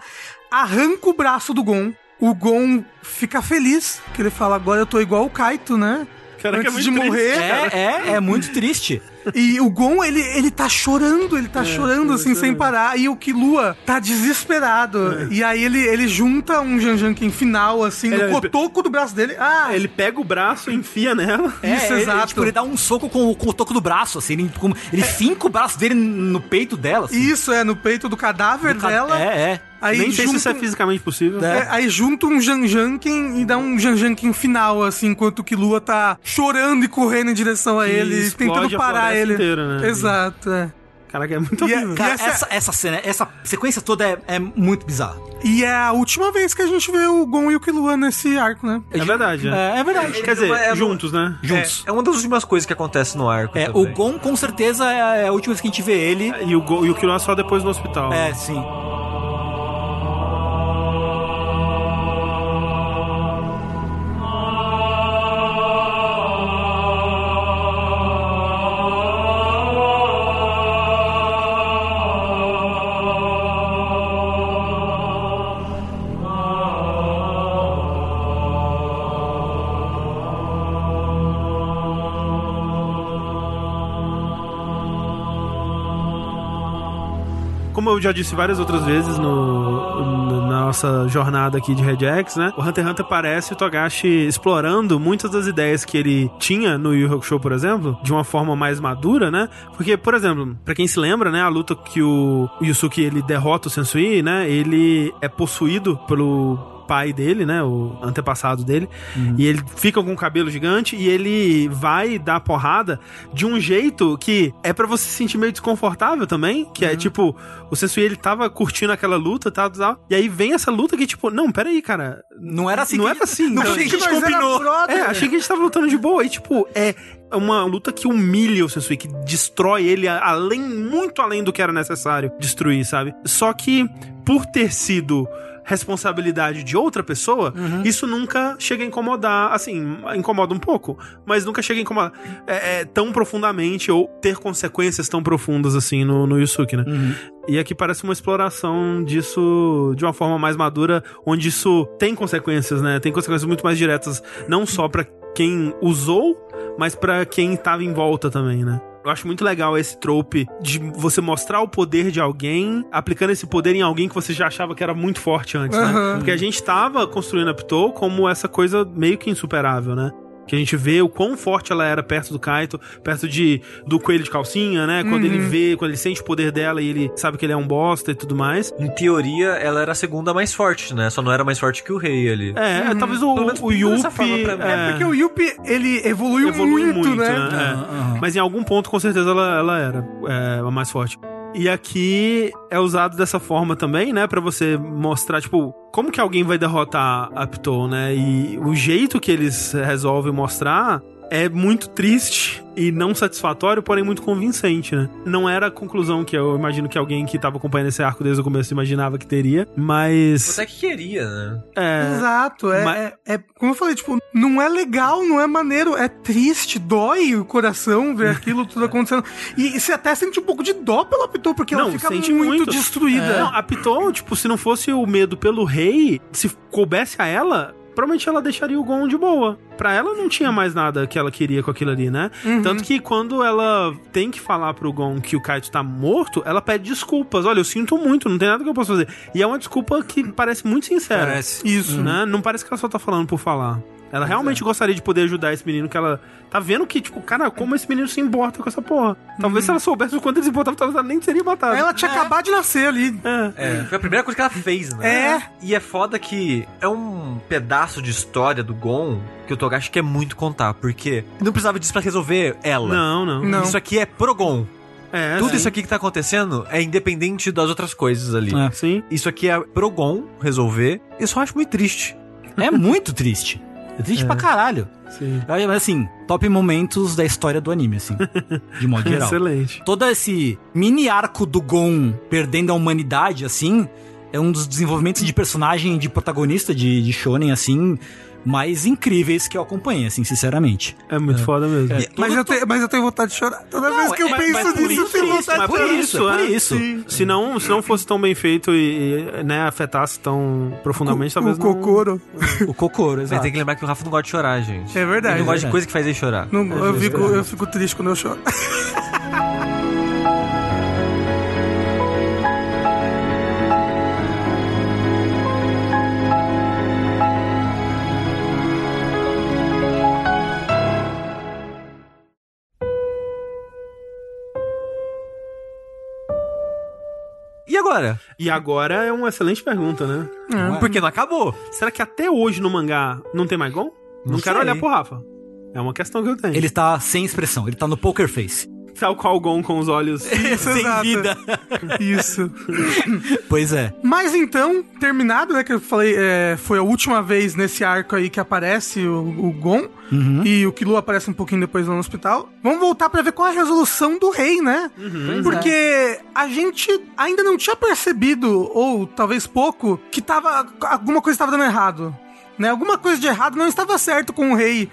[SPEAKER 4] Arranca o braço do Gon. O Gon fica feliz, que ele fala, agora eu tô igual o Kaito, né?
[SPEAKER 2] Caraca, é
[SPEAKER 4] Antes
[SPEAKER 2] muito
[SPEAKER 4] de
[SPEAKER 2] triste,
[SPEAKER 4] morrer.
[SPEAKER 5] É, é, é muito triste.
[SPEAKER 4] E o Gon, ele, ele tá chorando, ele tá
[SPEAKER 2] É,
[SPEAKER 4] chorando, assim, sem parar. E o Killua tá
[SPEAKER 2] É.
[SPEAKER 4] desesperado. E aí ele, ele junta um Janjankin final, assim,
[SPEAKER 2] É, Ele-
[SPEAKER 4] no cotoco do braço dele. Ah,
[SPEAKER 2] Ele pega o braço, enfia nela.
[SPEAKER 5] É,
[SPEAKER 4] Isso,
[SPEAKER 5] ele,
[SPEAKER 4] exato.
[SPEAKER 5] Tipo, ele
[SPEAKER 2] tá
[SPEAKER 5] dá um soco com, o- com o toco do braço, assim. Ele, como- ele finca o braço dele no peito dela, assim.
[SPEAKER 4] Isso, é, no peito do cadáver
[SPEAKER 5] Ca-
[SPEAKER 4] dela.
[SPEAKER 5] É, é.
[SPEAKER 4] Aí
[SPEAKER 2] Nem sei se
[SPEAKER 4] junta
[SPEAKER 2] isso é
[SPEAKER 4] um-
[SPEAKER 2] fisicamente possível.
[SPEAKER 5] É.
[SPEAKER 4] é, aí junta um Janjankin e dá um Janjankin final, assim, enquanto que Lua tá chorando e correndo em direção a
[SPEAKER 2] E
[SPEAKER 4] ele,
[SPEAKER 2] explode
[SPEAKER 4] tentando
[SPEAKER 2] a
[SPEAKER 4] parar
[SPEAKER 2] floresta
[SPEAKER 4] ele.
[SPEAKER 2] inteira, né?
[SPEAKER 4] Exato, é.
[SPEAKER 2] Caraca, é muito
[SPEAKER 4] E é-
[SPEAKER 2] horrível.
[SPEAKER 5] Cara,
[SPEAKER 4] E
[SPEAKER 5] essa...
[SPEAKER 4] essa-
[SPEAKER 5] Essa, cena, essa sequência toda é, é muito bizarra.
[SPEAKER 4] E é a última vez que a gente vê o Gon e o Killua nesse arco, né?
[SPEAKER 2] É verdade. né?
[SPEAKER 5] É, é verdade.
[SPEAKER 2] Quer dizer,
[SPEAKER 3] É, é-
[SPEAKER 2] juntos, né?
[SPEAKER 5] Juntos.
[SPEAKER 3] É, é uma das últimas coisas que acontece no arco.
[SPEAKER 5] É, o
[SPEAKER 3] também.
[SPEAKER 5] Gon, com certeza, é a última vez que a gente vê ele.
[SPEAKER 2] E o, Go- e o Killua só depois no hospital.
[SPEAKER 5] É, sim.
[SPEAKER 2] Como eu já disse várias outras vezes no, no- na nossa jornada aqui de Red X, né? O Hunter x Hunter parece o Togashi explorando muitas das ideias que ele tinha no Yu Yu Show, por exemplo, de uma forma mais madura, né? Porque, por exemplo, pra quem se lembra, né, a luta que o Yusuke ele derrota o Sensui, né? Ele é possuído pelo pai dele, né, o antepassado dele, e ele fica com o cabelo gigante e ele vai dar porrada de um jeito que é pra você se sentir meio desconfortável também, que é tipo, o Sensui ele tava curtindo aquela luta, tal, tal, e aí vem essa luta que tipo, não, peraí, cara,
[SPEAKER 5] Não era assim.
[SPEAKER 2] não
[SPEAKER 5] que-
[SPEAKER 2] era assim,
[SPEAKER 5] Não
[SPEAKER 2] cara.
[SPEAKER 5] achei que a gente
[SPEAKER 4] nós era
[SPEAKER 5] combinou.
[SPEAKER 4] brother.
[SPEAKER 2] É, achei que a gente tava lutando de boa. E, tipo, é uma luta que humilha o Sensui, que destrói ele a- além, muito além do que era necessário destruir, sabe? Só que, por ter sido responsabilidade de outra pessoa,
[SPEAKER 5] Uhum.
[SPEAKER 2] isso nunca chega a incomodar, assim, incomoda um pouco, mas nunca chega a incomodar é, é, tão profundamente ou ter consequências tão profundas assim no, no Yusuke, né? E aqui parece uma exploração disso de uma forma mais madura, onde isso tem consequências, né? Tem consequências muito mais diretas, não só pra quem usou, mas pra quem tava em volta também, né? Eu acho muito legal esse trope de você mostrar o poder de alguém, aplicando esse poder em alguém que você já achava que era muito forte antes, né?
[SPEAKER 4] Aham.
[SPEAKER 2] Porque a gente tava construindo a Ptou como essa coisa meio que insuperável, né? Que a gente vê o quão forte ela era perto do Kaito, perto de do coelho de calcinha, né? Quando
[SPEAKER 3] Uhum.
[SPEAKER 2] ele vê, quando ele sente o poder dela e ele sabe que ele é um bosta e tudo mais.
[SPEAKER 3] Em teoria, ela era a segunda mais forte, né? Só não era mais forte que o rei ali.
[SPEAKER 2] É, é, talvez o,
[SPEAKER 3] Pelo menos
[SPEAKER 2] o é.
[SPEAKER 3] dessa
[SPEAKER 2] Yuppie.
[SPEAKER 3] forma pra mim. É
[SPEAKER 4] Porque o Yuppie, ele evoluiu,
[SPEAKER 2] evoluiu
[SPEAKER 4] muito, né?
[SPEAKER 2] É.
[SPEAKER 5] Aham, aham.
[SPEAKER 2] Mas em algum ponto, com certeza, ela, ela era é, a mais forte. E aqui é usado dessa forma também, né? Pra você mostrar, tipo, como que alguém vai derrotar a Ptou, né? E o jeito que eles resolvem mostrar é muito triste e não satisfatório, porém muito convincente, né? Não era a conclusão que eu imagino que alguém que tava acompanhando esse arco desde o começo imaginava que teria, mas.
[SPEAKER 3] Até que queria, né?
[SPEAKER 2] É,
[SPEAKER 4] Exato, é,
[SPEAKER 2] Mas-
[SPEAKER 4] é, é- como eu falei, tipo, não é legal, não é maneiro, é triste, dói o coração ver aquilo tudo acontecendo. E você até sente um pouco de dó pela Pitou, porque
[SPEAKER 2] Não,
[SPEAKER 4] ela fica
[SPEAKER 2] sente
[SPEAKER 4] muito,
[SPEAKER 2] muito.
[SPEAKER 4] destruída.
[SPEAKER 2] Não, a Piton, tipo, se não fosse o medo pelo rei, se coubesse a ela, provavelmente ela deixaria o Gon de boa. Pra ela não tinha mais nada que ela queria com aquilo ali, né?
[SPEAKER 4] Uhum.
[SPEAKER 2] Tanto que quando ela tem que falar pro Gon que o Kaito tá morto, ela pede desculpas. Olha, eu sinto muito, não tem nada que eu possa fazer. E é uma desculpa que parece muito sincera.
[SPEAKER 1] Parece.
[SPEAKER 2] Isso. Né? Não parece que ela só tá falando por falar. Ela realmente gostaria de poder ajudar esse menino que ela tá vendo que, tipo, cara, como esse menino se importa com essa porra. Talvez se ela soubesse o quanto ele se importava, talvez ela nem teria matado.
[SPEAKER 4] Aí Ela tinha acabado de nascer ali.
[SPEAKER 2] É.
[SPEAKER 3] É, foi a primeira coisa que ela fez, né? É. E é foda que é um pedaço de história do Gon que o Togashi quer muito contar, porque não precisava disso pra resolver ela.
[SPEAKER 2] Não, não.
[SPEAKER 4] Não.
[SPEAKER 3] Isso aqui é pro Gon.
[SPEAKER 2] É,
[SPEAKER 3] Tudo
[SPEAKER 2] sim.
[SPEAKER 3] isso aqui que tá acontecendo é independente das outras coisas ali.
[SPEAKER 1] É.
[SPEAKER 2] Sim.
[SPEAKER 3] Isso aqui é pro Gon resolver. Eu só acho muito triste.
[SPEAKER 1] É muito triste. É triste pra caralho.
[SPEAKER 2] Sim.
[SPEAKER 1] Mas assim, top momentos da história do anime, assim. De modo geral.
[SPEAKER 2] Excelente.
[SPEAKER 1] Todo esse mini arco do Gon perdendo a humanidade, assim, é um dos desenvolvimentos de personagem, de protagonista de, de Shonen, assim, mais incríveis que eu acompanhei, assim, sinceramente.
[SPEAKER 2] É muito foda mesmo.
[SPEAKER 4] Mas eu, tenho, mas eu tenho vontade de chorar. Toda vez que eu
[SPEAKER 1] é-
[SPEAKER 4] penso
[SPEAKER 1] mas por
[SPEAKER 4] nisso, eu
[SPEAKER 1] isso
[SPEAKER 4] tenho
[SPEAKER 1] triste,
[SPEAKER 4] vontade
[SPEAKER 1] mas
[SPEAKER 4] de
[SPEAKER 1] por
[SPEAKER 4] chorar.
[SPEAKER 1] isso, é por isso.
[SPEAKER 2] Sim. Se não, se não fosse tão bem feito e, e, né, afetasse tão profundamente, talvez
[SPEAKER 4] o
[SPEAKER 2] não...
[SPEAKER 4] Kokoro.
[SPEAKER 1] O Kokoro,
[SPEAKER 3] Mas
[SPEAKER 1] exato.
[SPEAKER 3] tem que lembrar que o Rafa não gosta de chorar, gente.
[SPEAKER 4] É verdade.
[SPEAKER 3] Ele não
[SPEAKER 1] é.
[SPEAKER 3] gosta de coisa que faz ele chorar.
[SPEAKER 4] Não- eu, fico, eu fico triste quando eu choro.
[SPEAKER 3] E agora?
[SPEAKER 2] E agora é uma excelente pergunta, né?
[SPEAKER 3] Porque não acabou.
[SPEAKER 2] Será que até hoje no mangá não tem mais Gon? Não,
[SPEAKER 3] Não
[SPEAKER 2] quero
[SPEAKER 3] sei.
[SPEAKER 2] olhar pro Rafa. É uma questão que eu tenho.
[SPEAKER 1] Ele tá sem expressão, ele tá no poker face.
[SPEAKER 2] Tal qual o Gon com os olhos...
[SPEAKER 1] sem
[SPEAKER 4] Exato.
[SPEAKER 1] vida.
[SPEAKER 4] Isso.
[SPEAKER 1] Pois é.
[SPEAKER 4] Mas então, terminado, né? Que eu falei, é, foi a última vez nesse arco aí que aparece o, o Gon.
[SPEAKER 2] Uhum.
[SPEAKER 4] E o Killua aparece um pouquinho depois lá no hospital. Vamos voltar pra ver qual é a resolução do rei, né?
[SPEAKER 2] Uhum.
[SPEAKER 4] Porque a gente ainda não tinha percebido, ou talvez pouco, que tava. alguma coisa estava dando errado. Né? Alguma coisa de errado não estava certo com o rei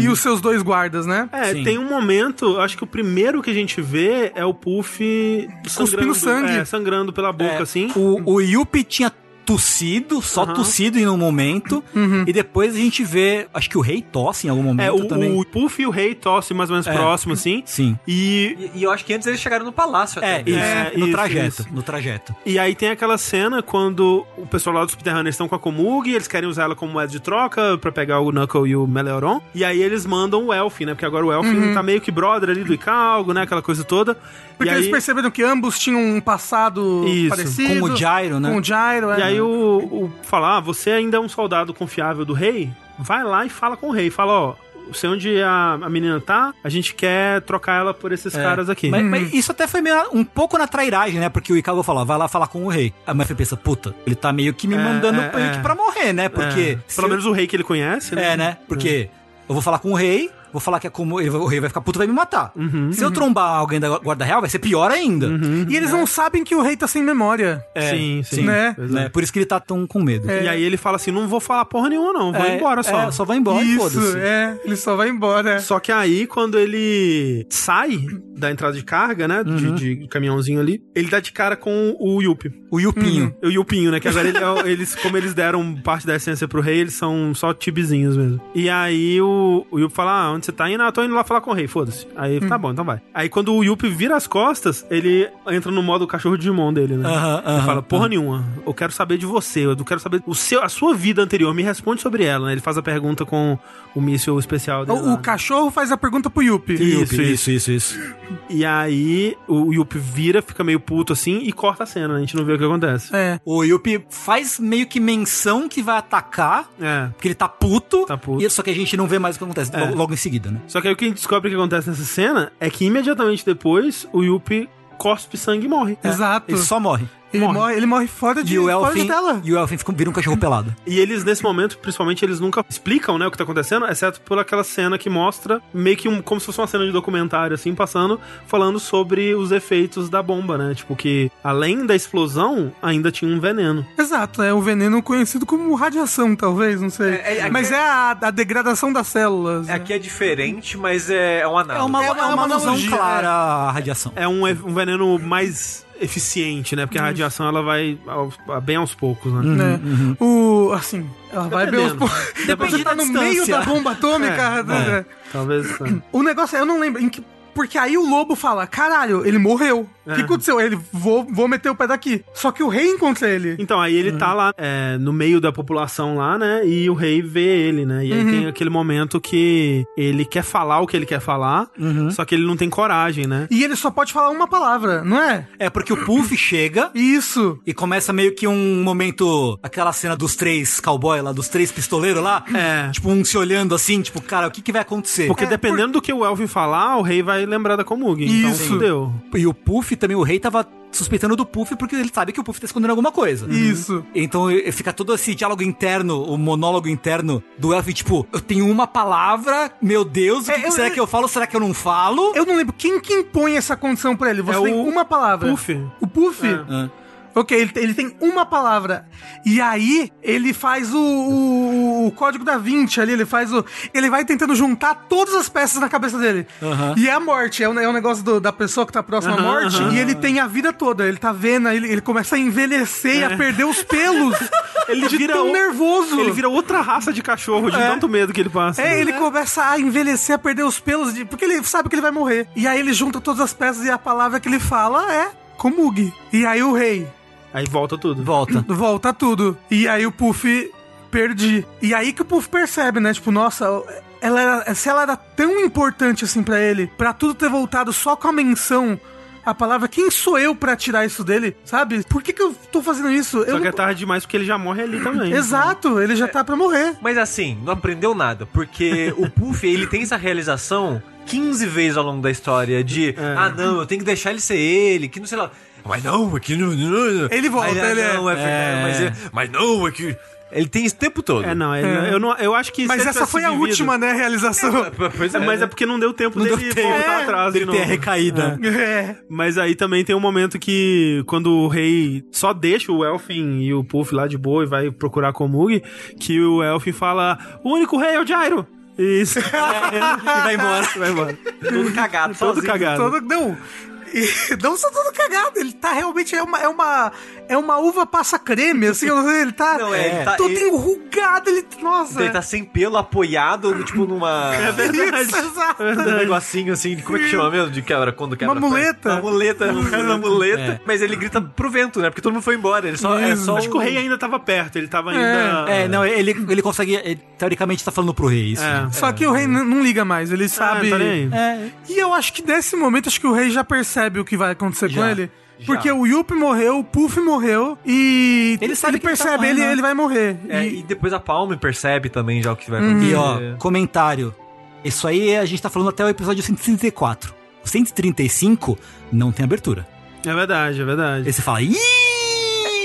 [SPEAKER 4] e os seus dois guardas, né?
[SPEAKER 2] Uhum. É,
[SPEAKER 1] Sim.
[SPEAKER 2] tem um momento, acho que o primeiro que a gente vê é o Puff sangrando,
[SPEAKER 4] sangue.
[SPEAKER 2] é, sangrando pela boca, assim.
[SPEAKER 1] O, o Yuppie tinha tossido, só
[SPEAKER 2] Aham. Uhum.
[SPEAKER 1] tossido em um momento. E depois a gente vê. Acho que o rei tosse em algum momento
[SPEAKER 2] É, o,
[SPEAKER 1] também. É.
[SPEAKER 2] o Puff e o Rei tossem mais ou menos próximo, assim.
[SPEAKER 1] Sim.
[SPEAKER 2] E
[SPEAKER 3] E, e eu acho que antes eles chegaram no palácio até.
[SPEAKER 1] É, isso.
[SPEAKER 2] É,
[SPEAKER 1] no
[SPEAKER 2] isso,
[SPEAKER 1] trajeto.
[SPEAKER 2] isso.
[SPEAKER 1] No trajeto.
[SPEAKER 2] E aí tem aquela cena quando o pessoal lá do subterrâneo estão com a Komug, eles querem usar ela como moeda de troca pra pegar o Knuckle e o Meleoron. E aí eles mandam o Elfin, né? Porque agora o Elfin tá meio que brother ali do Icalgo, né? Aquela coisa toda.
[SPEAKER 4] Porque
[SPEAKER 2] e aí,
[SPEAKER 4] eles perceberam que ambos tinham um passado
[SPEAKER 2] Isso,
[SPEAKER 4] parecido.
[SPEAKER 1] com o Jairo, né?
[SPEAKER 4] Com o Jairo, é.
[SPEAKER 2] e aí o, o fala: ah, você ainda é um soldado confiável do rei? Vai lá e fala com o rei. Fala, ó. Eu sei onde a, a menina tá, a gente quer trocar ela por esses caras aqui.
[SPEAKER 1] É. Mas, mas isso até foi meio, um pouco na trairagem, né? Porque o Ikago fala, vai lá falar com o rei. A Murphy pensa, puta, ele tá meio que me
[SPEAKER 2] É,
[SPEAKER 1] mandando
[SPEAKER 2] é,
[SPEAKER 1] meio
[SPEAKER 2] é.
[SPEAKER 1] que pra morrer, né? Porque.
[SPEAKER 2] É,
[SPEAKER 1] se
[SPEAKER 2] pelo
[SPEAKER 1] eu-
[SPEAKER 2] menos o rei que ele conhece, né?
[SPEAKER 1] É, né? Porque eu vou falar com o rei, vou falar que é como. ele vai- o rei vai ficar puto e vai me matar.
[SPEAKER 2] Uhum,
[SPEAKER 1] Se eu trombar alguém da guarda real, vai ser pior ainda.
[SPEAKER 4] E eles não sabem que o rei tá sem memória.
[SPEAKER 2] É, sim, sim.
[SPEAKER 4] Né?
[SPEAKER 2] Pois é.
[SPEAKER 1] Né? Por isso que ele tá tão com medo.
[SPEAKER 2] E aí ele fala assim: não vou falar porra nenhuma, não, vou
[SPEAKER 1] É,
[SPEAKER 2] embora só.
[SPEAKER 1] é, só vai embora e
[SPEAKER 4] Isso,
[SPEAKER 1] foda-se.
[SPEAKER 4] é. Ele só vai embora.
[SPEAKER 2] Só que aí, quando ele sai da entrada de carga, né? De, de caminhãozinho ali, ele dá de cara com o Yuppie.
[SPEAKER 1] O Yupinho.
[SPEAKER 2] O Yupinho, né? Que agora ele é o- eles, como eles deram parte da essência pro rei, eles são só tibizinhos mesmo. E aí o, o Yuppie fala: Ah, onde você tá indo? Ah, tô indo lá falar com o rei, foda-se. Aí tá bom, então vai. Aí quando o Yuppie vira as costas, ele entra no modo cachorro Digimon dele, né?
[SPEAKER 1] Aham, aham.
[SPEAKER 2] Ele fala, porra nenhuma, eu quero saber de você, eu quero saber o seu, a sua vida anterior, me responde sobre ela, né? Ele faz a pergunta com o míssil especial dele.
[SPEAKER 4] O,
[SPEAKER 2] lá.
[SPEAKER 4] o cachorro faz a pergunta pro Yuppie.
[SPEAKER 2] Isso, isso,
[SPEAKER 1] isso, isso.
[SPEAKER 2] né? E aí o Yuppie vira, fica meio puto assim e corta a cena, né? a gente não vê o que acontece.
[SPEAKER 4] É.
[SPEAKER 1] O Yuppie faz meio que menção que vai atacar,
[SPEAKER 2] É.
[SPEAKER 1] porque ele tá puto,
[SPEAKER 2] Tá puto. É.
[SPEAKER 1] E, só que a gente não vê mais o que acontece logo, logo em seguida, né?
[SPEAKER 2] Só que aí o que a gente descobre que acontece nessa cena é que imediatamente depois o Yuppie cospe sangue e morre.
[SPEAKER 4] Exato.
[SPEAKER 1] Ele só morre.
[SPEAKER 4] Ele
[SPEAKER 1] Morre.
[SPEAKER 4] morre, ele morre fora de,
[SPEAKER 1] Hum. E é o
[SPEAKER 4] fora de
[SPEAKER 1] Elfin,
[SPEAKER 4] tela.
[SPEAKER 1] e o Elfin fica- vira um cachorro pelado.
[SPEAKER 2] E eles, nesse momento, principalmente, eles nunca explicam, né, o que tá acontecendo, exceto por aquela cena que mostra, meio que um, como se fosse uma cena de documentário, assim, passando, falando sobre os efeitos da bomba, né? Tipo, que além da explosão, ainda tinha um veneno.
[SPEAKER 4] Exato, é um veneno conhecido como radiação, talvez, não sei.
[SPEAKER 3] É, é, é
[SPEAKER 4] Mas
[SPEAKER 3] que-
[SPEAKER 4] é a, a degradação das células. né?
[SPEAKER 3] Aqui é diferente, mas é, é um
[SPEAKER 1] É
[SPEAKER 3] análogo.
[SPEAKER 1] uma,
[SPEAKER 4] É uma-
[SPEAKER 1] é uma
[SPEAKER 4] uma
[SPEAKER 1] alusão
[SPEAKER 4] analogia,
[SPEAKER 1] clara à radiação.
[SPEAKER 2] É um, um veneno mais eficiente, né? Porque a radiação, ela vai ao- bem aos poucos, né?
[SPEAKER 4] né? O, assim, ela vai ver os...
[SPEAKER 2] Dependendo.
[SPEAKER 4] Depois você tá no
[SPEAKER 1] Depende da
[SPEAKER 4] meio
[SPEAKER 1] distância.
[SPEAKER 4] da bomba atômica.
[SPEAKER 2] É,
[SPEAKER 4] né?
[SPEAKER 2] Talvez... é.
[SPEAKER 4] O negócio é, eu não lembro em que- Porque aí o lobo fala, caralho, ele morreu. O
[SPEAKER 2] É.
[SPEAKER 4] que aconteceu? Ele, vou, vou meter o pé daqui. Só que o rei encontra ele.
[SPEAKER 2] Então, aí ele tá lá é, no meio da população lá, né? E o rei vê ele, né?
[SPEAKER 4] Uhum.
[SPEAKER 2] E aí tem aquele momento que ele quer falar o que ele quer falar,
[SPEAKER 4] Uhum.
[SPEAKER 2] só que ele não tem coragem, né?
[SPEAKER 4] E ele só pode falar uma palavra, não é?
[SPEAKER 1] É porque o Puff chega
[SPEAKER 4] Isso.
[SPEAKER 1] e começa meio que um momento, aquela cena dos três cowboy lá, dos três pistoleiros lá.
[SPEAKER 2] É.
[SPEAKER 1] Tipo, um se olhando assim, tipo, cara, o que, que vai acontecer?
[SPEAKER 4] É,
[SPEAKER 1] É.
[SPEAKER 2] Porque dependendo do que o Elvin falar, o rei vai lembrar da Komug. Então
[SPEAKER 4] Isso.
[SPEAKER 2] fudeu.
[SPEAKER 1] E o Puff também, o rei tava suspeitando do Puff porque ele sabe que o Puff tá escondendo alguma coisa.
[SPEAKER 2] Uhum.
[SPEAKER 4] Isso.
[SPEAKER 1] Então e- fica todo esse diálogo interno, o monólogo interno do Elf, tipo, eu tenho uma palavra, meu Deus, o que,
[SPEAKER 4] É,
[SPEAKER 1] que
[SPEAKER 4] eu-
[SPEAKER 1] será
[SPEAKER 4] eu-
[SPEAKER 1] que eu falo? Será que eu não falo?
[SPEAKER 4] Eu não lembro quem que impõe essa condição pra ele. Você
[SPEAKER 2] É
[SPEAKER 4] tem
[SPEAKER 2] o
[SPEAKER 4] uma palavra.
[SPEAKER 2] Puff.
[SPEAKER 4] O Puff?
[SPEAKER 1] Ah.
[SPEAKER 2] É.
[SPEAKER 4] Ok, ele, ele tem uma palavra. E aí, ele faz o, o- o código da 20 ali, ele faz o. Ele vai tentando juntar todas as peças na cabeça dele.
[SPEAKER 1] Aham.
[SPEAKER 4] E é a morte, é o, é o negócio do- da pessoa que tá próxima à
[SPEAKER 2] Aham,
[SPEAKER 4] morte.
[SPEAKER 2] aham.
[SPEAKER 4] E ele tem a vida toda. Ele tá vendo, ele, ele começa a envelhecer e a perder os pelos.
[SPEAKER 2] É. Ele
[SPEAKER 4] de
[SPEAKER 2] vira
[SPEAKER 4] tão
[SPEAKER 2] o-
[SPEAKER 4] nervoso.
[SPEAKER 2] Ele vira um né? outra raça de cachorro, de tanto medo que ele passa.
[SPEAKER 4] É, ele começa a envelhecer, a perder os pelos, de- porque ele sabe que ele vai morrer. E aí ele junta todas as peças e a palavra que ele fala é Komug. E aí o rei
[SPEAKER 2] Aí volta tudo.
[SPEAKER 1] Volta.
[SPEAKER 4] volta tudo. E aí o Puff perdi. E aí que o Puff percebe, né? Tipo, nossa, ela era- se ela era tão importante assim pra ele, pra tudo ter voltado só com a menção. A palavra, quem sou eu pra tirar isso dele? Sabe? Por que, que eu tô fazendo isso? eu
[SPEAKER 2] Só que
[SPEAKER 4] não-
[SPEAKER 2] é tarde demais porque ele já morre ali também.
[SPEAKER 4] Exato, ele já tá pra morrer.
[SPEAKER 3] Mas assim, não aprendeu nada, porque o Puff, ele tem essa realização 15 vezes ao longo da história de, ah não, eu tenho que deixar ele ser ele, que não sei lá. Mas não, é que não, não, não.
[SPEAKER 4] Ele volta,
[SPEAKER 3] Mas, ah,
[SPEAKER 4] ele é-
[SPEAKER 3] não, é, verdade, Mas, é- mas não, é que ele tem esse tempo todo.
[SPEAKER 2] É, não, ele- Eu, não, eu acho que. se
[SPEAKER 4] Mas
[SPEAKER 2] ele
[SPEAKER 4] essa
[SPEAKER 2] tivesse
[SPEAKER 4] foi a
[SPEAKER 2] vivido-
[SPEAKER 4] última, né, realização.
[SPEAKER 3] Pois
[SPEAKER 2] É, mas é
[SPEAKER 3] né?
[SPEAKER 2] porque não deu tempo dele
[SPEAKER 1] tempo.
[SPEAKER 2] voltar
[SPEAKER 4] É,
[SPEAKER 2] atrás. de
[SPEAKER 1] Ele tem a
[SPEAKER 2] novo.
[SPEAKER 1] recaída.
[SPEAKER 4] É.
[SPEAKER 2] Mas aí também tem um momento que quando o rei só deixa o Elfin e o Puff lá de boa e vai procurar a Komug, que o Elfin fala: "O único rei é o Jairo". Isso.
[SPEAKER 1] e vai embora.
[SPEAKER 2] vai embora.
[SPEAKER 3] todo cagado,
[SPEAKER 2] Todo
[SPEAKER 3] sozinho.
[SPEAKER 2] cagado.
[SPEAKER 4] Todo, não. E- não só todo cagado, ele tá realmente. É uma, é uma, é uma uva passa creme, assim, eu não sei, ele tá.
[SPEAKER 3] Não, é, ele tá-
[SPEAKER 4] todo
[SPEAKER 3] ele-
[SPEAKER 4] enrugado, ele. Nossa.
[SPEAKER 3] Ele tá sem pelo, apoiado, tipo numa... É
[SPEAKER 2] verdade.
[SPEAKER 4] Isso, exato.
[SPEAKER 3] Um negocinho assim, de- como é que chama mesmo? De quebra, quando quebra.
[SPEAKER 4] Uma
[SPEAKER 3] a perna?
[SPEAKER 4] muleta.
[SPEAKER 3] Uma muleta, uma muleta.
[SPEAKER 2] É.
[SPEAKER 3] Mas ele grita pro vento, né? Porque todo mundo foi embora. Ele só, é só
[SPEAKER 2] Acho que o
[SPEAKER 3] um-
[SPEAKER 2] rei ainda tava perto, ele tava ainda né?
[SPEAKER 1] É, não, ele, ele consegue. ele, teoricamente tá falando pro rei isso. né?
[SPEAKER 2] É.
[SPEAKER 4] Só que o rei n- não liga mais, ele sabe.
[SPEAKER 2] Ah, tá nem aí.
[SPEAKER 4] e eu acho que nesse momento, acho que o rei já percebe o que vai acontecer com
[SPEAKER 1] Já,
[SPEAKER 4] ele.
[SPEAKER 3] já.
[SPEAKER 4] Porque o Yuppie morreu, o Puff morreu e.
[SPEAKER 1] Ele sabe que ele tá
[SPEAKER 4] percebe, ele,
[SPEAKER 1] morrendo, né?
[SPEAKER 4] ele vai morrer.
[SPEAKER 3] É,
[SPEAKER 4] E-
[SPEAKER 3] e depois a Palme percebe também já o que vai
[SPEAKER 4] Hum.
[SPEAKER 3] acontecer.
[SPEAKER 1] E
[SPEAKER 2] É.
[SPEAKER 1] ó, comentário. Isso aí a gente tá falando até o episódio 134. O 135 não tem abertura.
[SPEAKER 2] É verdade, é verdade.
[SPEAKER 1] Aí você fala, Ih!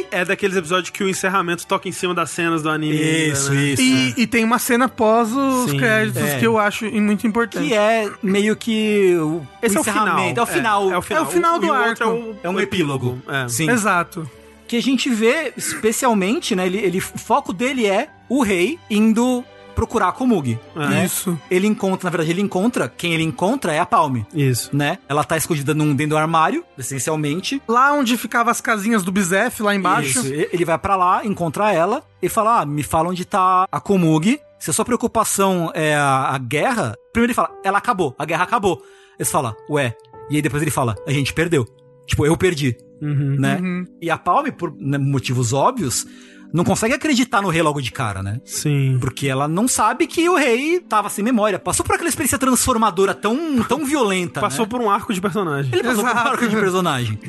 [SPEAKER 2] É daqueles episódios que o encerramento toca em cima das cenas do anime. ainda,
[SPEAKER 1] Isso,
[SPEAKER 2] né?
[SPEAKER 1] isso.
[SPEAKER 4] E, e tem uma cena pós os
[SPEAKER 2] Sim,
[SPEAKER 4] créditos
[SPEAKER 1] é.
[SPEAKER 4] que eu acho muito importante.
[SPEAKER 1] Que é meio que o
[SPEAKER 2] Esse é o final.
[SPEAKER 1] encerramento, É o final.
[SPEAKER 2] É o final,
[SPEAKER 4] É o final do
[SPEAKER 2] e outro
[SPEAKER 4] arco.
[SPEAKER 2] É,
[SPEAKER 1] É um epílogo.
[SPEAKER 2] É.
[SPEAKER 1] Sim.
[SPEAKER 4] Exato.
[SPEAKER 1] Que a gente vê especialmente, né? Ele, ele- o foco dele é o rei indo procurar a Komug.
[SPEAKER 2] É.
[SPEAKER 1] né?
[SPEAKER 4] Isso.
[SPEAKER 1] Ele encontra, na verdade, ele encontra, quem ele encontra é a Palme,
[SPEAKER 2] Isso.
[SPEAKER 1] né? Ela tá escondida num, dentro do armário, essencialmente.
[SPEAKER 4] Lá onde ficavam as casinhas do Bizef, lá embaixo.
[SPEAKER 1] Isso, e- Ele vai pra lá, encontra ela e fala: Ah, me fala onde tá a Komug. Se a sua preocupação é a, a guerra, primeiro ele fala, ela acabou, a guerra acabou. Eles falam, ué. E aí depois ele fala, a gente perdeu. Tipo, eu perdi,
[SPEAKER 2] Uhum.
[SPEAKER 1] né? E a Palme, por né, motivos óbvios, não consegue acreditar no rei logo de cara, né?
[SPEAKER 2] Sim.
[SPEAKER 1] Porque ela não sabe que o rei tava sem memória. Passou por aquela experiência transformadora tão, tão violenta.
[SPEAKER 2] Passou
[SPEAKER 1] né?
[SPEAKER 2] por um arco de personagem.
[SPEAKER 1] Ele passou por um
[SPEAKER 4] Exato.
[SPEAKER 1] arco de personagem.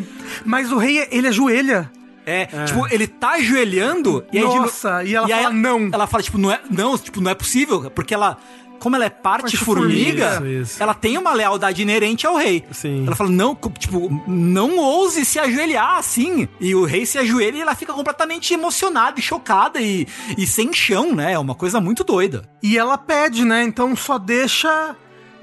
[SPEAKER 4] Mas o rei, ele ajoelha.
[SPEAKER 1] É, tipo, ele tá ajoelhando e aí de
[SPEAKER 4] Nossa, e ela fala,
[SPEAKER 1] aí
[SPEAKER 4] "Não."
[SPEAKER 1] Ela fala, tipo, não é, não, tipo, não é possível, porque ela
[SPEAKER 5] como ela é parte formiga,
[SPEAKER 2] formiga. Isso, isso.
[SPEAKER 5] ela tem uma lealdade inerente ao rei.
[SPEAKER 2] Sim.
[SPEAKER 5] Ela fala, não, co- tipo, não ouse se ajoelhar assim. E o rei se ajoelha e ela fica completamente emocionada e chocada e, e sem chão, né? É uma coisa muito doida.
[SPEAKER 4] E ela pede, né? Então só deixa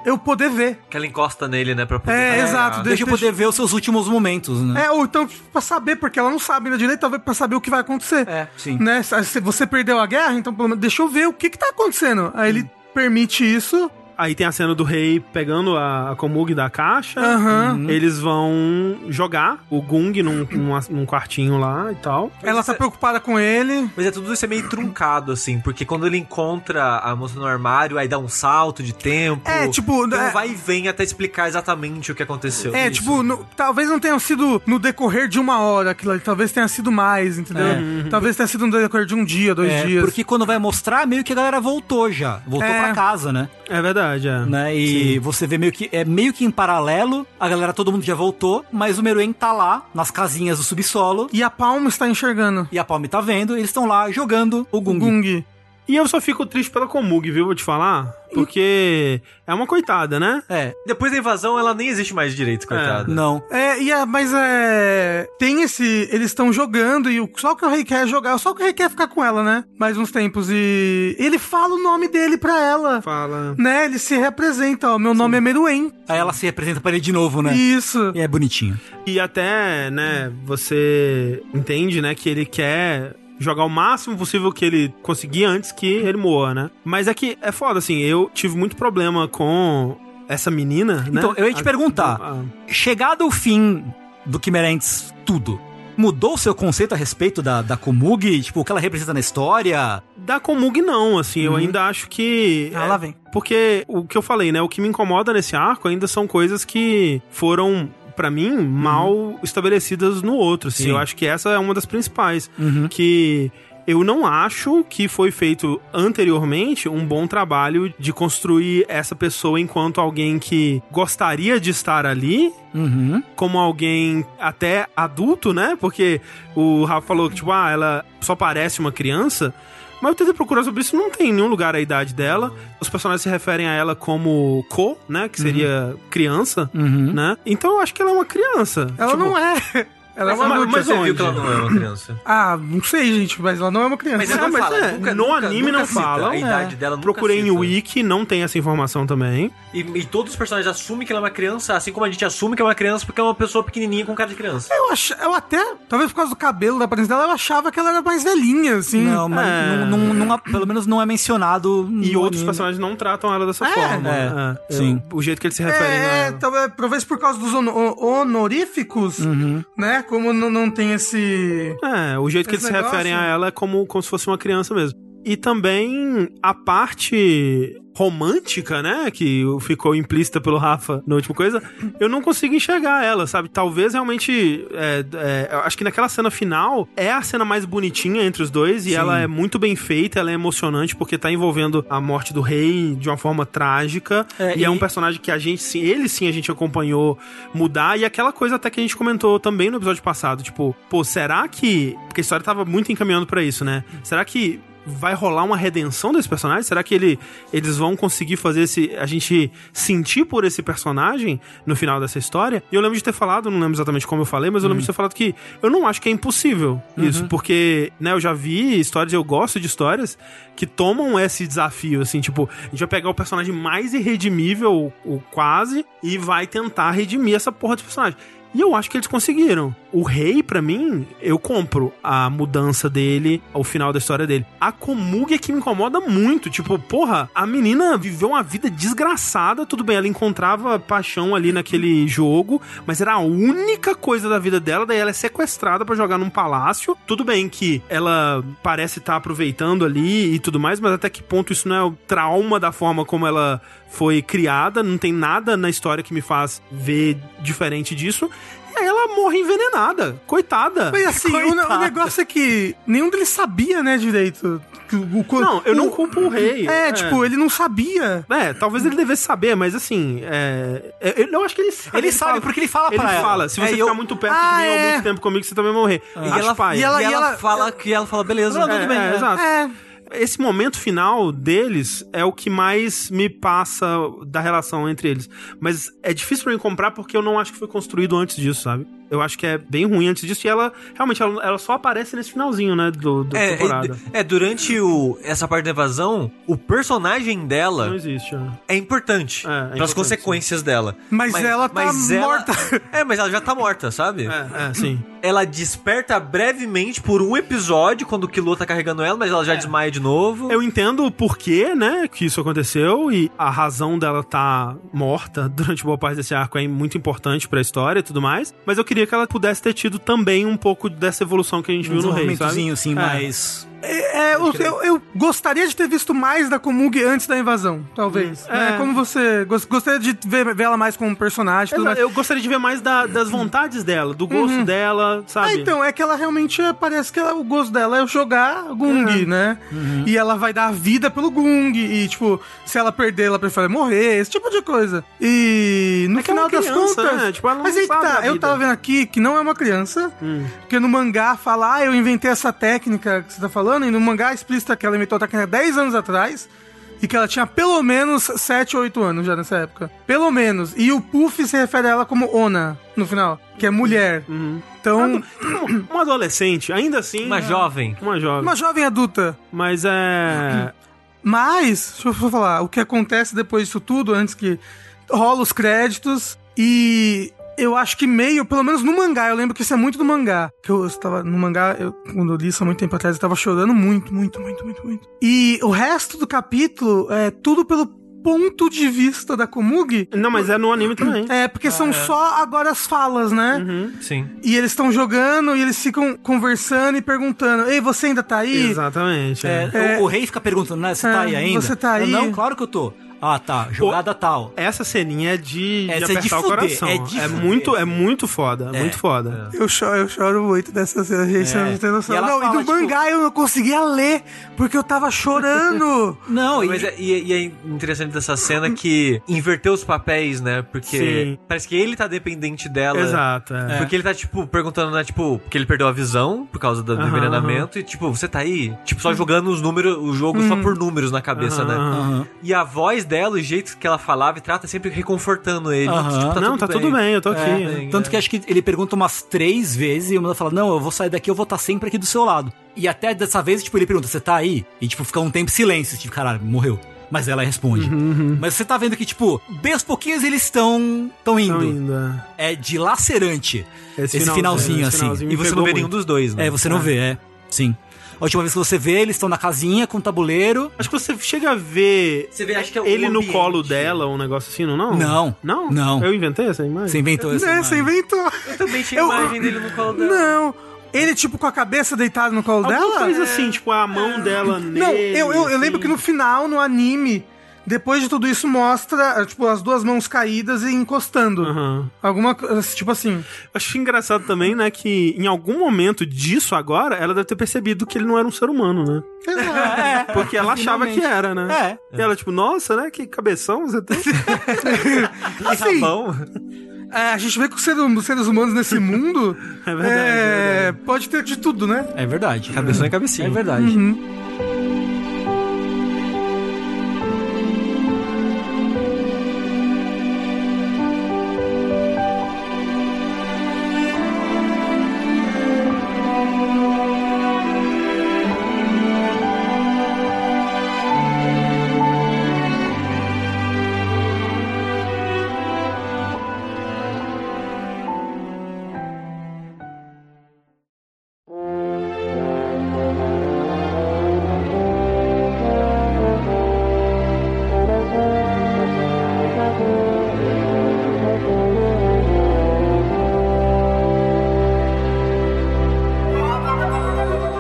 [SPEAKER 4] eu poder ver.
[SPEAKER 3] Que ela encosta nele, né? Pra poder.
[SPEAKER 4] É, exato.
[SPEAKER 5] Deixa eu poder ver os seus últimos momentos, né?
[SPEAKER 4] É, ou então pra saber, porque ela não sabe ainda direito, talvez pra saber o que vai acontecer.
[SPEAKER 5] É, sim.
[SPEAKER 4] Né? Se- Se você perdeu a guerra, então pelo menos deixa eu ver o que que tá acontecendo. Aí ele permite isso.
[SPEAKER 2] Aí tem a cena do rei pegando a, a Komug da caixa.
[SPEAKER 4] Aham.
[SPEAKER 2] Eles vão jogar o Gung num, num, num quartinho lá e tal.
[SPEAKER 4] Ela tá preocupada com ele.
[SPEAKER 3] Mas é tudo isso é meio truncado, assim, porque quando ele encontra a moça no armário, aí dá um salto de tempo.
[SPEAKER 4] É, tipo,
[SPEAKER 3] Então
[SPEAKER 4] é-
[SPEAKER 3] vai e vem até explicar exatamente o que aconteceu.
[SPEAKER 4] É,
[SPEAKER 3] Isso.
[SPEAKER 4] tipo, no- talvez não tenha sido no decorrer de uma hora aquilo ali, talvez tenha sido mais, entendeu? Talvez tenha sido no decorrer de um dia, dois
[SPEAKER 5] É,
[SPEAKER 4] dias.
[SPEAKER 5] porque quando vai mostrar, meio que a galera voltou já. Voltou
[SPEAKER 4] É.
[SPEAKER 5] pra casa, né?
[SPEAKER 2] É verdade, é.
[SPEAKER 5] né? E você vê meio que é meio que em paralelo, a galera todo mundo já voltou, mas o Meruem tá lá nas casinhas do subsolo
[SPEAKER 4] E a Palma está enxergando.
[SPEAKER 5] e a Palme tá vendo, eles estão lá jogando o Gung.
[SPEAKER 4] Gung.
[SPEAKER 2] E eu só fico triste pela Komug, viu? Vou te falar. Porque é uma coitada, né?
[SPEAKER 5] É,
[SPEAKER 3] Depois da invasão, ela nem existe mais direito, coitada.
[SPEAKER 5] não.
[SPEAKER 4] É, e é, mas é. Tem esse. Eles estão jogando e o, só que o rei quer é jogar, só que o rei quer ficar com ela, né? Mais uns tempos. E ele fala o nome dele pra ela.
[SPEAKER 2] Fala.
[SPEAKER 4] Né? Ele se representa, ó. Meu nome é Meruem.
[SPEAKER 5] Aí ela se representa pra ele de novo, né?
[SPEAKER 4] Isso.
[SPEAKER 5] E é bonitinho.
[SPEAKER 2] E até, né, você entende, né, que ele quer jogar o máximo possível que ele conseguir antes que ele morra, né? Mas é que é foda, assim, eu tive muito problema com essa menina, né?
[SPEAKER 5] Então, eu ia te
[SPEAKER 2] A-
[SPEAKER 5] perguntar.
[SPEAKER 2] a-
[SPEAKER 5] Chegado ao fim do Quimerentes, tudo. Mudou seu conceito a respeito da, da Komug? Tipo, o que ela representa na história?
[SPEAKER 2] da Komug, não, assim,
[SPEAKER 5] Uhum.
[SPEAKER 2] eu ainda acho que.
[SPEAKER 4] Ah,
[SPEAKER 2] é-
[SPEAKER 4] lá vem.
[SPEAKER 2] Porque o que eu falei, né? O que me incomoda nesse arco ainda são coisas que foram, pra mim, mal estabelecidas no outro. Assim.
[SPEAKER 5] Uhum. Sim.
[SPEAKER 2] Eu acho que essa é uma das principais. Que eu não acho que foi feito anteriormente um bom trabalho de construir essa pessoa enquanto alguém que gostaria de estar ali,
[SPEAKER 5] Uhum.
[SPEAKER 2] como alguém até adulto, né? Porque o Rafa falou que, tipo, ah, ela só parece uma criança. Mas eu tentei procurar sobre isso, não tem em nenhum lugar a idade dela. Os personagens se referem a ela como Ko, né? Que seria criança,
[SPEAKER 5] Uhum.
[SPEAKER 2] né? Então eu acho que ela é uma criança.
[SPEAKER 4] Ela
[SPEAKER 2] Tipo,
[SPEAKER 4] não é. Ela é
[SPEAKER 2] Mas
[SPEAKER 4] uma.
[SPEAKER 2] ela-
[SPEAKER 3] Mas,
[SPEAKER 2] mas
[SPEAKER 3] você
[SPEAKER 2] onde?
[SPEAKER 3] viu que ela não é uma criança.
[SPEAKER 4] Ah, não sei, gente, mas ela não é uma criança.
[SPEAKER 2] Mas não fala, no anime não
[SPEAKER 3] cita.
[SPEAKER 2] falam,
[SPEAKER 4] É.
[SPEAKER 3] A idade dela nunca
[SPEAKER 2] Procurei em
[SPEAKER 3] cita.
[SPEAKER 2] Wiki, não tem essa informação também.
[SPEAKER 3] E, e todos os personagens assumem que ela é uma criança, assim como a gente assume que é uma criança porque é uma pessoa pequenininha com cara de criança.
[SPEAKER 4] Eu, ach... eu até, talvez por causa do cabelo, da aparência dela, eu achava que ela era mais velhinha, assim.
[SPEAKER 5] Não, mas
[SPEAKER 2] É.
[SPEAKER 5] não, não- não há- pelo menos não é mencionado.
[SPEAKER 2] E
[SPEAKER 5] no
[SPEAKER 2] outros
[SPEAKER 5] anime.
[SPEAKER 2] personagens não tratam ela dessa
[SPEAKER 4] Uhum. É,
[SPEAKER 2] forma.
[SPEAKER 5] é,
[SPEAKER 2] É,
[SPEAKER 5] sim.
[SPEAKER 2] O jeito que eles se referem a
[SPEAKER 4] É,
[SPEAKER 2] ela.
[SPEAKER 4] talvez- talvez por causa dos hono- hon- honoríficos, né? Como não, não tem esse.
[SPEAKER 2] É, o jeito que
[SPEAKER 4] Esse
[SPEAKER 2] eles
[SPEAKER 4] negócio-
[SPEAKER 2] se referem a ela é como, como se fosse uma criança mesmo. E também a parte romântica, né, que ficou implícita pelo Rafa na última coisa, eu não consigo enxergar ela, sabe? Talvez realmente, é, é, eu acho que naquela cena final é a cena mais bonitinha entre os dois e ela é muito bem feita, ela é emocionante porque tá envolvendo a morte do rei de uma forma trágica
[SPEAKER 5] É,
[SPEAKER 2] e, é
[SPEAKER 5] e-
[SPEAKER 2] um personagem que a gente, sim, ele sim a gente acompanhou mudar, e aquela coisa até que a gente comentou também no episódio passado, tipo, pô, será que. Porque a história tava muito encaminhando pra isso, né? Será que. Vai rolar uma redenção desse personagem? Será que ele, eles vão conseguir fazer esse, a gente sentir por esse personagem no final dessa história? E eu lembro de ter falado, não lembro exatamente como eu falei, mas eu lembro de ter falado que eu não acho que é impossível isso, porque, né, eu já vi histórias, eu gosto de histórias que tomam esse desafio, assim, tipo, a gente vai pegar o personagem mais irredimível, ou quase, e vai tentar redimir essa porra de personagem. E eu acho que eles conseguiram. O rei, pra mim, eu compro a mudança dele, o final da história dele. A Komug é que me incomoda muito. Tipo, porra, a menina viveu uma vida desgraçada. Tudo bem, ela encontrava paixão ali naquele jogo, mas era a única coisa da vida dela. Daí ela é sequestrada pra jogar num palácio. Tudo bem que ela parece estar aproveitando ali e tudo mais, mas até que ponto isso não é o trauma da forma como ela foi criada? Não tem nada na história que me faz ver diferente disso. E aí ela morre envenenada. Coitada.
[SPEAKER 4] Mas assim, o, ne- o
[SPEAKER 2] Coitada.
[SPEAKER 4] negócio é que nenhum deles sabia, né, direito. que o- o co-
[SPEAKER 2] Não, eu não
[SPEAKER 4] o-
[SPEAKER 2] culpo o rei.
[SPEAKER 4] É, tipo, ele não sabia.
[SPEAKER 2] É, talvez ele devesse saber, mas assim. É, é, eu não acho que ele sabe.
[SPEAKER 5] Ele sabe
[SPEAKER 2] fala-
[SPEAKER 5] porque ele fala
[SPEAKER 2] Ele
[SPEAKER 5] pra ela.
[SPEAKER 2] fala, se
[SPEAKER 5] É,
[SPEAKER 2] você
[SPEAKER 5] e
[SPEAKER 2] ficar
[SPEAKER 5] eu-
[SPEAKER 2] muito perto
[SPEAKER 4] Ah,
[SPEAKER 2] de mim ou
[SPEAKER 4] é.
[SPEAKER 2] muito tempo comigo, você também vai morrer.
[SPEAKER 3] E ela,
[SPEAKER 2] pai.
[SPEAKER 3] e ela, e ela
[SPEAKER 4] ela-
[SPEAKER 1] Tá
[SPEAKER 3] fala que ela fala, beleza.
[SPEAKER 5] Não, tudo
[SPEAKER 2] É,
[SPEAKER 5] bem,
[SPEAKER 2] é,
[SPEAKER 5] é.
[SPEAKER 2] exato.
[SPEAKER 4] É.
[SPEAKER 2] esse momento final deles é o que mais me passa da relação entre eles. Mas é difícil pra mim comprar porque eu não acho que foi construído antes disso, sabe? Eu acho que é bem ruim antes disso. E ela, realmente, ela, ela só aparece nesse finalzinho, né? Do, do
[SPEAKER 3] É,
[SPEAKER 2] temporada.
[SPEAKER 3] é, é, durante o, essa parte da invasão, o personagem dela
[SPEAKER 2] Não existe, né?
[SPEAKER 3] é importante
[SPEAKER 2] É, é
[SPEAKER 3] pelas
[SPEAKER 2] importante,
[SPEAKER 3] consequências dela.
[SPEAKER 4] Mas ela tá morta.
[SPEAKER 3] É, mas ela já tá morta, sabe?
[SPEAKER 2] É, é, sim.
[SPEAKER 3] Ela desperta brevemente por um episódio quando o Kilo tá carregando ela, mas ela já desmaia de novo.
[SPEAKER 2] É. Eu entendo o porquê, né, que isso aconteceu e a razão dela tá morta durante boa parte desse arco é muito importante pra história e tudo mais, mas eu queria que ela pudesse ter tido também um pouco dessa evolução que a gente viu no Rei, sabe? É.
[SPEAKER 1] desenvolvimentozinho, assim, mas.
[SPEAKER 4] É, eu, eu- eu gostaria de ter visto mais da Komug antes da invasão, talvez. É. como você. gos- Gostaria de ver, ver ela mais como personagem e tudo mais.
[SPEAKER 2] Exato, Eu gostaria de ver mais da- das vontades dela, do gosto dela,
[SPEAKER 4] Ah,
[SPEAKER 2] sabe?
[SPEAKER 4] então, é que ela realmente é, parece que ela- o gosto dela é jogar Gung,
[SPEAKER 2] É.
[SPEAKER 4] né?
[SPEAKER 2] Uhum.
[SPEAKER 4] E ela vai dar a vida pelo Gung. E, tipo, se ela perder, ela prefere morrer, esse tipo de coisa. E no
[SPEAKER 2] que é uma
[SPEAKER 4] final das
[SPEAKER 2] criança,
[SPEAKER 4] contas.
[SPEAKER 2] né? Tipo, ela não
[SPEAKER 4] mas aí que
[SPEAKER 2] sabe
[SPEAKER 4] tá,
[SPEAKER 2] da
[SPEAKER 4] eu
[SPEAKER 2] vida. Hum.
[SPEAKER 4] tava vendo aqui que não é uma criança. Porque no mangá fala, ah, eu inventei essa técnica que você tá falando. E no mangá explícita que ela inventou a técnica 10 anos atrás. E que ela tinha pelo menos 7 ou 8 anos já nessa época. Pelo menos. E o Puff se refere a ela como Ona, no final. Que é mulher.
[SPEAKER 2] Uhum.
[SPEAKER 4] Então,
[SPEAKER 2] Então, Uma adolescente, ainda assim.
[SPEAKER 3] Uma
[SPEAKER 2] é,
[SPEAKER 3] jovem.
[SPEAKER 2] Uma jovem.
[SPEAKER 4] uma jovem adulta.
[SPEAKER 2] Mas é.
[SPEAKER 4] Mas, deixa eu só falar, o que acontece depois disso tudo, antes que rola os créditos, e eu acho que meio, pelo menos no mangá, eu lembro que isso é muito do mangá. Que eu estava no mangá, eu, quando eu li isso há muito tempo atrás, eu estava chorando muito, muito, muito, muito, muito. E o resto do capítulo é tudo pelo ponto de vista da Komugi.
[SPEAKER 2] Não, mas é no anime também.
[SPEAKER 4] É, porque são só agora as falas, né?
[SPEAKER 3] Sim.
[SPEAKER 4] E eles estão jogando e eles ficam conversando e perguntando: Ei, você ainda tá aí?
[SPEAKER 2] Exatamente. é.
[SPEAKER 1] É, o, o rei fica perguntando, né? Você tá
[SPEAKER 4] É,
[SPEAKER 1] aí ainda?
[SPEAKER 4] você tá
[SPEAKER 1] Eu,
[SPEAKER 4] aí?
[SPEAKER 1] Não, claro que eu tô. Ah, tá. Jogada tal.
[SPEAKER 2] Essa ceninha é de,
[SPEAKER 1] Essa
[SPEAKER 2] de
[SPEAKER 1] é de
[SPEAKER 2] apertar o
[SPEAKER 1] fuder,
[SPEAKER 2] coração.
[SPEAKER 1] é de fuder.
[SPEAKER 2] muito, é muito foda, é. muito foda.
[SPEAKER 4] Eu choro, eu choro muito dessa cena, gente, você não tem noção.
[SPEAKER 1] E ela
[SPEAKER 4] não, É. e
[SPEAKER 1] fala,
[SPEAKER 4] do
[SPEAKER 1] tipo-
[SPEAKER 4] mangá eu não conseguia ler, porque eu tava chorando.
[SPEAKER 1] Não,
[SPEAKER 3] Mas
[SPEAKER 1] e,
[SPEAKER 3] é, e, e é interessante dessa cena que inverteu os papéis, né? Porque
[SPEAKER 2] Sim.
[SPEAKER 3] parece que ele tá dependente dela.
[SPEAKER 2] Exato. é.
[SPEAKER 3] Porque ele tá, tipo, perguntando, né, tipo, porque ele perdeu a visão por causa do
[SPEAKER 2] Aham, Hum.
[SPEAKER 3] envenenamento. E, tipo, você tá aí, tipo, só jogando os números, o jogo só por números na cabeça, né?
[SPEAKER 2] Aham,
[SPEAKER 1] aham.
[SPEAKER 3] E a voz dela, o jeito que ela falava e trata, é sempre reconfortando ele.
[SPEAKER 1] Aham.
[SPEAKER 3] Tipo,
[SPEAKER 2] não, tá tudo bem, eu tô aqui.
[SPEAKER 1] É,
[SPEAKER 2] né?
[SPEAKER 1] tanto que acho que ele pergunta umas três vezes e uma fala: Não, eu vou sair daqui, eu vou estar sempre aqui do seu lado. E até dessa vez, tipo, ele pergunta: Você tá aí? E, tipo, fica um tempo em silêncio. Tipo, caralho, morreu. Mas ela responde. Mas você tá vendo que, tipo, bem aos pouquinhos eles estão tão indo.
[SPEAKER 2] Tão indo, é.
[SPEAKER 1] É dilacerante esse, finalzinho,
[SPEAKER 2] esse
[SPEAKER 1] assim.
[SPEAKER 2] finalzinho me
[SPEAKER 3] E você
[SPEAKER 2] pegou
[SPEAKER 3] não vê
[SPEAKER 2] muito.
[SPEAKER 3] nenhum dos dois, né?
[SPEAKER 1] É, você não vê, é. Sim. A última vez que você vê, eles estão na casinha com o tabuleiro.
[SPEAKER 2] Acho que você chega a ver
[SPEAKER 3] Você vê, acho que é o
[SPEAKER 2] ele no
[SPEAKER 3] ambiente.
[SPEAKER 2] colo dela, um negócio assim, não?
[SPEAKER 1] Não.
[SPEAKER 2] Não?
[SPEAKER 1] Não.
[SPEAKER 2] Eu inventei essa imagem?
[SPEAKER 1] Você inventou essa
[SPEAKER 4] né?
[SPEAKER 1] imagem.
[SPEAKER 4] Você inventou.
[SPEAKER 3] Eu também tinha
[SPEAKER 4] Eu-
[SPEAKER 3] imagem dele no colo dela.
[SPEAKER 4] Não. Ele, tipo, com a cabeça deitada no colo
[SPEAKER 2] Alguma
[SPEAKER 4] dela? É.
[SPEAKER 2] coisa assim, tipo, a mão dela nele.
[SPEAKER 4] Não, eu, eu, eu lembro
[SPEAKER 2] assim.
[SPEAKER 4] que no final, no anime, depois de tudo isso, mostra, eh, tipo, as duas mãos caídas e encostando.
[SPEAKER 2] Aham.
[SPEAKER 4] Alguma coisa, tipo assim.
[SPEAKER 2] Acho engraçado também, né, que em algum momento disso agora, ela deve ter percebido que ele não era um ser humano, né?
[SPEAKER 4] É,
[SPEAKER 2] Porque ela achava que era, né? É. E ela, tipo, nossa, né? Que cabeção você tem.
[SPEAKER 4] Assim,
[SPEAKER 3] Bom,
[SPEAKER 4] eh, a gente vê que os seres, os seres humanos nesse mundo
[SPEAKER 2] É verdade,
[SPEAKER 4] eh, pode ter de tudo, né?
[SPEAKER 1] É verdade.
[SPEAKER 3] cabeção é cabecinha.
[SPEAKER 1] É verdade.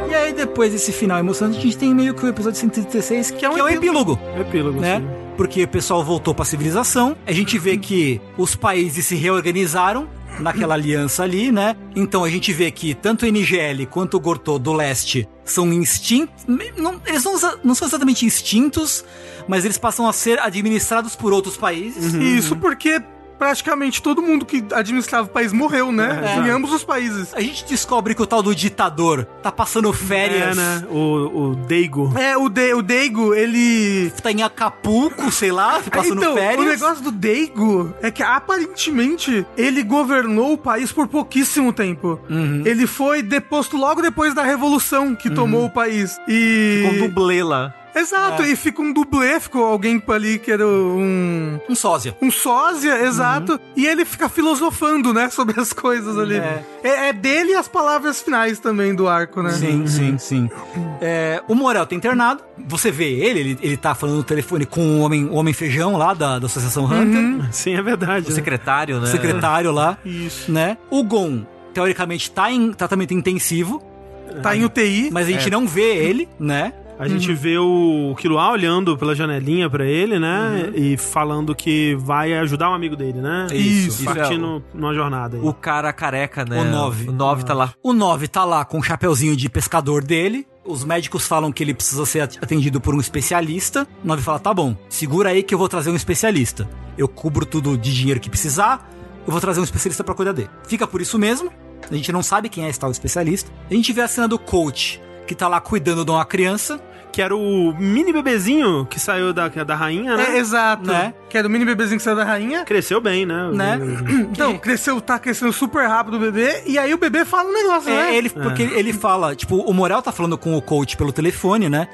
[SPEAKER 1] E aí, depois desse final emocionante, a gente tem meio que o episódio 136, que é um, que é um epílogo,
[SPEAKER 2] Epílogo,
[SPEAKER 1] né?
[SPEAKER 2] assim.
[SPEAKER 1] Porque o pessoal voltou pra civilização, a gente vê que os países se reorganizaram naquela aliança ali, né? Então a gente vê que tanto o NGL quanto o Gortô do leste são extintos. me- não- eles não, sa- não são
[SPEAKER 4] Uhum.
[SPEAKER 1] exatamente extintos, mas eles passam a ser administrados por outros países.
[SPEAKER 4] Isso porque praticamente todo mundo que administrava o país morreu, né? em ambos os países.
[SPEAKER 1] A gente descobre que o tal do ditador tá passando férias.
[SPEAKER 2] né? O, o Deigo.
[SPEAKER 4] É, o, De, o Deigo, ele.
[SPEAKER 1] Tá em Acapulco, sei lá, tá passando
[SPEAKER 4] então,
[SPEAKER 1] férias.
[SPEAKER 4] o negócio do Deigo é que aparentemente ele governou o país por pouquíssimo tempo. Ele foi deposto logo depois da revolução que tomou o país. E.
[SPEAKER 3] Com um dublê lá.
[SPEAKER 4] Exato, e fica um dublê, ficou alguém ali que era um.
[SPEAKER 1] Um sósia.
[SPEAKER 4] Um sósia,
[SPEAKER 1] Uhum.
[SPEAKER 4] exato. E ele fica filosofando, né, sobre as coisas ali. É. é dele as palavras finais também do arco, né?
[SPEAKER 1] Sim, sim, sim. Uhum. É, o Morel tá internado. Você vê ele, ele, ele tá falando no telefone com o Homem, o homem Feijão lá da, da Associação Hunter.
[SPEAKER 2] Sim, é verdade.
[SPEAKER 3] O
[SPEAKER 2] né?
[SPEAKER 3] secretário, né?
[SPEAKER 1] secretário lá,
[SPEAKER 2] Isso.
[SPEAKER 1] né? O Gon, teoricamente, tá em tratamento intensivo,
[SPEAKER 4] Tá em UTI.
[SPEAKER 1] mas a gente não vê ele, né?
[SPEAKER 2] A gente
[SPEAKER 4] Uhum.
[SPEAKER 2] vê o Kiloá olhando pela janelinha pra ele,
[SPEAKER 4] Uhum.
[SPEAKER 2] né? E falando que vai ajudar um amigo dele, né?
[SPEAKER 3] Isso. Isso,
[SPEAKER 2] Partindo numa jornada aí.
[SPEAKER 3] O cara careca, né?
[SPEAKER 1] O nove.
[SPEAKER 3] O 9 tá lá.
[SPEAKER 1] O 9 tá lá com o chapeuzinho de pescador dele. Os médicos falam que ele precisa ser at- atendido por um especialista. O 9 fala: tá bom, segura aí que eu vou trazer um especialista. Eu cubro tudo de dinheiro que precisar, eu vou trazer um especialista pra cuidar dele. Fica por isso mesmo. A gente não sabe quem é esse tal especialista. A gente vê a cena do coach que tá lá cuidando de uma criança.
[SPEAKER 2] Que era o mini bebezinho que saiu da, da rainha, né?
[SPEAKER 4] É, exato.
[SPEAKER 1] Né?
[SPEAKER 4] Que era o mini bebezinho que saiu da rainha.
[SPEAKER 2] Cresceu bem, né?
[SPEAKER 1] Né?
[SPEAKER 4] Então, cresceu, tá crescendo super rápido o bebê. E aí o bebê fala um negócio, né?
[SPEAKER 1] É, ele, porque ele fala, tipo, o Morel tá falando com o coach pelo telefone, né?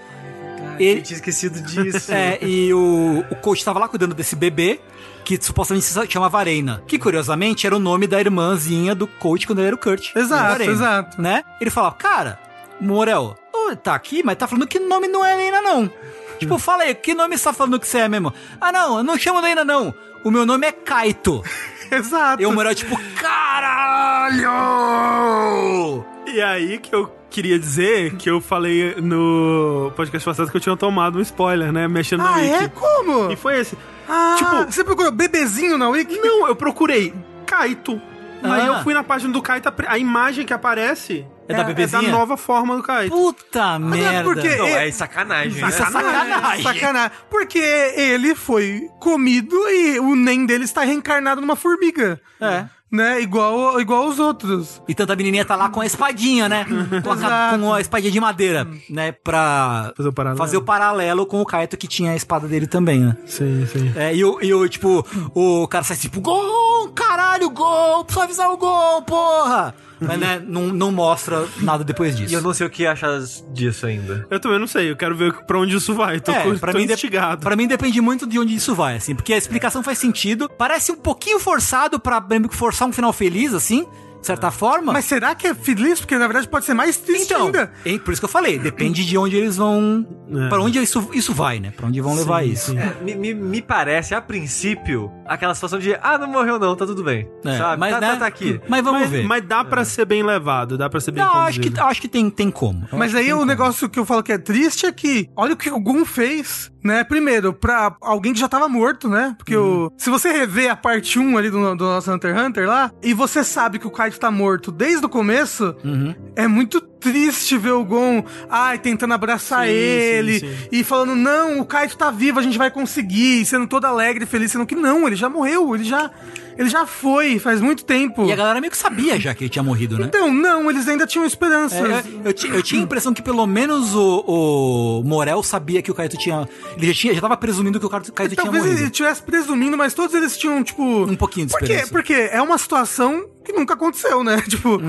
[SPEAKER 1] Ele,
[SPEAKER 3] tinha esquecido disso.
[SPEAKER 1] é, e o, o coach tava lá cuidando desse bebê, que supostamente se chama Varena. Que curiosamente era o nome da irmãzinha do coach quando ele era o Kurt.
[SPEAKER 4] Exato,
[SPEAKER 1] Varena,
[SPEAKER 4] exato.
[SPEAKER 1] Né? Ele fala, cara, Morel, ô, tá aqui, mas tá falando que nome não é Leina, não. Tipo, fala aí, que nome você tá falando que você é mesmo? Ah, não, eu não chamo Leina, não. O meu nome é Kaito.
[SPEAKER 4] Exato.
[SPEAKER 1] E o Morel, tipo, caralho!
[SPEAKER 2] E aí que eu queria dizer que eu falei no podcast passado que eu tinha tomado um spoiler, né? Mexendo no
[SPEAKER 4] Ah,
[SPEAKER 2] wiki.
[SPEAKER 4] é? Como?
[SPEAKER 2] E foi esse.
[SPEAKER 4] Ah,
[SPEAKER 2] Tipo-
[SPEAKER 4] você procurou bebezinho na Wiki?
[SPEAKER 2] Não, eu procurei Kaito. Aí
[SPEAKER 1] Ah.
[SPEAKER 2] eu fui na página do Kaito, a imagem que aparece
[SPEAKER 1] É da bebezinha?
[SPEAKER 2] nova forma do Kaito.
[SPEAKER 1] Puta merda.
[SPEAKER 4] porque
[SPEAKER 3] Não,
[SPEAKER 4] é-
[SPEAKER 3] é sacanagem, né?
[SPEAKER 1] Isso é sacanagem.
[SPEAKER 4] Ah, Sacanagem. Porque ele foi comido e o NEM dele está reencarnado numa formiga.
[SPEAKER 1] É.
[SPEAKER 4] Né? Igual, igual os outros.
[SPEAKER 1] E tanta menininha tá lá com a espadinha, né? Com a,
[SPEAKER 4] Exato.
[SPEAKER 1] com a espadinha de madeira, né? Pra
[SPEAKER 2] Fazer o paralelo.
[SPEAKER 1] fazer o paralelo com o Kaito que tinha a espada dele também, né?
[SPEAKER 2] Sim, sim.
[SPEAKER 1] É, e, o, e o, tipo, o cara sai tipo, Gol, caralho, gol, precisa avisar o gol, porra! Mas, né, não, não mostra nada depois disso.
[SPEAKER 3] E eu não sei o que achar disso ainda.
[SPEAKER 2] Eu também não sei, eu quero ver pra onde isso vai. Tô,
[SPEAKER 1] É,
[SPEAKER 2] cu-
[SPEAKER 1] pra
[SPEAKER 2] tô
[SPEAKER 1] mim de-
[SPEAKER 2] instigado.
[SPEAKER 1] Pra mim depende muito de onde isso vai, assim, porque a explicação faz sentido, parece um pouquinho forçado pra meio que forçar um final feliz, assim, de certa forma.
[SPEAKER 4] Mas será que é feliz? Porque na verdade pode ser mais triste
[SPEAKER 1] Então,
[SPEAKER 4] ainda.
[SPEAKER 1] é por isso que eu falei, depende de onde eles vão.
[SPEAKER 2] É.
[SPEAKER 1] Pra onde isso, isso vai, né? Pra onde vão levar isso.
[SPEAKER 3] É, me, me- me parece, a princípio, aquela situação de, ah, não morreu não, tá tudo bem.
[SPEAKER 1] É,
[SPEAKER 3] sabe?
[SPEAKER 1] mas,
[SPEAKER 3] tá,
[SPEAKER 1] né,
[SPEAKER 3] tá, tá aqui.
[SPEAKER 1] Mas vamos
[SPEAKER 2] mas,
[SPEAKER 1] ver. É.
[SPEAKER 2] mas dá pra ser bem levado, dá pra ser bem
[SPEAKER 1] não, acho
[SPEAKER 2] conduzido.
[SPEAKER 1] que, tá- acho que tem, tem como.
[SPEAKER 4] Mas aí o negócio que eu falo que é triste é que olha o que o Gon fez, né? Primeiro, pra alguém que já tava morto, né? Porque
[SPEAKER 1] Uhum.
[SPEAKER 4] o, se você rever a parte 1 ali do, do nosso Hunter x Hunter lá, e você sabe que o Kaito tá morto desde o começo,
[SPEAKER 1] Uhum.
[SPEAKER 4] é muito triste ver o Gon, ai, tentando abraçar
[SPEAKER 2] Sim,
[SPEAKER 4] ele
[SPEAKER 2] sim, sim.
[SPEAKER 4] e falando: não, o Kaito tá vivo, a gente vai conseguir, e sendo todo alegre e feliz, sendo que não, ele já morreu, ele já. Ele já foi, faz muito tempo.
[SPEAKER 1] E a galera meio que sabia já que ele tinha morrido, né?
[SPEAKER 4] Então, não, eles ainda tinham esperanças.
[SPEAKER 1] É, eu, eu ti- eu tinha a impressão que pelo menos o, o Morel sabia que o Kaito tinha. Ele já, tinha, já tava presumindo que o Kaito, Kaito tinha
[SPEAKER 4] Talvez ele
[SPEAKER 1] morrido.
[SPEAKER 4] estivesse presumindo, mas todos eles tinham, tipo.
[SPEAKER 1] Um pouquinho de
[SPEAKER 4] Por quê?
[SPEAKER 1] esperança.
[SPEAKER 4] Porque é uma situação que nunca aconteceu, né? Tipo,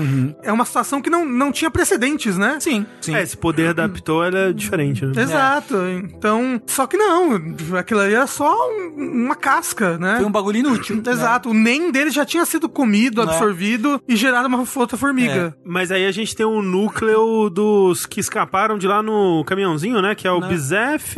[SPEAKER 4] é uma situação que não, não tinha precedentes, né?
[SPEAKER 1] Uhum. Sim, sim.
[SPEAKER 2] É, esse poder
[SPEAKER 1] Hum.
[SPEAKER 2] adaptou, ele é diferente, né?
[SPEAKER 4] Exato. Então. Só que não, aquilo ali era só um- uma casca, né?
[SPEAKER 1] Foi um bagulho inútil. né?
[SPEAKER 4] Exato. O NEM dele já tinha sido comido,
[SPEAKER 1] Né?
[SPEAKER 4] absorvido e gerado uma outra formiga.
[SPEAKER 2] Mas aí a gente tem o núcleo dos que escaparam de lá no caminhãozinho, né? Que é o Bizef,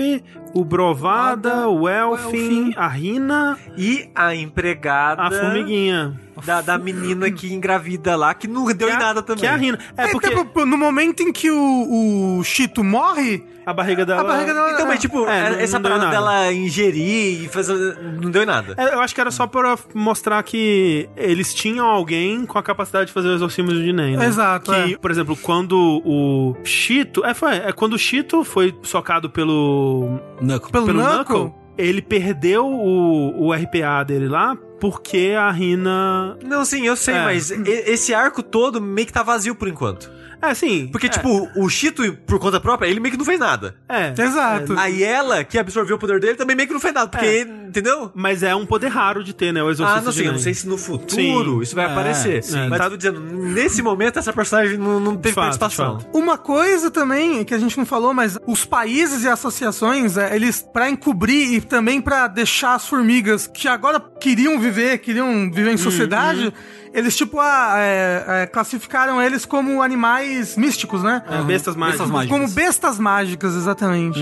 [SPEAKER 2] o Brovada, o Elfin, a Rina,
[SPEAKER 3] E a empregada
[SPEAKER 2] a Formiguinha.
[SPEAKER 3] da, da menina que engravida lá, que não deu
[SPEAKER 2] Que
[SPEAKER 3] em
[SPEAKER 2] é-
[SPEAKER 3] nada também.
[SPEAKER 2] Que é a Rina. É
[SPEAKER 4] É,
[SPEAKER 2] porque
[SPEAKER 4] tipo, no momento em que o, o Chito morre,
[SPEAKER 2] a barriga dela...
[SPEAKER 4] a barriga dela.
[SPEAKER 3] Então, mas tipo,
[SPEAKER 2] É, não-
[SPEAKER 3] essa
[SPEAKER 2] não deu
[SPEAKER 3] parada
[SPEAKER 2] nada.
[SPEAKER 3] dela ingerir e fazer. Não deu em nada.
[SPEAKER 2] É, Eu acho que era só pra mostrar que eles tinham alguém com a capacidade de fazer os exorcismos de Nen, né?
[SPEAKER 4] Exato, é.
[SPEAKER 2] Que, por exemplo, quando o Chito... É, foi, é quando o Chito foi socado pelo...
[SPEAKER 1] Knuckle.
[SPEAKER 4] Pelo,
[SPEAKER 2] Pelo
[SPEAKER 4] Knuckle,
[SPEAKER 2] Knuckle? ele perdeu o, o RPA dele lá porque a Rina.
[SPEAKER 3] Não, sim, eu sei,
[SPEAKER 2] É.
[SPEAKER 3] mas e- esse arco todo meio que tá vazio por enquanto.
[SPEAKER 2] É, sim.
[SPEAKER 3] Porque,
[SPEAKER 2] é,
[SPEAKER 3] tipo, o Chito, por conta própria, ele meio que não fez nada.
[SPEAKER 2] É.
[SPEAKER 4] Exato.
[SPEAKER 3] Aí ela, que absorveu o poder dele, também meio que não fez nada, porque,
[SPEAKER 2] É.
[SPEAKER 3] entendeu?
[SPEAKER 2] Mas é um poder raro de ter, né? O exorcista.
[SPEAKER 3] Ah, não sei,
[SPEAKER 2] de
[SPEAKER 3] eu não sei
[SPEAKER 2] Nen.
[SPEAKER 3] se no futuro
[SPEAKER 2] Sim.
[SPEAKER 3] isso vai
[SPEAKER 1] É,
[SPEAKER 3] aparecer.
[SPEAKER 2] sim.
[SPEAKER 3] Mas eu tava dizendo, nesse momento essa personagem não, não teve
[SPEAKER 2] De fato, de
[SPEAKER 3] participação.
[SPEAKER 2] fato.
[SPEAKER 4] Uma coisa também que a gente não falou, mas os países e associações, é, eles para encobrir e também para deixar as formigas que agora queriam viver, queriam viver em sociedade, eles tipo ah, é, é, classificaram eles como animais místicos, né?
[SPEAKER 2] É, bestas mágicas.
[SPEAKER 1] Bestas mágicas.
[SPEAKER 4] Como bestas mágicas, exatamente.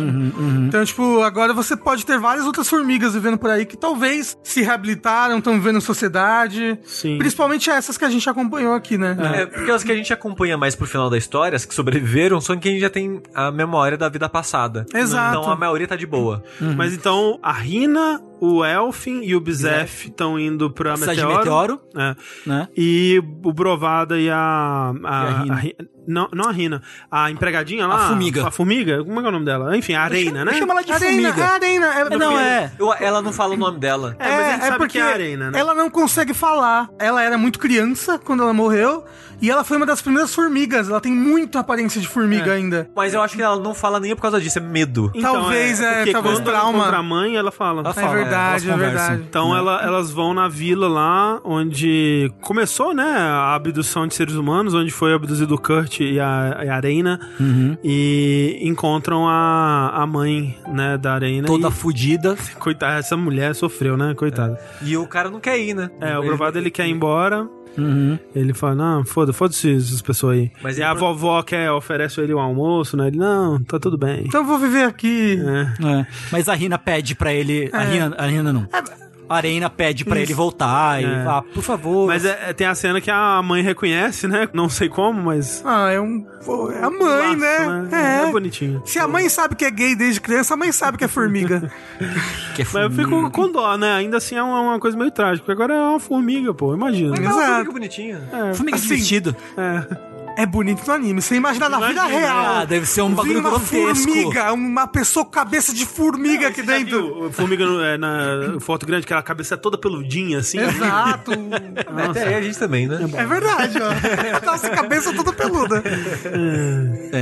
[SPEAKER 4] Então, tipo, agora você pode ter várias outras formigas vivendo por aí que talvez se reabilitaram, estão vivendo em sociedade.
[SPEAKER 2] Sim.
[SPEAKER 4] Principalmente essas que a gente acompanhou aqui, né?
[SPEAKER 3] É, porque as que a gente acompanha mais pro final da história, as que sobreviveram, são que a gente já tem a memória da vida passada.
[SPEAKER 4] Exato.
[SPEAKER 3] Então a maioria tá de boa.
[SPEAKER 2] Mas então a Rina, o Elfin e o Bizef estão indo pra
[SPEAKER 1] Passagem de
[SPEAKER 2] Meteoro.
[SPEAKER 1] meteoro,
[SPEAKER 2] É.
[SPEAKER 1] né?
[SPEAKER 2] E o Brovada e a. a,
[SPEAKER 1] E a Rina.
[SPEAKER 2] a Ri- não, não a Rina. A empregadinha lá.
[SPEAKER 1] A Formiga.
[SPEAKER 2] A Formiga? Como é que é o nome dela? Enfim, a Areina, né?
[SPEAKER 1] Chama ela de
[SPEAKER 4] Arena,
[SPEAKER 1] formiga.
[SPEAKER 4] Arena, é,
[SPEAKER 1] É, não, é.
[SPEAKER 3] Eu- ela não fala o nome dela.
[SPEAKER 2] É, mas a gente sabe que é a Arena, né?
[SPEAKER 4] ela não consegue falar. Ela era muito criança quando ela morreu e ela foi uma das primeiras formigas. Ela tem muita aparência de formiga
[SPEAKER 2] É.
[SPEAKER 4] ainda.
[SPEAKER 3] Mas eu acho que ela não fala nem por causa disso, é medo.
[SPEAKER 4] Talvez, é,
[SPEAKER 2] Então, porque
[SPEAKER 4] talvez
[SPEAKER 2] quando
[SPEAKER 4] trauma.
[SPEAKER 2] Ela encontra a mãe, ela fala. né,
[SPEAKER 1] Ela
[SPEAKER 4] é
[SPEAKER 1] fala,
[SPEAKER 4] verdade, é,
[SPEAKER 1] elas conversam.
[SPEAKER 4] verdade.
[SPEAKER 2] Então ela- elas vão na vila lá onde começou, né, a abdução de seres humanos, onde foi abduzido o Kurt e a, e a Arena e encontram a, a mãe, né, da Arena.
[SPEAKER 1] Toda
[SPEAKER 2] e,
[SPEAKER 1] fudida.
[SPEAKER 2] coitada, essa mulher sofreu, né, coitada.
[SPEAKER 3] E o cara não quer ir, né?
[SPEAKER 2] É, o provado ele quer ir embora. Ele fala, não, foda- foda-se essas pessoas aí.
[SPEAKER 3] Mas
[SPEAKER 2] e
[SPEAKER 3] ele
[SPEAKER 2] a
[SPEAKER 3] pro-
[SPEAKER 2] vovó quer, oferece ele o almoço, né? Ele, não, tá tudo bem.
[SPEAKER 4] Então eu vou viver aqui.
[SPEAKER 2] É.
[SPEAKER 1] É. Mas a Rina pede pra ele. A Rina, a Rina
[SPEAKER 4] É.
[SPEAKER 1] não. A Arena pede pra ele voltar e
[SPEAKER 2] É.
[SPEAKER 1] ah, por favor.
[SPEAKER 2] Mas é- é- tem a cena que a mãe reconhece, né? Não sei como, mas.
[SPEAKER 4] Ah, é um. pô, é a mãe,
[SPEAKER 2] Laço,
[SPEAKER 4] né?
[SPEAKER 2] É.
[SPEAKER 4] É.
[SPEAKER 2] bonitinho.
[SPEAKER 4] Se a mãe sabe que é gay desde criança, a mãe sabe que é formiga.
[SPEAKER 1] que é
[SPEAKER 2] Mas eu fico com dó, né? Ainda assim é uma, uma coisa meio trágica. porque Agora é uma formiga, pô, imagina.
[SPEAKER 4] Mas-
[SPEAKER 3] Ela
[SPEAKER 4] Exato.
[SPEAKER 3] fica bonitinha.
[SPEAKER 1] Formiga de
[SPEAKER 4] assim,
[SPEAKER 1] vestido.
[SPEAKER 4] é bonito no anime. Você imagina na vida
[SPEAKER 2] Imagina. é
[SPEAKER 4] real.
[SPEAKER 1] Ah, deve ser um
[SPEAKER 4] vir
[SPEAKER 1] bagulho
[SPEAKER 4] uma
[SPEAKER 1] grotesco.
[SPEAKER 4] formiga, uma pessoa com cabeça de formiga aqui dentro.
[SPEAKER 2] Sabe, o- Formiga no- é, na foto grande, que a cabeça é toda peludinha, assim.
[SPEAKER 4] Exato.
[SPEAKER 3] Até aí a gente também, né?
[SPEAKER 4] É verdade, ó. Nossa cabeça toda peluda.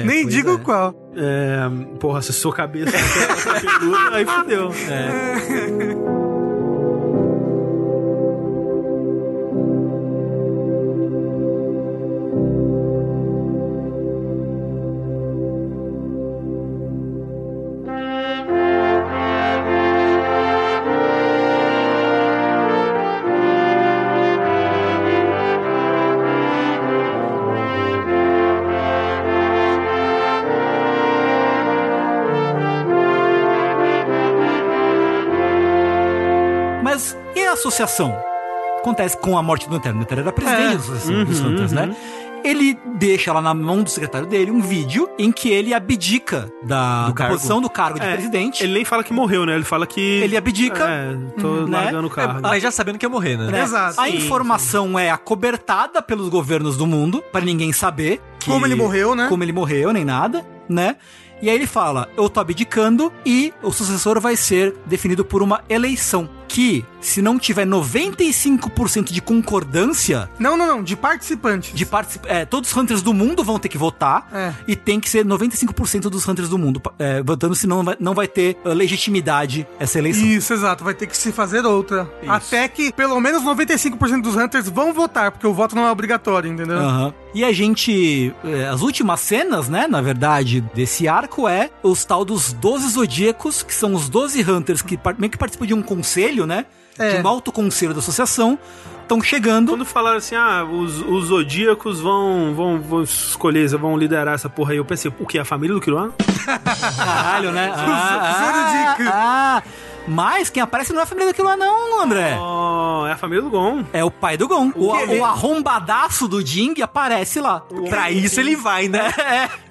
[SPEAKER 4] Nem digo qual.
[SPEAKER 2] É, porra, se sua cabeça é peluda, aí fudeu.
[SPEAKER 1] Mas e a associação? Acontece com a morte do Lanterna. O Lanterna era presidente da associação dos Lanternas, né? Ele deixa lá na mão do secretário dele um vídeo em que ele abdica da, da
[SPEAKER 3] cargo.
[SPEAKER 1] posição do cargo de
[SPEAKER 2] É,
[SPEAKER 1] presidente.
[SPEAKER 2] Ele nem fala que morreu, né? Ele fala que.
[SPEAKER 1] Ele abdica,
[SPEAKER 2] É, tô
[SPEAKER 1] né?
[SPEAKER 2] largando o É. carro.
[SPEAKER 3] Mas já sabendo que ia morrer, né?
[SPEAKER 1] né?
[SPEAKER 4] Exato.
[SPEAKER 1] A
[SPEAKER 4] Sim,
[SPEAKER 1] informação é acobertada pelos governos do mundo pra ninguém saber que-
[SPEAKER 4] Como ele morreu, né?
[SPEAKER 1] Como ele morreu, nem nada, né? E aí ele fala: "Eu tô abdicando e o sucessor vai ser definido por uma eleição que, se não tiver 95% de concordância,
[SPEAKER 4] Não, não, não. De participantes.
[SPEAKER 1] de particip... é, todos os hunters do mundo vão ter que votar
[SPEAKER 4] É.
[SPEAKER 1] e tem que ser 95% dos hunters do mundo é, votando, senão vai- não vai ter uh, legitimidade essa eleição.
[SPEAKER 4] Isso, exato. Vai ter que se fazer outra. Até que pelo menos 95% dos Hunters vão votar, porque o voto não é obrigatório, entendeu?
[SPEAKER 1] Aham. E a gente. eh, As últimas cenas, né? Na verdade, desse arco é os tal dos 12 zodíacos, que são os 12 hunters que par- meio que participam de um conselho, né?
[SPEAKER 4] É.
[SPEAKER 1] De um alto conselho da associação. Estão chegando.
[SPEAKER 2] Quando falaram assim, ah, os, os zodíacos vão, vão, vão escolher, vão liderar essa porra aí, eu pensei, o que? A família do Kiruan?
[SPEAKER 1] Caralho, né? Ah,
[SPEAKER 4] zodíaco.
[SPEAKER 1] ah, mas quem aparece não é a família daquilo lá, não, André.
[SPEAKER 2] Oh, é a família do Gon.
[SPEAKER 1] É o pai do Gon. O,
[SPEAKER 2] quê?
[SPEAKER 1] o arrombadaço do Jing aparece lá.
[SPEAKER 3] Pra isso ele vai, né?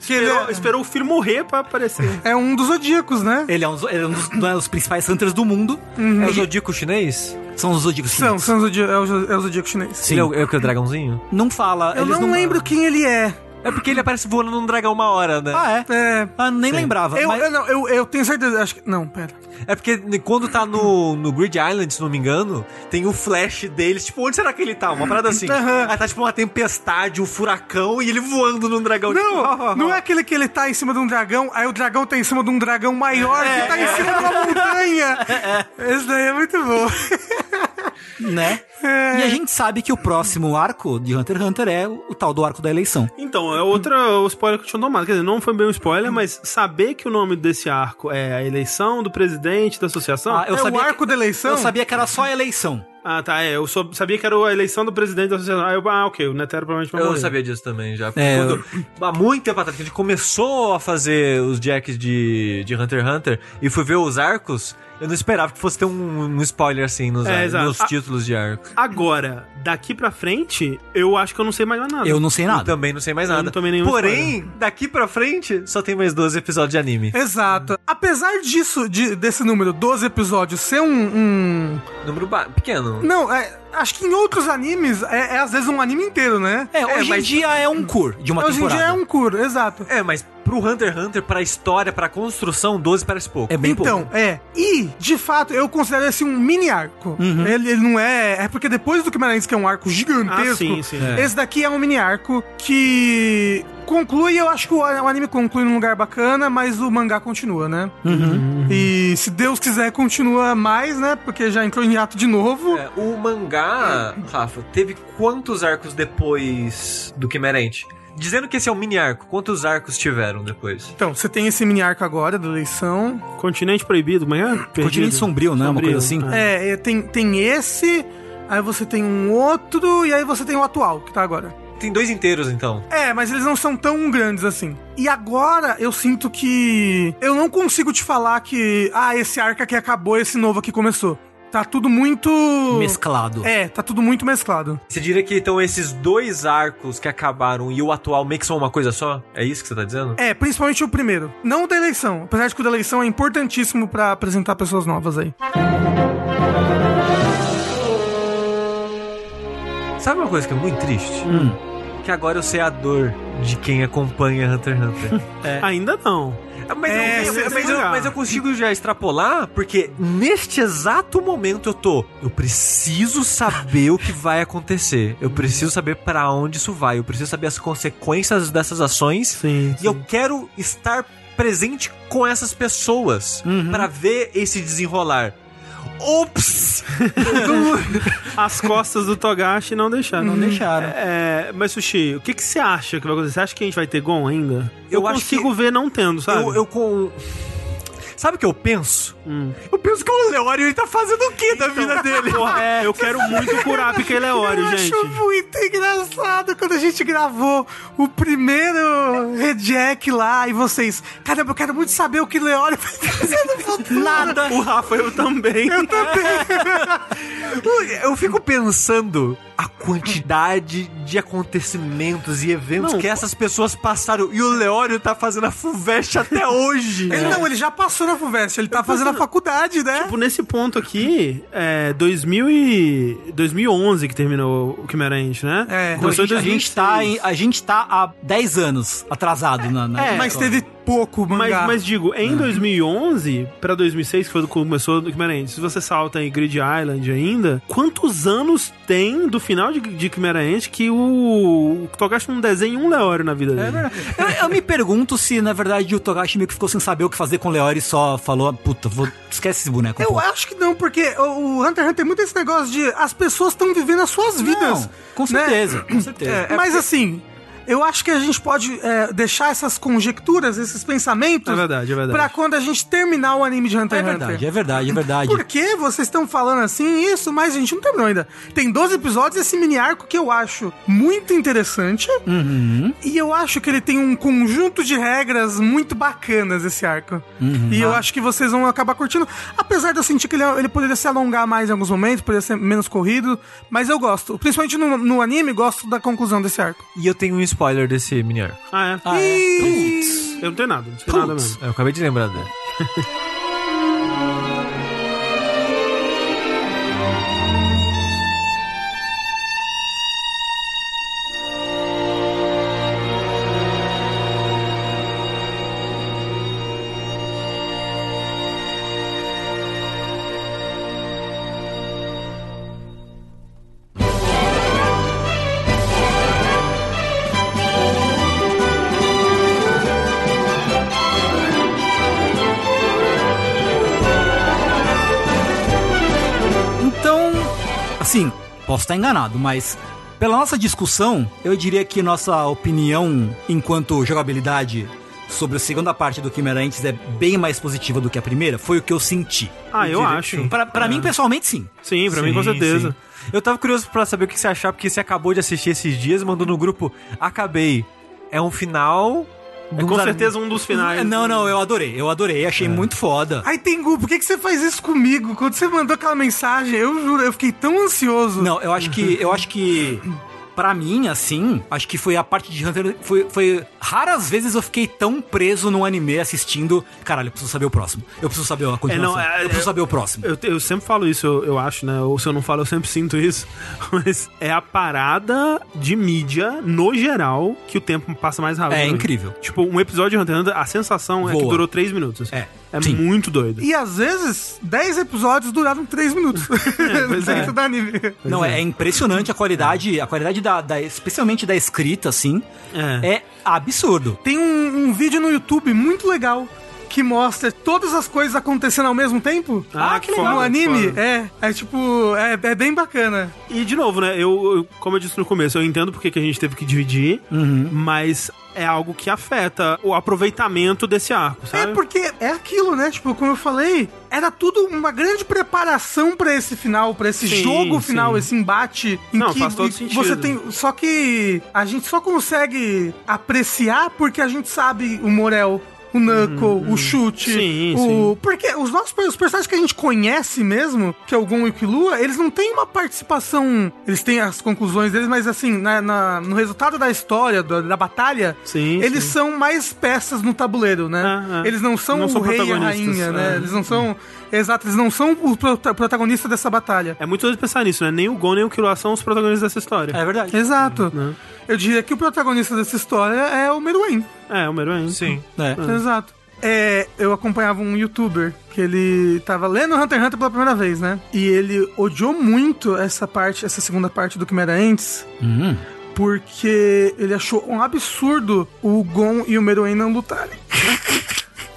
[SPEAKER 4] Que ele
[SPEAKER 2] Esperou,
[SPEAKER 4] é,
[SPEAKER 2] esperou o filho morrer pra aparecer.
[SPEAKER 4] é um dos zodíacos, né?
[SPEAKER 1] Ele é um, dos- ele é um dos, né, dos principais hunters do mundo.
[SPEAKER 3] É o Zodíaco chinês?
[SPEAKER 1] São os zodíacos.
[SPEAKER 4] São,
[SPEAKER 1] chineses.
[SPEAKER 4] são zodíaco, é, o, zo- é o zodíaco chinês.
[SPEAKER 1] Sim.
[SPEAKER 3] Ele é o, é o que é o dragãozinho?
[SPEAKER 1] Não fala.
[SPEAKER 4] Eu
[SPEAKER 1] eles
[SPEAKER 4] não, lembro quem ele é.
[SPEAKER 3] É porque ele aparece voando num dragão uma hora, né?
[SPEAKER 5] Ah, é?
[SPEAKER 4] É.
[SPEAKER 5] Ah, nem lembrava.
[SPEAKER 4] Eu,
[SPEAKER 5] mas-
[SPEAKER 4] eu, não, eu, eu tenho certeza. Acho que. Não, pera.
[SPEAKER 3] É porque quando tá no, no Grid Island, se não me engano, tem o flash deles. Tipo, onde será que ele tá? Uma parada assim. Aí tá tipo uma tempestade, um furacão e ele voando num dragão.
[SPEAKER 4] Não,
[SPEAKER 3] tipo,
[SPEAKER 4] não é aquele que ele tá em cima de um dragão, aí o dragão tá em cima de um dragão maior
[SPEAKER 5] É,
[SPEAKER 4] que tá em cima de uma montanha. Esse daí é muito bom.
[SPEAKER 5] né?
[SPEAKER 4] É.
[SPEAKER 5] E a gente sabe que o próximo arco de Hunter x Hunter é o, o tal do arco da eleição.
[SPEAKER 2] Então, é outra o spoiler que eu tinha tomado. Quer dizer, não foi bem um spoiler, mas saber que o nome desse arco é a eleição do presidente da associação.
[SPEAKER 5] Ah, eu
[SPEAKER 4] é o
[SPEAKER 5] sabia
[SPEAKER 4] arco da eleição?
[SPEAKER 5] Eu sabia que era só a eleição.
[SPEAKER 2] Ah, tá, é. Eu soube- sabia que era a eleição do presidente da associação. Ah, eu- ah, ok, o Netero provavelmente vai
[SPEAKER 3] Eu
[SPEAKER 2] morrer.
[SPEAKER 3] sabia disso também já.
[SPEAKER 5] É,
[SPEAKER 3] Quando- Há muito tempo atrás que a gente começou a fazer os jacks de, de Hunter x Hunter e fui ver os arcos, eu não esperava que fosse ter um, um spoiler assim nos,
[SPEAKER 2] É,
[SPEAKER 3] ar-
[SPEAKER 2] exato.
[SPEAKER 3] nos
[SPEAKER 2] Ah.
[SPEAKER 3] títulos de arco.
[SPEAKER 2] Agora, daqui pra frente, eu acho que eu não sei mais nada.
[SPEAKER 5] Eu não sei
[SPEAKER 3] Eu
[SPEAKER 4] Então,
[SPEAKER 5] nada.
[SPEAKER 3] também não sei mais
[SPEAKER 2] ah, Eu
[SPEAKER 3] nada.
[SPEAKER 2] não tomei nenhum
[SPEAKER 3] Porém, daqui pra frente, só tem mais 12 episódios de
[SPEAKER 2] É.
[SPEAKER 3] anime.
[SPEAKER 4] Exato. Apesar disso, de- desse número, 12 episódios, ser um. um-
[SPEAKER 3] Número ba- pequeno.
[SPEAKER 4] Não, é, acho que em outros animes é, é às vezes um anime inteiro, né?
[SPEAKER 5] É, hoje em
[SPEAKER 3] mas-
[SPEAKER 5] dia é um cur de uma
[SPEAKER 4] Hoje em
[SPEAKER 5] temporada.
[SPEAKER 4] dia é um curo, exato.
[SPEAKER 3] É, mas pro Hunter x Hunter, pra história, pra construção, 12 parece pouco.
[SPEAKER 5] É bem
[SPEAKER 4] então, é. E, de fato, eu considero esse um mini arco.
[SPEAKER 5] Uhum.
[SPEAKER 4] Ele, ele não é. É porque depois do Kimarantes, que é um arco gigantesco,
[SPEAKER 2] Ah, sim, sim.
[SPEAKER 5] É.
[SPEAKER 4] esse daqui é um mini arco que conclui. Eu acho que o, o anime conclui num lugar bacana, mas o mangá continua, né?
[SPEAKER 5] Uhum.
[SPEAKER 4] E se Deus quiser, continua mais, né? Porque já entrou em ato de novo.
[SPEAKER 3] É, o mangá, Rafa, teve quantos arcos depois do Quimerente? Dizendo que esse é um mini arco, quantos arcos tiveram depois?
[SPEAKER 4] Então, você tem esse mini arco agora da eleição.
[SPEAKER 2] Continente proibido, é amanhã?
[SPEAKER 5] Continente sombrio, né? Uma coisa assim.
[SPEAKER 4] É, é, tem, tem esse, aí você tem um outro, e aí você tem o atual, que tá agora.
[SPEAKER 3] Tem dois inteiros, então.
[SPEAKER 4] É, mas eles não são tão grandes assim. E agora eu sinto que. Eu não consigo te falar que. Ah, esse arco aqui acabou, esse novo aqui começou. Tá tudo muito.
[SPEAKER 5] Mesclado.
[SPEAKER 4] É, tá tudo muito mesclado.
[SPEAKER 3] Você diria que então esses dois arcos que acabaram e o atual meio que são uma coisa só? É isso que você tá dizendo?
[SPEAKER 4] É, principalmente o primeiro. Não o da eleição. Apesar de que o da eleição é importantíssimo pra apresentar pessoas novas aí.
[SPEAKER 3] Sabe uma coisa que é muito triste? Que agora eu sei a dor de quem acompanha Hunter x Hunter.
[SPEAKER 2] É,
[SPEAKER 5] É.
[SPEAKER 2] Ainda não.
[SPEAKER 3] Ah, Mas,
[SPEAKER 4] É,
[SPEAKER 3] eu,
[SPEAKER 4] cê-
[SPEAKER 3] mas,
[SPEAKER 2] cê
[SPEAKER 3] eu,
[SPEAKER 2] mangá.
[SPEAKER 3] mas eu consigo já extrapolar, porque neste exato momento eu tô. Eu preciso saber o que vai acontecer. Eu preciso saber pra onde isso vai. Eu preciso saber as consequências dessas ações.
[SPEAKER 2] Sim.
[SPEAKER 3] E eu quero estar presente com essas pessoas pra ver esse desenrolar. Ops!
[SPEAKER 2] As costas do Togashi não deixaram.
[SPEAKER 5] Não deixaram.
[SPEAKER 2] É, mas, Sushi, o que, que você acha que vai acontecer? Você acha que a gente vai ter Gon ainda?
[SPEAKER 3] Eu acho
[SPEAKER 2] consigo ver não tendo, sabe?
[SPEAKER 3] Eu, eu com. um, Sabe o que eu penso? Eu penso que o Leório ele tá fazendo o quê da vida dele?
[SPEAKER 2] Então, Porra, eu quero muito curar porque ele é óleo,
[SPEAKER 4] eu
[SPEAKER 2] gente.
[SPEAKER 4] acho muito engraçado quando a gente gravou o primeiro Rejack lá e vocês. Caramba, eu quero muito saber o que Leório vai fazer no futuro. Nada.
[SPEAKER 2] O Rafa, eu também. Então,
[SPEAKER 3] Eu fico pensando a quantidade de acontecimentos e eventos
[SPEAKER 2] Não,
[SPEAKER 3] que essas pessoas passaram e o Leório tá fazendo a FUVEST até
[SPEAKER 2] É.
[SPEAKER 3] hoje.
[SPEAKER 4] Ele, não, ele já passou na FUVEST, ele tá fazendo a faculdade, né?
[SPEAKER 2] Tipo, nesse ponto aqui, é 2000 e- 2011 que terminou o Quimerente, né?
[SPEAKER 4] É.
[SPEAKER 5] Então, a,
[SPEAKER 2] Começou em
[SPEAKER 5] gente, a,
[SPEAKER 2] 2006.
[SPEAKER 5] gente tá em- a gente tá há 10 anos atrasado na. na
[SPEAKER 2] É,
[SPEAKER 4] mas
[SPEAKER 5] história.
[SPEAKER 4] teve pouco
[SPEAKER 2] Mas,
[SPEAKER 4] mangá.
[SPEAKER 2] mas digo, em 2011 pra 2006, que foi quando começou do Chimera Ant, se você salta em Grid Island ainda, quantos anos tem do final de, de Chimera Ant que o, o Togashi não desenha um Leório na vida dele?
[SPEAKER 5] Eu, eu me pergunto se, na verdade, o Togashi meio que ficou sem saber o que fazer com o Leori e só falou: puta, vou... esquece esse boneco. um
[SPEAKER 4] Eu
[SPEAKER 5] pouco."
[SPEAKER 4] acho que não, porque o o Hunter x Hunter tem muito esse negócio de as pessoas estão vivendo as suas vidas. né?
[SPEAKER 5] Não, com certeza, com certeza.
[SPEAKER 4] É, mas assim, eu acho que a gente pode é, deixar essas conjecturas, esses pensamentos.
[SPEAKER 2] É verdade, é verdade.
[SPEAKER 4] Pra quando a gente terminar o anime de Hunter
[SPEAKER 5] É
[SPEAKER 4] x Hunter.
[SPEAKER 5] verdade, é verdade, é verdade.
[SPEAKER 4] Por que vocês estão falando assim isso? Mas a gente não terminou ainda. Tem 12 episódios esse mini arco que eu acho muito interessante. E eu acho que ele tem um conjunto de regras muito bacanas esse arco. E eu acho que vocês vão acabar curtindo. Apesar de eu sentir que ele, ele poderia se alongar mais em alguns momentos, poderia ser menos corrido. Mas eu gosto. Principalmente no, no anime, gosto da conclusão desse arco.
[SPEAKER 3] E eu tenho um spoiler desse mini arco.
[SPEAKER 2] Ah, é?
[SPEAKER 5] Ah, é.
[SPEAKER 4] Putz.
[SPEAKER 2] Eu não tenho nada, não sei nada mesmo.
[SPEAKER 3] Eu acabei de lembrar dele.
[SPEAKER 1] Então, assim, posso estar enganado, mas pela nossa discussão, eu diria que nossa opinião enquanto jogabilidade sobre a segunda parte do Chimera Ants é bem mais positiva do que a primeira, foi o que eu senti.
[SPEAKER 2] Ah, eu
[SPEAKER 3] diria que
[SPEAKER 2] acho.
[SPEAKER 3] sim.
[SPEAKER 1] Pra, pra mim, pessoalmente, sim.
[SPEAKER 2] Sim, pra mim, com
[SPEAKER 3] Sim,
[SPEAKER 2] certeza.
[SPEAKER 3] sim. Eu tava curioso pra saber o que você achava, porque você acabou de assistir esses dias, mandou no grupo, acabei. É um final.
[SPEAKER 2] É com certeza um dos finais.
[SPEAKER 1] Não, não, eu adorei, eu adorei,
[SPEAKER 2] É.
[SPEAKER 1] achei muito foda.
[SPEAKER 4] Aí, Tengu, por que, que você faz isso comigo? Quando você mandou aquela mensagem, eu juro, eu fiquei tão ansioso.
[SPEAKER 1] Não, eu acho que. Eu acho que. Pra mim, assim, acho que foi a parte de Hunter. Foi, foi. Raras vezes eu fiquei tão preso num anime assistindo. Caralho, eu preciso saber o próximo. Eu preciso saber a continuação.
[SPEAKER 2] não, é-
[SPEAKER 1] eu preciso saber o próximo.
[SPEAKER 2] Eu, te- eu sempre falo isso, eu, eu acho, né? Ou se eu não falo, eu sempre sinto isso. Mas é a parada de mídia, no geral, que o tempo passa mais rápido.
[SPEAKER 1] É incrível.
[SPEAKER 2] Tipo, um episódio de Hunter x Hunter, a sensação é que
[SPEAKER 1] Voa.
[SPEAKER 2] durou três minutos.
[SPEAKER 1] É,
[SPEAKER 2] É
[SPEAKER 1] sim.
[SPEAKER 2] muito doido.
[SPEAKER 4] E às vezes, 10 episódios duraram 3 minutos
[SPEAKER 2] pois é.
[SPEAKER 4] dentro do anime.
[SPEAKER 1] Não, é, é impressionante a qualidade. A qualidade da, da- Especialmente da escrita, assim.
[SPEAKER 2] É.
[SPEAKER 1] É, absurdo.
[SPEAKER 4] Tem um, um vídeo no YouTube muito legal que mostra todas as coisas acontecendo ao mesmo tempo.
[SPEAKER 2] Ah, que legal.
[SPEAKER 4] No anime,
[SPEAKER 2] Foda.
[SPEAKER 4] é. É tipo, é, é bem bacana.
[SPEAKER 2] E de novo, né? Eu, eu- como eu disse no começo, eu entendo porque que a gente teve que dividir, mas é algo que afeta o aproveitamento desse arco, sabe?
[SPEAKER 4] É porque é aquilo, né? Tipo, como eu falei, era tudo uma grande preparação pra esse final, pra esse
[SPEAKER 2] Sim,
[SPEAKER 4] jogo final,
[SPEAKER 2] sim.
[SPEAKER 4] esse embate em
[SPEAKER 2] Não,
[SPEAKER 4] que
[SPEAKER 2] faz todo
[SPEAKER 4] e-
[SPEAKER 2] sentido.
[SPEAKER 4] você tem, só que a gente só consegue apreciar porque a gente sabe o Morel o Knuckle, o Chute,
[SPEAKER 2] Uhum, Sim,
[SPEAKER 4] o...
[SPEAKER 2] sim.
[SPEAKER 4] Porque os nossos os personagens que a gente conhece mesmo, que é o Gon e o Killua, eles não têm uma participação... Eles têm as conclusões deles, mas assim, na- na- no resultado da história, da, da batalha,
[SPEAKER 2] Sim,
[SPEAKER 4] eles
[SPEAKER 2] sim.
[SPEAKER 4] são mais peças no tabuleiro, né?
[SPEAKER 2] Ah, ah.
[SPEAKER 4] Eles não são
[SPEAKER 2] Não
[SPEAKER 4] o
[SPEAKER 2] são
[SPEAKER 4] rei e a
[SPEAKER 2] protagonistas,
[SPEAKER 4] rainha, né?
[SPEAKER 2] é.
[SPEAKER 4] Eles não são. Exato, eles não são o prota- protagonista dessa batalha.
[SPEAKER 2] É muito doido pensar nisso, né? Nem o Gon nem o Killua são os protagonistas dessa história.
[SPEAKER 1] É verdade.
[SPEAKER 4] Exato.
[SPEAKER 2] né?
[SPEAKER 4] Eu diria que o protagonista dessa história é o Meruem.
[SPEAKER 2] É, o Meruem.
[SPEAKER 3] Sim.
[SPEAKER 1] É.
[SPEAKER 2] Ah.
[SPEAKER 4] Exato. É, eu acompanhava um youtuber que ele tava lendo Hunter x Hunter pela primeira vez, né? E ele odiou muito essa parte, essa segunda parte do Chimera Ants,
[SPEAKER 2] Uhum.
[SPEAKER 1] Hum.
[SPEAKER 4] porque ele achou um absurdo o Gon e o Meruem não lutarem.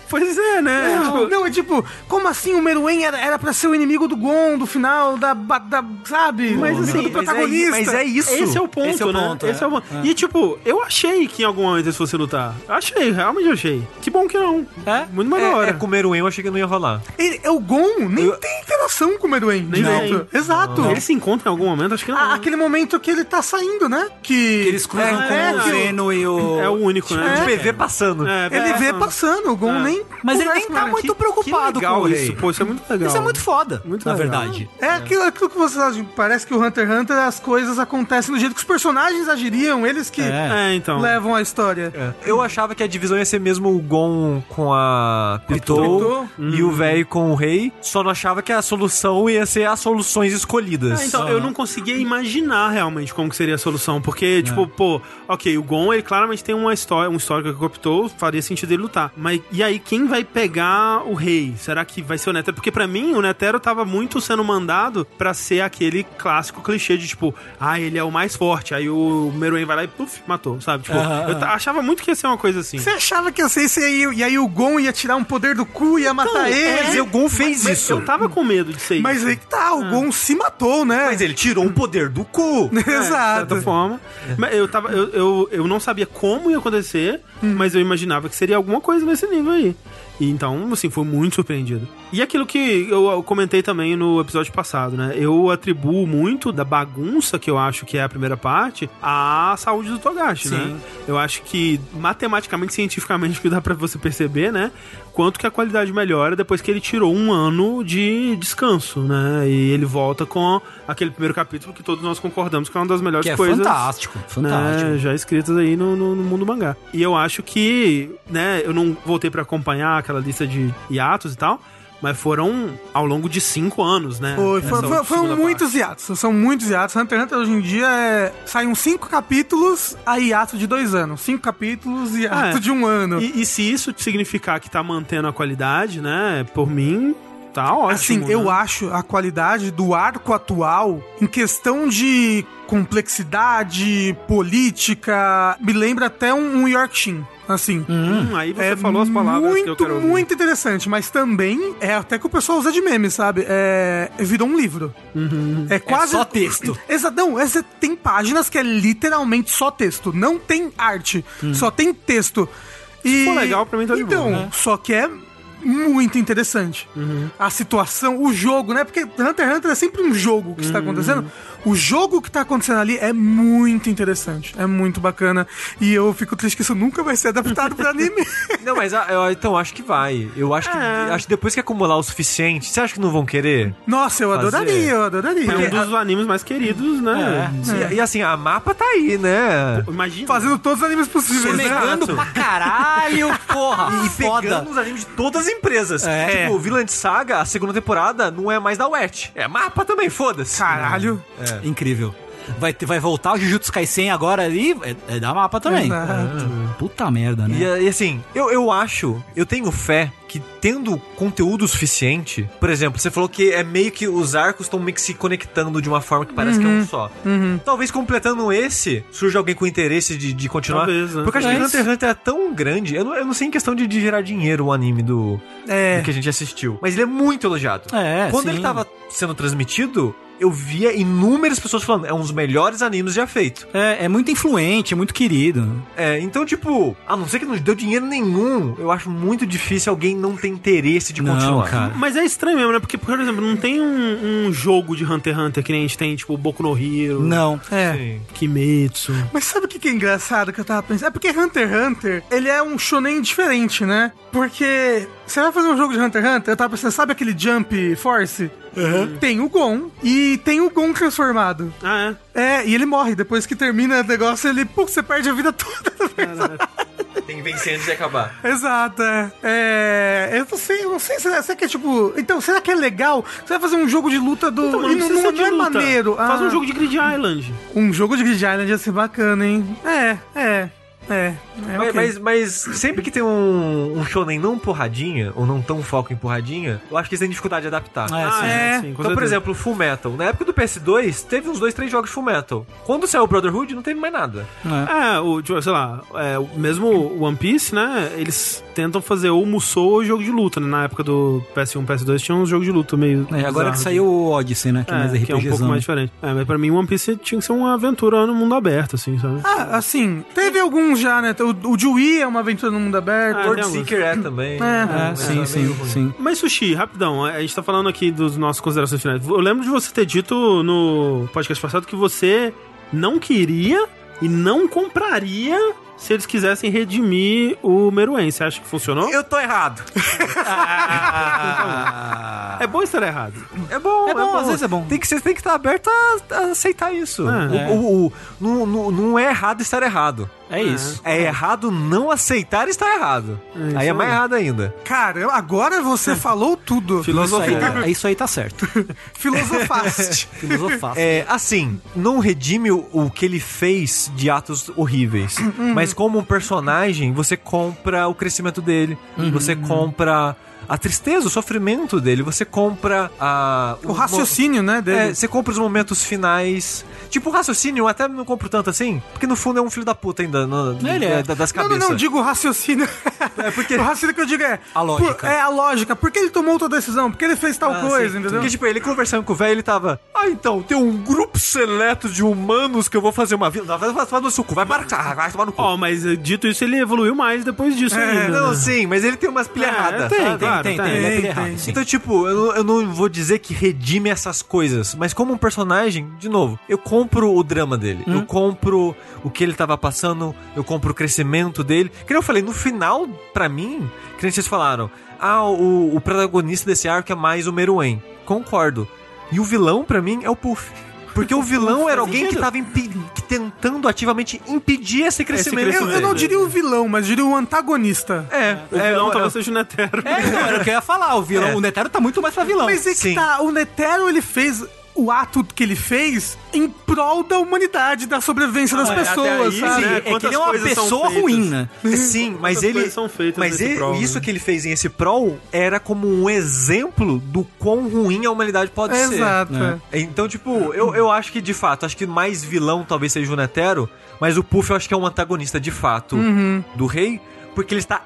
[SPEAKER 2] Pois é, né?
[SPEAKER 4] Não, não, é tipo, como assim o Meruem era, era pra ser o inimigo do Gon, do final, da. ba- da- sabe?
[SPEAKER 2] Mas, assim, mas
[SPEAKER 4] do protagonista.
[SPEAKER 3] Mas é isso.
[SPEAKER 2] Esse é o ponto,
[SPEAKER 1] Esse é o
[SPEAKER 2] né?
[SPEAKER 1] ponto, é.
[SPEAKER 2] Esse é o ponto. E, tipo, eu achei que em algum momento eles fossem lutar. Achei, realmente achei. Que bom que não.
[SPEAKER 1] É?
[SPEAKER 2] Muito mais da
[SPEAKER 3] É,
[SPEAKER 2] hora.
[SPEAKER 3] é comer um eu achei que não ia rolar.
[SPEAKER 4] Ele- é o Gon nem tem interação com o Meruem.
[SPEAKER 2] Nem Ah.
[SPEAKER 4] direito. Exato.
[SPEAKER 2] Eles se encontram em algum momento? Acho que não.
[SPEAKER 1] Uhum.
[SPEAKER 4] Ah, aquele momento que ele tá saindo, né? Que.
[SPEAKER 1] Eles cruzam
[SPEAKER 4] é,
[SPEAKER 1] com
[SPEAKER 4] é,
[SPEAKER 1] o
[SPEAKER 4] que
[SPEAKER 1] Zeno e o.
[SPEAKER 2] É o único, né?
[SPEAKER 3] O PV Tipo, passando.
[SPEAKER 2] É,
[SPEAKER 4] Ele
[SPEAKER 2] é,
[SPEAKER 4] vê
[SPEAKER 2] não.
[SPEAKER 4] passando, o
[SPEAKER 3] Ah.
[SPEAKER 4] Gon
[SPEAKER 2] É.
[SPEAKER 4] nem.
[SPEAKER 1] Uhum. Mas ele nem
[SPEAKER 4] conversa com
[SPEAKER 1] tá muito preocupado
[SPEAKER 2] legal
[SPEAKER 1] com o rei.
[SPEAKER 2] isso. Pô, isso é muito legal.
[SPEAKER 1] Isso é muito foda,
[SPEAKER 2] Muito
[SPEAKER 1] na
[SPEAKER 2] legal.
[SPEAKER 1] verdade.
[SPEAKER 4] É aquilo, aquilo que vocês acham. Parece que o Hunter x Hunter, as coisas acontecem do jeito que os personagens agiriam, eles que
[SPEAKER 1] É.
[SPEAKER 2] É, então.
[SPEAKER 4] levam a história.
[SPEAKER 3] Eu achava que a divisão ia ser mesmo o Gon com a Pitou
[SPEAKER 4] Pitou.
[SPEAKER 2] Uhum.
[SPEAKER 3] e o velho com o rei. Só não achava que a solução ia ser as soluções escolhidas.
[SPEAKER 2] É, então, eu não conseguia imaginar realmente como que seria a solução, porque, tipo, pô, ok, o Gon, ele claramente tem uma história, um histórico que optou, faria sentido ele lutar. Mas, e aí, quem vai pegar o rei? Será que vai ser o Netero? Porque, pra mim, o Netero tava muito sendo mandado pra ser aquele clássico clichê de, tipo, ah, ele é o mais forte, aí o Meruem vai lá e, puf, matou, sabe? Tipo,
[SPEAKER 1] Aham,
[SPEAKER 2] eu ta- achava muito que ia ser uma coisa assim.
[SPEAKER 4] Você achava que ia ser isso aí, e aí o Gon ia tirar um poder do cu e ia
[SPEAKER 1] Então,
[SPEAKER 4] matar
[SPEAKER 3] Mas
[SPEAKER 1] é.
[SPEAKER 4] ele.
[SPEAKER 3] o Gon fez
[SPEAKER 2] Mas
[SPEAKER 3] isso.
[SPEAKER 2] Eu tava com medo de ser
[SPEAKER 4] Mas aí que tá,
[SPEAKER 1] Ah.
[SPEAKER 4] o Gon se matou, né?
[SPEAKER 3] Mas ele É, tá tirou o poder do cu.
[SPEAKER 2] De
[SPEAKER 4] Exato.
[SPEAKER 2] certa forma. Mas eu, tava, eu, eu, eu não sabia como ia acontecer, mas eu imaginava que seria alguma coisa nesse nível aí. E então, assim, foi muito surpreendido. E aquilo que eu eu comentei também no episódio passado, né? Eu atribuo muito da bagunça que eu acho que é a primeira parte à saúde do Togashi,
[SPEAKER 1] Sim.
[SPEAKER 2] né? Eu acho que matematicamente, cientificamente, que dá pra você perceber, né? Quanto que a qualidade melhora depois que ele tirou um ano de descanso, né? E ele volta com aquele primeiro capítulo que todos nós concordamos que é uma das melhores
[SPEAKER 1] Que é
[SPEAKER 2] coisas.
[SPEAKER 1] fantástico, fantástico.
[SPEAKER 2] Né, já escritas aí no, no- no mundo mangá. E eu acho que, né, eu não voltei pra acompanhar aquela lista de hiatos e tal, mas foram ao longo de cinco anos, né?
[SPEAKER 4] Foi,
[SPEAKER 2] Essa
[SPEAKER 4] foi- foi-
[SPEAKER 2] segunda
[SPEAKER 4] foram
[SPEAKER 2] parte.
[SPEAKER 4] muitos hiatos, são muitos hiatos. Hunter x Hunter hoje em dia é. Saem cinco capítulos a hiato de dois anos. Cinco capítulos e hiato
[SPEAKER 2] É.
[SPEAKER 4] de um ano.
[SPEAKER 2] E, e se isso significar que tá mantendo a qualidade, né? Por mim, Tá ótimo.
[SPEAKER 4] Assim, eu
[SPEAKER 2] né?
[SPEAKER 4] acho a qualidade do arco atual, em questão de complexidade, política, me lembra até um, um Yorkshin, assim.
[SPEAKER 2] Hum, aí você falou as palavras
[SPEAKER 4] muito,
[SPEAKER 2] que eu quero ouvir.
[SPEAKER 4] muito interessante, mas também é até que o pessoal usa de meme, sabe? É, virou um livro.
[SPEAKER 2] Uhum.
[SPEAKER 4] É quase.
[SPEAKER 5] só texto.
[SPEAKER 4] Exatão, essa tem páginas que é literalmente só texto. Não tem arte, só tem texto. E...
[SPEAKER 2] Uhum. for legal, pra mim tá de
[SPEAKER 4] Então,
[SPEAKER 2] boa, né? Uhum.
[SPEAKER 4] só que é muito interessante. A situação, o jogo, né? Porque Hunter x Hunter é sempre um jogo que está
[SPEAKER 2] Uhum.
[SPEAKER 4] acontecendo. O jogo que está acontecendo ali é muito interessante. É muito bacana. E eu fico triste que isso nunca vai ser adaptado para anime.
[SPEAKER 3] Não, mas ah, eu, então acho que vai. Eu acho que,
[SPEAKER 2] É.
[SPEAKER 3] acho que depois que acumular o suficiente, você acha que não vão querer?
[SPEAKER 4] Nossa, eu
[SPEAKER 3] Fazer.
[SPEAKER 4] adoraria, eu adoraria.
[SPEAKER 2] É um dos animes mais queridos, né?
[SPEAKER 1] É.
[SPEAKER 3] E, e assim, a mapa tá aí, né?
[SPEAKER 2] Imagina.
[SPEAKER 4] Fazendo todos os animes possíveis, né?
[SPEAKER 5] Pegando pra caralho, porra.
[SPEAKER 3] E
[SPEAKER 5] foda.
[SPEAKER 3] pegando os animes de todas as empresas.
[SPEAKER 5] É.
[SPEAKER 3] Tipo, o Villain Saga, a segunda temporada, não é mais da WET. É mapa também, foda-se.
[SPEAKER 4] Caralho.
[SPEAKER 5] Incrível. Vai, ter- vai voltar o Jujutsu Kaisen agora ali, é, é da mapa também.
[SPEAKER 4] Exato.
[SPEAKER 5] Puta merda, né?
[SPEAKER 3] E, e assim, eu, eu acho, eu tenho fé que tendo conteúdo suficiente, por exemplo, você falou que é meio que os arcos estão meio que se conectando de uma forma que parece que é
[SPEAKER 5] Uhum.
[SPEAKER 3] um só. Talvez completando esse, surja alguém com interesse de, de continuar.
[SPEAKER 2] Talvez, né?
[SPEAKER 3] Porque acho que
[SPEAKER 5] Talvez.
[SPEAKER 3] Hunter x Hunter é tão grande, eu não, eu não sei em questão de, de gerar dinheiro o anime do,
[SPEAKER 4] É.
[SPEAKER 3] do que a gente assistiu, mas ele é muito elogiado.
[SPEAKER 5] É,
[SPEAKER 3] Quando
[SPEAKER 5] sim.
[SPEAKER 3] ele tava sendo transmitido, eu via inúmeras pessoas falando, é um dos melhores animes já feito.
[SPEAKER 5] É, é muito influente, é muito querido.
[SPEAKER 3] É, então, tipo, a não ser que não deu dinheiro nenhum, eu acho muito difícil alguém não ter interesse de
[SPEAKER 5] Não,
[SPEAKER 3] continuar.
[SPEAKER 4] um-
[SPEAKER 5] cara.
[SPEAKER 2] Mas é estranho mesmo, né? Porque, por exemplo, não tem um, um jogo de Hunter x Hunter que nem a gente tem, tipo, Boku no Hero,
[SPEAKER 5] Não.
[SPEAKER 4] É.
[SPEAKER 3] Sim.
[SPEAKER 2] Kimetsu.
[SPEAKER 4] Mas sabe o que, que é engraçado que eu tava pensando? É porque Hunter x Hunter, ele é um shonen diferente, né? Porque você vai fazer um jogo de Hunter x Hunter, eu tava pensando, sabe aquele Jump Force? Tem o Gon e tem o Gon transformado.
[SPEAKER 2] Ah,
[SPEAKER 4] É, e ele morre. Depois que termina o negócio, ele, pô, você perde a vida toda.
[SPEAKER 2] É.
[SPEAKER 3] Tem que vencer antes de acabar.
[SPEAKER 4] Exato, é. é. Eu não sei, eu não sei, será, será que é tipo. Então, será que é legal? Você vai fazer um jogo de luta do.
[SPEAKER 2] é? Então,
[SPEAKER 4] e não, não,
[SPEAKER 2] precisa
[SPEAKER 4] não é
[SPEAKER 2] de luta.
[SPEAKER 4] maneiro.
[SPEAKER 2] Faz
[SPEAKER 4] Ah.
[SPEAKER 2] um jogo de Grid Island.
[SPEAKER 4] Um jogo de Grid Island ia ser bacana, hein? É, é, é. é ok.
[SPEAKER 3] Mas, mas, mas sempre que tem um, um shonen não porradinha, ou não tão foco em porradinha, eu acho que eles têm dificuldade de adaptar.
[SPEAKER 2] Ah,
[SPEAKER 5] É,
[SPEAKER 2] Assim,
[SPEAKER 5] sim.
[SPEAKER 4] é.
[SPEAKER 2] sim, com
[SPEAKER 3] Então, por
[SPEAKER 2] certeza.
[SPEAKER 3] exemplo, Full Metal. Na época do PS2, teve uns dois, três jogos de Full Metal. Quando saiu o Brotherhood, não teve mais nada.
[SPEAKER 2] É, o, tipo, sei lá, é, o- mesmo o One Piece, né? Eles tentam fazer ou Musou ou jogo de luta, né? Na época do PS1, PS2 tinha uns jogos de luta meio. assim.
[SPEAKER 5] É, agora que saiu o Odyssey, né? Que é, mais
[SPEAKER 2] é, que é um pouco
[SPEAKER 5] RPGzão.
[SPEAKER 2] mais diferente. É, mas pra mim One Piece tinha que ser uma aventura no mundo aberto, assim, sabe?
[SPEAKER 4] Ah, assim, teve alguns já, né? O, o Dewey é uma aventura no mundo aberto.
[SPEAKER 2] Ah,
[SPEAKER 3] Lord
[SPEAKER 2] tem alguns.
[SPEAKER 3] Seeker é tá também.
[SPEAKER 4] É,
[SPEAKER 5] É, sim, sim, sim.
[SPEAKER 2] Mas, Sushi, rapidão, a gente tá falando aqui dos nossos considerações finais. Eu lembro de você ter dito no podcast passado que você não queria e não compraria se eles quisessem redimir o Meruem. Você acha que funcionou?
[SPEAKER 3] Eu tô errado. Então,
[SPEAKER 2] É bom estar errado.
[SPEAKER 3] É bom,
[SPEAKER 5] É bom, às vezes é bom.
[SPEAKER 3] Tem que, você tem que estar aberto a, a aceitar isso.
[SPEAKER 2] Ah,
[SPEAKER 3] O-
[SPEAKER 5] é.
[SPEAKER 3] o- o- não, não- não é errado estar errado.
[SPEAKER 5] É isso.
[SPEAKER 3] É errado não aceitar estar errado.
[SPEAKER 2] isso
[SPEAKER 3] aí é
[SPEAKER 2] aí.
[SPEAKER 3] mais errado ainda.
[SPEAKER 4] Cara, agora você falou
[SPEAKER 5] Isso
[SPEAKER 4] tudo.
[SPEAKER 5] aí,
[SPEAKER 2] Filosofia.
[SPEAKER 5] é, isso aí tá certo.
[SPEAKER 4] Filosofaste.
[SPEAKER 5] Filosofar.
[SPEAKER 3] É, assim, não redime o, o que ele fez de atos horríveis.
[SPEAKER 5] Uhum.
[SPEAKER 3] mas como um personagem, você compra o crescimento dele.
[SPEAKER 5] Uhum.
[SPEAKER 3] Você compra a tristeza, o sofrimento dele. Você compra a...
[SPEAKER 4] o raciocínio, né,
[SPEAKER 3] É,
[SPEAKER 4] dele.
[SPEAKER 3] você compra os momentos finais. Tipo, o raciocínio eu até não compro tanto assim, porque no fundo é um filho da puta ainda, no-
[SPEAKER 5] Ele é.
[SPEAKER 3] da- das
[SPEAKER 4] não, não,
[SPEAKER 3] cabeças.
[SPEAKER 4] não, digo o raciocínio.
[SPEAKER 3] É porque-
[SPEAKER 4] o raciocínio que eu digo é...
[SPEAKER 5] A lógica.
[SPEAKER 4] por- é a lógica. Por que ele tomou outra decisão? Por que ele fez tal
[SPEAKER 3] Ah,
[SPEAKER 4] coisa,
[SPEAKER 3] sim.
[SPEAKER 4] entendeu?
[SPEAKER 3] Porque, tipo, ele conversando com o velho, ele tava. Ah, então, tem um grupo seleto de humanos que eu vou fazer uma vila. Vai, vai, vai no suco, vai, para, ah, vai tomar no cu.
[SPEAKER 2] Ó, mas eh, dito isso, ele evoluiu mais depois disso
[SPEAKER 3] É,
[SPEAKER 2] ainda.
[SPEAKER 3] não,
[SPEAKER 2] né?
[SPEAKER 3] sim, mas ele tem umas pilha errada, Ah,
[SPEAKER 2] tem,
[SPEAKER 3] sabe?
[SPEAKER 2] claro, tem,
[SPEAKER 5] ele é
[SPEAKER 4] tem,
[SPEAKER 5] errado,
[SPEAKER 4] tem.
[SPEAKER 5] sim.
[SPEAKER 3] Então, tipo, eu, não- eu não vou dizer que redime essas coisas, mas como um personagem, de novo, eu compro o drama dele, eu compro o que ele tava passando, eu compro o crescimento dele. Que nem eu falei, no final, pra mim, que nem vocês falaram, ah, o, o protagonista desse arco é mais o Meruem. Concordo. E o vilão, pra mim, é o Puff. Porque o vilão era alguém que tava impi- que tentando ativamente impedir esse crescimento.
[SPEAKER 4] Eu, eu não diria o vilão, mas diria o antagonista.
[SPEAKER 3] É,
[SPEAKER 2] O vilão
[SPEAKER 3] é,
[SPEAKER 2] talvez seja o Netero.
[SPEAKER 5] É, não, era o que eu ia falar. O vilão,
[SPEAKER 3] É.
[SPEAKER 5] o Netero tá muito mais pra vilão.
[SPEAKER 4] Mas é que
[SPEAKER 3] Sim.
[SPEAKER 4] tá, o Netero ele fez o ato que ele fez em prol da humanidade, da sobrevivência das
[SPEAKER 2] Não, é, até
[SPEAKER 4] pessoas,
[SPEAKER 2] aí,
[SPEAKER 4] sabe?
[SPEAKER 2] né?
[SPEAKER 1] é que ele é
[SPEAKER 2] Quantas
[SPEAKER 1] uma
[SPEAKER 2] coisas são
[SPEAKER 1] pessoa
[SPEAKER 2] feitas?
[SPEAKER 1] ruim, né?
[SPEAKER 3] Sim, mas
[SPEAKER 2] Quantas
[SPEAKER 3] ele.
[SPEAKER 2] coisas são feitas
[SPEAKER 3] mas
[SPEAKER 2] nesse
[SPEAKER 3] ele-
[SPEAKER 2] prol,
[SPEAKER 3] isso
[SPEAKER 2] né?
[SPEAKER 3] que ele fez em esse prol era como um exemplo do quão ruim a humanidade pode ser.
[SPEAKER 4] Exato.
[SPEAKER 2] É.
[SPEAKER 1] né?
[SPEAKER 3] Então, tipo, eu, eu acho que de fato, acho que mais vilão talvez seja o Netero, mas o Puff eu acho que é um antagonista de fato
[SPEAKER 1] Uhum.
[SPEAKER 3] do rei, porque ele está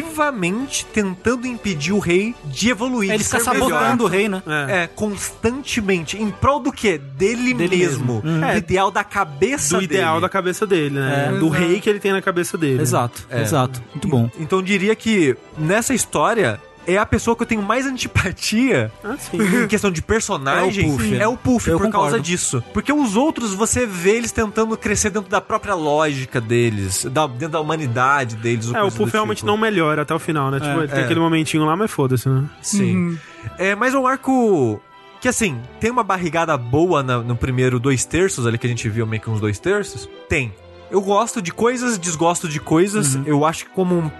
[SPEAKER 3] ativamente tentando impedir o rei de evoluir.
[SPEAKER 1] Ele
[SPEAKER 3] de
[SPEAKER 1] fica
[SPEAKER 3] ser melhor.
[SPEAKER 1] sabotando o rei, né?
[SPEAKER 2] É.
[SPEAKER 3] É, constantemente. Em prol do quê? Dele,
[SPEAKER 1] Dele
[SPEAKER 3] mesmo.
[SPEAKER 1] mesmo. Uhum. É.
[SPEAKER 3] Do ideal da cabeça
[SPEAKER 2] Do
[SPEAKER 3] dele. É,
[SPEAKER 2] ideal da cabeça dele, né? Do rei que ele tem na cabeça dele.
[SPEAKER 1] Exato, exato. Muito bom.
[SPEAKER 3] Então eu diria que nessa história é a pessoa que eu tenho mais antipatia
[SPEAKER 2] Ah, sim.
[SPEAKER 3] em questão de personagem
[SPEAKER 1] É o
[SPEAKER 2] né?
[SPEAKER 1] Puff, é.
[SPEAKER 3] é o Puff
[SPEAKER 1] Eu
[SPEAKER 3] por causa
[SPEAKER 1] concordo.
[SPEAKER 3] disso. Porque os outros você vê eles tentando crescer dentro da própria lógica deles, da- dentro da humanidade deles. ou
[SPEAKER 2] É, o
[SPEAKER 3] coisa do
[SPEAKER 2] Puff realmente
[SPEAKER 3] tipo.
[SPEAKER 2] não melhora até o final, né? Tipo, ele tem
[SPEAKER 3] é.
[SPEAKER 2] aquele momentinho lá, mas foda-se, né?
[SPEAKER 3] Sim. É, mas é um arco que, assim, tem uma barrigada boa na- no primeiro dois terços ali que a gente viu, meio que uns dois terços. Tem. Eu gosto de coisas, desgosto de coisas.
[SPEAKER 2] Uhum.
[SPEAKER 3] Eu acho que como um...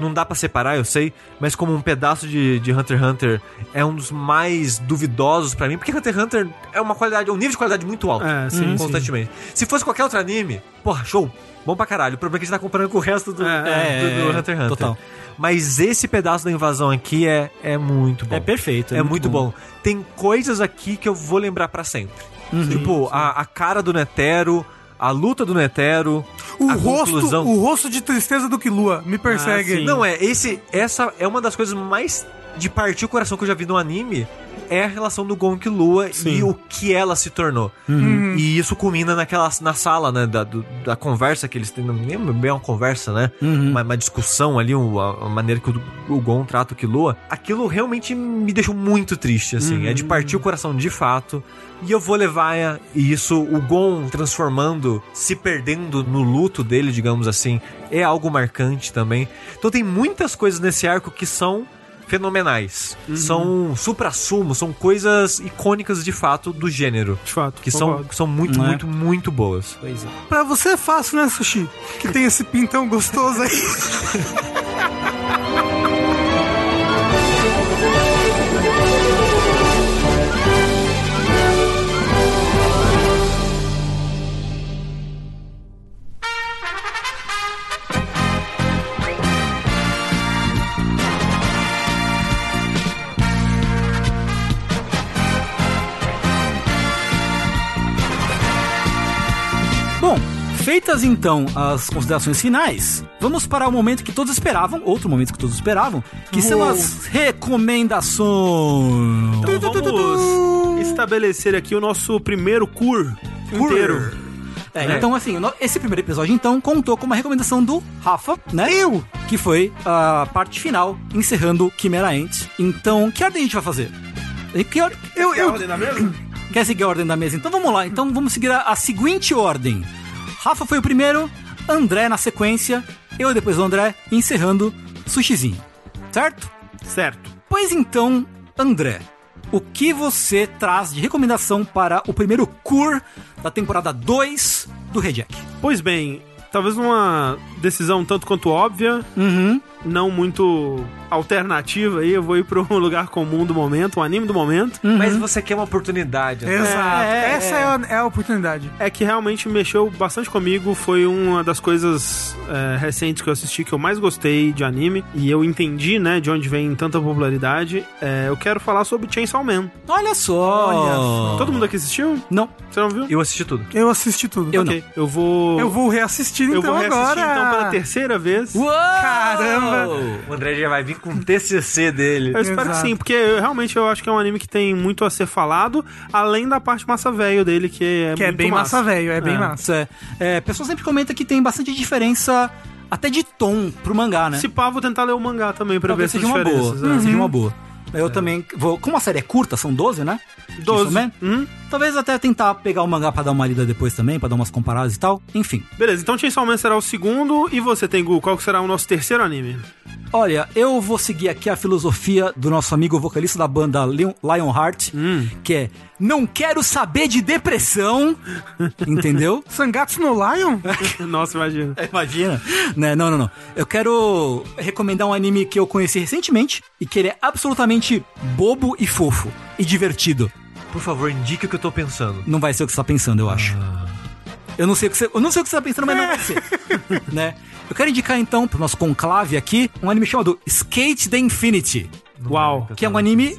[SPEAKER 3] Não dá pra separar, eu sei, mas como um pedaço de, de Hunter x Hunter é um dos mais duvidosos pra mim, porque Hunter x Hunter é uma qualidade, um nível de qualidade muito alto,
[SPEAKER 2] É, sim, sim.
[SPEAKER 3] constantemente. Se fosse qualquer outro anime, porra, show, bom pra caralho. O problema é que a gente tá comparando com o resto do,
[SPEAKER 2] É,
[SPEAKER 3] do- do
[SPEAKER 1] é,
[SPEAKER 3] Hunter x Hunter.
[SPEAKER 1] total.
[SPEAKER 3] Mas esse pedaço da invasão aqui é, é muito bom.
[SPEAKER 1] É perfeito.
[SPEAKER 3] É, muito bom. Tem coisas aqui que eu vou lembrar pra sempre. tipo, A, a cara do Netero, a luta do Netero,
[SPEAKER 4] O
[SPEAKER 3] a
[SPEAKER 4] rosto,
[SPEAKER 3] conclusão.
[SPEAKER 4] o rosto de tristeza do Killua me persegue.
[SPEAKER 2] Ah, sim.
[SPEAKER 3] Não é, esse essa é uma das coisas mais de partir o coração que eu já vi no anime. É a relação do Gon Lua e o que ela se tornou. E isso culmina naquela, na sala, né? Da, do- da conversa que eles têm. Não lembro bem uma conversa, né? Uma, uma discussão ali, um- a, a maneira que o, o Gon trata o Killua. Aquilo realmente me deixou muito triste, assim. É
[SPEAKER 1] Uhum.
[SPEAKER 3] de partir o coração de fato. E eu vou levar é, e isso, o Gon transformando, se perdendo no luto dele, digamos assim, é algo marcante também. Então tem muitas coisas nesse arco que são fenomenais.
[SPEAKER 1] Uhum.
[SPEAKER 3] São supra-sumo, são coisas icônicas de fato do gênero.
[SPEAKER 2] De fato.
[SPEAKER 3] Que são,
[SPEAKER 2] concordo.
[SPEAKER 3] que são muito,
[SPEAKER 1] Não é?
[SPEAKER 3] muito, muito boas.
[SPEAKER 1] Pois é.
[SPEAKER 4] Pra você é fácil, né, Sushi? Que tem esse pintão gostoso aí.
[SPEAKER 1] Bom, feitas então as considerações finais, vamos para o momento que todos esperavam, outro momento que todos esperavam, que são
[SPEAKER 4] Uou.
[SPEAKER 1] as recomendações.
[SPEAKER 2] Então vamos estabelecer aqui o nosso primeiro cur inteiro.
[SPEAKER 1] É, Então, assim, no- esse primeiro episódio, então, contou com uma recomendação do Rafa, né? Eu! Que foi a parte final, encerrando Chimera Ant. Então, que ordem a gente vai fazer? E Que ordem?
[SPEAKER 4] Eu, eu,
[SPEAKER 1] Quer seguir a ordem da mesa? Então vamos lá. Então vamos seguir a, a seguinte ordem. Rafa foi o primeiro, André na sequência, eu depois do André, e encerrando Sushizinho. Certo?
[SPEAKER 2] Certo.
[SPEAKER 1] Pois então, André, o que você traz de recomendação para o primeiro cur da temporada 2 do Reject?
[SPEAKER 2] Pois bem, talvez uma decisão tanto quanto óbvia,
[SPEAKER 1] Uhum.
[SPEAKER 2] não muito alternativa aí, eu vou ir para um lugar comum do momento, um anime do momento.
[SPEAKER 3] Mas você quer uma oportunidade. né?
[SPEAKER 4] Exato.
[SPEAKER 1] é,
[SPEAKER 4] Essa é. a, é a oportunidade.
[SPEAKER 2] é que realmente mexeu bastante comigo. Foi uma das coisas é, recentes que eu assisti que eu mais gostei de anime. E eu entendi, né, de onde vem tanta popularidade. É, eu quero falar sobre Chainsaw Man.
[SPEAKER 1] Olha só!
[SPEAKER 4] Olha só.
[SPEAKER 2] Todo mundo aqui assistiu?
[SPEAKER 1] Não,
[SPEAKER 2] Você não viu?
[SPEAKER 3] Eu assisti tudo.
[SPEAKER 4] Eu assisti tudo.
[SPEAKER 1] eu
[SPEAKER 2] Ok, eu vou...
[SPEAKER 4] Eu vou reassistir então
[SPEAKER 2] eu vou reassistir
[SPEAKER 4] agora.
[SPEAKER 2] então pela terceira vez.
[SPEAKER 1] não. Uou!
[SPEAKER 4] Caramba!
[SPEAKER 3] O André já vai vir com um o TCC dele.
[SPEAKER 2] Eu espero
[SPEAKER 4] Exato.
[SPEAKER 2] que sim, porque eu- realmente eu acho que é um anime que tem muito a ser falado, além da parte massa velho dele, que é
[SPEAKER 4] Que é
[SPEAKER 2] muito
[SPEAKER 4] bem massa, velho, é bem
[SPEAKER 2] É.
[SPEAKER 4] massa.
[SPEAKER 1] Isso é. É, o pessoal sempre comenta que tem bastante diferença até de tom pro mangá, né?
[SPEAKER 2] Se pá, vou tentar ler o mangá também pra
[SPEAKER 1] Talvez
[SPEAKER 2] ver
[SPEAKER 1] seja
[SPEAKER 2] essas
[SPEAKER 1] uma boa. Uhum.
[SPEAKER 2] diferenças. né?
[SPEAKER 1] Seja uma boa. Eu também vou. Como a série é curta, são 12, né? Chainsaw
[SPEAKER 2] 12.
[SPEAKER 1] Man,
[SPEAKER 2] Hum?
[SPEAKER 1] Talvez até tentar pegar o mangá pra dar uma lida depois também, pra dar umas comparadas e tal. Enfim.
[SPEAKER 2] Beleza, então Chainsaw Man será o segundo. E você, Tengu, qual que será o nosso terceiro anime?
[SPEAKER 1] Olha, eu vou seguir aqui a filosofia do nosso amigo vocalista da banda Leon- Lionheart,
[SPEAKER 2] Hum.
[SPEAKER 1] que é não quero saber de depressão, entendeu?
[SPEAKER 4] Sangatsu no Lion?
[SPEAKER 2] Nossa, imagina.
[SPEAKER 1] Imagina. Né? Não, não, não. Eu quero recomendar um anime que eu conheci recentemente e que ele é absolutamente bobo e fofo e divertido.
[SPEAKER 3] Por favor, indique o que eu tô pensando.
[SPEAKER 1] Não vai ser o que você tá pensando, eu acho. Eu não sei o que você, eu não sei o que você tá pensando, mas não vai ser. né? Eu quero indicar então pro nosso conclave aqui um anime chamado Skate the Infinity,
[SPEAKER 2] Uau.
[SPEAKER 1] que é um anime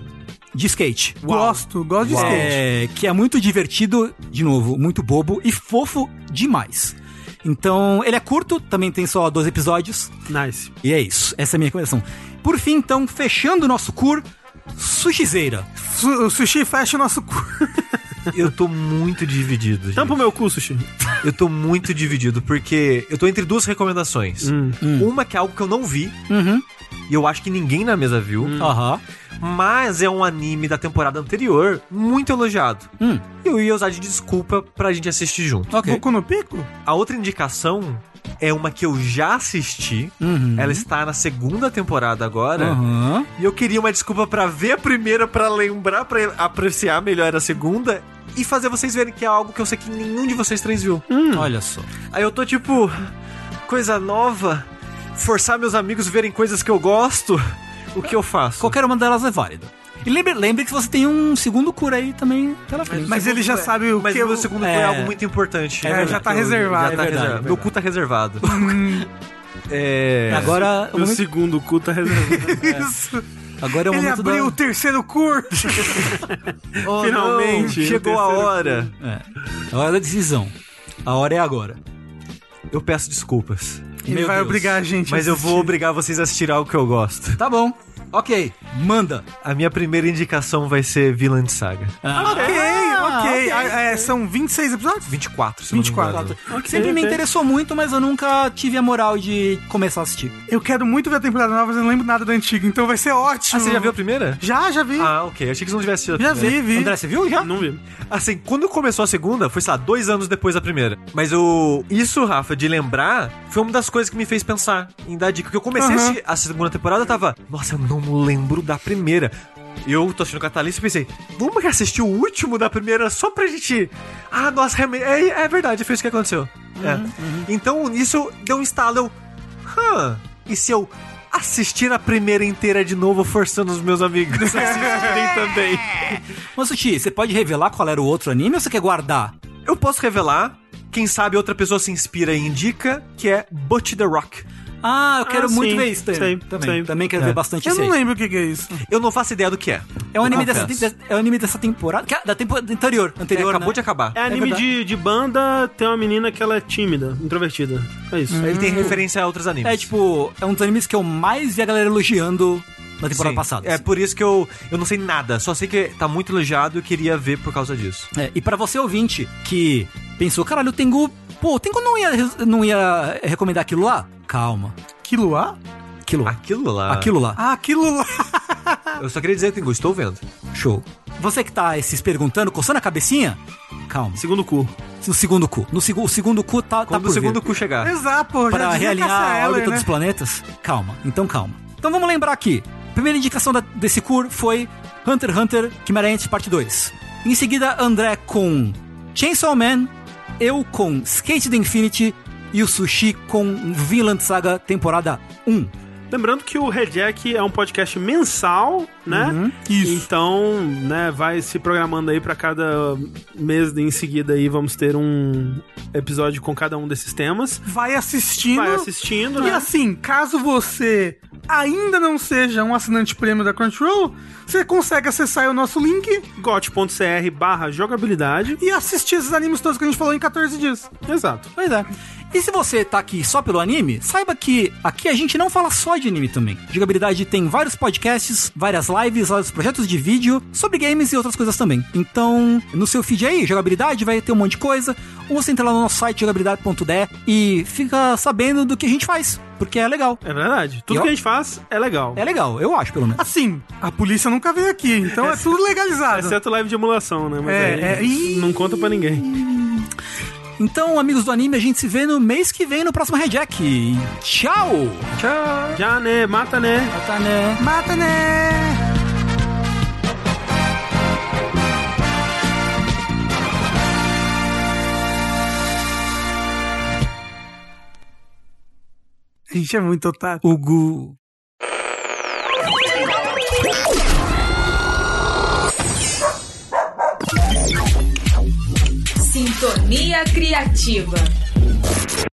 [SPEAKER 1] de skate.
[SPEAKER 4] Gosto, gosto de skate.
[SPEAKER 1] É, que é muito divertido, de novo, muito bobo e fofo demais. Então, ele é curto, também tem só 12 episódios.
[SPEAKER 2] Nice.
[SPEAKER 1] E é isso, essa é a minha recomendação. Por fim, então, fechando o nosso cur, Sushizeira.
[SPEAKER 2] É.
[SPEAKER 4] Su- O sushi fecha o nosso cu.
[SPEAKER 3] Eu tô muito dividido. gente.
[SPEAKER 2] Tampa o meu cu, Sushi.
[SPEAKER 3] Eu tô muito dividido, porque eu tô entre duas recomendações. Uma que é algo que eu não vi,
[SPEAKER 1] Hum. Uhum. Hum.
[SPEAKER 3] e eu acho que ninguém na mesa viu,
[SPEAKER 1] Aham.
[SPEAKER 3] mas é um anime da temporada anterior, muito elogiado.
[SPEAKER 1] Hum.
[SPEAKER 3] Eu ia usar de desculpa pra gente assistir junto.
[SPEAKER 1] Ok.
[SPEAKER 4] Boku no pico?
[SPEAKER 3] A outra indicação é uma que eu já assisti.
[SPEAKER 1] Uhum.
[SPEAKER 3] Ela está na segunda temporada agora.
[SPEAKER 1] Aham.
[SPEAKER 3] E eu queria uma desculpa pra ver a primeira, pra lembrar, pra apreciar melhor a segunda. E fazer vocês verem que é algo que eu sei que nenhum de vocês três viu.
[SPEAKER 1] Olha só.
[SPEAKER 3] Aí eu tô tipo, coisa nova, forçar meus amigos verem coisas que eu gosto. O que eu faço?
[SPEAKER 1] Qualquer uma delas é válida. E lembre, lembre que você tem um segundo cura aí também pela frente.
[SPEAKER 4] Mas ele já sabe o
[SPEAKER 3] Mas
[SPEAKER 4] que
[SPEAKER 3] o
[SPEAKER 4] eu...
[SPEAKER 3] segundo
[SPEAKER 1] é.
[SPEAKER 3] foi algo muito importante.
[SPEAKER 1] É,
[SPEAKER 3] Eu-
[SPEAKER 4] já tá
[SPEAKER 3] eu-
[SPEAKER 4] reservado.
[SPEAKER 3] já tá
[SPEAKER 1] É verdade,
[SPEAKER 3] reservado.
[SPEAKER 1] é
[SPEAKER 3] Meu cu tá reservado. é.
[SPEAKER 1] Agora, o
[SPEAKER 2] Meu
[SPEAKER 1] momento-
[SPEAKER 2] segundo cu tá reservado.
[SPEAKER 4] Isso.
[SPEAKER 1] agora é o
[SPEAKER 4] Ele
[SPEAKER 1] momento
[SPEAKER 4] abriu o
[SPEAKER 1] da...
[SPEAKER 4] terceiro curso.
[SPEAKER 3] Oh,
[SPEAKER 2] Finalmente,
[SPEAKER 3] não, chegou a
[SPEAKER 2] o terceiro
[SPEAKER 3] hora.
[SPEAKER 1] É. A hora da decisão. A hora é agora.
[SPEAKER 3] Eu peço desculpas.
[SPEAKER 4] Ele
[SPEAKER 1] Meu
[SPEAKER 4] vai
[SPEAKER 1] Deus.
[SPEAKER 4] obrigar a gente.
[SPEAKER 3] Mas
[SPEAKER 4] a
[SPEAKER 3] eu vou obrigar vocês a assistir algo que eu gosto.
[SPEAKER 1] Tá bom. Ok. Manda.
[SPEAKER 3] A minha primeira indicação vai ser Villain de Saga.
[SPEAKER 4] Ok, ok. Ah, é, são 26 episódios?
[SPEAKER 3] 24, se
[SPEAKER 4] 24.
[SPEAKER 3] não me engano.
[SPEAKER 2] Ok,
[SPEAKER 1] Sempre me
[SPEAKER 2] ok.
[SPEAKER 1] interessou muito, mas eu nunca tive a moral de começar a assistir.
[SPEAKER 4] Eu quero muito ver a temporada nova, mas eu não lembro nada da antiga, então vai ser ótimo.
[SPEAKER 3] Ah, você já viu a primeira?
[SPEAKER 4] Já, já vi.
[SPEAKER 3] Ah, ok. Achei que você não tivesse assistido a
[SPEAKER 4] Hum. já
[SPEAKER 3] primeira.
[SPEAKER 4] vi, vi.
[SPEAKER 1] André, você viu já?
[SPEAKER 2] Não vi.
[SPEAKER 3] Assim, quando começou a segunda, foi, sei lá, dois anos depois da primeira. Mas o isso, Rafa, de lembrar, foi uma das coisas que me fez pensar em dar dica. Porque eu comecei a
[SPEAKER 4] Aham.
[SPEAKER 3] assistir a segunda temporada, eu tava, nossa, eu não lembro da primeira. Eu tô assistindo o Catalyst e pensei, vamos assistir o último da primeira só pra gente. Ah, nossa, realmente- é, é verdade, foi isso que aconteceu. É. Então, isso deu um estalo. Eu, hã, e se eu assistir a primeira inteira de novo, forçando os meus amigos a assistirem também?
[SPEAKER 1] Mas, Sushi, você pode revelar qual era o outro anime ou você quer guardar?
[SPEAKER 3] Eu posso revelar, quem sabe outra pessoa se inspira e indica, que é Butch the Rock.
[SPEAKER 1] Ah, eu quero
[SPEAKER 2] Ah,
[SPEAKER 1] muito
[SPEAKER 2] sim.
[SPEAKER 1] ver isso
[SPEAKER 2] Sei,
[SPEAKER 1] também. também.
[SPEAKER 2] sei.
[SPEAKER 1] Também quero
[SPEAKER 3] É.
[SPEAKER 1] ver bastante
[SPEAKER 4] eu
[SPEAKER 1] isso
[SPEAKER 4] não
[SPEAKER 1] aí.
[SPEAKER 4] lembro o que, que é isso.
[SPEAKER 3] Eu não faço ideia do que é.
[SPEAKER 1] É um anime dessa,
[SPEAKER 3] Confesso.
[SPEAKER 1] de- é um anime dessa temporada. que é Da temporada anterior.
[SPEAKER 3] Ele
[SPEAKER 1] anterior
[SPEAKER 3] acabou
[SPEAKER 1] né?
[SPEAKER 3] de acabar.
[SPEAKER 2] É anime
[SPEAKER 1] verdade.
[SPEAKER 2] de, de banda, tem uma menina que ela é tímida, introvertida. É isso.
[SPEAKER 3] Ele tem referência a outros animes.
[SPEAKER 1] É tipo, é um dos animes que eu mais vi a galera elogiando na temporada
[SPEAKER 3] Sim.
[SPEAKER 1] passada.
[SPEAKER 3] É por isso que eu, eu não sei nada, só sei que tá muito elogiado e eu queria ver por causa disso.
[SPEAKER 1] É, e pra você ouvinte que pensou, caralho, o Tengu, pô, o Tengu não ia, res- não ia recomendar aquilo lá? Calma,
[SPEAKER 4] Aquilo lá?
[SPEAKER 1] aquilo lá.
[SPEAKER 3] Aquilo lá.
[SPEAKER 1] Aquilo lá.
[SPEAKER 4] Ah, aquilo lá.
[SPEAKER 3] Eu só queria dizer, Tengu, estou vendo.
[SPEAKER 1] Tá Show. Você que tá aí se perguntando, coçando a cabecinha, calma.
[SPEAKER 2] Segundo cu.
[SPEAKER 1] No segundo cu. No segu, o segundo cu tá, tá
[SPEAKER 3] Quando
[SPEAKER 1] por
[SPEAKER 3] o segundo
[SPEAKER 1] vir.
[SPEAKER 3] cu chegar.
[SPEAKER 4] Exato, pô. já
[SPEAKER 1] Pra
[SPEAKER 4] dizia
[SPEAKER 1] realinhar
[SPEAKER 4] Cassia
[SPEAKER 1] a
[SPEAKER 4] Eller,
[SPEAKER 1] órbita
[SPEAKER 4] né?
[SPEAKER 1] dos planetas? Calma, então calma. Então vamos lembrar aqui. Primeira indicação da- desse cur foi Hunter x Hunter Kimarante Parte 2. Em seguida, André com Chainsaw Man, eu com Skate the Infinity e o Sushi com Vinland Saga Temporada 1.
[SPEAKER 2] Lembrando que o Rejack é um podcast mensal, né?
[SPEAKER 4] Uhum, Isso.
[SPEAKER 2] Então, né, vai se programando aí pra cada mês em seguida aí vamos ter um episódio com cada um desses temas.
[SPEAKER 4] Vai assistindo.
[SPEAKER 2] Vai assistindo,
[SPEAKER 4] E
[SPEAKER 2] né?
[SPEAKER 4] assim, caso você ainda não seja um assinante prêmio da Crunchyroll, você consegue acessar o nosso link
[SPEAKER 2] got.cr barra jogabilidade.
[SPEAKER 4] e assistir esses animes todos que a gente falou em 14 dias.
[SPEAKER 2] Exato.
[SPEAKER 1] Pois é. E se você tá aqui só pelo anime, saiba que aqui a gente não fala só de anime também. Jogabilidade tem vários podcasts, várias lives, vários projetos de vídeo sobre games e outras coisas também. Então, no seu feed aí, jogabilidade vai ter um monte de coisa. Ou você entra lá no nosso site jogabilidade.de e fica sabendo do que a gente faz, porque é legal.
[SPEAKER 2] É verdade. Tudo
[SPEAKER 1] E ó-
[SPEAKER 2] que a gente faz é legal.
[SPEAKER 1] É legal, eu acho, pelo menos.
[SPEAKER 4] Assim, a polícia nunca veio aqui, então é tudo legalizado.
[SPEAKER 2] Exceto live de emulação, né? Mas
[SPEAKER 4] É, é.
[SPEAKER 2] aí
[SPEAKER 4] Ih.
[SPEAKER 2] não conta pra ninguém.
[SPEAKER 1] Então, amigos do anime, a gente se vê no mês que vem no próximo Rejack. E Tchau!
[SPEAKER 2] Já, né? Mata, né?
[SPEAKER 1] Tá, né?
[SPEAKER 4] Mata, né? A gente é muito otário.
[SPEAKER 1] Ugu.
[SPEAKER 6] Sintonia Criativa.